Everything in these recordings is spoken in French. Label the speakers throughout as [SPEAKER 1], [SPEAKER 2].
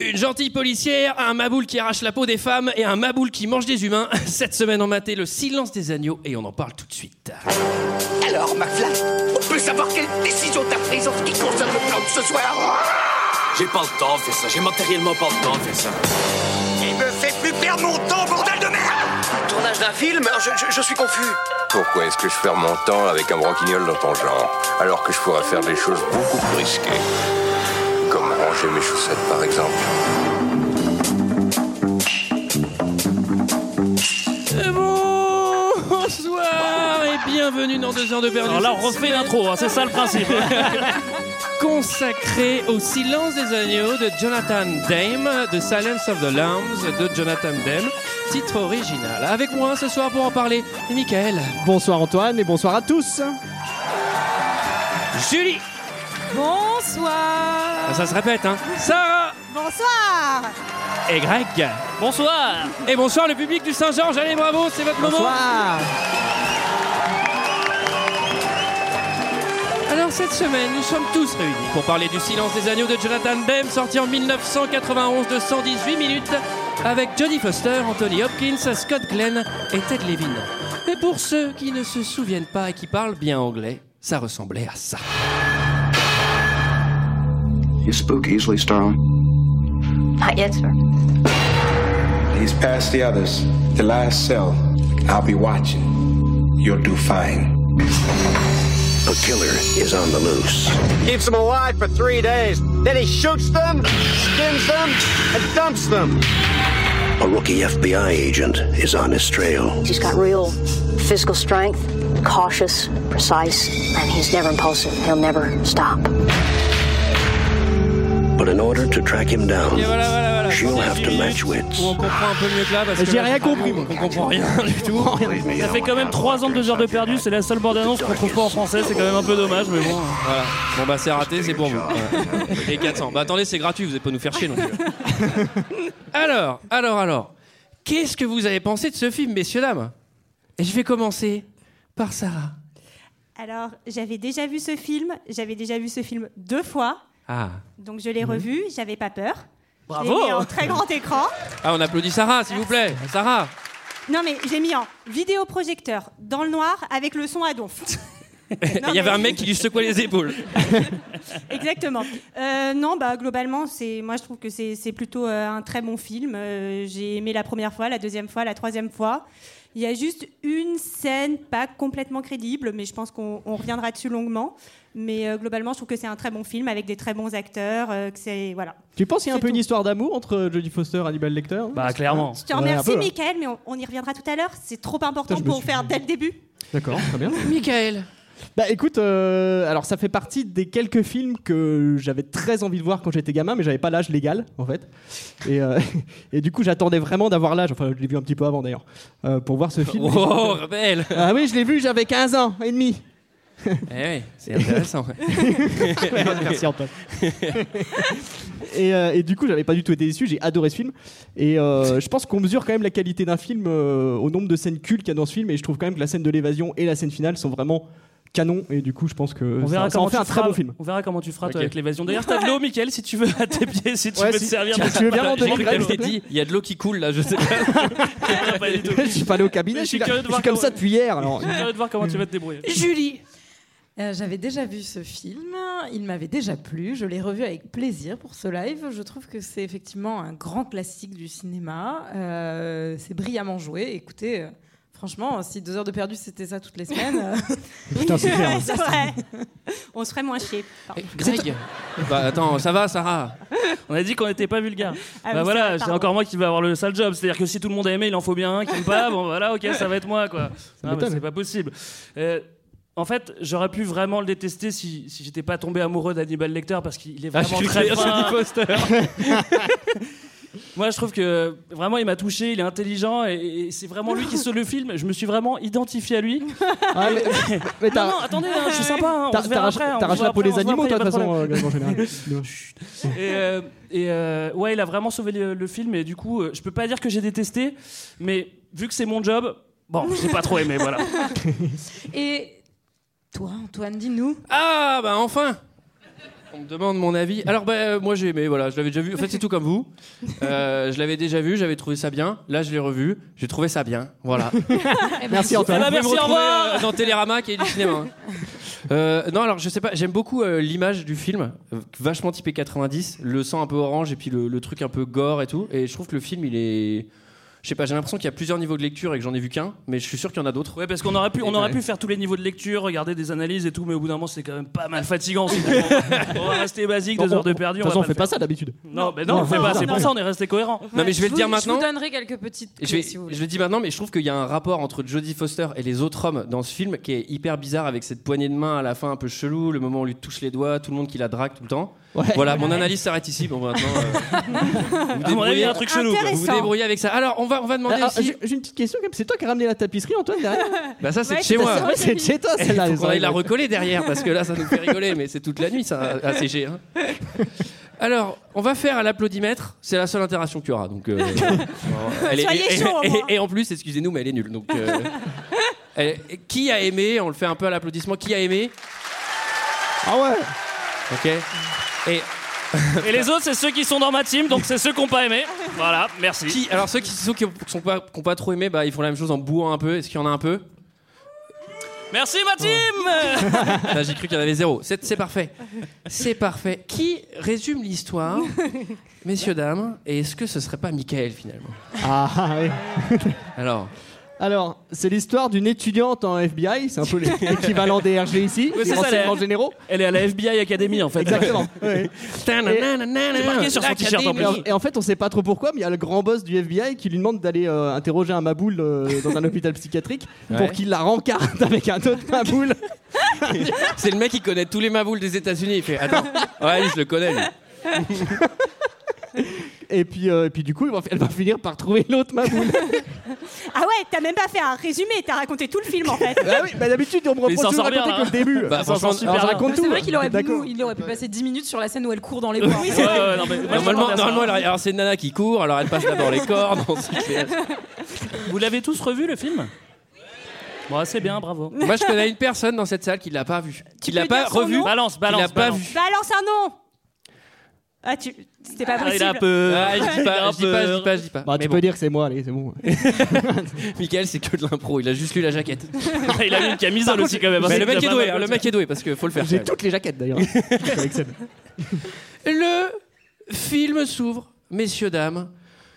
[SPEAKER 1] Une gentille policière, un maboule qui arrache la peau des femmes et un maboule qui mange des humains. Cette semaine, on matait le silence des agneaux et on en parle tout de suite.
[SPEAKER 2] Alors, McFly, on peut savoir quelle décision t'as prise en ce qui concerne le plan de ce soir
[SPEAKER 3] J'ai pas le temps de faire ça, j'ai matériellement pas le temps de faire ça.
[SPEAKER 2] Il me fait plus perdre mon temps, bordel de merde
[SPEAKER 4] Tournage d'un film Ah, je, je- je suis confus.
[SPEAKER 5] Pourquoi est-ce que je perds mon temps avec un branquignol dans ton genre, alors que je pourrais faire des choses beaucoup plus risquées Comme ranger mes chaussettes, par exemple.
[SPEAKER 1] Et Bonsoir et bienvenue dans deux heures de perdu.
[SPEAKER 6] Alors là, on refait l'intro, hein, c'est ça le principe.
[SPEAKER 1] consacré au silence des agneaux de Jonathan Dame, The Silence of the Lambs de Jonathan Dame, titre original. Avec moi ce soir pour en parler, Michael,
[SPEAKER 7] Bonsoir Antoine et bonsoir à tous.
[SPEAKER 1] Julie,
[SPEAKER 8] Bonsoir
[SPEAKER 1] ça se répète, hein, Sarah
[SPEAKER 8] Bonsoir
[SPEAKER 1] et Greg.
[SPEAKER 6] Bonsoir.
[SPEAKER 1] Et bonsoir le public du Saint-Georges, allez bravo, c'est votre moment.
[SPEAKER 7] Bonsoir.
[SPEAKER 1] Alors cette semaine, nous sommes tous réunis pour parler du silence des agneaux de Jonathan Demme, sorti en 1991 de 118 minutes, avec Jodie Foster, Anthony Hopkins, Scott Glenn et Ted Levin. Et pour ceux qui ne se souviennent pas et qui parlent bien anglais, ça ressemblait à ça.
[SPEAKER 9] You spook easily, Starling.
[SPEAKER 10] Not yet, sir.
[SPEAKER 9] He's past the others. The last cell. I'll be watching. You'll do fine.
[SPEAKER 5] A killer is on the loose.
[SPEAKER 4] Keeps them alive for three days. Then he shoots them, skins them, and dumps them.
[SPEAKER 5] A rookie FBI agent is on his trail.
[SPEAKER 10] He's got real physical strength, cautious, precise, and he's never impulsive. He'll never stop.
[SPEAKER 5] But in order to track him down,
[SPEAKER 1] Et voilà, voilà, voilà.
[SPEAKER 5] she'll
[SPEAKER 1] 118
[SPEAKER 5] have to match
[SPEAKER 1] minutes,
[SPEAKER 5] wits.
[SPEAKER 1] où on comprend un peu mieux que là, parce que
[SPEAKER 7] J'ai
[SPEAKER 1] là,
[SPEAKER 7] rien compris, moi.
[SPEAKER 1] on comprend rien du tout.
[SPEAKER 6] Ça fait quand même 3 ans de 2 heures de perdu, c'est la seule bande-annonce qu'on trouve pas en français, c'est quand même un peu dommage, mais bon. hein.
[SPEAKER 1] Voilà. Bon bah c'est raté, c'est pour vous.
[SPEAKER 7] euh,
[SPEAKER 1] Voilà. Et 400. Bah attendez, c'est gratuit, vous n'allez pas nous faire chier non plus. Alors, alors, alors. Qu'est-ce que vous avez pensé de ce film, messieurs, dames Et je vais commencer par Sarah.
[SPEAKER 8] Alors, j'avais déjà vu ce film, j'avais déjà vu ce film deux fois,
[SPEAKER 1] Ah.
[SPEAKER 8] donc je l'ai revu, j'avais pas peur.
[SPEAKER 6] Bravo.
[SPEAKER 8] J'ai mis en très grand écran.
[SPEAKER 1] Ah, on applaudit Sarah, s'il vous plaît. Sarah.
[SPEAKER 8] Non mais j'ai mis en vidéoprojecteur, dans le noir, avec le son à donf. Non,
[SPEAKER 1] Il y avait
[SPEAKER 8] mais-
[SPEAKER 1] un mec qui lui secouait les épaules.
[SPEAKER 8] Exactement. Euh, non, bah globalement, c'est moi je trouve que c'est c'est plutôt euh, un très bon film. Euh, J'ai aimé la première fois, la deuxième fois, la troisième fois. Il y a juste une scène pas complètement crédible, mais je pense qu'on on reviendra dessus longuement. Mais euh, globalement, je trouve que c'est un très bon film avec des très bons acteurs. euh, que c'est voilà.
[SPEAKER 7] Tu penses qu'il y a un
[SPEAKER 8] C'est
[SPEAKER 7] peu une
[SPEAKER 8] tout.
[SPEAKER 7] histoire d'amour entre euh, Jodie Foster et Hannibal Lecter non
[SPEAKER 6] Bah clairement.
[SPEAKER 8] Je te
[SPEAKER 7] Ouais, un
[SPEAKER 8] remercie,
[SPEAKER 7] peu, hein.
[SPEAKER 8] Michael, mais on, on y reviendra tout à l'heure. C'est trop important
[SPEAKER 7] Putain, je me
[SPEAKER 8] pour
[SPEAKER 7] suis-
[SPEAKER 8] faire dès le début.
[SPEAKER 7] D'accord, très bien.
[SPEAKER 1] Michael.
[SPEAKER 7] Bah écoute, euh, alors ça fait partie des quelques films que j'avais très envie de voir quand j'étais gamin, mais j'avais pas l'âge légal en fait. Et, euh, et du coup, j'attendais vraiment d'avoir l'âge, enfin je l'ai vu un petit peu avant d'ailleurs, euh, pour voir ce film.
[SPEAKER 1] Oh, rebelle.
[SPEAKER 7] Ah oui, je l'ai vu, j'avais 15 ans et demi.
[SPEAKER 1] Eh oui, c'est intéressant.
[SPEAKER 7] Merci Antoine. et, euh, et du coup, j'avais pas du tout été déçu. J'ai adoré ce film. Et euh, je pense qu'on mesure quand même la qualité d'un film euh, au nombre de scènes cultes qu'il y a dans ce film. Et je trouve quand même que la scène de l'évasion et la scène finale sont vraiment canon. Et du coup, je pense que
[SPEAKER 6] On verra,
[SPEAKER 7] ça, ça
[SPEAKER 6] comment
[SPEAKER 7] en fait
[SPEAKER 6] tu
[SPEAKER 7] un très
[SPEAKER 6] feras-
[SPEAKER 7] bon film.
[SPEAKER 6] on verra comment tu feras toi,
[SPEAKER 1] Ok.
[SPEAKER 6] avec l'évasion. D'ailleurs, t'as de l'eau, Mickaël, si tu veux, à tes pieds, si tu
[SPEAKER 7] Ouais,
[SPEAKER 6] veux te
[SPEAKER 7] si-
[SPEAKER 6] servir.
[SPEAKER 7] tu- tu veux bien m'en
[SPEAKER 1] J'ai
[SPEAKER 7] donner
[SPEAKER 1] cru
[SPEAKER 7] Greg,
[SPEAKER 1] qu'elle
[SPEAKER 7] s'il te
[SPEAKER 1] s'est
[SPEAKER 7] plaît
[SPEAKER 1] dit, il y a de l'eau qui coule là, je sais pas.
[SPEAKER 6] Pas du tout.
[SPEAKER 7] Je suis pas allé au cabinet,
[SPEAKER 6] Mais je
[SPEAKER 7] je
[SPEAKER 6] suis
[SPEAKER 7] suis, là-
[SPEAKER 6] curieux de
[SPEAKER 7] je
[SPEAKER 6] voir
[SPEAKER 7] suis comme
[SPEAKER 6] comment-
[SPEAKER 7] ça depuis hier. Alors.
[SPEAKER 6] Je suis curieux de voir comment tu vas te débrouiller.
[SPEAKER 1] Julie.
[SPEAKER 11] Euh, J'avais déjà vu ce film, il m'avait déjà plu, je l'ai revu avec plaisir pour ce live. Je trouve que c'est effectivement un grand classique du cinéma, Euh, c'est brillamment joué. Écoutez, euh, franchement, si deux heures de perdu c'était ça toutes les semaines, euh,
[SPEAKER 7] Putain, c'est clair. hein.
[SPEAKER 8] Ouais, c'est vrai. on se ferait moins chier. Enfin,
[SPEAKER 1] Greg. Bah attends, ça va, Sarah
[SPEAKER 6] On a dit qu'on n'était pas vulgaire.
[SPEAKER 8] ah oui,
[SPEAKER 6] bah
[SPEAKER 8] c'est
[SPEAKER 6] voilà,
[SPEAKER 8] vrai,
[SPEAKER 6] c'est
[SPEAKER 8] pardon.
[SPEAKER 6] encore moi qui vais avoir le sale job. C'est-à-dire que si tout le monde a aimé, il en faut bien un qui aime pas. Bon voilà, ok, ça va être moi quoi. Non, mais
[SPEAKER 7] m'étonne.
[SPEAKER 6] c'est pas possible. Euh, en fait, j'aurais pu vraiment le détester si, si j'étais pas tombé amoureux d'Hannibal Lecter parce qu'il est
[SPEAKER 7] Ah,
[SPEAKER 6] vraiment très fin. Moi, je trouve que vraiment, il m'a touché, il est intelligent et, et c'est vraiment lui qui se le film. Je me suis vraiment identifié à lui.
[SPEAKER 7] Ah, mais- mais t'as-
[SPEAKER 6] Non, non, attendez, hein, je suis sympa. hein, on
[SPEAKER 7] t'as-
[SPEAKER 6] se verra
[SPEAKER 7] T'arraches
[SPEAKER 6] après, on se
[SPEAKER 7] t'arraches
[SPEAKER 6] voit
[SPEAKER 7] la peau
[SPEAKER 6] après,
[SPEAKER 7] des
[SPEAKER 6] on se voit
[SPEAKER 7] animaux,
[SPEAKER 6] après,
[SPEAKER 7] toi, de
[SPEAKER 6] y a
[SPEAKER 7] toute
[SPEAKER 6] pas
[SPEAKER 7] façon,
[SPEAKER 6] problème.
[SPEAKER 7] euh, Greg, en général.
[SPEAKER 6] Et, euh, et, euh, ouais, il a vraiment sauvé le, le film. Et du coup, euh, je peux pas dire que j'ai détesté, mais vu que c'est mon job, bon, j'ai pas trop aimé, voilà.
[SPEAKER 11] et toi Antoine, dis-nous,
[SPEAKER 1] Ah, bah enfin On me demande mon avis. Alors, bah, euh, moi j'ai aimé, voilà, je l'avais déjà vu. En fait, c'est tout comme vous. Euh, je l'avais déjà vu, j'avais trouvé ça bien. Là, je l'ai revu, j'ai trouvé ça bien. Voilà.
[SPEAKER 7] Eh ben, Merci Antoine.
[SPEAKER 1] Vous pouvez me retrouver, euh, dans Télérama qui est du cinéma. hein. Euh, non, alors je sais pas, j'aime beaucoup euh, l'image du film, euh, vachement typé 90, le sang un peu orange et puis le, le truc un peu gore et tout. Et je trouve que le film, il est. Je sais pas, j'ai l'impression qu'il y a plusieurs niveaux de lecture et que j'en ai vu qu'un, mais je suis sûr qu'il y en a d'autres.
[SPEAKER 6] Eh Ouais, parce qu'on aurait pu, on aurait pu faire tous les niveaux de lecture, regarder des analyses et tout, mais au bout d'un moment, c'est quand même pas mal fatigant. c'est bon. on va rester basique, deux heures de perdu.
[SPEAKER 7] toute façon, on
[SPEAKER 6] va
[SPEAKER 7] fait
[SPEAKER 6] pas
[SPEAKER 7] pas ça
[SPEAKER 6] le
[SPEAKER 7] d'habitude.
[SPEAKER 6] faire. Non, mais non, on fait pas. C'est pour ça, on est resté cohérent.
[SPEAKER 1] Non, mais je vais le dire maintenant.
[SPEAKER 11] Je vous donnerai quelques petites.
[SPEAKER 1] Et Je,
[SPEAKER 11] clés,
[SPEAKER 1] vais-
[SPEAKER 11] si vous voulez.
[SPEAKER 1] je le dis maintenant, mais je trouve qu'il y a un rapport entre Jodie Foster et les autres hommes dans ce film qui est hyper bizarre avec cette poignée de main à la fin un peu chelou, le moment où on lui touche les doigts, tout le monde qui la drague tout le temps. Voilà, mon analyse s'arrête ici. Bon, maintenant, euh, vous
[SPEAKER 6] À mon avis, il y a un truc chelou, quoi.
[SPEAKER 1] Vous vous débrouillez avec ça. Alors, on va, on va demander
[SPEAKER 7] Ah, ah,
[SPEAKER 1] aussi.
[SPEAKER 7] J'ai j'ai une petite question quand même. C'est toi qui as ramené la tapisserie, Antoine, derrière
[SPEAKER 1] Bah, ça, c'est
[SPEAKER 7] Ouais,
[SPEAKER 1] de chez
[SPEAKER 7] c'est
[SPEAKER 1] moi.
[SPEAKER 7] ça, ouais, c'est de chez toi,
[SPEAKER 1] Il
[SPEAKER 7] celle-là,
[SPEAKER 1] faut
[SPEAKER 7] les
[SPEAKER 1] qu'on aille la
[SPEAKER 7] oreilles.
[SPEAKER 1] recoller derrière parce que là, ça nous fait rigoler, mais c'est toute la nuit, ça, ACG. hein. Alors, on va faire à l'applaudimètre. C'est la seule interaction qu'il y aura. Donc, euh, elle est-
[SPEAKER 8] Soyez
[SPEAKER 1] et,
[SPEAKER 8] chaud, au
[SPEAKER 1] et-
[SPEAKER 8] moins.
[SPEAKER 1] et en plus, excusez-nous, mais elle est nulle. Donc, euh, elle- qui a aimé On le fait un peu à l'applaudissement. Qui a aimé
[SPEAKER 7] Ah ouais
[SPEAKER 1] Ok. Et
[SPEAKER 6] Et les autres, c'est ceux qui sont dans ma team, donc c'est ceux qui n'ont pas aimé. Voilà, merci.
[SPEAKER 1] qui Alors, ceux qui, ceux qui sont pas, qui ont pas trop aimé, bah, ils font la même chose en bouant un peu. Est-ce qu'il y en a un peu
[SPEAKER 6] Merci ma team
[SPEAKER 1] Là, j'ai cru qu'il y en avait zéro. C'est c'est parfait. C'est parfait. Qui résume l'histoire, messieurs, dames Et est-ce que ce serait pas Michael finalement
[SPEAKER 7] Ah, ah, oui.
[SPEAKER 1] Alors,
[SPEAKER 7] Alors, c'est l'histoire d'une étudiante en FBI, c'est un peu l'équivalent des RG ici,
[SPEAKER 6] Oui, c'est
[SPEAKER 7] des
[SPEAKER 6] ça,
[SPEAKER 7] renseignements
[SPEAKER 6] les-
[SPEAKER 7] généraux.
[SPEAKER 6] Elle est à la FBI Academy en fait.
[SPEAKER 7] Exactement. ouais.
[SPEAKER 1] c'est
[SPEAKER 6] marqué sur son t-shirt, en
[SPEAKER 7] Et, en- et en fait, on sait pas trop pourquoi, mais il y a le grand boss du FBI qui lui demande d'aller euh, interroger un maboule euh, dans un hôpital psychiatrique
[SPEAKER 1] Ouais.
[SPEAKER 7] pour qu'il la rencarte avec un autre maboule.
[SPEAKER 1] C'est le mec qui connaît tous les maboules des États-Unis. Il fait Attends, ouais, lui, je le connais. lui.
[SPEAKER 7] Et puis, euh, et puis du coup, il va- elle va finir par trouver l'autre maboule.
[SPEAKER 8] Ah ouais, t'as même pas fait un résumé, t'as raconté tout le film en fait.
[SPEAKER 7] bah oui, bah d'habitude, on me
[SPEAKER 6] Mais il s'en
[SPEAKER 7] reproche toujours
[SPEAKER 6] sort
[SPEAKER 7] de
[SPEAKER 6] bien,
[SPEAKER 7] raconter
[SPEAKER 6] hein.
[SPEAKER 7] que le début.
[SPEAKER 1] Bah,
[SPEAKER 6] Ça sent
[SPEAKER 1] franchement,
[SPEAKER 6] super
[SPEAKER 7] Alors, je
[SPEAKER 6] bien.
[SPEAKER 7] raconte
[SPEAKER 11] Ah, C'est
[SPEAKER 7] tout.
[SPEAKER 11] vrai qu'il aurait, pu
[SPEAKER 7] D'accord.
[SPEAKER 11] nous- il aurait pu passer 10 minutes sur la scène où elle court dans les bois.
[SPEAKER 6] Ouais, ouais, non, mais- moi, je
[SPEAKER 1] Normalement,
[SPEAKER 6] m'attendais à ça.
[SPEAKER 1] normalement, elle- alors c'est une nana qui court, alors elle passe d'abord les cordes. ensuite, c'est-
[SPEAKER 6] Vous l'avez tous revu le film Bon, c'est bien, bravo.
[SPEAKER 1] Moi, je connais une personne dans cette salle qui l'a pas vu. Qui
[SPEAKER 8] peux
[SPEAKER 1] l'a pas
[SPEAKER 8] dire son
[SPEAKER 1] revu.
[SPEAKER 8] nom
[SPEAKER 6] Balance,
[SPEAKER 1] Qui
[SPEAKER 6] balance.
[SPEAKER 1] l'a pas
[SPEAKER 6] balance.
[SPEAKER 1] vu.
[SPEAKER 8] Bah alors c'est un nom Ah tu... C'était pas
[SPEAKER 6] Ah, il
[SPEAKER 8] possible.
[SPEAKER 6] a peur.
[SPEAKER 1] Ah, je
[SPEAKER 6] Il
[SPEAKER 1] dis
[SPEAKER 6] a
[SPEAKER 1] pas, je dis pas, je dis
[SPEAKER 6] peur.
[SPEAKER 1] pas, je dis pas.
[SPEAKER 7] Bah,
[SPEAKER 1] Mais
[SPEAKER 7] tu
[SPEAKER 1] bon,
[SPEAKER 7] peux dire que c'est moi, allez, c'est bon.
[SPEAKER 1] Michael, c'est que de l'impro. Il a juste lu la jaquette.
[SPEAKER 6] Il a mis une camisole aussi quand même. hein.
[SPEAKER 1] Mais le mec
[SPEAKER 6] C'est
[SPEAKER 1] est
[SPEAKER 6] pas
[SPEAKER 1] doué,
[SPEAKER 6] mal.
[SPEAKER 1] hein, le mec est doué parce que faut le faire.
[SPEAKER 7] J'ai toutes les jaquettes d'ailleurs. Je collectionne.
[SPEAKER 1] Le film s'ouvre, messieurs, dames,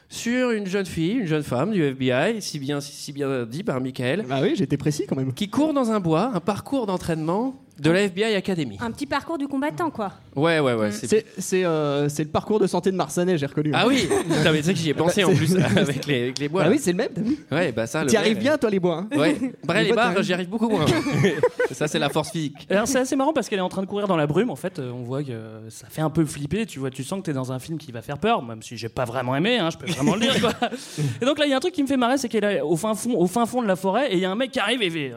[SPEAKER 1] sur une jeune fille, une jeune femme du FBI, si bien, si bien dit par Michael,
[SPEAKER 7] bah oui, j'étais précis quand même.
[SPEAKER 1] qui court dans un bois, un parcours d'entraînement de la FBI Academy.
[SPEAKER 8] Un petit parcours du combattant quoi.
[SPEAKER 1] Ouais, ouais, ouais. c'est-
[SPEAKER 7] C'est c'est, euh, c'est le parcours de santé de Marsanet, j'ai reconnu. hein.
[SPEAKER 1] Ah oui Putain, mais tu sais que j'y ai pensé en
[SPEAKER 7] c'est-
[SPEAKER 1] plus avec les, avec les bois.
[SPEAKER 7] Bah
[SPEAKER 1] là.
[SPEAKER 7] oui, c'est le même, t'as vu
[SPEAKER 1] Ouais, bah ça. le
[SPEAKER 7] T'y
[SPEAKER 1] vrai,
[SPEAKER 7] arrives
[SPEAKER 1] euh,
[SPEAKER 7] bien, toi, les bois. hein
[SPEAKER 1] Ouais. Bref,
[SPEAKER 7] Les
[SPEAKER 1] les
[SPEAKER 7] bois,
[SPEAKER 1] barres,
[SPEAKER 7] t'arrives.
[SPEAKER 1] j'y arrive beaucoup moins. ça, c'est la force physique.
[SPEAKER 6] Alors c'est assez marrant parce qu'elle est en train de courir dans la brume en fait euh, on voit que euh, ça fait un peu flipper tu vois tu sens que t'es dans un film qui va faire peur même si j'ai pas vraiment aimé hein, je peux vraiment le dire quoi. et donc là il y a un truc qui me fait marrer c'est qu'elle est au fin fond au fin fond de la forêt et il y a un mec qui arrive et fait,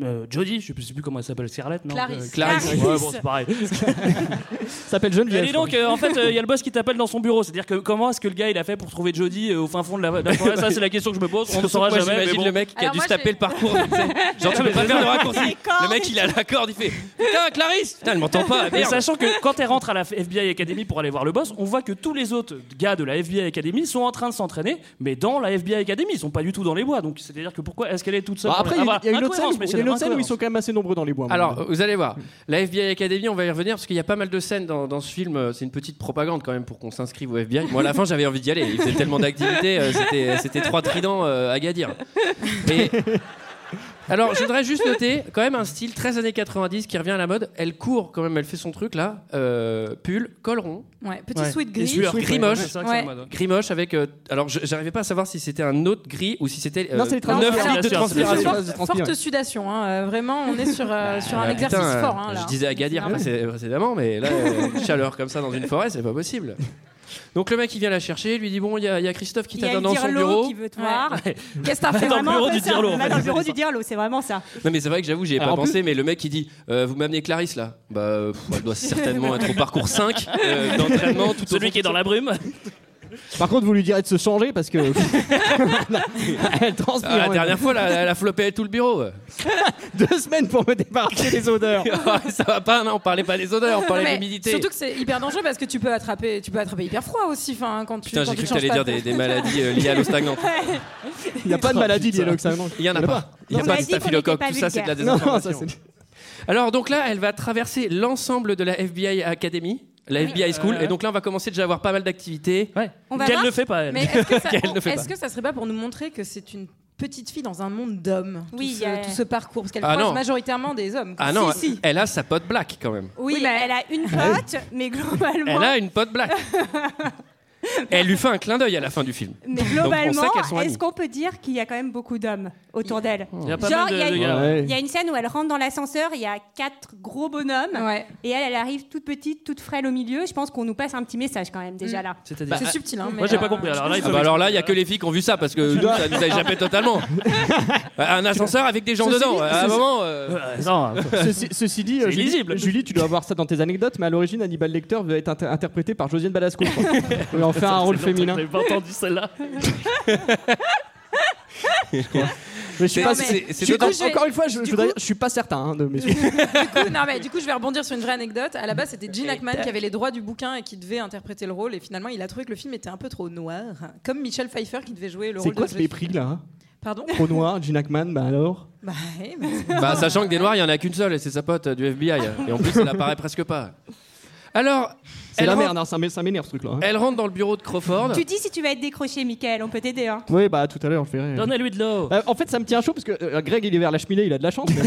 [SPEAKER 6] euh, Jodie je sais plus comment elle s'appelle Scarlett non euh,
[SPEAKER 11] Clarisse.
[SPEAKER 1] Clarisse.
[SPEAKER 6] Ouais, bon, c'est pareil
[SPEAKER 7] Ça s'appelle
[SPEAKER 6] et
[SPEAKER 7] Geneviève.
[SPEAKER 6] dis donc euh, en fait euh, il y a le boss qui t'appelle dans son bureau c'est à dire que comment est-ce que le gars il a fait pour trouver Jodie euh, au fin fond de la, de la forêt ça c'est la question que je me pose on ne saura
[SPEAKER 1] Moi,
[SPEAKER 6] jamais mais
[SPEAKER 1] J'imagine
[SPEAKER 6] bon. Ah,
[SPEAKER 1] le mec qui a
[SPEAKER 11] Alors
[SPEAKER 1] dû
[SPEAKER 11] moi,
[SPEAKER 1] se taper
[SPEAKER 11] j'ai-
[SPEAKER 1] le parcours. tu sais. Genre, tu peux pas faire le raccourci. Le mec, il a la corde, il fait Putain, Clarisse Putain, elle m'entend pas.
[SPEAKER 6] Et
[SPEAKER 1] merde.
[SPEAKER 6] sachant que quand elle rentre à la FBI Academy pour aller voir le boss, on voit que tous les autres gars de la FBI Academy sont en train de s'entraîner, mais dans la FBI Academy, ils sont pas du tout dans les bois. Donc c'est-à-dire que pourquoi est-ce qu'elle est toute seule
[SPEAKER 7] Bah,
[SPEAKER 6] pour
[SPEAKER 7] après,
[SPEAKER 6] la-
[SPEAKER 7] il y
[SPEAKER 6] Ah, voilà.
[SPEAKER 7] a- il y a une autre
[SPEAKER 6] Incohérence,
[SPEAKER 7] scène où- il y a
[SPEAKER 6] messieurs,
[SPEAKER 7] une autre scène où ils
[SPEAKER 6] incohérence.
[SPEAKER 7] sont quand même assez nombreux dans les bois. hein. à mon
[SPEAKER 1] Alors,
[SPEAKER 7] avis.
[SPEAKER 1] euh, vous allez voir. La FBI Academy, on va y revenir parce qu'il y a pas mal de scènes dans, dans ce film. euh, C'est une petite propagande quand même pour qu'on s'inscrive au FBI. Moi, à la fin, j'avais envie d'y aller. Il faisait tellement d'activités. euh, c'était- C'était trois tridents euh, à Gadir. Et- Alors, je voudrais juste noter quand même un style 13 années 90 qui revient à la mode. Elle court quand même, elle fait son truc là. Euh, pull, col rond,
[SPEAKER 11] Ouais, petit
[SPEAKER 6] Ouais.
[SPEAKER 11] sweat
[SPEAKER 1] et
[SPEAKER 11] gris.
[SPEAKER 1] sueur gris
[SPEAKER 6] Ouais,
[SPEAKER 1] moche.
[SPEAKER 6] c'est vrai que c'est
[SPEAKER 11] Ouais.
[SPEAKER 6] la mode,
[SPEAKER 1] Gris moche avec. euh, alors, je- j'arrivais pas à savoir si c'était un autre gris ou si c'était.
[SPEAKER 7] Non, c'est les
[SPEAKER 1] 9
[SPEAKER 11] transpirations.
[SPEAKER 1] litres de
[SPEAKER 7] Transpiration.
[SPEAKER 1] transpiration.
[SPEAKER 11] Forte,
[SPEAKER 7] Transpiration.
[SPEAKER 11] forte sudation, hein, euh, vraiment, on est sur, euh, sur un
[SPEAKER 1] Ah,
[SPEAKER 11] exercice
[SPEAKER 1] putain,
[SPEAKER 11] fort. hein, là.
[SPEAKER 1] Je disais à Gadir
[SPEAKER 11] C'est
[SPEAKER 1] pré- précédemment, mais là, euh, une chaleur comme ça dans une forêt, c'est pas possible. Donc le mec, il vient la chercher, lui dit Bon, il y, a- il y a Christophe qui
[SPEAKER 8] Il y a
[SPEAKER 1] t'attend
[SPEAKER 8] le
[SPEAKER 1] dans son
[SPEAKER 8] dirlo
[SPEAKER 1] bureau.
[SPEAKER 8] qui veut te
[SPEAKER 11] Ouais.
[SPEAKER 8] voir.
[SPEAKER 11] Qu'est-ce que t'as fait
[SPEAKER 6] Dans le
[SPEAKER 8] Vraiment
[SPEAKER 6] bureau
[SPEAKER 8] un peu
[SPEAKER 6] du
[SPEAKER 8] ça.
[SPEAKER 6] dirlo, en
[SPEAKER 8] Va
[SPEAKER 6] fait,
[SPEAKER 8] Dans le
[SPEAKER 6] c'est
[SPEAKER 8] bureau
[SPEAKER 6] ça.
[SPEAKER 8] du dirlo, c'est vraiment ça.
[SPEAKER 1] Non, mais c'est vrai que j'avoue, j'y ai
[SPEAKER 7] Alors,
[SPEAKER 1] pas
[SPEAKER 7] en
[SPEAKER 1] pensé, mais le mec, il dit Euh, Vous m'amenez Clarisse là Bah, euh, pff, elle doit certainement être au parcours 5 euh, d'entraînement tout au
[SPEAKER 6] Celui
[SPEAKER 1] fond.
[SPEAKER 6] qui est dans la brume.
[SPEAKER 7] Par contre, vous lui direz de se changer parce que. Elle transpire.
[SPEAKER 1] Ah, la
[SPEAKER 7] ouais.
[SPEAKER 1] dernière fois, là, elle a flopé tout le bureau.
[SPEAKER 7] Deux semaines pour me débarrasser des odeurs.
[SPEAKER 1] ça va pas, non, on parlait pas des odeurs, on parlait de
[SPEAKER 11] Mais
[SPEAKER 1] l'humidité.
[SPEAKER 11] Surtout que c'est hyper dangereux parce que tu peux attraper, tu peux attraper hyper froid aussi. Enfin, quand tu.
[SPEAKER 1] Putain,
[SPEAKER 11] quand
[SPEAKER 1] j'ai cru
[SPEAKER 11] tu
[SPEAKER 1] que
[SPEAKER 11] changes
[SPEAKER 1] t'allais dire
[SPEAKER 11] pas
[SPEAKER 1] des, des maladies euh, liées à l'eau stagnante. Oh,
[SPEAKER 7] Il n'y a pas de maladie liée à l'oxygène.
[SPEAKER 1] Il y en a pas. Il n'y a pas de
[SPEAKER 7] Non, on a dit qu'on était
[SPEAKER 1] staphylocoque,
[SPEAKER 7] pas
[SPEAKER 1] tout ça c'est de la
[SPEAKER 7] vulgaire. Non,
[SPEAKER 1] désinformation. Alors donc là, elle va traverser l'ensemble de la FBI Academy. La FBI School,
[SPEAKER 7] Euh.
[SPEAKER 6] ouais.
[SPEAKER 1] et donc là on va commencer déjà à avoir pas mal d'activités.
[SPEAKER 11] On va
[SPEAKER 1] Qu'elle
[SPEAKER 11] voir.
[SPEAKER 1] ne fait pas, elle.
[SPEAKER 11] Mais est-ce que ça,
[SPEAKER 1] Qu'elle ne fait
[SPEAKER 11] est-ce
[SPEAKER 1] pas.
[SPEAKER 11] que ça serait pas pour nous montrer que c'est une petite fille dans un monde d'hommes
[SPEAKER 8] Oui,
[SPEAKER 11] tout,
[SPEAKER 8] il y
[SPEAKER 11] ce,
[SPEAKER 8] a-
[SPEAKER 11] tout ce parcours parce qu'elle
[SPEAKER 1] Ah
[SPEAKER 11] croise
[SPEAKER 1] non.
[SPEAKER 11] majoritairement des hommes.
[SPEAKER 1] Ah non,
[SPEAKER 11] Si, si.
[SPEAKER 1] elle a sa pote black quand même.
[SPEAKER 8] Oui, mais elle a une
[SPEAKER 7] Ah,
[SPEAKER 8] pote, mais
[SPEAKER 11] Bah,
[SPEAKER 8] globalement.
[SPEAKER 1] Elle a une pote black. elle lui fait un clin d'œil à la fin du film.
[SPEAKER 8] Mais
[SPEAKER 1] Donc, on
[SPEAKER 8] globalement,
[SPEAKER 1] sait qu'elles sont amies.
[SPEAKER 8] est-ce qu'on peut dire qu'il y a quand même beaucoup d'hommes autour d'elle
[SPEAKER 1] Il y a pas
[SPEAKER 8] Genre,
[SPEAKER 1] mal de-
[SPEAKER 8] il y, a
[SPEAKER 1] de
[SPEAKER 8] une-
[SPEAKER 1] gars, ouais.
[SPEAKER 8] il y a une scène où elle rentre dans l'ascenseur, il y a quatre gros bonhommes, et elle, elle arrive toute petite, toute frêle au milieu. Je pense qu'on nous passe un petit message
[SPEAKER 11] Mm.
[SPEAKER 8] quand même déjà là.
[SPEAKER 1] C'est-à-dire
[SPEAKER 8] C'est
[SPEAKER 1] Bah,
[SPEAKER 8] subtil, hein,
[SPEAKER 6] Moi,
[SPEAKER 8] mais,
[SPEAKER 6] j'ai
[SPEAKER 8] euh,
[SPEAKER 6] pas compris. Alors là, il
[SPEAKER 1] Ah
[SPEAKER 6] faut
[SPEAKER 1] bah alors là, il y a que les filles qui ont vu ça parce que nous, ça nous a échappé totalement. Un ascenseur avec des gens
[SPEAKER 7] Ceci
[SPEAKER 1] dedans.
[SPEAKER 7] dit-
[SPEAKER 1] à un
[SPEAKER 7] ceci-
[SPEAKER 1] moment. euh,
[SPEAKER 6] Ah,
[SPEAKER 7] Ceci, ceci dit, euh, Julie,
[SPEAKER 1] illisible.
[SPEAKER 7] Julie, tu dois avoir ça dans tes anecdotes, mais à l'origine, Hannibal Lecter veut être inter- interprété par Josiane Balasco. je crois. On va en faire un rôle féminin.
[SPEAKER 6] J'avais pas entendu celle-là.
[SPEAKER 7] Mais je suis
[SPEAKER 11] Non,
[SPEAKER 7] pas.
[SPEAKER 11] mais-
[SPEAKER 7] c'est-
[SPEAKER 11] du
[SPEAKER 7] c'est
[SPEAKER 11] coup,
[SPEAKER 7] d'autant-
[SPEAKER 11] je vais-
[SPEAKER 7] Encore une fois, je,
[SPEAKER 11] du
[SPEAKER 7] je voudrais
[SPEAKER 11] coup-
[SPEAKER 7] dire, je suis pas certain hein, de mes.
[SPEAKER 11] Du coup, non, mais du coup, je vais rebondir sur une vraie anecdote. À la base, c'était Gene Hackman qui avait les droits du bouquin et qui devait interpréter le rôle. Et finalement, il a trouvé que le film était un peu trop noir. Comme Michel Pfeiffer qui devait jouer le
[SPEAKER 7] C'est
[SPEAKER 11] rôle
[SPEAKER 7] quoi
[SPEAKER 11] de
[SPEAKER 7] ce
[SPEAKER 11] Jeffrey-
[SPEAKER 7] mépris là hein
[SPEAKER 11] Pardon
[SPEAKER 7] Trop noir, Gene Hackman, bah alors
[SPEAKER 11] Bah, ouais, mais-
[SPEAKER 1] Bah, sachant que des noirs, il y en a qu'une seule et c'est sa pote euh, du FBI. Et en plus, elle apparaît presque pas. Alors,
[SPEAKER 7] C'est
[SPEAKER 1] elle
[SPEAKER 7] la
[SPEAKER 1] rentre-
[SPEAKER 7] merde, hein, ça m'é- ça m'énerve ce truc là.
[SPEAKER 1] Elle rentre dans le bureau de Crawford.
[SPEAKER 8] Tu dis si tu vas être décroché, Michael, on peut t'aider. Hein.
[SPEAKER 7] Oui, bah tout à l'heure, je verrai.
[SPEAKER 6] Donnez-lui de l'eau.
[SPEAKER 7] Euh, en fait, ça me tient chaud parce que euh, Greg, il est vers la cheminée, il a de la chance. mais-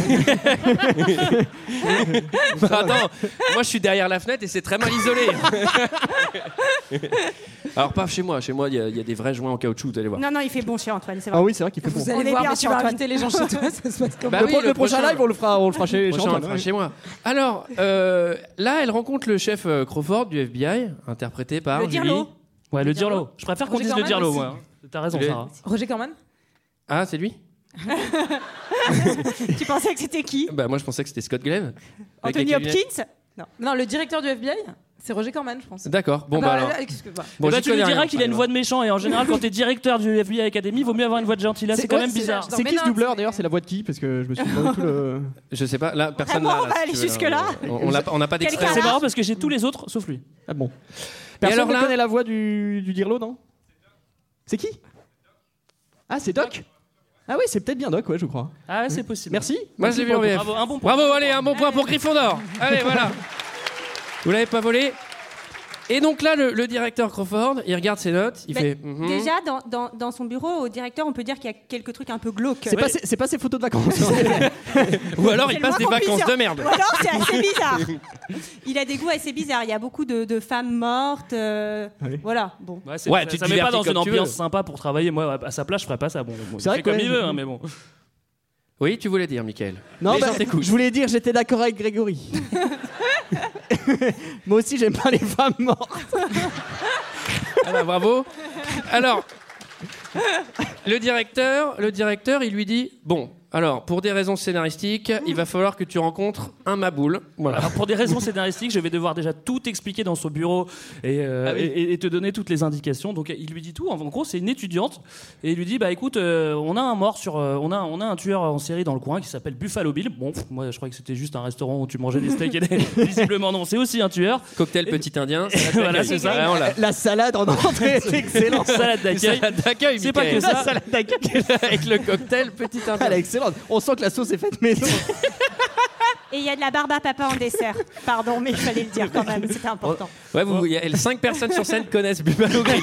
[SPEAKER 1] Bah, attends, moi je suis derrière la fenêtre et c'est très mal isolé. Alors, pas chez moi, chez moi il y, a- il y a des vrais joints en caoutchouc, vous allez voir.
[SPEAKER 8] Non, non, il fait bon chez Antoine, c'est vrai.
[SPEAKER 7] ah oui, c'est vrai qu'il fait bon.
[SPEAKER 11] Vous allez
[SPEAKER 8] On est
[SPEAKER 11] voir,
[SPEAKER 8] bien
[SPEAKER 11] mais tu
[SPEAKER 8] chez
[SPEAKER 11] vas
[SPEAKER 8] Antoine.
[SPEAKER 11] inviter les gens chez toi, ça se passe comment
[SPEAKER 1] Bah
[SPEAKER 7] le,
[SPEAKER 1] oui,
[SPEAKER 7] pro-
[SPEAKER 1] le
[SPEAKER 7] le prochain
[SPEAKER 1] prochain.
[SPEAKER 7] live, on le fera, on le fera chez, chez
[SPEAKER 1] Prochain, on le
[SPEAKER 7] Antoine,
[SPEAKER 1] fera
[SPEAKER 7] ouais.
[SPEAKER 1] chez moi. Alors, euh, là, elle rencontre le chef euh, Crawford du FBI, interprété par.
[SPEAKER 8] Le
[SPEAKER 1] Julie.
[SPEAKER 8] dirlo.
[SPEAKER 6] Ouais, le dirlo. Je préfère qu'on
[SPEAKER 11] Roger
[SPEAKER 6] dise le
[SPEAKER 11] Corman
[SPEAKER 6] dirlo,
[SPEAKER 11] aussi.
[SPEAKER 6] moi. hein. T'as raison,
[SPEAKER 1] Le-
[SPEAKER 6] Sarah.
[SPEAKER 11] Roger Corman
[SPEAKER 1] Ah, c'est lui
[SPEAKER 8] Tu pensais que c'était qui
[SPEAKER 1] Bah, moi je pensais que c'était Scott Glenn. Avec
[SPEAKER 8] Anthony
[SPEAKER 1] les lunettes.
[SPEAKER 8] Hopkins
[SPEAKER 11] Non, le directeur du FBI C'est Roger Corman, je pense.
[SPEAKER 1] D'accord, bon
[SPEAKER 11] Ah
[SPEAKER 1] bah, alors.
[SPEAKER 11] euh, excuse-moi.
[SPEAKER 1] Bon,
[SPEAKER 6] Eh ben,
[SPEAKER 1] j'y
[SPEAKER 6] tu lui
[SPEAKER 1] connais
[SPEAKER 6] diras
[SPEAKER 1] rien.
[SPEAKER 6] qu'il a une voix de méchant et en général quand t'es directeur du FBI Academy vaut mieux avoir une voix de gentil là c'est quand
[SPEAKER 7] ouais,
[SPEAKER 6] même bizarre.
[SPEAKER 11] Non,
[SPEAKER 7] C'est
[SPEAKER 11] mais
[SPEAKER 7] qui ce
[SPEAKER 11] non,
[SPEAKER 7] doubleur
[SPEAKER 11] c'est-
[SPEAKER 7] d'ailleurs C'est la voix de qui Parce que je me suis demandé tout le.
[SPEAKER 1] Je sais pas, là, personne
[SPEAKER 8] bon,
[SPEAKER 1] l'a,
[SPEAKER 8] on va
[SPEAKER 1] si
[SPEAKER 8] aller
[SPEAKER 1] tu veux,
[SPEAKER 8] jusque-là
[SPEAKER 1] On on l'a pas- on n'a pas d'extrait.
[SPEAKER 8] Quelqu'un
[SPEAKER 6] C'est marrant parce que j'ai tous les autres sauf lui.
[SPEAKER 7] Ah bon. Personne
[SPEAKER 1] alors
[SPEAKER 7] ne
[SPEAKER 1] là-
[SPEAKER 7] connaît la voix du, du Dirlo, non C'est qui Ah, c'est Doc Ah oui, c'est peut-être bien Doc, ouais, je crois.
[SPEAKER 6] Ah ouais, c'est possible.
[SPEAKER 7] Merci.
[SPEAKER 1] Moi, je l'ai vu en VF.
[SPEAKER 6] Bravo, un bon point.
[SPEAKER 1] Bravo, allez, un bon point pour Gryffondor. Allez, voilà. Vous l'avez pas volé. Et donc là, le, le directeur Crawford, il regarde ses notes, il
[SPEAKER 8] Bah,
[SPEAKER 1] fait. mhm.
[SPEAKER 8] Déjà, dans, dans, dans son bureau, au directeur, on peut dire qu'il y a quelques trucs un peu glauques.
[SPEAKER 7] C'est pas, ses- c'est pas ses photos de vacances.
[SPEAKER 1] Ou alors il
[SPEAKER 8] C'est
[SPEAKER 1] passe
[SPEAKER 8] le
[SPEAKER 1] des
[SPEAKER 8] moins qu'on puisse
[SPEAKER 1] vacances de
[SPEAKER 8] dire.
[SPEAKER 1] merde.
[SPEAKER 8] Ou alors c'est assez bizarre. Il a des goûts assez bizarres. Il y a beaucoup de, de femmes mortes. euh,
[SPEAKER 7] Ah Oui.
[SPEAKER 8] Voilà. Bon.
[SPEAKER 6] Ouais, c'est-
[SPEAKER 1] Ouais,
[SPEAKER 6] ça-
[SPEAKER 1] tu te
[SPEAKER 6] ça met pas
[SPEAKER 1] divertis
[SPEAKER 6] dans
[SPEAKER 1] comme
[SPEAKER 6] une
[SPEAKER 1] tu
[SPEAKER 6] ambiance
[SPEAKER 1] veux.
[SPEAKER 6] sympa pour travailler. Moi, à sa place, je ferais pas ça. Bon, bon, il
[SPEAKER 7] C'est vrai
[SPEAKER 6] fait comme
[SPEAKER 7] que-
[SPEAKER 6] il veut, hein, mais bon.
[SPEAKER 1] Oui, tu voulais dire, Michael.
[SPEAKER 7] Non,
[SPEAKER 1] Les
[SPEAKER 7] bah,
[SPEAKER 1] gens t'écoutent.
[SPEAKER 7] je voulais dire, j'étais d'accord avec Grégory. Moi aussi, j'aime pas les femmes mortes.
[SPEAKER 1] Voilà, Ah bah, bravo. Alors, le directeur, le directeur, il lui dit Bon, alors, pour des raisons scénaristiques, il va falloir que tu rencontres un Maboul. Voilà.
[SPEAKER 6] Alors, pour des raisons scénaristiques, je vais devoir déjà tout expliquer dans son bureau et, euh,
[SPEAKER 1] Ah oui.
[SPEAKER 6] et- et te donner toutes les indications. Donc il lui dit tout. En en gros, c'est une étudiante et il lui dit bah écoute, euh, on a un mort sur, euh, on a on a un tueur en série dans le coin qui s'appelle Buffalo Bill. Bon, pff, moi je crois que c'était juste un restaurant où tu mangeais des steaks et des... visiblement non, c'est aussi un tueur.
[SPEAKER 1] Cocktail petit indien. salade
[SPEAKER 6] voilà,
[SPEAKER 1] d'accueil.
[SPEAKER 6] c'est ça.
[SPEAKER 1] Ouais, on l'a.
[SPEAKER 7] La salade en entrée est excellente.
[SPEAKER 6] Salade d'accueil.
[SPEAKER 1] Salade d'accueil,
[SPEAKER 6] C'est pas
[SPEAKER 1] Michael.
[SPEAKER 6] que
[SPEAKER 7] La
[SPEAKER 6] ça.
[SPEAKER 7] salade d'accueil,
[SPEAKER 1] Avec le cocktail petit indien.
[SPEAKER 7] Ah, elle est excellente. On sent que la sauce est faite maison.
[SPEAKER 8] Et il y a de la barbe à papa en dessert. Pardon, mais il fallait le dire quand même. C'était important.
[SPEAKER 1] Ouais, vous, il y a- cinq personnes sur scène connaissent Buffalo Grill.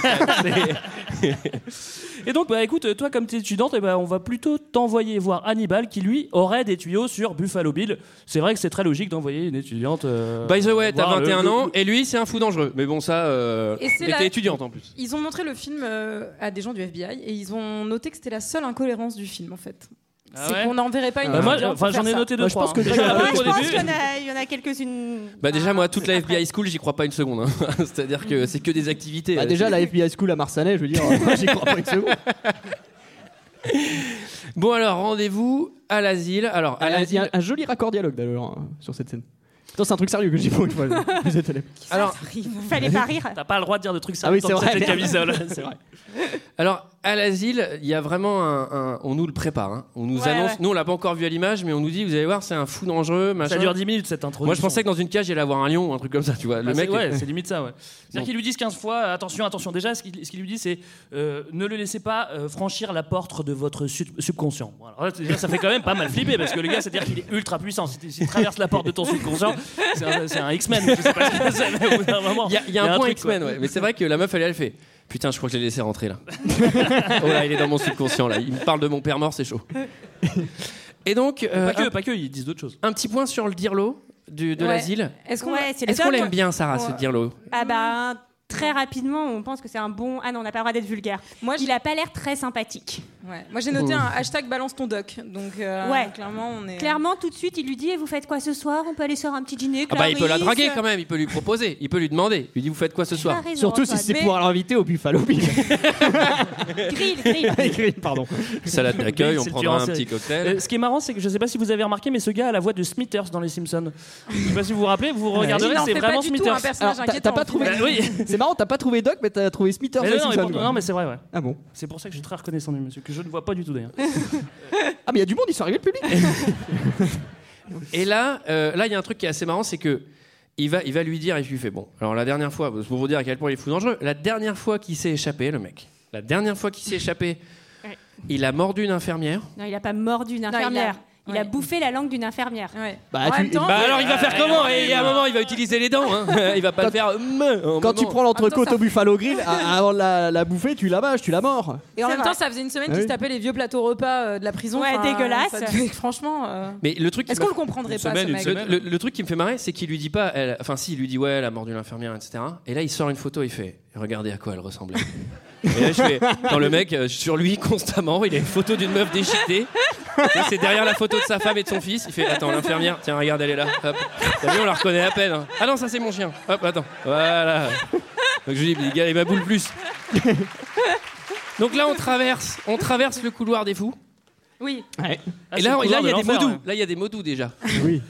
[SPEAKER 6] Et donc, bah écoute, toi, comme t'es étudiante, eh ben, on va plutôt t'envoyer voir Hannibal qui, lui, aurait des tuyaux sur Buffalo Bill. C'est vrai que c'est très logique d'envoyer une étudiante. euh,
[SPEAKER 1] By the way, t'as
[SPEAKER 6] voir le-
[SPEAKER 1] 21
[SPEAKER 6] le-
[SPEAKER 1] ans et lui, c'est un fou dangereux. Mais bon, ça, euh,
[SPEAKER 11] Et c'est
[SPEAKER 1] mais
[SPEAKER 11] la-
[SPEAKER 1] t'es étudiante en plus.
[SPEAKER 11] Ils ont montré le film euh, à des gens du FBI et ils ont noté que c'était la seule incohérence du film en fait.
[SPEAKER 6] Ah
[SPEAKER 11] c'est
[SPEAKER 6] ouais
[SPEAKER 11] qu'on n'enverrait pas une.
[SPEAKER 6] Bah, moi,
[SPEAKER 11] étudiante
[SPEAKER 6] enfin,
[SPEAKER 11] pour
[SPEAKER 6] j'en ai
[SPEAKER 11] faire
[SPEAKER 6] noté deux,
[SPEAKER 7] Moi, je
[SPEAKER 6] trois.
[SPEAKER 7] pense que
[SPEAKER 6] hein.
[SPEAKER 7] Greg-
[SPEAKER 6] Déjà,
[SPEAKER 8] Moi,
[SPEAKER 6] un
[SPEAKER 8] je
[SPEAKER 6] peu au
[SPEAKER 8] pense
[SPEAKER 6] début.
[SPEAKER 8] qu'il y en a- il y en a, quelques-unes.
[SPEAKER 1] Bah, déjà, moi,
[SPEAKER 6] Ah,
[SPEAKER 1] toute la FBI School, j'y crois pas une seconde. hein. C'est-à-dire que c'est que des activités.
[SPEAKER 7] Bah
[SPEAKER 1] euh,
[SPEAKER 7] déjà, la FBI School à Marsanais, je veux dire, moi, j'y crois pas une seconde.
[SPEAKER 1] Bon alors rendez-vous à l'asile. Alors à
[SPEAKER 7] Elle a dit un,
[SPEAKER 1] l'asile.
[SPEAKER 7] un joli raccord dialogue d'ailleurs hein, sur cette scène. Attends, c'est un truc sérieux que j'ai pour une fois. je- Vous êtes allé.
[SPEAKER 1] Alors,
[SPEAKER 8] Fallait pas rire.
[SPEAKER 6] T'as pas le droit de dire de trucs
[SPEAKER 7] Ah oui,
[SPEAKER 6] sérieux
[SPEAKER 7] c'est vrai.
[SPEAKER 6] c'était camisole.
[SPEAKER 7] C'est vrai.
[SPEAKER 1] Alors, à l'asile, il y a vraiment un, un- On nous le prépare. hein. On nous
[SPEAKER 6] Ouais,
[SPEAKER 1] annonce.
[SPEAKER 6] ouais.
[SPEAKER 1] Nous, on l'a pas encore vu à l'image, mais on nous dit, vous allez voir, c'est un fou dangereux. Machin.
[SPEAKER 6] Ça dure 10 minutes cette intro.
[SPEAKER 1] Moi, je pensais que dans une cage, il allait avoir un lion ou un truc comme ça, tu vois. Le
[SPEAKER 6] Ah,
[SPEAKER 1] mec.
[SPEAKER 6] c'est- ouais,
[SPEAKER 1] est-
[SPEAKER 6] c'est limite ça, ouais. C'est-à-dire
[SPEAKER 1] Donc-
[SPEAKER 6] qu'ils lui disent 15 fois euh, attention, attention. Déjà, ce qu'il ce qu'il lui dit, c'est euh, ne le laissez pas euh, franchir la porte de votre sub- subconscient. Bon, alors là, déjà, ça fait quand même pas mal flipper parce que le gars, c'est-à-dire qu'il est ultra puissant. Si tu- S'il traverse la porte de ton subconscient, c'est un, c'est un X-Men. Je sais pas ce que c'est, mais au bout d'un moment,
[SPEAKER 1] Il y a, il y a un point
[SPEAKER 6] truc, quoi.
[SPEAKER 1] X-Men, ouais. Mais c'est vrai que la meuf, elle, elle fait. Putain, je crois que je l'ai laissé rentrer là. oh là, il est dans mon subconscient là. Il me parle de mon père mort, c'est chaud. Et donc. euh,
[SPEAKER 6] Pas que,
[SPEAKER 1] un-
[SPEAKER 6] pas que, ils disent d'autres choses.
[SPEAKER 1] Un petit point sur le dirlo du- de
[SPEAKER 8] Ouais.
[SPEAKER 1] l'asile.
[SPEAKER 8] Est-ce qu'on Ouais, c'est le
[SPEAKER 1] Est-ce qu'on
[SPEAKER 8] seul,
[SPEAKER 1] l'aime
[SPEAKER 8] quoi.
[SPEAKER 1] bien, Sarah, ce
[SPEAKER 8] Ouais.
[SPEAKER 1] dirlo
[SPEAKER 8] Ah bah très rapidement, on pense que c'est un bon. Ah non, on n'a pas le droit d'être vulgaire. Moi, il a pas l'air très sympathique.
[SPEAKER 11] Ouais. Moi j'ai noté
[SPEAKER 1] Ouh.
[SPEAKER 11] un hashtag balance ton doc. Donc euh,
[SPEAKER 8] Ouais.
[SPEAKER 11] clairement on est.
[SPEAKER 8] Clairement, tout de suite, il lui dit Et vous faites quoi ce soir On peut aller sur un petit dîner.
[SPEAKER 1] Ah bah il peut la
[SPEAKER 8] Clarisse
[SPEAKER 1] draguer quand même, il peut lui proposer, il peut lui demander. Il lui dit vous faites quoi ce soir
[SPEAKER 8] T'as raison,
[SPEAKER 7] Surtout si
[SPEAKER 8] Antoine.
[SPEAKER 7] c'est
[SPEAKER 8] Mais-
[SPEAKER 7] pour l'inviter au Buffalo Bill.
[SPEAKER 8] Grill, grill.
[SPEAKER 7] Écrit, Pardon.
[SPEAKER 1] Salade d'accueil, on
[SPEAKER 6] C'est
[SPEAKER 1] prendra
[SPEAKER 6] dur,
[SPEAKER 1] un
[SPEAKER 6] c'est-
[SPEAKER 1] petit cocktail.
[SPEAKER 6] Euh, ce qui est marrant, c'est que je sais pas si vous avez remarqué, mais ce gars a la voix de Smithers dans Les Simpsons. Je sais pas si vous vous rappelez, vous regarderez,
[SPEAKER 11] Ah Il n'en
[SPEAKER 6] c'est
[SPEAKER 11] fait
[SPEAKER 6] vraiment
[SPEAKER 11] pas du tout un
[SPEAKER 6] Smithers.
[SPEAKER 11] personnage
[SPEAKER 7] t'as- t'as
[SPEAKER 11] inquiétant,
[SPEAKER 7] pas
[SPEAKER 11] au final.
[SPEAKER 6] Bah oui.
[SPEAKER 7] C'est marrant, t'as pas trouvé Doc, mais t'as trouvé Smithers.
[SPEAKER 6] Mais
[SPEAKER 7] et
[SPEAKER 6] non, mais
[SPEAKER 7] Simpson,
[SPEAKER 6] pour-
[SPEAKER 7] quoi.
[SPEAKER 6] non, mais c'est vrai, ouais.
[SPEAKER 7] Ah bon
[SPEAKER 6] C'est pour ça que je suis très reconnaissant du monsieur, que je ne vois pas du tout d'ailleurs.
[SPEAKER 7] Ah, mais il y a du monde, ils sont arrivés le public.
[SPEAKER 1] Et là, euh, là il y a un truc qui est assez marrant, c'est que il va, il va lui dire et puis il fait bon. Alors la dernière fois, pour vous dire à quel point il est fou dangereux, la dernière fois qu'il s'est échappé, le mec, la dernière fois qu'il s'est échappé,
[SPEAKER 8] Ouais.
[SPEAKER 1] il a mordu une infirmière.
[SPEAKER 8] Non, il a pas mordu une
[SPEAKER 11] il a-
[SPEAKER 8] infirmière. il, a...
[SPEAKER 11] ouais.
[SPEAKER 8] bouffé la langue d'une infirmière.
[SPEAKER 11] Ouais.
[SPEAKER 7] Bah,
[SPEAKER 11] En
[SPEAKER 7] tu-
[SPEAKER 11] même temps,
[SPEAKER 1] Bah alors il va faire
[SPEAKER 6] Euh,
[SPEAKER 1] comment
[SPEAKER 6] non,
[SPEAKER 1] Et il y a un moment, il va utiliser les dents. Hein. Il va pas le faire. hum, au
[SPEAKER 7] Quand tu
[SPEAKER 1] moment.
[SPEAKER 7] prends
[SPEAKER 11] En même
[SPEAKER 7] l'entrecôte
[SPEAKER 11] temps, ça-
[SPEAKER 7] au Buffalo Grill, à- avant de la, la bouffer, tu la bâches, tu la mords.
[SPEAKER 11] Et en
[SPEAKER 8] C'est
[SPEAKER 11] même
[SPEAKER 8] vrai.
[SPEAKER 11] temps, ça faisait une semaine
[SPEAKER 7] Ah
[SPEAKER 11] qu'il
[SPEAKER 7] oui.
[SPEAKER 11] se tapait les vieux plateaux repas euh, de la prison.
[SPEAKER 8] Ouais,
[SPEAKER 11] Enfin,
[SPEAKER 8] dégueulasse.
[SPEAKER 11] ça devait- franchement. euh,
[SPEAKER 1] Mais le truc qui
[SPEAKER 11] Est-ce
[SPEAKER 1] m'a-
[SPEAKER 11] qu'on le comprendrait
[SPEAKER 1] Une
[SPEAKER 11] pas
[SPEAKER 1] semaine,
[SPEAKER 11] ce
[SPEAKER 1] une
[SPEAKER 11] mec
[SPEAKER 1] semaine. Le, le truc qui me fait marrer, c'est qu'il lui dit pas. elle- Enfin, si, il lui dit ouais, elle a mordu l'infirmière, etc. Et là, il sort une photo, il fait regardez à quoi elle ressemblait. Et là, je fais dans le mec euh, sur lui constamment, il a une photo d'une meuf déchiquetée. Et C'est derrière la photo de sa femme et de son fils. Il fait attends l'infirmière, tiens regarde elle est là. Hop. T'as vu on la reconnaît à peine. hein. Ah non ça c'est mon chien. Hop attends voilà. Donc je lui dis les gars il ma boule plus. Donc là on traverse, on traverse le couloir des fous.
[SPEAKER 11] Oui.
[SPEAKER 1] et là,
[SPEAKER 6] Ah, c'est le
[SPEAKER 1] là
[SPEAKER 6] couloir
[SPEAKER 1] il y a
[SPEAKER 6] de
[SPEAKER 1] des mots
[SPEAKER 6] l'enfer,
[SPEAKER 1] doux. Là il y a des mots doux déjà.
[SPEAKER 7] Oui.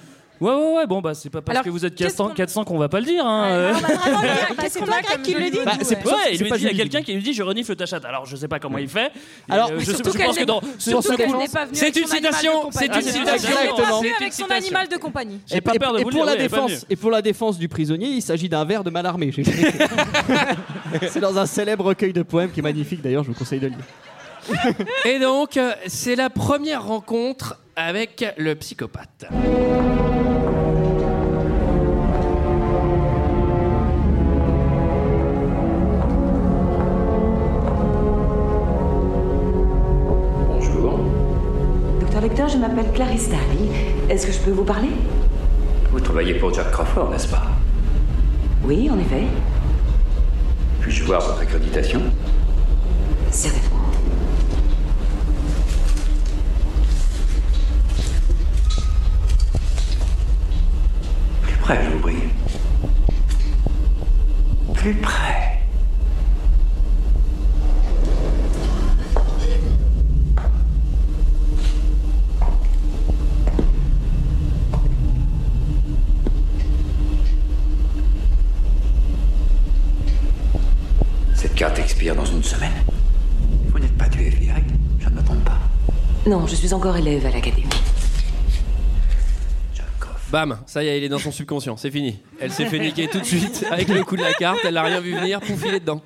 [SPEAKER 6] Ouais, ouais, ouais, bon, bah, c'est pas parce
[SPEAKER 11] Alors,
[SPEAKER 6] que vous êtes
[SPEAKER 11] qu'est-ce
[SPEAKER 6] 400
[SPEAKER 11] qu'on-
[SPEAKER 6] 400 qu'on va pas le dire. Hein, euh.
[SPEAKER 8] Ah bah, vraiment, Greg,
[SPEAKER 11] Qu'est-ce
[SPEAKER 8] c'est
[SPEAKER 11] qu'on
[SPEAKER 8] toi,
[SPEAKER 11] a
[SPEAKER 8] Greg,
[SPEAKER 11] comme
[SPEAKER 8] qui le
[SPEAKER 11] joli
[SPEAKER 8] dit.
[SPEAKER 11] mot,
[SPEAKER 7] Bah, c'est
[SPEAKER 11] ouais.
[SPEAKER 7] pour-
[SPEAKER 6] Ouais,
[SPEAKER 7] Sauf que
[SPEAKER 6] il
[SPEAKER 7] c'est
[SPEAKER 6] lui
[SPEAKER 7] pas
[SPEAKER 6] dit, il y a
[SPEAKER 7] Julie.
[SPEAKER 6] quelqu'un qui lui dit je renifle ta chatte. Alors je sais pas comment il fait. Et,
[SPEAKER 7] Alors,
[SPEAKER 6] euh,
[SPEAKER 11] Mais
[SPEAKER 6] je,
[SPEAKER 11] surtout
[SPEAKER 6] je
[SPEAKER 11] qu'elle
[SPEAKER 6] pense que
[SPEAKER 11] n'est-
[SPEAKER 6] dans
[SPEAKER 7] sur ce
[SPEAKER 11] surtout qu'elle
[SPEAKER 7] coup-
[SPEAKER 11] n'est pas venue
[SPEAKER 1] c'est
[SPEAKER 11] avec
[SPEAKER 1] une
[SPEAKER 11] son animal de
[SPEAKER 1] citation,
[SPEAKER 11] compagnie.
[SPEAKER 1] c'est une
[SPEAKER 11] Ah, c'est
[SPEAKER 1] citation.
[SPEAKER 11] Elle n'est pas
[SPEAKER 7] Exactement.
[SPEAKER 11] venue
[SPEAKER 1] C'est une
[SPEAKER 11] avec son
[SPEAKER 1] citation.
[SPEAKER 11] animal de compagnie.
[SPEAKER 6] J'ai pas peur de
[SPEAKER 7] et, et
[SPEAKER 6] vous
[SPEAKER 7] pour
[SPEAKER 6] le
[SPEAKER 7] la
[SPEAKER 6] dire, oui, elle est pas
[SPEAKER 7] défense Et pour la défense du prisonnier, il s'agit d'un verre de Mallarmé. J'ai- c'est dans un célèbre recueil de poèmes qui est magnifique d'ailleurs, je vous conseille de le lire.
[SPEAKER 1] Et donc, euh, c'est la première rencontre avec le psychopathe.
[SPEAKER 12] Docteur Lecteur, je m'appelle Clarisse Darling. Est-ce que je peux vous parler
[SPEAKER 2] Vous travaillez pour Jack Crawford, n'est-ce pas
[SPEAKER 12] Oui, en effet.
[SPEAKER 2] Puis-je voir votre accréditation
[SPEAKER 12] Certainement.
[SPEAKER 2] Plus près, je vous prie. Plus près. Cette carte expire dans une semaine. Vous n'êtes pas du FBI, je ne me trompe pas.
[SPEAKER 12] Non, je suis encore élève à l'académie.
[SPEAKER 1] Bam, ça y est, il est dans son subconscient, c'est fini. Elle s'est fait niquer tout de suite avec le coup de la carte, elle n'a rien vu venir, pouf, il est dedans.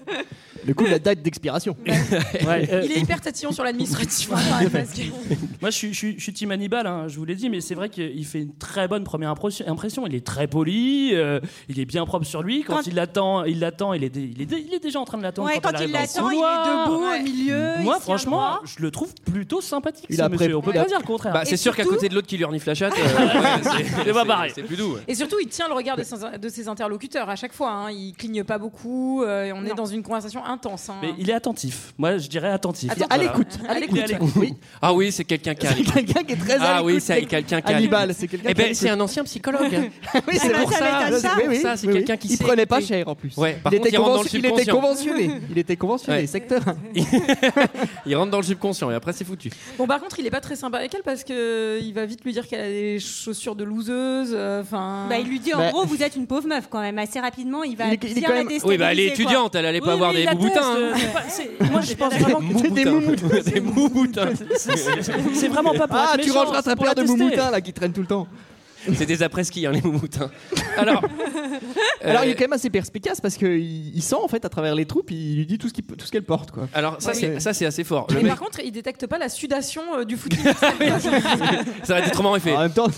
[SPEAKER 7] Le coup de la date d'expiration.
[SPEAKER 6] Ouais, euh,
[SPEAKER 11] Il est hyper tatillon sur l'administratif. hein, quand même, parce que-
[SPEAKER 6] moi je suis, je suis- je suis Team Hannibal, hein, je vous l'ai dit, mais c'est vrai qu'il fait une très bonne première impro- impression. Il est très poli, euh, il est bien propre sur lui. Quand,
[SPEAKER 8] Quand-
[SPEAKER 6] il l'attend, il l'attend, il est, dé- il, est dé- il est déjà en train de l'attendre.
[SPEAKER 8] Ouais, quand
[SPEAKER 6] elle
[SPEAKER 8] il
[SPEAKER 6] arrive dans
[SPEAKER 8] l'attend,
[SPEAKER 6] le
[SPEAKER 8] il est
[SPEAKER 6] couloir.
[SPEAKER 8] debout
[SPEAKER 11] Ouais.
[SPEAKER 8] au milieu. il
[SPEAKER 6] Moi,
[SPEAKER 8] tient droit.
[SPEAKER 6] franchement, je le trouve plutôt sympathique.
[SPEAKER 7] Il
[SPEAKER 6] ce
[SPEAKER 7] a
[SPEAKER 6] monsieur.
[SPEAKER 7] pré-
[SPEAKER 6] On peut
[SPEAKER 7] il a-
[SPEAKER 6] pas dire le contraire.
[SPEAKER 1] Bah, c'est sûr qu'à côté de l'autre qui lui renifle la chatte, euh, ouais, c'est-
[SPEAKER 6] C'est pas pareil.
[SPEAKER 1] C'est plus doux. ouais.
[SPEAKER 11] Et surtout, il tient le regard de ses, de ses interlocuteurs à chaque fois. hein. Il cligne pas beaucoup. euh, et on
[SPEAKER 8] Non.
[SPEAKER 11] est dans une conversation intense. hein.
[SPEAKER 6] Mais il est attentif. Moi, je dirais attentif.
[SPEAKER 11] Attentif. À l'écoute, à
[SPEAKER 6] Il est à
[SPEAKER 11] l'écoute.
[SPEAKER 6] l'écoute.
[SPEAKER 1] Ah oui, c'est quelqu'un qui
[SPEAKER 6] C'est
[SPEAKER 7] quelqu'un qui est très
[SPEAKER 1] Ah
[SPEAKER 7] à
[SPEAKER 1] oui,
[SPEAKER 7] l'écoute,
[SPEAKER 1] c'est
[SPEAKER 7] quelqu'un-
[SPEAKER 1] quelqu'un qui
[SPEAKER 7] Hannibal, c'est quelqu'un
[SPEAKER 1] Eh
[SPEAKER 7] qui
[SPEAKER 1] ben,
[SPEAKER 7] écoute.
[SPEAKER 1] c'est un ancien psychologue.
[SPEAKER 7] oui, c'est
[SPEAKER 1] Ah,
[SPEAKER 7] pour
[SPEAKER 1] ça
[SPEAKER 7] Eh ben, ça.
[SPEAKER 1] m'étonne pas.
[SPEAKER 7] Oui, oui,
[SPEAKER 1] Ça, c'est
[SPEAKER 7] oui, oui.
[SPEAKER 1] quelqu'un qui
[SPEAKER 7] Il
[SPEAKER 1] sait
[SPEAKER 7] prenait pas
[SPEAKER 1] écouter.
[SPEAKER 7] cher en plus.
[SPEAKER 1] Ouais, par
[SPEAKER 7] il,
[SPEAKER 1] contre,
[SPEAKER 7] était
[SPEAKER 1] il rentre dans le
[SPEAKER 7] convention- il était
[SPEAKER 1] subconscient.
[SPEAKER 7] conventionné. Il était conventionné,
[SPEAKER 1] Ouais.
[SPEAKER 7] secteur.
[SPEAKER 1] Il rentre dans le subconscient et après, c'est foutu.
[SPEAKER 11] Bon, par contre, il est pas très sympa avec elle parce que euh, il va vite lui dire qu'elle a des chaussures de loseuse. euh, Enfin,
[SPEAKER 8] Bah, il lui dit en
[SPEAKER 1] Bah.
[SPEAKER 8] gros, vous êtes une pauvre meuf quand même. Assez rapidement, il va
[SPEAKER 11] Il est- il est
[SPEAKER 8] bien
[SPEAKER 11] quand
[SPEAKER 8] la
[SPEAKER 11] même-
[SPEAKER 8] déstabiliser.
[SPEAKER 1] Oui, bah, elle est
[SPEAKER 8] quoi.
[SPEAKER 1] étudiante, elle allait pas
[SPEAKER 8] Oui,
[SPEAKER 1] avoir
[SPEAKER 8] oui,
[SPEAKER 1] des
[SPEAKER 8] il la
[SPEAKER 1] bouboutins.
[SPEAKER 8] teste,
[SPEAKER 1] hein.
[SPEAKER 8] euh, pas- c'est-
[SPEAKER 6] Moi, je pense vraiment que
[SPEAKER 1] Des moumoutins. Des moumoutins.
[SPEAKER 6] C'est- c'est- c'est vraiment pas pour
[SPEAKER 7] Ah,
[SPEAKER 6] être
[SPEAKER 7] tu
[SPEAKER 6] méchant,
[SPEAKER 7] rangeras
[SPEAKER 6] c'est
[SPEAKER 7] ta
[SPEAKER 6] pour
[SPEAKER 7] paire
[SPEAKER 6] la
[SPEAKER 7] de
[SPEAKER 6] tester.
[SPEAKER 7] moumoutins là qui traîne tout le temps.
[SPEAKER 1] C'est des après-ski, hein, les moumoutins.
[SPEAKER 7] Alors il est quand même assez perspicace parce que il, il sent en fait à travers les troupes, il lui dit tout ce qu'il peut- tout ce qu'elle porte quoi.
[SPEAKER 1] Alors, ça,
[SPEAKER 7] Ouais,
[SPEAKER 1] c'est-
[SPEAKER 7] oui.
[SPEAKER 1] ça, c'est assez fort. Le
[SPEAKER 11] Mais
[SPEAKER 1] mec,
[SPEAKER 11] par contre, il détecte pas la sudation euh, du footing.
[SPEAKER 1] ça va être autrement effet. En
[SPEAKER 7] même temps,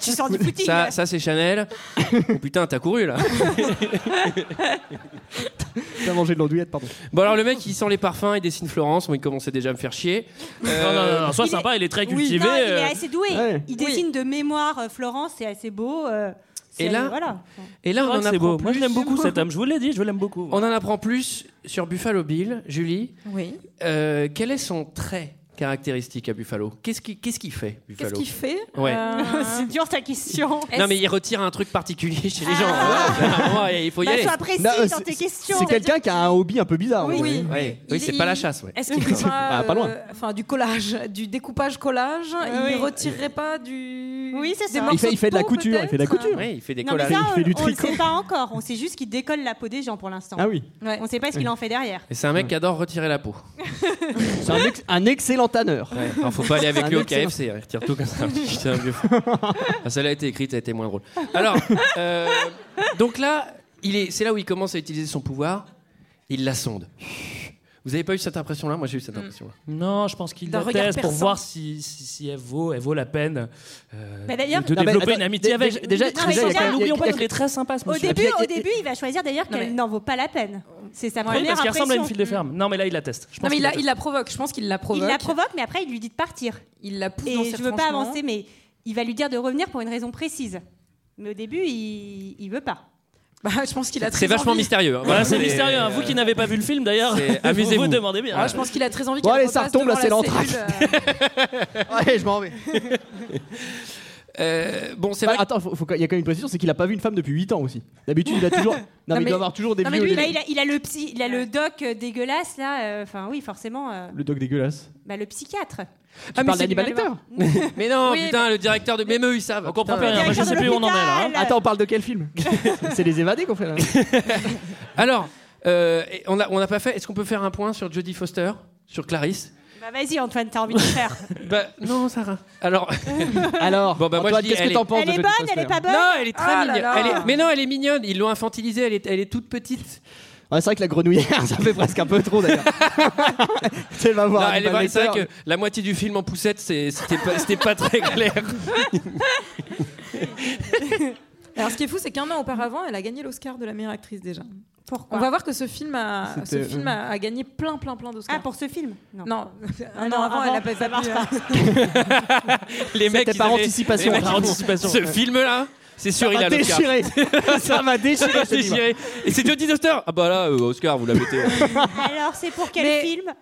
[SPEAKER 11] tu sors du footing.
[SPEAKER 1] ça, ça c'est Chanel. Oh, putain, t'as couru là.
[SPEAKER 7] T'as mangé de l'andouillette, pardon.
[SPEAKER 1] Bon, alors le mec, il sent les parfums, il dessine Florence. Moi, il commençait déjà à me faire chier. Euh,
[SPEAKER 6] Non, non, non, non, sois Il sympa, est- il est très euh.
[SPEAKER 8] Oui, non, il est assez doué. Il dessine de mémoire euh, Florence, c'est assez beau. euh, c'est-
[SPEAKER 1] Et là-
[SPEAKER 8] voilà.
[SPEAKER 1] Et là, on
[SPEAKER 6] C'est vrai
[SPEAKER 1] en
[SPEAKER 6] que c'est
[SPEAKER 1] apprend
[SPEAKER 6] beau.
[SPEAKER 1] plus.
[SPEAKER 6] Moi, je l'aime beaucoup, cet homme. Je vous l'ai dit, je l'aime beaucoup.
[SPEAKER 1] On en apprend plus sur Buffalo Bill, Julie.
[SPEAKER 11] Oui.
[SPEAKER 1] Euh, quel est son trait caractéristique à Buffalo Qu'est-ce qu'il qu'est-ce qu'il fait Buffalo
[SPEAKER 11] Qu'est-ce qu'il fait
[SPEAKER 1] Ouais.
[SPEAKER 11] Euh,
[SPEAKER 8] C'est dur ta question.
[SPEAKER 1] Non, mais il retire un truc particulier chez
[SPEAKER 6] Ah.
[SPEAKER 1] les gens. Ouais, ouais, il faut y
[SPEAKER 8] Bah,
[SPEAKER 1] aller.
[SPEAKER 8] sois précis
[SPEAKER 7] Non, euh,
[SPEAKER 8] dans
[SPEAKER 7] c'est-
[SPEAKER 8] tes questions.
[SPEAKER 7] C'est quelqu'un qui a un hobby un peu bizarre.
[SPEAKER 11] Oui.
[SPEAKER 7] en vrai.
[SPEAKER 11] Oui.
[SPEAKER 1] Ouais.
[SPEAKER 11] Il-
[SPEAKER 1] Oui, c'est pas
[SPEAKER 11] il-
[SPEAKER 1] la chasse. Ouais.
[SPEAKER 11] Est-ce qu'il ferait pas,
[SPEAKER 7] Ah, pas loin.
[SPEAKER 11] euh, Enfin, du collage, du découpage collage.
[SPEAKER 8] oui.
[SPEAKER 11] il ne retirerait pas du.
[SPEAKER 8] Oui, c'est
[SPEAKER 11] des
[SPEAKER 8] ça.
[SPEAKER 11] morceaux
[SPEAKER 7] Il fait, il fait de la
[SPEAKER 11] peau,
[SPEAKER 7] couture, il
[SPEAKER 11] peut-être
[SPEAKER 7] fait de la couture.
[SPEAKER 1] Ouais, il fait des
[SPEAKER 8] Non, mais
[SPEAKER 1] collages.
[SPEAKER 8] ça,
[SPEAKER 7] Il fait du
[SPEAKER 8] on, on le
[SPEAKER 7] tricot.
[SPEAKER 8] sait pas encore. On sait juste qu'il décolle la peau des gens pour l'instant.
[SPEAKER 7] Ah oui.
[SPEAKER 8] On sait pas ce qu'il en fait derrière.
[SPEAKER 1] Et c'est un mec qui adore retirer la peau.
[SPEAKER 7] C'est un, ex- un excellent tanneur.
[SPEAKER 1] Ouais, alors, faut pas aller avec
[SPEAKER 7] Un
[SPEAKER 1] lui au
[SPEAKER 7] excellent-
[SPEAKER 1] KFC, hein, il retire tout comme ça. Putain, vieux fou. Ah, celle-là a été écrite, elle était moins drôle. Alors, euh, donc là, il est, c'est là où il commence à utiliser son pouvoir. Il la sonde. Vous avez pas eu cette impression-là Moi, j'ai eu cette impression-là.
[SPEAKER 6] Non, je pense qu'il
[SPEAKER 11] D'un
[SPEAKER 6] la
[SPEAKER 11] regard
[SPEAKER 6] teste Mm. pour
[SPEAKER 11] perçant.
[SPEAKER 6] voir si, si, si elle, vaut, elle bah, vaut la peine euh,
[SPEAKER 8] Mais d'ailleurs-
[SPEAKER 6] de
[SPEAKER 8] Non, mais
[SPEAKER 6] développer
[SPEAKER 7] attends,
[SPEAKER 6] une amitié
[SPEAKER 7] dé-
[SPEAKER 6] avec.
[SPEAKER 7] dé- déjà-
[SPEAKER 6] Non,
[SPEAKER 8] déjà,
[SPEAKER 6] mais
[SPEAKER 8] il y a- il y a-
[SPEAKER 6] n'oublions
[SPEAKER 7] il
[SPEAKER 6] pas
[SPEAKER 7] y a-
[SPEAKER 6] qu'il est très sympa ce
[SPEAKER 8] Au
[SPEAKER 6] monsieur.
[SPEAKER 8] début,
[SPEAKER 7] puis,
[SPEAKER 8] au
[SPEAKER 7] il y a-
[SPEAKER 8] début, il va choisir d'ailleurs
[SPEAKER 11] Non,
[SPEAKER 8] qu'elle
[SPEAKER 11] mais-
[SPEAKER 8] n'en vaut pas la peine. C'est sa
[SPEAKER 6] Oui,
[SPEAKER 8] première
[SPEAKER 6] parce qu'il
[SPEAKER 8] impression.
[SPEAKER 6] ressemble à une file de ferme. Non, mais là, il la teste. Je pense
[SPEAKER 11] Non, mais
[SPEAKER 6] qu'il
[SPEAKER 11] il
[SPEAKER 6] la
[SPEAKER 11] la, il la provoque. Je pense qu'il la provoque.
[SPEAKER 8] Il la provoque, mais après, il lui dit de partir.
[SPEAKER 11] Il la pousse dans
[SPEAKER 8] Et
[SPEAKER 11] ses
[SPEAKER 8] je veux pas
[SPEAKER 11] retranchements.
[SPEAKER 8] avancer, mais il va lui dire de revenir pour une raison précise. Mais au début, il, il veut pas.
[SPEAKER 11] Bah, je pense qu'il a très
[SPEAKER 1] C'est vachement
[SPEAKER 11] envie-
[SPEAKER 1] mystérieux. hein.
[SPEAKER 6] Voilà, c'est
[SPEAKER 1] c'est- euh,
[SPEAKER 6] mystérieux. hein. Vous qui n'avez pas vu le film d'ailleurs,
[SPEAKER 1] c'est-
[SPEAKER 6] vous
[SPEAKER 1] amusez-vous.
[SPEAKER 6] vous demandez bien.
[SPEAKER 11] Ah, je pense qu'il a très envie
[SPEAKER 7] Bon,
[SPEAKER 11] qu'elle
[SPEAKER 7] allez, ça
[SPEAKER 11] repasse
[SPEAKER 7] retombe, là,
[SPEAKER 11] devant
[SPEAKER 7] c'est
[SPEAKER 11] la
[SPEAKER 7] l'entracte.
[SPEAKER 11] cellule, euh,
[SPEAKER 7] Ouais, je m'en vais.
[SPEAKER 1] Euh, bon, c'est
[SPEAKER 7] Bah,
[SPEAKER 1] vrai. que-
[SPEAKER 7] attends, faut- faut- il y a quand même une précision, c'est qu'il a pas vu une femme depuis 8 ans aussi. D'habitude, il a toujours. Non, mais, il
[SPEAKER 11] mais-
[SPEAKER 7] doit avoir toujours des
[SPEAKER 11] non, mais
[SPEAKER 7] vieux.
[SPEAKER 11] lui,
[SPEAKER 7] au
[SPEAKER 8] Là,
[SPEAKER 7] début.
[SPEAKER 8] il a, il a le psy, il a le doc euh, dégueulasse là. euh, Enfin, oui, forcément, euh,
[SPEAKER 7] Le doc dégueulasse.
[SPEAKER 8] bah, le psychiatre.
[SPEAKER 7] Tu parles d'Hannibal Lecter
[SPEAKER 1] Mais non,
[SPEAKER 11] Oui,
[SPEAKER 1] putain, le directeur de Mémeux, ils savent.
[SPEAKER 6] On comprend plus
[SPEAKER 1] Putain.
[SPEAKER 6] rien. Moi, je
[SPEAKER 8] Directeur
[SPEAKER 6] sais
[SPEAKER 8] de
[SPEAKER 6] plus où on en est là. hein.
[SPEAKER 8] l'hôpital.
[SPEAKER 7] Attends, on parle de quel film C'est les évadés qu'on fait là.
[SPEAKER 1] Alors, euh, et on a, on n'a pas fait. Est-ce qu'on peut faire un point sur Jodie Foster, sur Clarisse
[SPEAKER 8] Bah, vas-y, Antoine, t'as envie de le faire.
[SPEAKER 1] Bah non, Sarah. Alors.
[SPEAKER 7] Alors,
[SPEAKER 1] Bon, bah, moi,
[SPEAKER 7] Antoine,
[SPEAKER 1] je dis,
[SPEAKER 7] qu'est-ce
[SPEAKER 1] elle
[SPEAKER 7] que t'en
[SPEAKER 1] est-
[SPEAKER 7] penses
[SPEAKER 8] elle
[SPEAKER 7] de
[SPEAKER 8] est
[SPEAKER 7] Jodie
[SPEAKER 8] bonne,
[SPEAKER 7] Foster
[SPEAKER 8] elle est pas bonne.
[SPEAKER 1] Non, elle est très
[SPEAKER 11] Ah là
[SPEAKER 1] mignonne.
[SPEAKER 11] là.
[SPEAKER 1] Elle est- Mais non, elle est mignonne. Ils l'ont infantilisée. Elle est, elle est toute petite.
[SPEAKER 7] Ouais, C'est vrai que la grenouillère, ça fait presque un peu trop d'ailleurs. Tu vas voir.
[SPEAKER 1] Non, elle est
[SPEAKER 7] Hannibal
[SPEAKER 1] vraie, c'est vrai
[SPEAKER 7] Lecter.
[SPEAKER 1] que la moitié du film en poussette, c'est- c'était pas, c'était pas très clair.
[SPEAKER 11] Alors, ce qui est fou, c'est qu'un an auparavant, elle a gagné l'Oscar de la meilleure actrice déjà.
[SPEAKER 8] Pourquoi
[SPEAKER 11] On va voir que ce film a, ce
[SPEAKER 7] C'était,
[SPEAKER 11] film a, a gagné plein, plein, plein d'Oscars.
[SPEAKER 8] Ah, pour ce film Non. Ah
[SPEAKER 11] Non, un
[SPEAKER 8] non,
[SPEAKER 11] an avant,
[SPEAKER 8] avant,
[SPEAKER 11] elle a pas hein.
[SPEAKER 8] ça marche
[SPEAKER 11] pu-
[SPEAKER 8] pas.
[SPEAKER 1] Les mecs,
[SPEAKER 7] C'était
[SPEAKER 1] ils
[SPEAKER 7] par
[SPEAKER 1] avaient-
[SPEAKER 7] anticipation.
[SPEAKER 1] les mecs,
[SPEAKER 7] Par
[SPEAKER 1] ils font,
[SPEAKER 7] anticipation.
[SPEAKER 1] Ce film-là, c'est sûr, il
[SPEAKER 7] Ça
[SPEAKER 1] a
[SPEAKER 7] m'a
[SPEAKER 1] l'Oscar.
[SPEAKER 7] déchiré. Ça m'a déchiré. ce livre.
[SPEAKER 1] Déchiré. Et c'est Jodie Foster. Ah bah là, euh, Oscar, vous la mettez.
[SPEAKER 8] Alors, c'est pour quel
[SPEAKER 11] Mais-
[SPEAKER 8] film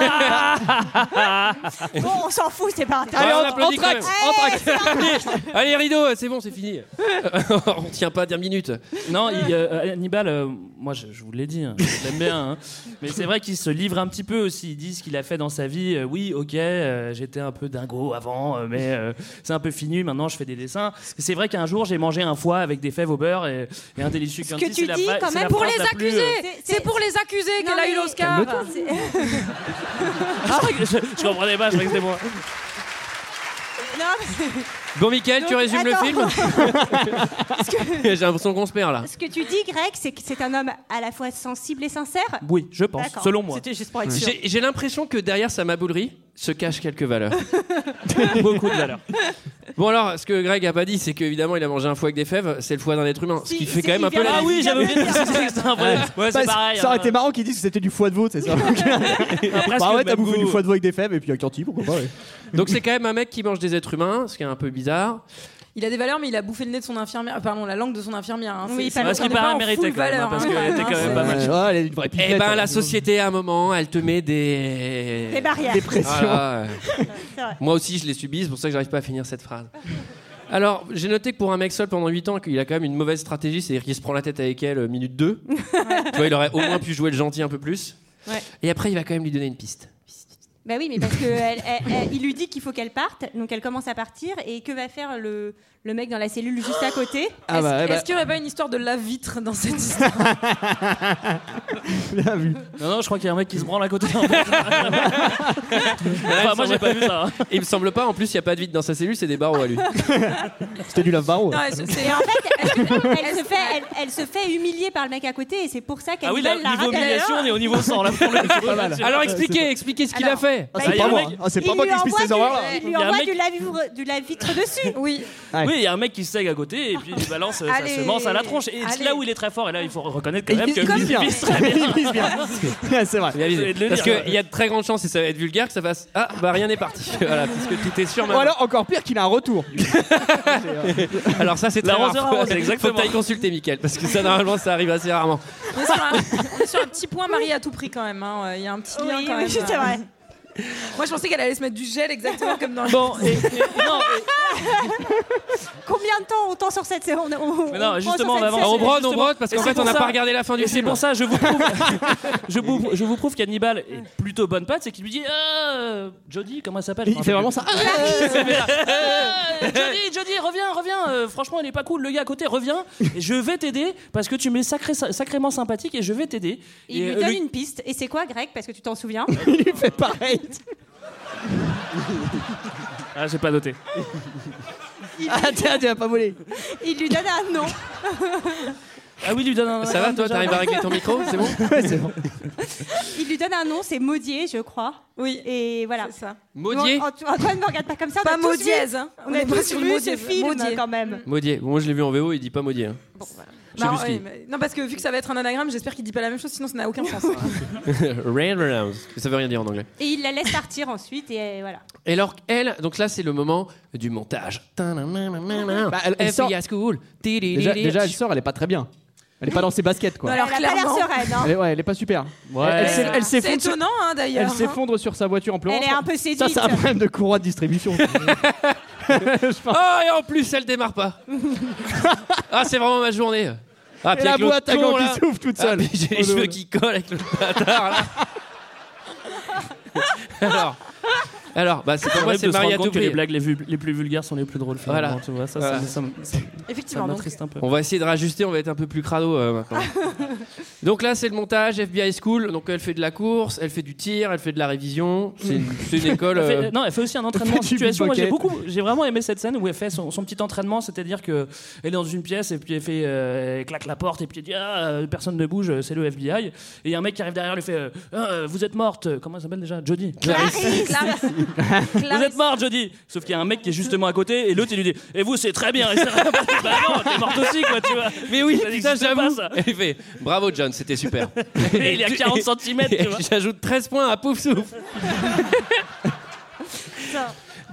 [SPEAKER 1] Ah.
[SPEAKER 8] Bon, on s'en fout, c'est pas intéressant.
[SPEAKER 1] Ouais,
[SPEAKER 7] Allez,
[SPEAKER 1] on
[SPEAKER 7] en-
[SPEAKER 1] applaudit quand
[SPEAKER 7] entracte,
[SPEAKER 1] même. Allez, rideau, c'est bon, c'est fini. on tient pas 10 minutes.
[SPEAKER 6] Non, il, euh, Hannibal, euh, moi je, je vous l'ai dit, hein, je l'aime bien, hein. mais c'est vrai qu'il se livre un petit peu aussi. Il dit ce qu'il a fait dans sa vie. Euh, oui, ok, euh, j'étais un peu dingo avant, euh, mais euh, c'est un peu fini. Maintenant, je fais des dessins. C'est vrai qu'un jour, j'ai mangé un foie avec des fèves au beurre et, et un délicieux
[SPEAKER 8] que tu dis quand même
[SPEAKER 11] Pour les
[SPEAKER 6] euh,
[SPEAKER 11] accusés
[SPEAKER 8] c'est-
[SPEAKER 11] C'est pour les accusés
[SPEAKER 8] Non,
[SPEAKER 11] qu'elle a
[SPEAKER 8] mais-
[SPEAKER 11] eu l'Oscar
[SPEAKER 6] Ah, je, je comprenais pas, je croyais que c'était moi.
[SPEAKER 8] Non, mais-
[SPEAKER 1] Bon, Michael, tu
[SPEAKER 8] Donc,
[SPEAKER 1] résumes
[SPEAKER 8] attends.
[SPEAKER 1] le film J'ai l'impression qu'on se perd là.
[SPEAKER 8] ce que tu dis, Greg, c'est que c'est un homme à la fois sensible et sincère.
[SPEAKER 6] Oui, je pense,
[SPEAKER 8] D'accord.
[SPEAKER 6] selon moi.
[SPEAKER 8] C'était juste pour être sûr.
[SPEAKER 1] J'ai j'ai l'impression que derrière sa maboulerie se cachent quelques valeurs.
[SPEAKER 6] Beaucoup de valeur.
[SPEAKER 1] Bon alors, ce que Greg a pas dit, c'est qu'évidemment il a mangé un foie avec des fèves, c'est le foie d'un être humain, ce
[SPEAKER 8] Si,
[SPEAKER 1] qui fait
[SPEAKER 8] si,
[SPEAKER 1] quand même
[SPEAKER 8] il
[SPEAKER 1] un peu
[SPEAKER 8] vient
[SPEAKER 1] la...
[SPEAKER 6] Ah oui, j'avais oublié de préciser que c'était un vrai. Ouais,
[SPEAKER 7] Bah,
[SPEAKER 6] c'est pareil.
[SPEAKER 7] ça aurait
[SPEAKER 6] hein.
[SPEAKER 7] été marrant qu'ils disent que c'était du foie de veau, c'est ça.
[SPEAKER 6] Ah, presque
[SPEAKER 7] Bah
[SPEAKER 6] le
[SPEAKER 7] ouais, t'as
[SPEAKER 6] même
[SPEAKER 7] bouffé du
[SPEAKER 6] goût.
[SPEAKER 7] foie de veau avec des fèves et puis avec un pourquoi pas. ouais.
[SPEAKER 1] Donc c'est quand même un mec qui mange des êtres humains, ce qui est un peu bizarre.
[SPEAKER 11] Il a des valeurs, mais il a bouffé le nez de son infirmière. euh, Pardon, la langue de son infirmière. hein.
[SPEAKER 8] Oui,
[SPEAKER 11] C'est-
[SPEAKER 8] parce
[SPEAKER 11] c'est-
[SPEAKER 8] qu'il
[SPEAKER 11] on est
[SPEAKER 8] paraît
[SPEAKER 11] en
[SPEAKER 8] mérité
[SPEAKER 11] full
[SPEAKER 8] quand même, hein,
[SPEAKER 11] valeur,
[SPEAKER 8] parce
[SPEAKER 11] hein.
[SPEAKER 8] qu'elle était quand même pas mal.
[SPEAKER 7] Ouais, ouais, elle est une vraie
[SPEAKER 1] Eh
[SPEAKER 7] pipette,
[SPEAKER 1] ben,
[SPEAKER 7] hein.
[SPEAKER 1] la société, à un moment, elle te met des.
[SPEAKER 8] Des barrières.
[SPEAKER 7] Des pressions.
[SPEAKER 1] Voilà.
[SPEAKER 8] C'est vrai.
[SPEAKER 1] Moi aussi, je les subis, c'est pour ça que j'arrive pas à finir cette phrase. Alors, j'ai noté que pour un mec seul pendant 8 ans, qu'il a quand même une mauvaise stratégie, c'est-à-dire qu'il se prend la tête avec elle euh, minute 2. tu vois, il aurait au moins pu jouer le gentil un peu plus.
[SPEAKER 8] Ouais.
[SPEAKER 1] Et après, il va quand même lui donner une piste.
[SPEAKER 8] Bah oui, mais parce que elle- elle- elle- il lui dit qu'il faut qu'elle parte, donc elle commence à partir. Et que va faire le, le mec dans la cellule juste à côté
[SPEAKER 7] Ah bah, eh
[SPEAKER 11] Est-ce
[SPEAKER 7] bah.
[SPEAKER 11] qu'il n'y aurait pas une histoire de la vitre dans cette histoire
[SPEAKER 7] Bien vu.
[SPEAKER 6] Non, non, je crois qu'il y a un mec qui se branle à côté. en fait. Enfin, moi, j'ai pas vu ça. hein.
[SPEAKER 1] Il me semble pas, en plus, il n'y a pas de vide dans sa cellule, c'est des barreaux à lui.
[SPEAKER 7] C'était du lave-barreau.
[SPEAKER 11] Non, est-ce- c'est-
[SPEAKER 8] Et en fait, elle, elle se fait, elle, elle se fait humilier par le mec à côté, et c'est pour ça qu'elle
[SPEAKER 6] Ah oui, là,
[SPEAKER 8] la
[SPEAKER 6] niveau
[SPEAKER 8] rappelle.
[SPEAKER 6] humiliation, on est au niveau 100. Là, pour le coup, c'est pas mal.
[SPEAKER 1] Alors, expliquez, expliquez ce qu'il a
[SPEAKER 8] Alors,
[SPEAKER 1] fait.
[SPEAKER 7] Ah,
[SPEAKER 6] Bah,
[SPEAKER 7] c'est
[SPEAKER 6] il y a
[SPEAKER 7] pas
[SPEAKER 6] un
[SPEAKER 7] moi.
[SPEAKER 6] mec-
[SPEAKER 7] Ah, c'est
[SPEAKER 8] Il
[SPEAKER 7] pas moi
[SPEAKER 8] lui
[SPEAKER 7] qui explique
[SPEAKER 8] envoie
[SPEAKER 7] ces horreurs-là.
[SPEAKER 8] du- Il
[SPEAKER 6] Il y
[SPEAKER 8] lui
[SPEAKER 6] a un
[SPEAKER 8] envoie
[SPEAKER 6] mec-
[SPEAKER 8] du lavivre- du la vitre dessus.
[SPEAKER 11] Oui.
[SPEAKER 6] Oui, il y a un mec qui sègue à côté et puis il balance euh, sa
[SPEAKER 11] Allez.
[SPEAKER 6] semence à la tronche. Et c'est
[SPEAKER 11] Allez.
[SPEAKER 6] là où il est très fort, et là, il faut reconnaître
[SPEAKER 7] Et
[SPEAKER 6] quand même
[SPEAKER 7] il
[SPEAKER 6] que
[SPEAKER 7] vise bien.
[SPEAKER 6] il vise très bien.
[SPEAKER 7] Il vise bien. Ouais, C'est vrai.
[SPEAKER 1] Bien visé.
[SPEAKER 6] Je vais le
[SPEAKER 1] Parce
[SPEAKER 6] dire.
[SPEAKER 1] qu'il y a de très grandes chances, et ça va être vulgaire, que ça fasse Ah, bah rien n'est parti. voilà, parce que tout est sûr
[SPEAKER 7] Ou
[SPEAKER 1] maintenant.
[SPEAKER 7] alors encore pire qu'il a un retour.
[SPEAKER 1] Alors, ça, c'est très
[SPEAKER 6] La 11
[SPEAKER 1] rare.
[SPEAKER 6] heures avant, c'est
[SPEAKER 1] Faut
[SPEAKER 6] exactement.
[SPEAKER 1] que t'ailles consulter, Mickaël, parce que ça, normalement, ça arrive assez rarement.
[SPEAKER 11] On est sur un- on est sur un petit point marié à tout prix quand même. hein. Il y a un petit
[SPEAKER 8] Oui,
[SPEAKER 11] lien quand
[SPEAKER 8] oui,
[SPEAKER 11] même.
[SPEAKER 8] c'est vrai.
[SPEAKER 11] Moi, je pensais qu'elle allait se mettre du gel exactement comme dans.
[SPEAKER 6] Bon, et, et- non,
[SPEAKER 8] Combien de temps on tend sur cette séance
[SPEAKER 6] Mais non, justement, on va avancer.
[SPEAKER 1] Alors, on brode, on
[SPEAKER 6] Justement.
[SPEAKER 1] brode, parce
[SPEAKER 6] Et
[SPEAKER 1] qu'en
[SPEAKER 6] c'est
[SPEAKER 1] fait,
[SPEAKER 6] pour
[SPEAKER 1] on n'a
[SPEAKER 6] ça-
[SPEAKER 1] pas regardé la fin du
[SPEAKER 6] et c'est
[SPEAKER 1] film.
[SPEAKER 6] pour ça, je vous prouve, je vous, je vous prouve qu'Hannibal est plutôt bonne patte, c'est qu'il lui dit ah, Jody, comment elle s'appelle
[SPEAKER 7] Il fait vraiment ça. Ah,
[SPEAKER 6] Euh, Jody, Jody, reviens, reviens. Euh, franchement, elle est pas cool. Le gars à côté, reviens. Et je vais t'aider parce que tu m'es sacré- sacrément sympathique et je vais t'aider.
[SPEAKER 8] Il
[SPEAKER 6] Et,
[SPEAKER 8] lui
[SPEAKER 6] euh,
[SPEAKER 8] donne
[SPEAKER 6] lui-
[SPEAKER 8] une piste. Et c'est quoi, Greg Parce que tu t'en souviens
[SPEAKER 7] Il lui fait pareil.
[SPEAKER 6] Ah, j'ai pas noté.
[SPEAKER 7] Ah tiens, tu vas pas voler.
[SPEAKER 8] Il lui donne un nom.
[SPEAKER 6] Ah oui, lui donne un.
[SPEAKER 1] Ça va, toi, t'arrives à régler ton micro C'est bon
[SPEAKER 7] Ouais, c'est bon.
[SPEAKER 8] Il lui donne un nom, c'est Maudier, je crois. Oui. Et voilà.
[SPEAKER 11] C'est ça.
[SPEAKER 1] Maudier
[SPEAKER 8] Bon, Anto- Antoine, ne regarde pas comme ça. on a
[SPEAKER 11] Pas
[SPEAKER 8] tous
[SPEAKER 11] mot
[SPEAKER 8] vu-
[SPEAKER 11] dièse. hein.
[SPEAKER 8] On, a
[SPEAKER 11] est pas
[SPEAKER 8] tous
[SPEAKER 11] sur
[SPEAKER 8] vu
[SPEAKER 11] mot
[SPEAKER 8] ce
[SPEAKER 11] dièse.
[SPEAKER 8] film
[SPEAKER 11] Mot dièse.
[SPEAKER 8] quand même.
[SPEAKER 1] Maudier. Moi, je l'ai vu en VO, il dit pas Maudier. hein. Je sais
[SPEAKER 11] Bah,
[SPEAKER 1] plus ce
[SPEAKER 11] ouais,
[SPEAKER 1] qu'il dit.
[SPEAKER 11] mais- Non, parce que vu que ça va être un anagramme, j'espère qu'il dit pas la même chose, sinon ça n'a aucun sens.
[SPEAKER 1] Rain Reynolds. Ça veut rien dire en anglais.
[SPEAKER 8] Et il la laisse partir ensuite. Et voilà.
[SPEAKER 11] Bah,
[SPEAKER 1] Et alors, elle, donc là, c'est le moment du montage.
[SPEAKER 7] Bah, elle- elle sort-
[SPEAKER 1] FBI School.
[SPEAKER 7] Déjà, déjà, elle sort, elle est pas très bien. Elle est pas dans ses baskets quoi.
[SPEAKER 11] Non, Bah, Alors,
[SPEAKER 8] Bah, elle a pas l'air
[SPEAKER 11] clairement,
[SPEAKER 8] sereine. hein.
[SPEAKER 7] Elle est, ouais, elle est pas super.
[SPEAKER 6] Ouais.
[SPEAKER 7] Elle- elle s'est- Elle
[SPEAKER 11] C'est
[SPEAKER 7] s'effondre. sur-
[SPEAKER 11] étonnant, hein,
[SPEAKER 7] Elle
[SPEAKER 11] d'ailleurs. hein.
[SPEAKER 7] s'effondre sur sa voiture en pleurant.
[SPEAKER 8] Elle est un peu
[SPEAKER 7] Ça,
[SPEAKER 8] séduite.
[SPEAKER 7] c'est un problème de courroie de distribution. Je pense.
[SPEAKER 1] Oh, et en plus, elle démarre pas. ah, c'est vraiment ma journée. Ah,
[SPEAKER 7] Et
[SPEAKER 1] puis
[SPEAKER 7] la
[SPEAKER 1] avec l'autre
[SPEAKER 7] boîte à
[SPEAKER 1] con,
[SPEAKER 7] gants
[SPEAKER 1] là.
[SPEAKER 7] qui s'ouvre toute
[SPEAKER 1] Ah,
[SPEAKER 7] seule.
[SPEAKER 1] puis j'ai les
[SPEAKER 7] Oh,
[SPEAKER 1] cheveux
[SPEAKER 7] non.
[SPEAKER 1] qui collent avec le bâtard là. alors, alors, bah c'est pour moi
[SPEAKER 6] Moi,
[SPEAKER 1] c'est
[SPEAKER 6] de se rendre
[SPEAKER 1] Maria
[SPEAKER 6] compte que
[SPEAKER 1] Toupé.
[SPEAKER 6] les blagues les, vu- les plus vulgaires sont les plus drôles. finalement,
[SPEAKER 1] Voilà.
[SPEAKER 6] Tu vois, ça,
[SPEAKER 1] Voilà.
[SPEAKER 6] ça, me- ça, me- ça,
[SPEAKER 11] Effectivement. donc.
[SPEAKER 6] m'attriste un peu.
[SPEAKER 1] On va essayer de rajuster, on va être un peu plus crado euh, maintenant. donc là c'est le montage FBI School, donc elle fait de la course, elle fait du tir, elle fait de la révision, c'est c'est une école...
[SPEAKER 6] Elle fait-
[SPEAKER 1] euh,
[SPEAKER 6] non, elle fait aussi un entraînement en
[SPEAKER 7] fait du
[SPEAKER 6] situation. Moi, j'ai
[SPEAKER 7] pickpocket.
[SPEAKER 6] beaucoup, j'ai vraiment aimé cette scène où elle fait son, son petit entraînement, c'est-à-dire que elle est dans une pièce et puis elle fait euh, elle claque la porte et puis elle dit ah euh, personne ne bouge, euh, c'est le FBI. Et il y a un mec qui arrive derrière lui fait euh, Ah, euh, vous êtes morte. euh, Comment elle s'appelle déjà Jody.
[SPEAKER 1] Ah,
[SPEAKER 11] Clarisse.
[SPEAKER 6] Vous êtes morte, Jody. Sauf qu'il y a un mec qui est justement à côté et l'autre il lui dit et vous c'est très bien. Et c'est vrai, parce que, bah non, t'es morte aussi quoi, tu vois.
[SPEAKER 1] Mais oui,
[SPEAKER 6] Ça
[SPEAKER 1] putain,
[SPEAKER 6] n'existe pas,
[SPEAKER 1] j'avoue.
[SPEAKER 6] ça. Bah,
[SPEAKER 1] Elle fait bravo John, c'était super.
[SPEAKER 6] Et il est à 40 cm, tu vois.
[SPEAKER 1] J'ajoute 13 points à Pouf Souffle.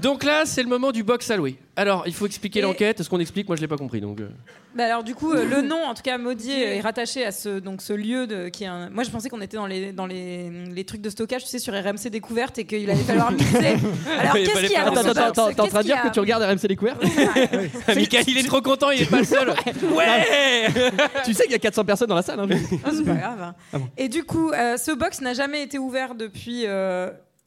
[SPEAKER 1] donc là, c'est le moment du box à Louis. Alors, il faut expliquer
[SPEAKER 11] Et-
[SPEAKER 1] l'enquête. Ce qu'on explique, moi, je l'ai pas compris. Donc, euh.
[SPEAKER 11] Bah alors du coup, euh, le nom, en tout cas, Maudier est rattaché à ce donc ce lieu de qui est un. Moi, je pensais qu'on était dans les dans les, les trucs de stockage, tu sais, sur RMC découverte et qu'il allait falloir mixer. Alors
[SPEAKER 1] Il
[SPEAKER 11] qu'est-ce
[SPEAKER 1] fallait
[SPEAKER 11] qu'il y a
[SPEAKER 1] faire
[SPEAKER 11] dans
[SPEAKER 7] Attends,
[SPEAKER 11] ce
[SPEAKER 7] attends,
[SPEAKER 11] box
[SPEAKER 7] attends, t'es en train de
[SPEAKER 11] Qu'est-ce
[SPEAKER 7] dire que tu
[SPEAKER 11] qu'il y
[SPEAKER 7] regardes RMC Découverte
[SPEAKER 11] a
[SPEAKER 1] Mickaël, il est trop content, il est pas le seul. Ouais
[SPEAKER 7] Tu sais qu'il y a 400 personnes dans la salle. hein, je-
[SPEAKER 11] Ah, c'est pas grave. hein. Et du coup, euh, ce box n'a jamais été ouvert depuis.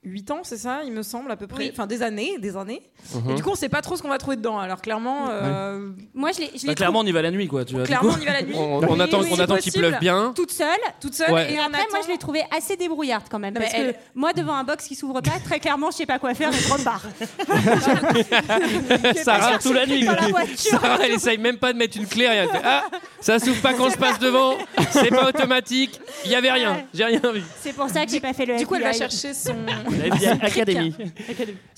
[SPEAKER 11] 8 ans, c'est ça, il me semble, à peu près.
[SPEAKER 8] Oui.
[SPEAKER 11] Enfin, des années, des années. Et du coup, on sait pas trop ce qu'on va trouver dedans. Alors, clairement, euh,
[SPEAKER 8] Moi, je l'ai. je
[SPEAKER 6] Bah,
[SPEAKER 8] l'ai
[SPEAKER 6] clairement on y va la nuit quoi, tu vois. du
[SPEAKER 11] clairement
[SPEAKER 6] coup.
[SPEAKER 11] on y va la nuit.
[SPEAKER 1] Bah, On,
[SPEAKER 11] Oui,
[SPEAKER 1] on attend,
[SPEAKER 11] oui,
[SPEAKER 1] on
[SPEAKER 11] si
[SPEAKER 1] attend qu'il
[SPEAKER 11] possible.
[SPEAKER 1] pleuve bien.
[SPEAKER 8] toute seule.
[SPEAKER 11] Toute seule.
[SPEAKER 1] Ouais.
[SPEAKER 11] Et,
[SPEAKER 8] Et
[SPEAKER 11] on
[SPEAKER 8] après, moi,
[SPEAKER 11] attend.
[SPEAKER 8] je l'ai trouvée assez débrouillarde quand même.
[SPEAKER 11] Non,
[SPEAKER 8] parce
[SPEAKER 11] mais
[SPEAKER 8] que moi, devant un box qui s'ouvre pas, très clairement, je sais pas quoi faire et je repars.
[SPEAKER 1] Sarah,
[SPEAKER 6] Surtout la nuit.
[SPEAKER 8] Dans la voiture.
[SPEAKER 1] Sarah, elle essaye même pas de mettre une clé. rien. Elle fait, ah, ça s'ouvre pas quand je passe devant. C'est pas automatique. Il y avait rien. J'ai rien vu.
[SPEAKER 8] C'est pour ça que j'ai pas fait le
[SPEAKER 11] Du coup, elle va
[SPEAKER 8] FBI.
[SPEAKER 11] chercher son.
[SPEAKER 6] Académie.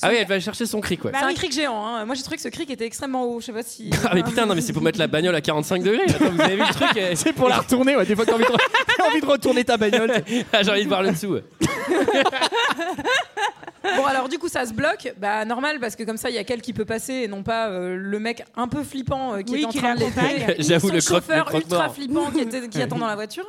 [SPEAKER 1] Ah oui, elle va chercher son
[SPEAKER 7] Bah
[SPEAKER 1] cric, ouais.
[SPEAKER 11] Bah
[SPEAKER 8] Bah
[SPEAKER 11] C'est un cric géant. hein. Moi, j'ai trouvé que ce cric était extrêmement haut. Je sais pas si.
[SPEAKER 1] Ah mais putain, non mais c'est pour mettre la bagnole à 45 degrés. Attends, vous avez vu le truc euh,
[SPEAKER 7] C'est pour la retourner, ouais. Des fois, t'as envie, de re- t'as envie de retourner ta bagnole.
[SPEAKER 1] Ah, J'ai envie de voir le dessous. ouais.
[SPEAKER 11] Bon, alors du coup, ça se bloque. Bah, normal, parce que comme ça, il y a quel qui peut passer et non pas euh, le mec un peu flippant euh, qui
[SPEAKER 8] Oui,
[SPEAKER 11] est en
[SPEAKER 8] qui
[SPEAKER 11] train de
[SPEAKER 8] l'accompagne.
[SPEAKER 11] l'aider.
[SPEAKER 1] J'avoue,
[SPEAKER 11] Son
[SPEAKER 1] le croque-
[SPEAKER 11] chauffeur
[SPEAKER 1] le croque-mort.
[SPEAKER 11] ultra flippant qui, était- qui
[SPEAKER 1] Oui.
[SPEAKER 11] attend dans la voiture.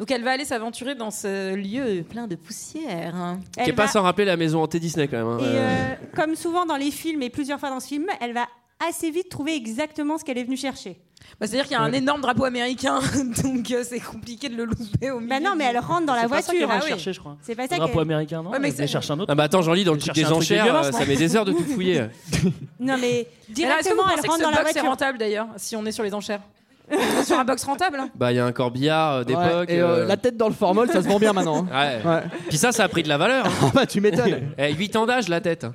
[SPEAKER 11] Donc, elle va aller s'aventurer dans ce lieu plein de poussière. hein.
[SPEAKER 1] Qui est pas sans rappeler la maison hantée Disney quand même. hein.
[SPEAKER 8] Et
[SPEAKER 1] Euh,
[SPEAKER 8] euh, comme souvent dans les films et plusieurs fois dans ce film, elle va assez vite trouver exactement ce qu'elle est venue chercher.
[SPEAKER 11] Bah, C'est-à-dire qu'il y a un énorme drapeau américain, donc euh, c'est compliqué de le louper au milieu.
[SPEAKER 8] Bah non, mais elle rentre dans la
[SPEAKER 11] C'est pas ça
[SPEAKER 8] voiture.
[SPEAKER 11] qu'elle va
[SPEAKER 8] Ah oui.
[SPEAKER 11] chercher, je crois.
[SPEAKER 8] C'est pas
[SPEAKER 6] Le
[SPEAKER 8] ça
[SPEAKER 6] drapeau
[SPEAKER 8] qu'elle-
[SPEAKER 6] américain, non
[SPEAKER 8] Ouais, mais
[SPEAKER 6] Elle
[SPEAKER 8] c'est-
[SPEAKER 6] cherche un autre.
[SPEAKER 1] Ah bah attends, j'en lis dans le truc
[SPEAKER 6] Chercher
[SPEAKER 1] des
[SPEAKER 6] un truc
[SPEAKER 1] enchères,
[SPEAKER 6] dégueulasse,
[SPEAKER 1] euh,
[SPEAKER 6] non
[SPEAKER 1] ça met des heures de tout fouiller.
[SPEAKER 8] Non, mais
[SPEAKER 11] Mais là, est-ce que vous
[SPEAKER 8] directement,
[SPEAKER 11] pensez
[SPEAKER 8] elle
[SPEAKER 11] que ce
[SPEAKER 8] rentre dans la
[SPEAKER 11] box est
[SPEAKER 8] voiture.
[SPEAKER 11] rentable d'ailleurs, si on est sur les enchères On est Sur un box rentable hein.
[SPEAKER 1] Bah il y a un corbillard euh, d'époque.
[SPEAKER 7] et, euh,
[SPEAKER 1] euh,
[SPEAKER 7] la tête dans le formol, ça se vend bien maintenant. hein.
[SPEAKER 1] Ouais. Puis ça, ça a pris de la valeur.
[SPEAKER 7] bah tu m'étonnes.
[SPEAKER 1] 8 ans d'âge la tête.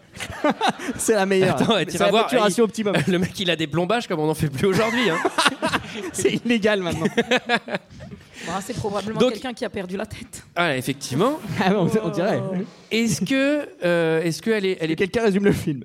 [SPEAKER 7] C'est la meilleure.
[SPEAKER 1] Attends, tu
[SPEAKER 7] c'est
[SPEAKER 1] vas
[SPEAKER 7] la
[SPEAKER 1] voir,
[SPEAKER 7] facturation
[SPEAKER 1] il-
[SPEAKER 7] au petit moment.
[SPEAKER 1] Le mec, il a des plombages comme on n'en fait plus aujourd'hui. hein.
[SPEAKER 7] C'est illégal maintenant.
[SPEAKER 11] Bah, C'est probablement
[SPEAKER 1] Donc-
[SPEAKER 11] quelqu'un qui a perdu la tête.
[SPEAKER 1] Ah, effectivement. Oh.
[SPEAKER 7] on, on dirait.
[SPEAKER 1] Est-ce que, euh, est-ce que elle est, elle est...
[SPEAKER 7] Quelqu'un résume le film.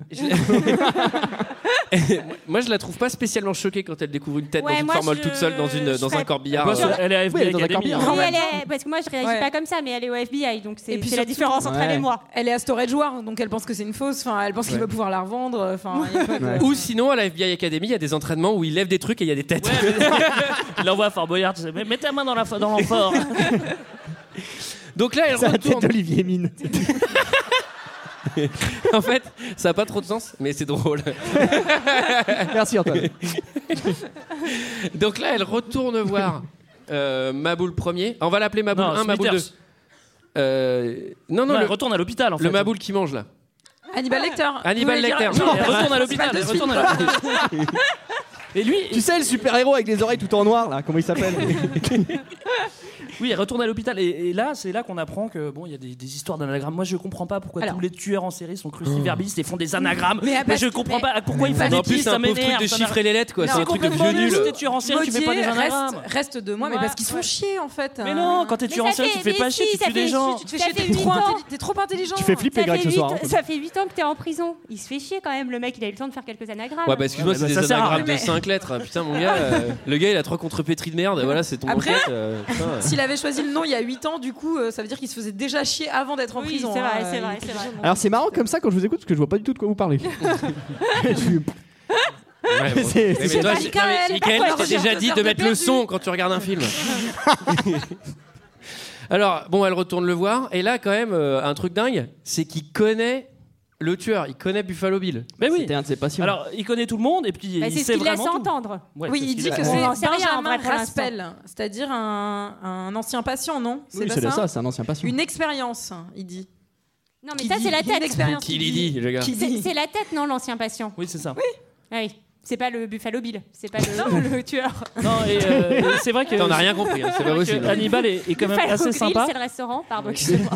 [SPEAKER 1] Moi, je la trouve pas spécialement choquée quand elle découvre une tête
[SPEAKER 8] Ouais,
[SPEAKER 1] dans une
[SPEAKER 8] moi,
[SPEAKER 1] formole
[SPEAKER 8] je-
[SPEAKER 1] toute seule dans une,
[SPEAKER 8] je
[SPEAKER 1] dans un
[SPEAKER 8] serais-
[SPEAKER 1] corbillard.
[SPEAKER 6] Quoi,
[SPEAKER 1] euh,
[SPEAKER 6] Elle est à
[SPEAKER 7] Oui, elle
[SPEAKER 6] FBI
[SPEAKER 7] est dans un
[SPEAKER 6] Academy.
[SPEAKER 7] corbillard.
[SPEAKER 6] hein.
[SPEAKER 8] Oui, elle est- parce que moi je réagis
[SPEAKER 11] Ouais.
[SPEAKER 8] pas comme ça, mais elle est au FBI, donc c'est c'est la
[SPEAKER 11] surtout-
[SPEAKER 8] différence entre
[SPEAKER 7] Ouais.
[SPEAKER 8] elle et moi.
[SPEAKER 11] Elle est à Storage War, donc elle pense que c'est une fausse. Enfin, elle pense qu'il va pouvoir la revendre. Enfin, il y a pas de-
[SPEAKER 1] Ou sinon, à la FBI Academy, il y a des entraînements où ils lèvent des trucs et il y a des têtes.
[SPEAKER 6] Il l'envoie à Fort Boyard. tu sais, Mais Mets ta main dans la fo- dans l'amphore.
[SPEAKER 1] Donc là, elle
[SPEAKER 7] C'est la
[SPEAKER 1] retourne.
[SPEAKER 7] tête d'Olivier Mine.
[SPEAKER 1] En fait, ça a pas trop de sens, mais c'est drôle.
[SPEAKER 7] Merci Antoine.
[SPEAKER 1] Donc là, elle retourne voir euh, Maboul premier. On va l'appeler Maboul
[SPEAKER 6] Non,
[SPEAKER 1] 1, Maboul 2.
[SPEAKER 6] Smithers.
[SPEAKER 1] Euh, non, non,
[SPEAKER 6] Non,
[SPEAKER 1] le,
[SPEAKER 6] elle retourne à l'hôpital en fait. Ah,
[SPEAKER 1] le Maboul qui mange là.
[SPEAKER 11] Hannibal Lecter.
[SPEAKER 1] Hannibal
[SPEAKER 11] Vous voulez
[SPEAKER 1] Lecter.
[SPEAKER 11] dire-
[SPEAKER 6] Elle retourne à l'hôpital. elle retourne à l'hôpital. Et lui,
[SPEAKER 7] Tu sais, le super-héros avec les oreilles tout en noir, là, comment il s'appelle
[SPEAKER 6] Oui, elle retourne à l'hôpital. Et, et là, c'est là qu'on apprend que bon, il y a des, des histoires d'anagrammes. Moi, je comprends pas pourquoi
[SPEAKER 11] Alors.
[SPEAKER 6] tous les tueurs en série sont cruciverbistes et font des anagrammes.
[SPEAKER 11] Mais,
[SPEAKER 6] Mais,
[SPEAKER 11] ah, parce-
[SPEAKER 6] je comprends
[SPEAKER 11] mais-
[SPEAKER 6] pas pourquoi ils font
[SPEAKER 11] Parce-
[SPEAKER 6] des
[SPEAKER 1] en plus,
[SPEAKER 6] petits,
[SPEAKER 1] c'est
[SPEAKER 6] ça
[SPEAKER 1] un pauvre truc
[SPEAKER 6] m'énerve,
[SPEAKER 1] de
[SPEAKER 6] ça m'a-
[SPEAKER 1] chiffrer les lettres, quoi.
[SPEAKER 11] Non,
[SPEAKER 1] C'est un truc de
[SPEAKER 11] complètement
[SPEAKER 1] vieux
[SPEAKER 11] nul.
[SPEAKER 1] nul.
[SPEAKER 6] Si t'es tueur en série, tu fais pas des
[SPEAKER 11] Maudier,
[SPEAKER 6] anagrammes.
[SPEAKER 11] reste, reste de moi, mais
[SPEAKER 8] Moi,
[SPEAKER 11] parce qu'ils se font
[SPEAKER 8] ouais.
[SPEAKER 11] chier en fait. hein.
[SPEAKER 6] Mais non, quand t'es tueur en
[SPEAKER 8] ça
[SPEAKER 6] série, tu
[SPEAKER 8] fait-
[SPEAKER 6] fais pas
[SPEAKER 8] mais
[SPEAKER 6] chier, tu
[SPEAKER 8] si, ça
[SPEAKER 6] tues des
[SPEAKER 8] fait-
[SPEAKER 6] gens.
[SPEAKER 8] tu-
[SPEAKER 11] Tu
[SPEAKER 8] Ça
[SPEAKER 11] fais chier,
[SPEAKER 8] fait
[SPEAKER 11] t'es trop,
[SPEAKER 8] huit ans.
[SPEAKER 11] intelli- t'es trop intelligent.
[SPEAKER 7] Tu fais flipper
[SPEAKER 8] Ça
[SPEAKER 7] Greg
[SPEAKER 8] fait,
[SPEAKER 7] ce
[SPEAKER 8] huit-
[SPEAKER 7] soir. hein.
[SPEAKER 8] ça fait 8 ans que t'es en prison. Il se fait chier quand même, le mec, il a eu le temps de faire quelques anagrammes.
[SPEAKER 1] Ouais, bah excuse-moi,
[SPEAKER 6] Ouais,
[SPEAKER 1] c'est
[SPEAKER 6] bah,
[SPEAKER 1] des
[SPEAKER 6] ça sert à
[SPEAKER 1] anagrammes
[SPEAKER 11] rien.
[SPEAKER 1] de 5 lettres. Putain, mon gars, euh, le gars, il a trois contrepétries de merde. Voilà, c'est ton
[SPEAKER 11] Après-
[SPEAKER 1] enquête. euh,
[SPEAKER 7] Ah.
[SPEAKER 1] putain.
[SPEAKER 11] S'il avait choisi le nom il y a 8 ans, du coup, euh, ça veut dire qu'il se faisait déjà chier avant d'être en
[SPEAKER 8] Oui,
[SPEAKER 11] prison.
[SPEAKER 8] c'est vrai,
[SPEAKER 11] hein.
[SPEAKER 8] c'est
[SPEAKER 11] Il
[SPEAKER 8] vrai,
[SPEAKER 11] était
[SPEAKER 8] c'est
[SPEAKER 11] déjà
[SPEAKER 8] vrai. Bah,
[SPEAKER 11] dans-
[SPEAKER 7] Alors c'est marrant comme ça quand je vous écoute parce que je vois pas du tout de quoi vous parlez. Je-
[SPEAKER 1] Ouais, bon.
[SPEAKER 7] C'est-
[SPEAKER 1] Ouais,
[SPEAKER 7] c'est-
[SPEAKER 1] mais
[SPEAKER 11] pas
[SPEAKER 1] toi, j'ai-
[SPEAKER 11] Michael,
[SPEAKER 1] non, mais
[SPEAKER 11] pourquoi
[SPEAKER 1] Michael, je t'ai
[SPEAKER 11] recherche
[SPEAKER 1] déjà
[SPEAKER 11] de
[SPEAKER 1] dit de
[SPEAKER 11] faire
[SPEAKER 1] mettre
[SPEAKER 11] des
[SPEAKER 1] le
[SPEAKER 11] perdus
[SPEAKER 1] son quand tu regardes un film. Alors, bon, elle retourne le voir. Et là, quand même, euh, un truc dingue, c'est qu'il connaît le tueur. Il connaît Buffalo Bill.
[SPEAKER 6] Mais oui.
[SPEAKER 7] C'était un de ses passions.
[SPEAKER 6] Alors, il connaît tout le monde et puis
[SPEAKER 8] Bah,
[SPEAKER 6] il
[SPEAKER 8] c'est ce
[SPEAKER 6] sait
[SPEAKER 8] qu'il laisse
[SPEAKER 6] vraiment tout.
[SPEAKER 8] entendre.
[SPEAKER 6] Ouais,
[SPEAKER 11] oui,
[SPEAKER 6] c'est ce
[SPEAKER 11] il
[SPEAKER 6] qu'il
[SPEAKER 11] dit
[SPEAKER 6] a-
[SPEAKER 11] que
[SPEAKER 7] On
[SPEAKER 11] c'est
[SPEAKER 8] en sait rien, en
[SPEAKER 11] Benjamin
[SPEAKER 8] vrai, pour l'instant.
[SPEAKER 11] Raspel, c'est-à-dire un, un ancien patient, non
[SPEAKER 7] oui,
[SPEAKER 11] pas
[SPEAKER 7] c'est
[SPEAKER 11] ça
[SPEAKER 8] hein.
[SPEAKER 7] ça, c'est un ancien patient.
[SPEAKER 11] Une expérience, il dit.
[SPEAKER 8] Non, mais
[SPEAKER 11] Qui
[SPEAKER 8] ça,
[SPEAKER 11] dit-
[SPEAKER 8] c'est la
[SPEAKER 11] qui dit une
[SPEAKER 8] tête.
[SPEAKER 11] expérience,
[SPEAKER 1] Qui
[SPEAKER 11] il
[SPEAKER 1] l'y dit, les gars
[SPEAKER 11] Qui
[SPEAKER 8] C'est
[SPEAKER 11] dit
[SPEAKER 8] c'est la tête, non, l'ancien patient.
[SPEAKER 6] Oui, c'est ça.
[SPEAKER 8] Ah Oui. C'est pas le Buffalo Bill, c'est pas le, le tueur.
[SPEAKER 6] Non, et, euh, et c'est vrai que.
[SPEAKER 1] T'en as rien compris, hein, c'est pas
[SPEAKER 6] c'est vrai que
[SPEAKER 1] possible.
[SPEAKER 6] Hannibal est, est quand même
[SPEAKER 8] Buffalo
[SPEAKER 6] assez
[SPEAKER 8] Grill,
[SPEAKER 6] sympa.
[SPEAKER 8] c'est le restaurant, pardon. excusez-moi.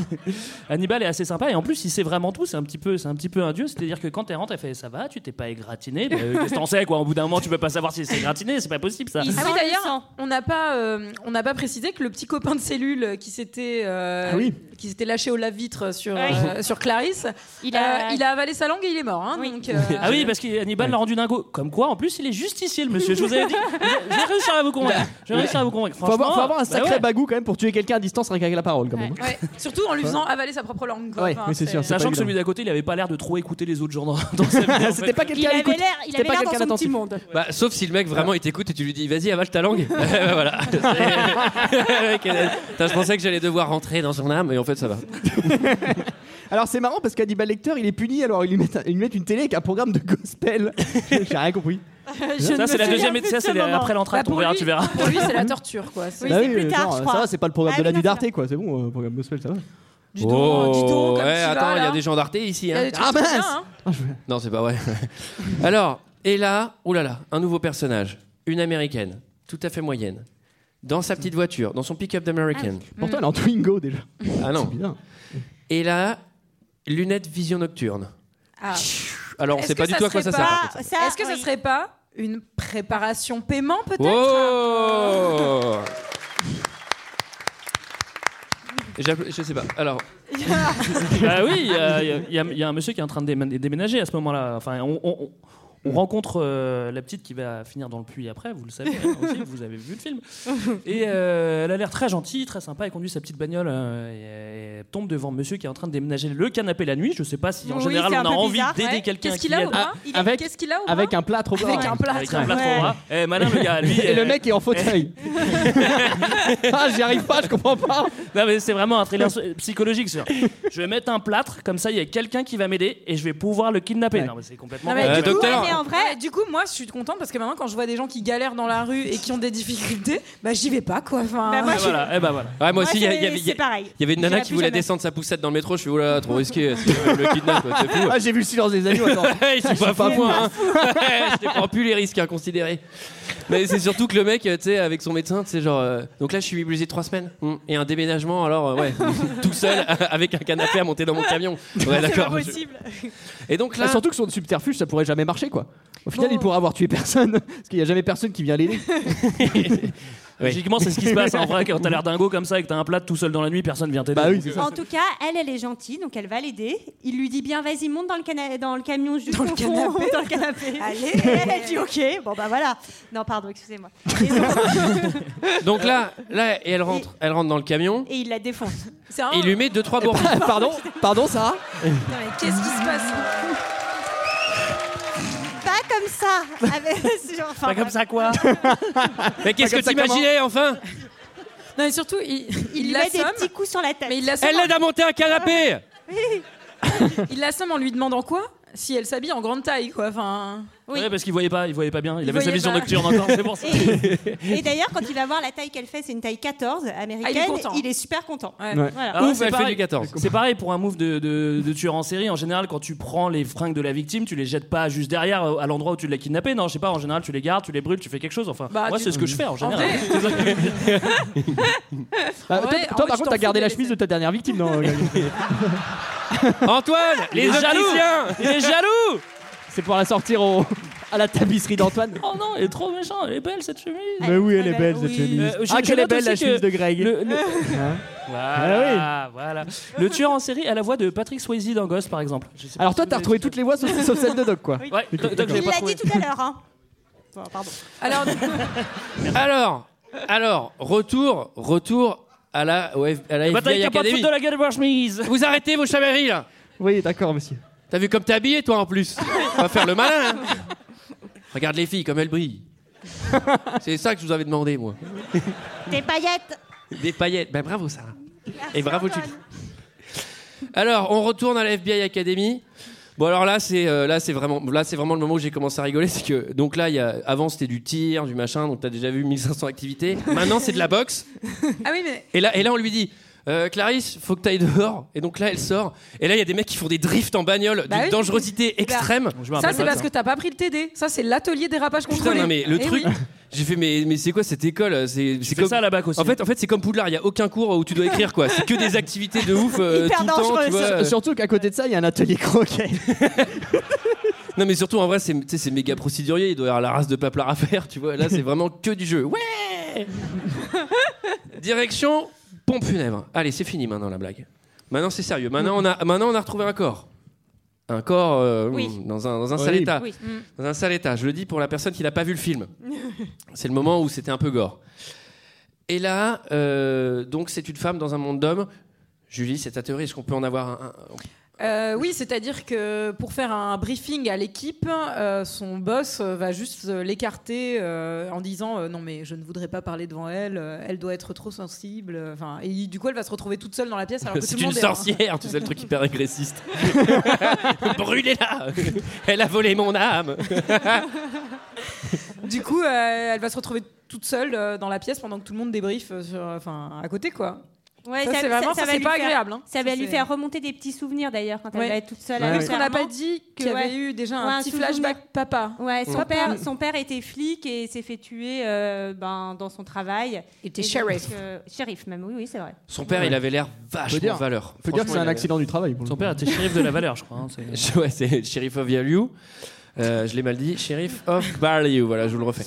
[SPEAKER 6] Hannibal est assez sympa et en plus il sait vraiment tout. C'est un petit peu, c'est un petit peu un dieu. C'est-à-dire que quand elle rentre, elle fait ça va, tu t'es pas égratigné. Bah, euh, Qu'est-ce que t'en sais quoi Au bout d'un moment, tu peux pas savoir si c'est égratigné. C'est pas possible ça.
[SPEAKER 8] Il-
[SPEAKER 11] Ah
[SPEAKER 8] Sans
[SPEAKER 11] oui,
[SPEAKER 8] le sang.
[SPEAKER 11] d'ailleurs, on n'a pas, euh, on n'a pas précisé que le petit copain de cellule qui s'était, euh,
[SPEAKER 7] Ah oui.
[SPEAKER 11] qui s'était lâché au lave-vitre sur,
[SPEAKER 8] Oui.
[SPEAKER 11] euh, sur Clarisse,
[SPEAKER 8] Il
[SPEAKER 11] euh,
[SPEAKER 8] a,
[SPEAKER 11] il a avalé sa langue et il est mort. hein,
[SPEAKER 8] Oui.
[SPEAKER 11] donc, euh,
[SPEAKER 6] Ah oui, parce que Hannibal l'a rendu dingo. Comme quoi, en plus, il est justicier, le monsieur. Je vous avais dit, je vais réussir à vous convaincre. Je vais réussir à vous convaincre.
[SPEAKER 7] Bah, Faut avoir, faut avoir un
[SPEAKER 6] Franchement,
[SPEAKER 7] sacré
[SPEAKER 6] bah ouais.
[SPEAKER 7] bagou quand même pour tuer quelqu'un à distance avec avec la parole quand
[SPEAKER 8] Ouais.
[SPEAKER 7] même.
[SPEAKER 11] ouais, surtout en lui faisant avaler sa propre langue. quoi.
[SPEAKER 7] Ouais, mais c'est sûr,
[SPEAKER 6] Sachant que
[SPEAKER 7] évident.
[SPEAKER 6] celui d'à côté, il avait pas l'air de trop écouter les autres gens dans, dans sa vie. en fait.
[SPEAKER 7] C'était pas
[SPEAKER 8] il
[SPEAKER 7] quelqu'un à
[SPEAKER 8] avait
[SPEAKER 7] l'écoute.
[SPEAKER 8] l'air il
[SPEAKER 7] C'était
[SPEAKER 8] avait
[SPEAKER 7] pas
[SPEAKER 8] l'air
[SPEAKER 7] quelqu'un
[SPEAKER 8] dans son
[SPEAKER 7] d'attentif.
[SPEAKER 8] petit monde.
[SPEAKER 1] Bah, sauf si le mec vraiment il t'écoute et tu lui dis vas-y avale ta langue. Ouais, voilà. Putain, je pensais que j'allais devoir rentrer dans son âme et en fait ça va.
[SPEAKER 7] Alors c'est marrant parce qu'Hannibal Lecter il est puni alors ils lui mettent, ils lui mettent une télé avec un programme de gospel. J'ai rien compris.
[SPEAKER 6] Ça, c'est la deuxième.
[SPEAKER 8] plus
[SPEAKER 6] Ça,
[SPEAKER 8] de
[SPEAKER 6] c'est
[SPEAKER 8] ce
[SPEAKER 6] la-
[SPEAKER 8] moment.
[SPEAKER 6] après
[SPEAKER 11] Bah,
[SPEAKER 6] l'entracte.
[SPEAKER 11] pour
[SPEAKER 6] on verra,
[SPEAKER 11] lui-
[SPEAKER 6] tu verras.
[SPEAKER 11] Pour lui, c'est la torture, quoi. C'est-
[SPEAKER 7] Ah
[SPEAKER 8] Oui. c'est plus tard, je
[SPEAKER 7] ça
[SPEAKER 8] crois.
[SPEAKER 7] va, c'est pas le programme
[SPEAKER 8] Ah
[SPEAKER 7] de la
[SPEAKER 8] oui,
[SPEAKER 7] nuit
[SPEAKER 8] non, c'est
[SPEAKER 7] d'Arte quoi, c'est bon, euh, programme gospel ça va.
[SPEAKER 11] Du dos, hein, du
[SPEAKER 6] Oh.
[SPEAKER 11] dos, comme
[SPEAKER 1] ouais,
[SPEAKER 11] tu vas,
[SPEAKER 1] Oh, eh, attends, il y
[SPEAKER 11] là.
[SPEAKER 1] a des gens d'Arte ici.
[SPEAKER 11] Il y
[SPEAKER 1] hein.
[SPEAKER 11] a des trucs
[SPEAKER 7] Ah,
[SPEAKER 11] bien,
[SPEAKER 7] mince.
[SPEAKER 11] hein.
[SPEAKER 1] Non, c'est pas vrai. Alors, et là, oulala, un nouveau personnage, une américaine, tout à fait moyenne, dans sa petite voiture, dans son pick-up d'américaine.
[SPEAKER 11] Ah
[SPEAKER 7] Pourtant
[SPEAKER 11] Mm.
[SPEAKER 7] elle est en Twingo déjà.
[SPEAKER 1] Ah
[SPEAKER 7] C'est
[SPEAKER 1] non.
[SPEAKER 7] bien.
[SPEAKER 1] Et là, lunettes vision nocturne.
[SPEAKER 11] Ah.
[SPEAKER 1] Alors, on
[SPEAKER 11] Est-ce
[SPEAKER 1] sait
[SPEAKER 11] que
[SPEAKER 1] pas du
[SPEAKER 11] ça
[SPEAKER 1] tout à quoi ça
[SPEAKER 11] serait
[SPEAKER 1] sert. par
[SPEAKER 11] pas-
[SPEAKER 1] contre.
[SPEAKER 11] Est-ce que ce serait pas une préparation paiement, peut-être
[SPEAKER 1] hein.
[SPEAKER 11] hein.
[SPEAKER 1] Oh J'appla- Je sais pas. Alors,
[SPEAKER 6] Bah oui, il y a- il y, a- il y a un monsieur qui est en train de déman- déménager à ce moment-là. Enfin, on, on- on- On rencontre euh, la petite qui va finir dans le puits après, vous le savez, hein, aussi, vous avez vu le film. Et euh, elle a l'air très gentille, très sympa, elle conduit sa petite bagnole euh, et elle tombe devant monsieur qui est en train de déménager le canapé la nuit. Je sais pas si en
[SPEAKER 11] Oui,
[SPEAKER 6] général
[SPEAKER 11] c'est
[SPEAKER 6] on
[SPEAKER 11] un
[SPEAKER 6] a
[SPEAKER 11] peu
[SPEAKER 6] envie
[SPEAKER 11] bizarre,
[SPEAKER 6] d'aider
[SPEAKER 11] ouais.
[SPEAKER 6] quelqu'un
[SPEAKER 11] Qu'est-ce
[SPEAKER 6] qui
[SPEAKER 11] qu'il a
[SPEAKER 6] aide.
[SPEAKER 11] au bras Ah, Il a- avec- qu'est-ce qu'il a au bras
[SPEAKER 7] Avec un plâtre au bras.
[SPEAKER 11] Avec un plâtre,
[SPEAKER 6] Avec un
[SPEAKER 11] ouais.
[SPEAKER 6] plâtre au bras. Eh, malin le gars, lui.
[SPEAKER 7] Et le
[SPEAKER 6] euh,
[SPEAKER 7] mec est en fauteuil. ah, j'y arrive pas, je comprends pas.
[SPEAKER 6] Non mais c'est vraiment un thriller so- psychologique. c'est genre, Je vais mettre un plâtre, comme ça il y a quelqu'un qui va m'aider et je vais pouvoir le kidnapper. Non mais c'est complètement.
[SPEAKER 11] Non, Ah, mais
[SPEAKER 6] con.
[SPEAKER 11] du coup, ouais, mais en vrai, du coup, moi, je suis contente parce que maintenant, quand je vois des gens qui galèrent dans la rue et qui ont des difficultés, bah, j'y vais pas, quoi. Enfin,
[SPEAKER 1] moi, je-
[SPEAKER 6] voilà, eh ben voilà.
[SPEAKER 1] Ouais, moi aussi, il y, a-
[SPEAKER 11] c'est-
[SPEAKER 1] il y avait- il y a-
[SPEAKER 11] c'est pareil.
[SPEAKER 1] il y avait une nana
[SPEAKER 11] J'irai
[SPEAKER 1] qui
[SPEAKER 11] plus
[SPEAKER 1] voulait
[SPEAKER 11] jamais.
[SPEAKER 1] descendre sa poussette dans le métro. Je suis oula, trop risqué. c'est- euh, le kidnappe, c'est fou.
[SPEAKER 7] Ah, j'ai vu le silence des agneaux. Attends.
[SPEAKER 1] Ouais, je suis pas fou, moi, hein. Ouais, je te prends plus les risques à considérer. Mais c'est surtout que le mec, euh, tu sais, avec son médecin, tu sais, genre. euh, donc là, je suis immunisé trois semaines. Hmm. Et un déménagement, alors, euh, ouais, tout seul, avec un canapé à monter dans mon camion. Ouais, d'accord. je- Et donc là.
[SPEAKER 7] Ah, surtout que son subterfuge, ça pourrait jamais marcher, quoi. Au final, il pourrait avoir tué personne, parce qu'il y a jamais personne qui vient l'aider. Bah,
[SPEAKER 6] Logiquement, c'est ce qui se passe. hein. En vrai, quand t'as l'air dingo comme ça et que t'as un plâtre tout seul dans la nuit, personne vient t'aider.
[SPEAKER 7] Bah oui,
[SPEAKER 6] Donc,
[SPEAKER 7] c'est
[SPEAKER 6] euh,
[SPEAKER 8] En tout cas, elle, elle est gentille, donc elle va l'aider. Il lui dit bien, vas-y, monte dans le, cana- dans le camion juste
[SPEAKER 11] Dans le
[SPEAKER 8] au fond,
[SPEAKER 11] canapé.
[SPEAKER 8] dans le canapé.
[SPEAKER 11] Allez.
[SPEAKER 8] Et elle dit ok. Bon bah voilà. Non, pardon, excusez-moi.
[SPEAKER 1] Donc là, là, et elle rentre, elle rentre dans le camion.
[SPEAKER 8] Et il la défonce.
[SPEAKER 11] C'est
[SPEAKER 1] Et il lui met deux trois bourbies.
[SPEAKER 7] Pardon, pardon, Sarah.
[SPEAKER 11] Non, mais qu'est-ce qui se passe
[SPEAKER 8] Pas comme ça. Avec... c'est genre, enfin,
[SPEAKER 6] Pas comme
[SPEAKER 8] bref.
[SPEAKER 6] ça quoi
[SPEAKER 1] Mais qu'est-ce
[SPEAKER 6] Pas
[SPEAKER 1] que
[SPEAKER 6] comme ça,
[SPEAKER 1] t'imaginais enfin
[SPEAKER 11] Non, et surtout, il,
[SPEAKER 8] Il lui met des petits coups sur la tête.
[SPEAKER 11] Mais il l'assomme
[SPEAKER 1] Elle l'aide à monter un canapé.
[SPEAKER 11] en- il l'assomme en lui demandant quoi Si elle s'habille en grande taille, quoi. Enfin,
[SPEAKER 8] Oui.
[SPEAKER 6] Ouais, parce qu'il voyait pas, il voyait pas bien. Il,
[SPEAKER 11] Il
[SPEAKER 6] avait sa
[SPEAKER 11] voyait
[SPEAKER 6] vision
[SPEAKER 11] pas.
[SPEAKER 6] nocturne encore. C'est pour ça.
[SPEAKER 8] Et d'ailleurs, quand il va voir la taille qu'elle fait, c'est une taille 14 américaine.
[SPEAKER 11] Ah, il est content.
[SPEAKER 8] super content.
[SPEAKER 11] Ouais.
[SPEAKER 8] Voilà.
[SPEAKER 6] Ah ouais,
[SPEAKER 1] Ouf,
[SPEAKER 6] c'est
[SPEAKER 1] elle fait
[SPEAKER 6] pareil.
[SPEAKER 1] du 14.
[SPEAKER 6] C'est pareil pour un move de, de- de tueur en série. En général, quand tu prends les fringues de la victime, tu les jettes pas juste derrière euh, à l'endroit où tu l'as kidnappée. Non, je sais pas. En général, tu les gardes, tu les brûles, tu fais quelque chose. Enfin,
[SPEAKER 11] Bah,
[SPEAKER 6] moi,
[SPEAKER 11] tu-
[SPEAKER 6] c'est ce que je fais en général.
[SPEAKER 11] vrai-
[SPEAKER 6] C'est ça que-
[SPEAKER 7] Bah, toi, toi,
[SPEAKER 11] En vrai-
[SPEAKER 7] par
[SPEAKER 11] en vrai, tu
[SPEAKER 7] contre,
[SPEAKER 11] t'en
[SPEAKER 7] t'as
[SPEAKER 11] fous
[SPEAKER 7] gardé
[SPEAKER 11] de
[SPEAKER 7] la
[SPEAKER 11] laisser.
[SPEAKER 7] chemise de ta dernière victime, non euh,
[SPEAKER 1] Antoine, les
[SPEAKER 6] Il est jaloux.
[SPEAKER 1] opticiens
[SPEAKER 6] Il est jaloux.
[SPEAKER 7] C'est pour la sortir au- à la tapisserie d'Antoine.
[SPEAKER 6] Oh non, il est trop méchant. Elle est belle cette chemise.
[SPEAKER 7] Mais oui, elle est belle
[SPEAKER 8] oui.
[SPEAKER 7] cette chemise.
[SPEAKER 6] Euh, je-
[SPEAKER 7] ah,
[SPEAKER 6] je
[SPEAKER 7] qu'elle est
[SPEAKER 6] note
[SPEAKER 7] belle
[SPEAKER 6] aussi
[SPEAKER 7] la
[SPEAKER 6] que
[SPEAKER 7] chemise de Greg.
[SPEAKER 6] le- le-
[SPEAKER 7] Hein Ah
[SPEAKER 6] Voilà, voilà. Le tueur en série à la voix de Patrick Swayze dans Ghost, par exemple. Je sais pas
[SPEAKER 7] Alors
[SPEAKER 6] si
[SPEAKER 7] toi,
[SPEAKER 6] vous
[SPEAKER 7] t'as
[SPEAKER 6] avez-
[SPEAKER 7] retrouvé toutes les voix sauf, sauf celle de Doc, quoi.
[SPEAKER 6] Ouais, Doc, Doc, j'avais
[SPEAKER 8] Il
[SPEAKER 6] pas
[SPEAKER 8] l'a
[SPEAKER 6] trouvé.
[SPEAKER 8] dit tout à l'heure. Hein. Bon, pardon.
[SPEAKER 11] alors, du coup,
[SPEAKER 1] Alors, alors, retour, retour à la, au F- à la
[SPEAKER 6] Bah, t'as
[SPEAKER 1] FBI
[SPEAKER 6] qu'à pas te
[SPEAKER 1] Academy.
[SPEAKER 6] foutre de la gueule de ma chemise.
[SPEAKER 1] Vous arrêtez vos chamailleries là.
[SPEAKER 7] Oui, d'accord, monsieur.
[SPEAKER 1] T'as vu comme t'es habillé toi en plus. On va faire le malin. hein. Regarde les filles comme elles brillent. C'est ça que je vous avais demandé moi.
[SPEAKER 8] Tes paillettes.
[SPEAKER 1] Des paillettes. Ben bravo Sarah. Et bravo Julie. Alors, on retourne à la FBI Academy. Bon alors là c'est euh, là c'est vraiment là c'est vraiment le moment où j'ai commencé à rigoler c'est que donc là il y a avant c'était du tir du machin donc t'as déjà vu 1500 activités maintenant c'est de la boxe
[SPEAKER 11] ah oui, mais
[SPEAKER 1] et là et là on lui dit euh, Clarisse faut que t'ailles dehors et donc là elle sort et là il y a des mecs qui font des drifts en bagnole
[SPEAKER 11] Bah
[SPEAKER 1] d'une
[SPEAKER 11] oui.
[SPEAKER 1] dangerosité
[SPEAKER 11] bah,
[SPEAKER 1] extrême
[SPEAKER 6] Je me
[SPEAKER 11] ça,
[SPEAKER 6] rappelle
[SPEAKER 11] c'est
[SPEAKER 6] pas de
[SPEAKER 11] parce que t'as pas pris le TD. Ça, c'est l'atelier dérapage
[SPEAKER 1] Putain,
[SPEAKER 11] contrôlé.
[SPEAKER 1] non, mais le
[SPEAKER 11] Eh
[SPEAKER 1] truc,
[SPEAKER 11] oui.
[SPEAKER 1] j'ai fait, mais, mais c'est quoi cette école euh, C'est c'est
[SPEAKER 6] J'ai fait
[SPEAKER 1] comme
[SPEAKER 6] ça à la bac aussi.
[SPEAKER 1] En fait, en fait c'est comme Poudlard, il n'y a aucun cours où tu dois écrire, quoi. C'est que des activités de ouf euh,
[SPEAKER 8] Hyper
[SPEAKER 1] tout le temps, tu
[SPEAKER 8] dangereuses.
[SPEAKER 1] vois.
[SPEAKER 7] Euh, Surtout qu'à côté de ça, il y a un atelier croquet.
[SPEAKER 1] Non, mais surtout, en vrai, c'est tu sais, c'est méga procédurier, il doit y avoir la race de paplard à faire, tu vois. Là, c'est vraiment que du jeu. Ouais Direction pompe funèbre. Allez, c'est fini maintenant la blague. Maintenant, c'est sérieux. Maintenant, on a, maintenant, on a retrouvé un corps. Un corps euh,
[SPEAKER 8] Oui.
[SPEAKER 1] dans un, dans un sale
[SPEAKER 7] Horrible.
[SPEAKER 1] état.
[SPEAKER 8] Oui.
[SPEAKER 1] dans un sale état. Je le dis pour la personne qui n'a pas vu le film. c'est le moment où c'était un peu gore. Et là, euh, donc c'est une femme dans un monde d'hommes. Julie, c'est ta théorie. Est-ce qu'on peut en avoir un, un-
[SPEAKER 11] Euh, oui, c'est-à-dire que pour faire un briefing à l'équipe, euh, son boss euh, va juste euh, l'écarter euh, en disant euh, non mais je ne voudrais pas parler devant elle, euh, elle doit être trop sensible. euh, Enfin, et du coup elle va se retrouver toute seule dans la pièce alors que tout
[SPEAKER 1] C'est
[SPEAKER 11] le
[SPEAKER 1] une
[SPEAKER 11] monde
[SPEAKER 1] sorcière, tu sais le truc hyper agressiste. Brûlez-la Elle a volé mon âme
[SPEAKER 11] est. Du coup, euh, elle va se retrouver toute seule euh, dans la pièce pendant que tout le monde débriefe euh, sur, enfin, à côté quoi.
[SPEAKER 8] Ouais,
[SPEAKER 11] Ça, c'est vraiment- ça, c'est
[SPEAKER 8] lui
[SPEAKER 11] pas
[SPEAKER 8] faire-
[SPEAKER 11] agréable, hein.
[SPEAKER 8] Ça
[SPEAKER 11] Ça,
[SPEAKER 8] va lui
[SPEAKER 11] c'est-
[SPEAKER 8] faire remonter des petits souvenirs d'ailleurs quand
[SPEAKER 11] Ouais.
[SPEAKER 8] elle va être toute seule.
[SPEAKER 7] Ouais,
[SPEAKER 8] à
[SPEAKER 7] ouais.
[SPEAKER 11] Parce qu'on n'a pas dit qu'il y
[SPEAKER 8] Que,
[SPEAKER 11] avait
[SPEAKER 8] ouais.
[SPEAKER 11] eu déjà
[SPEAKER 8] Ouais,
[SPEAKER 11] un
[SPEAKER 8] un
[SPEAKER 11] petit
[SPEAKER 8] souvenir.
[SPEAKER 11] flashback papa.
[SPEAKER 8] Ouais, son,
[SPEAKER 11] Ouais. Mm.
[SPEAKER 8] père, son père était flic et s'est fait tuer euh, ben, dans son travail.
[SPEAKER 11] Il était
[SPEAKER 8] Et donc,
[SPEAKER 11] sheriff.
[SPEAKER 8] euh, sheriff, même, oui, oui, c'est vrai.
[SPEAKER 1] Son père,
[SPEAKER 7] Ouais.
[SPEAKER 1] il avait l'air vachement
[SPEAKER 7] Faut dire-
[SPEAKER 1] valeur.
[SPEAKER 7] Faut dire que c'est un accident du travail. Pour
[SPEAKER 6] Son père était shérif de la valeur, je crois. hein, c'est-
[SPEAKER 1] Franchement, il avait- Ouais, c'est Sheriff of Value. Euh, je l'ai mal dit. Sheriff of Value, voilà, je vous le refais.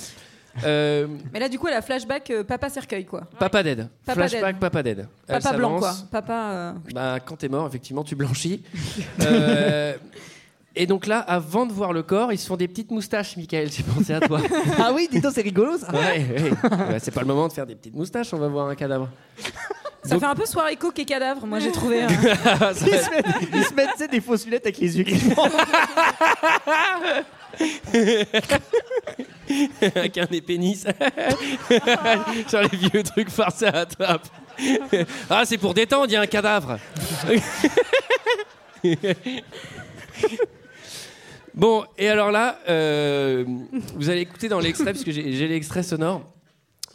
[SPEAKER 1] Euh,
[SPEAKER 11] Mais là du coup elle a flashback euh, papa cercueil quoi.
[SPEAKER 1] Papa Dead.
[SPEAKER 11] Papa Dead.
[SPEAKER 1] Flashback Papa Dead. Elle
[SPEAKER 11] Papa blanc quoi.
[SPEAKER 1] s'avance.
[SPEAKER 11] Papa. euh,
[SPEAKER 1] Bah, quand t'es mort, effectivement, tu blanchis. Euh, Et donc là, avant de voir le corps, ils se font des petites moustaches, Michael, j'ai pensé à toi.
[SPEAKER 7] ah oui, dis donc, c'est rigolo ça.
[SPEAKER 1] Ouais, ouais. Bah, c'est pas le moment de faire des petites moustaches, on va voir un cadavre.
[SPEAKER 11] Ça fait un peu soirée coque et cadavre, moi j'ai trouvé. hein.
[SPEAKER 1] Ça
[SPEAKER 7] Ils se mettent, ils se mettent, tu sais, des fausses lunettes avec les yeux qui font.
[SPEAKER 1] Avec un des pénis. Genre les vieux trucs farcés à la trappe. Ah, c'est pour détendre, il y a un cadavre. bon, et alors là, euh, vous allez écouter dans l'extrait, parce que j'ai j'ai l'extrait sonore.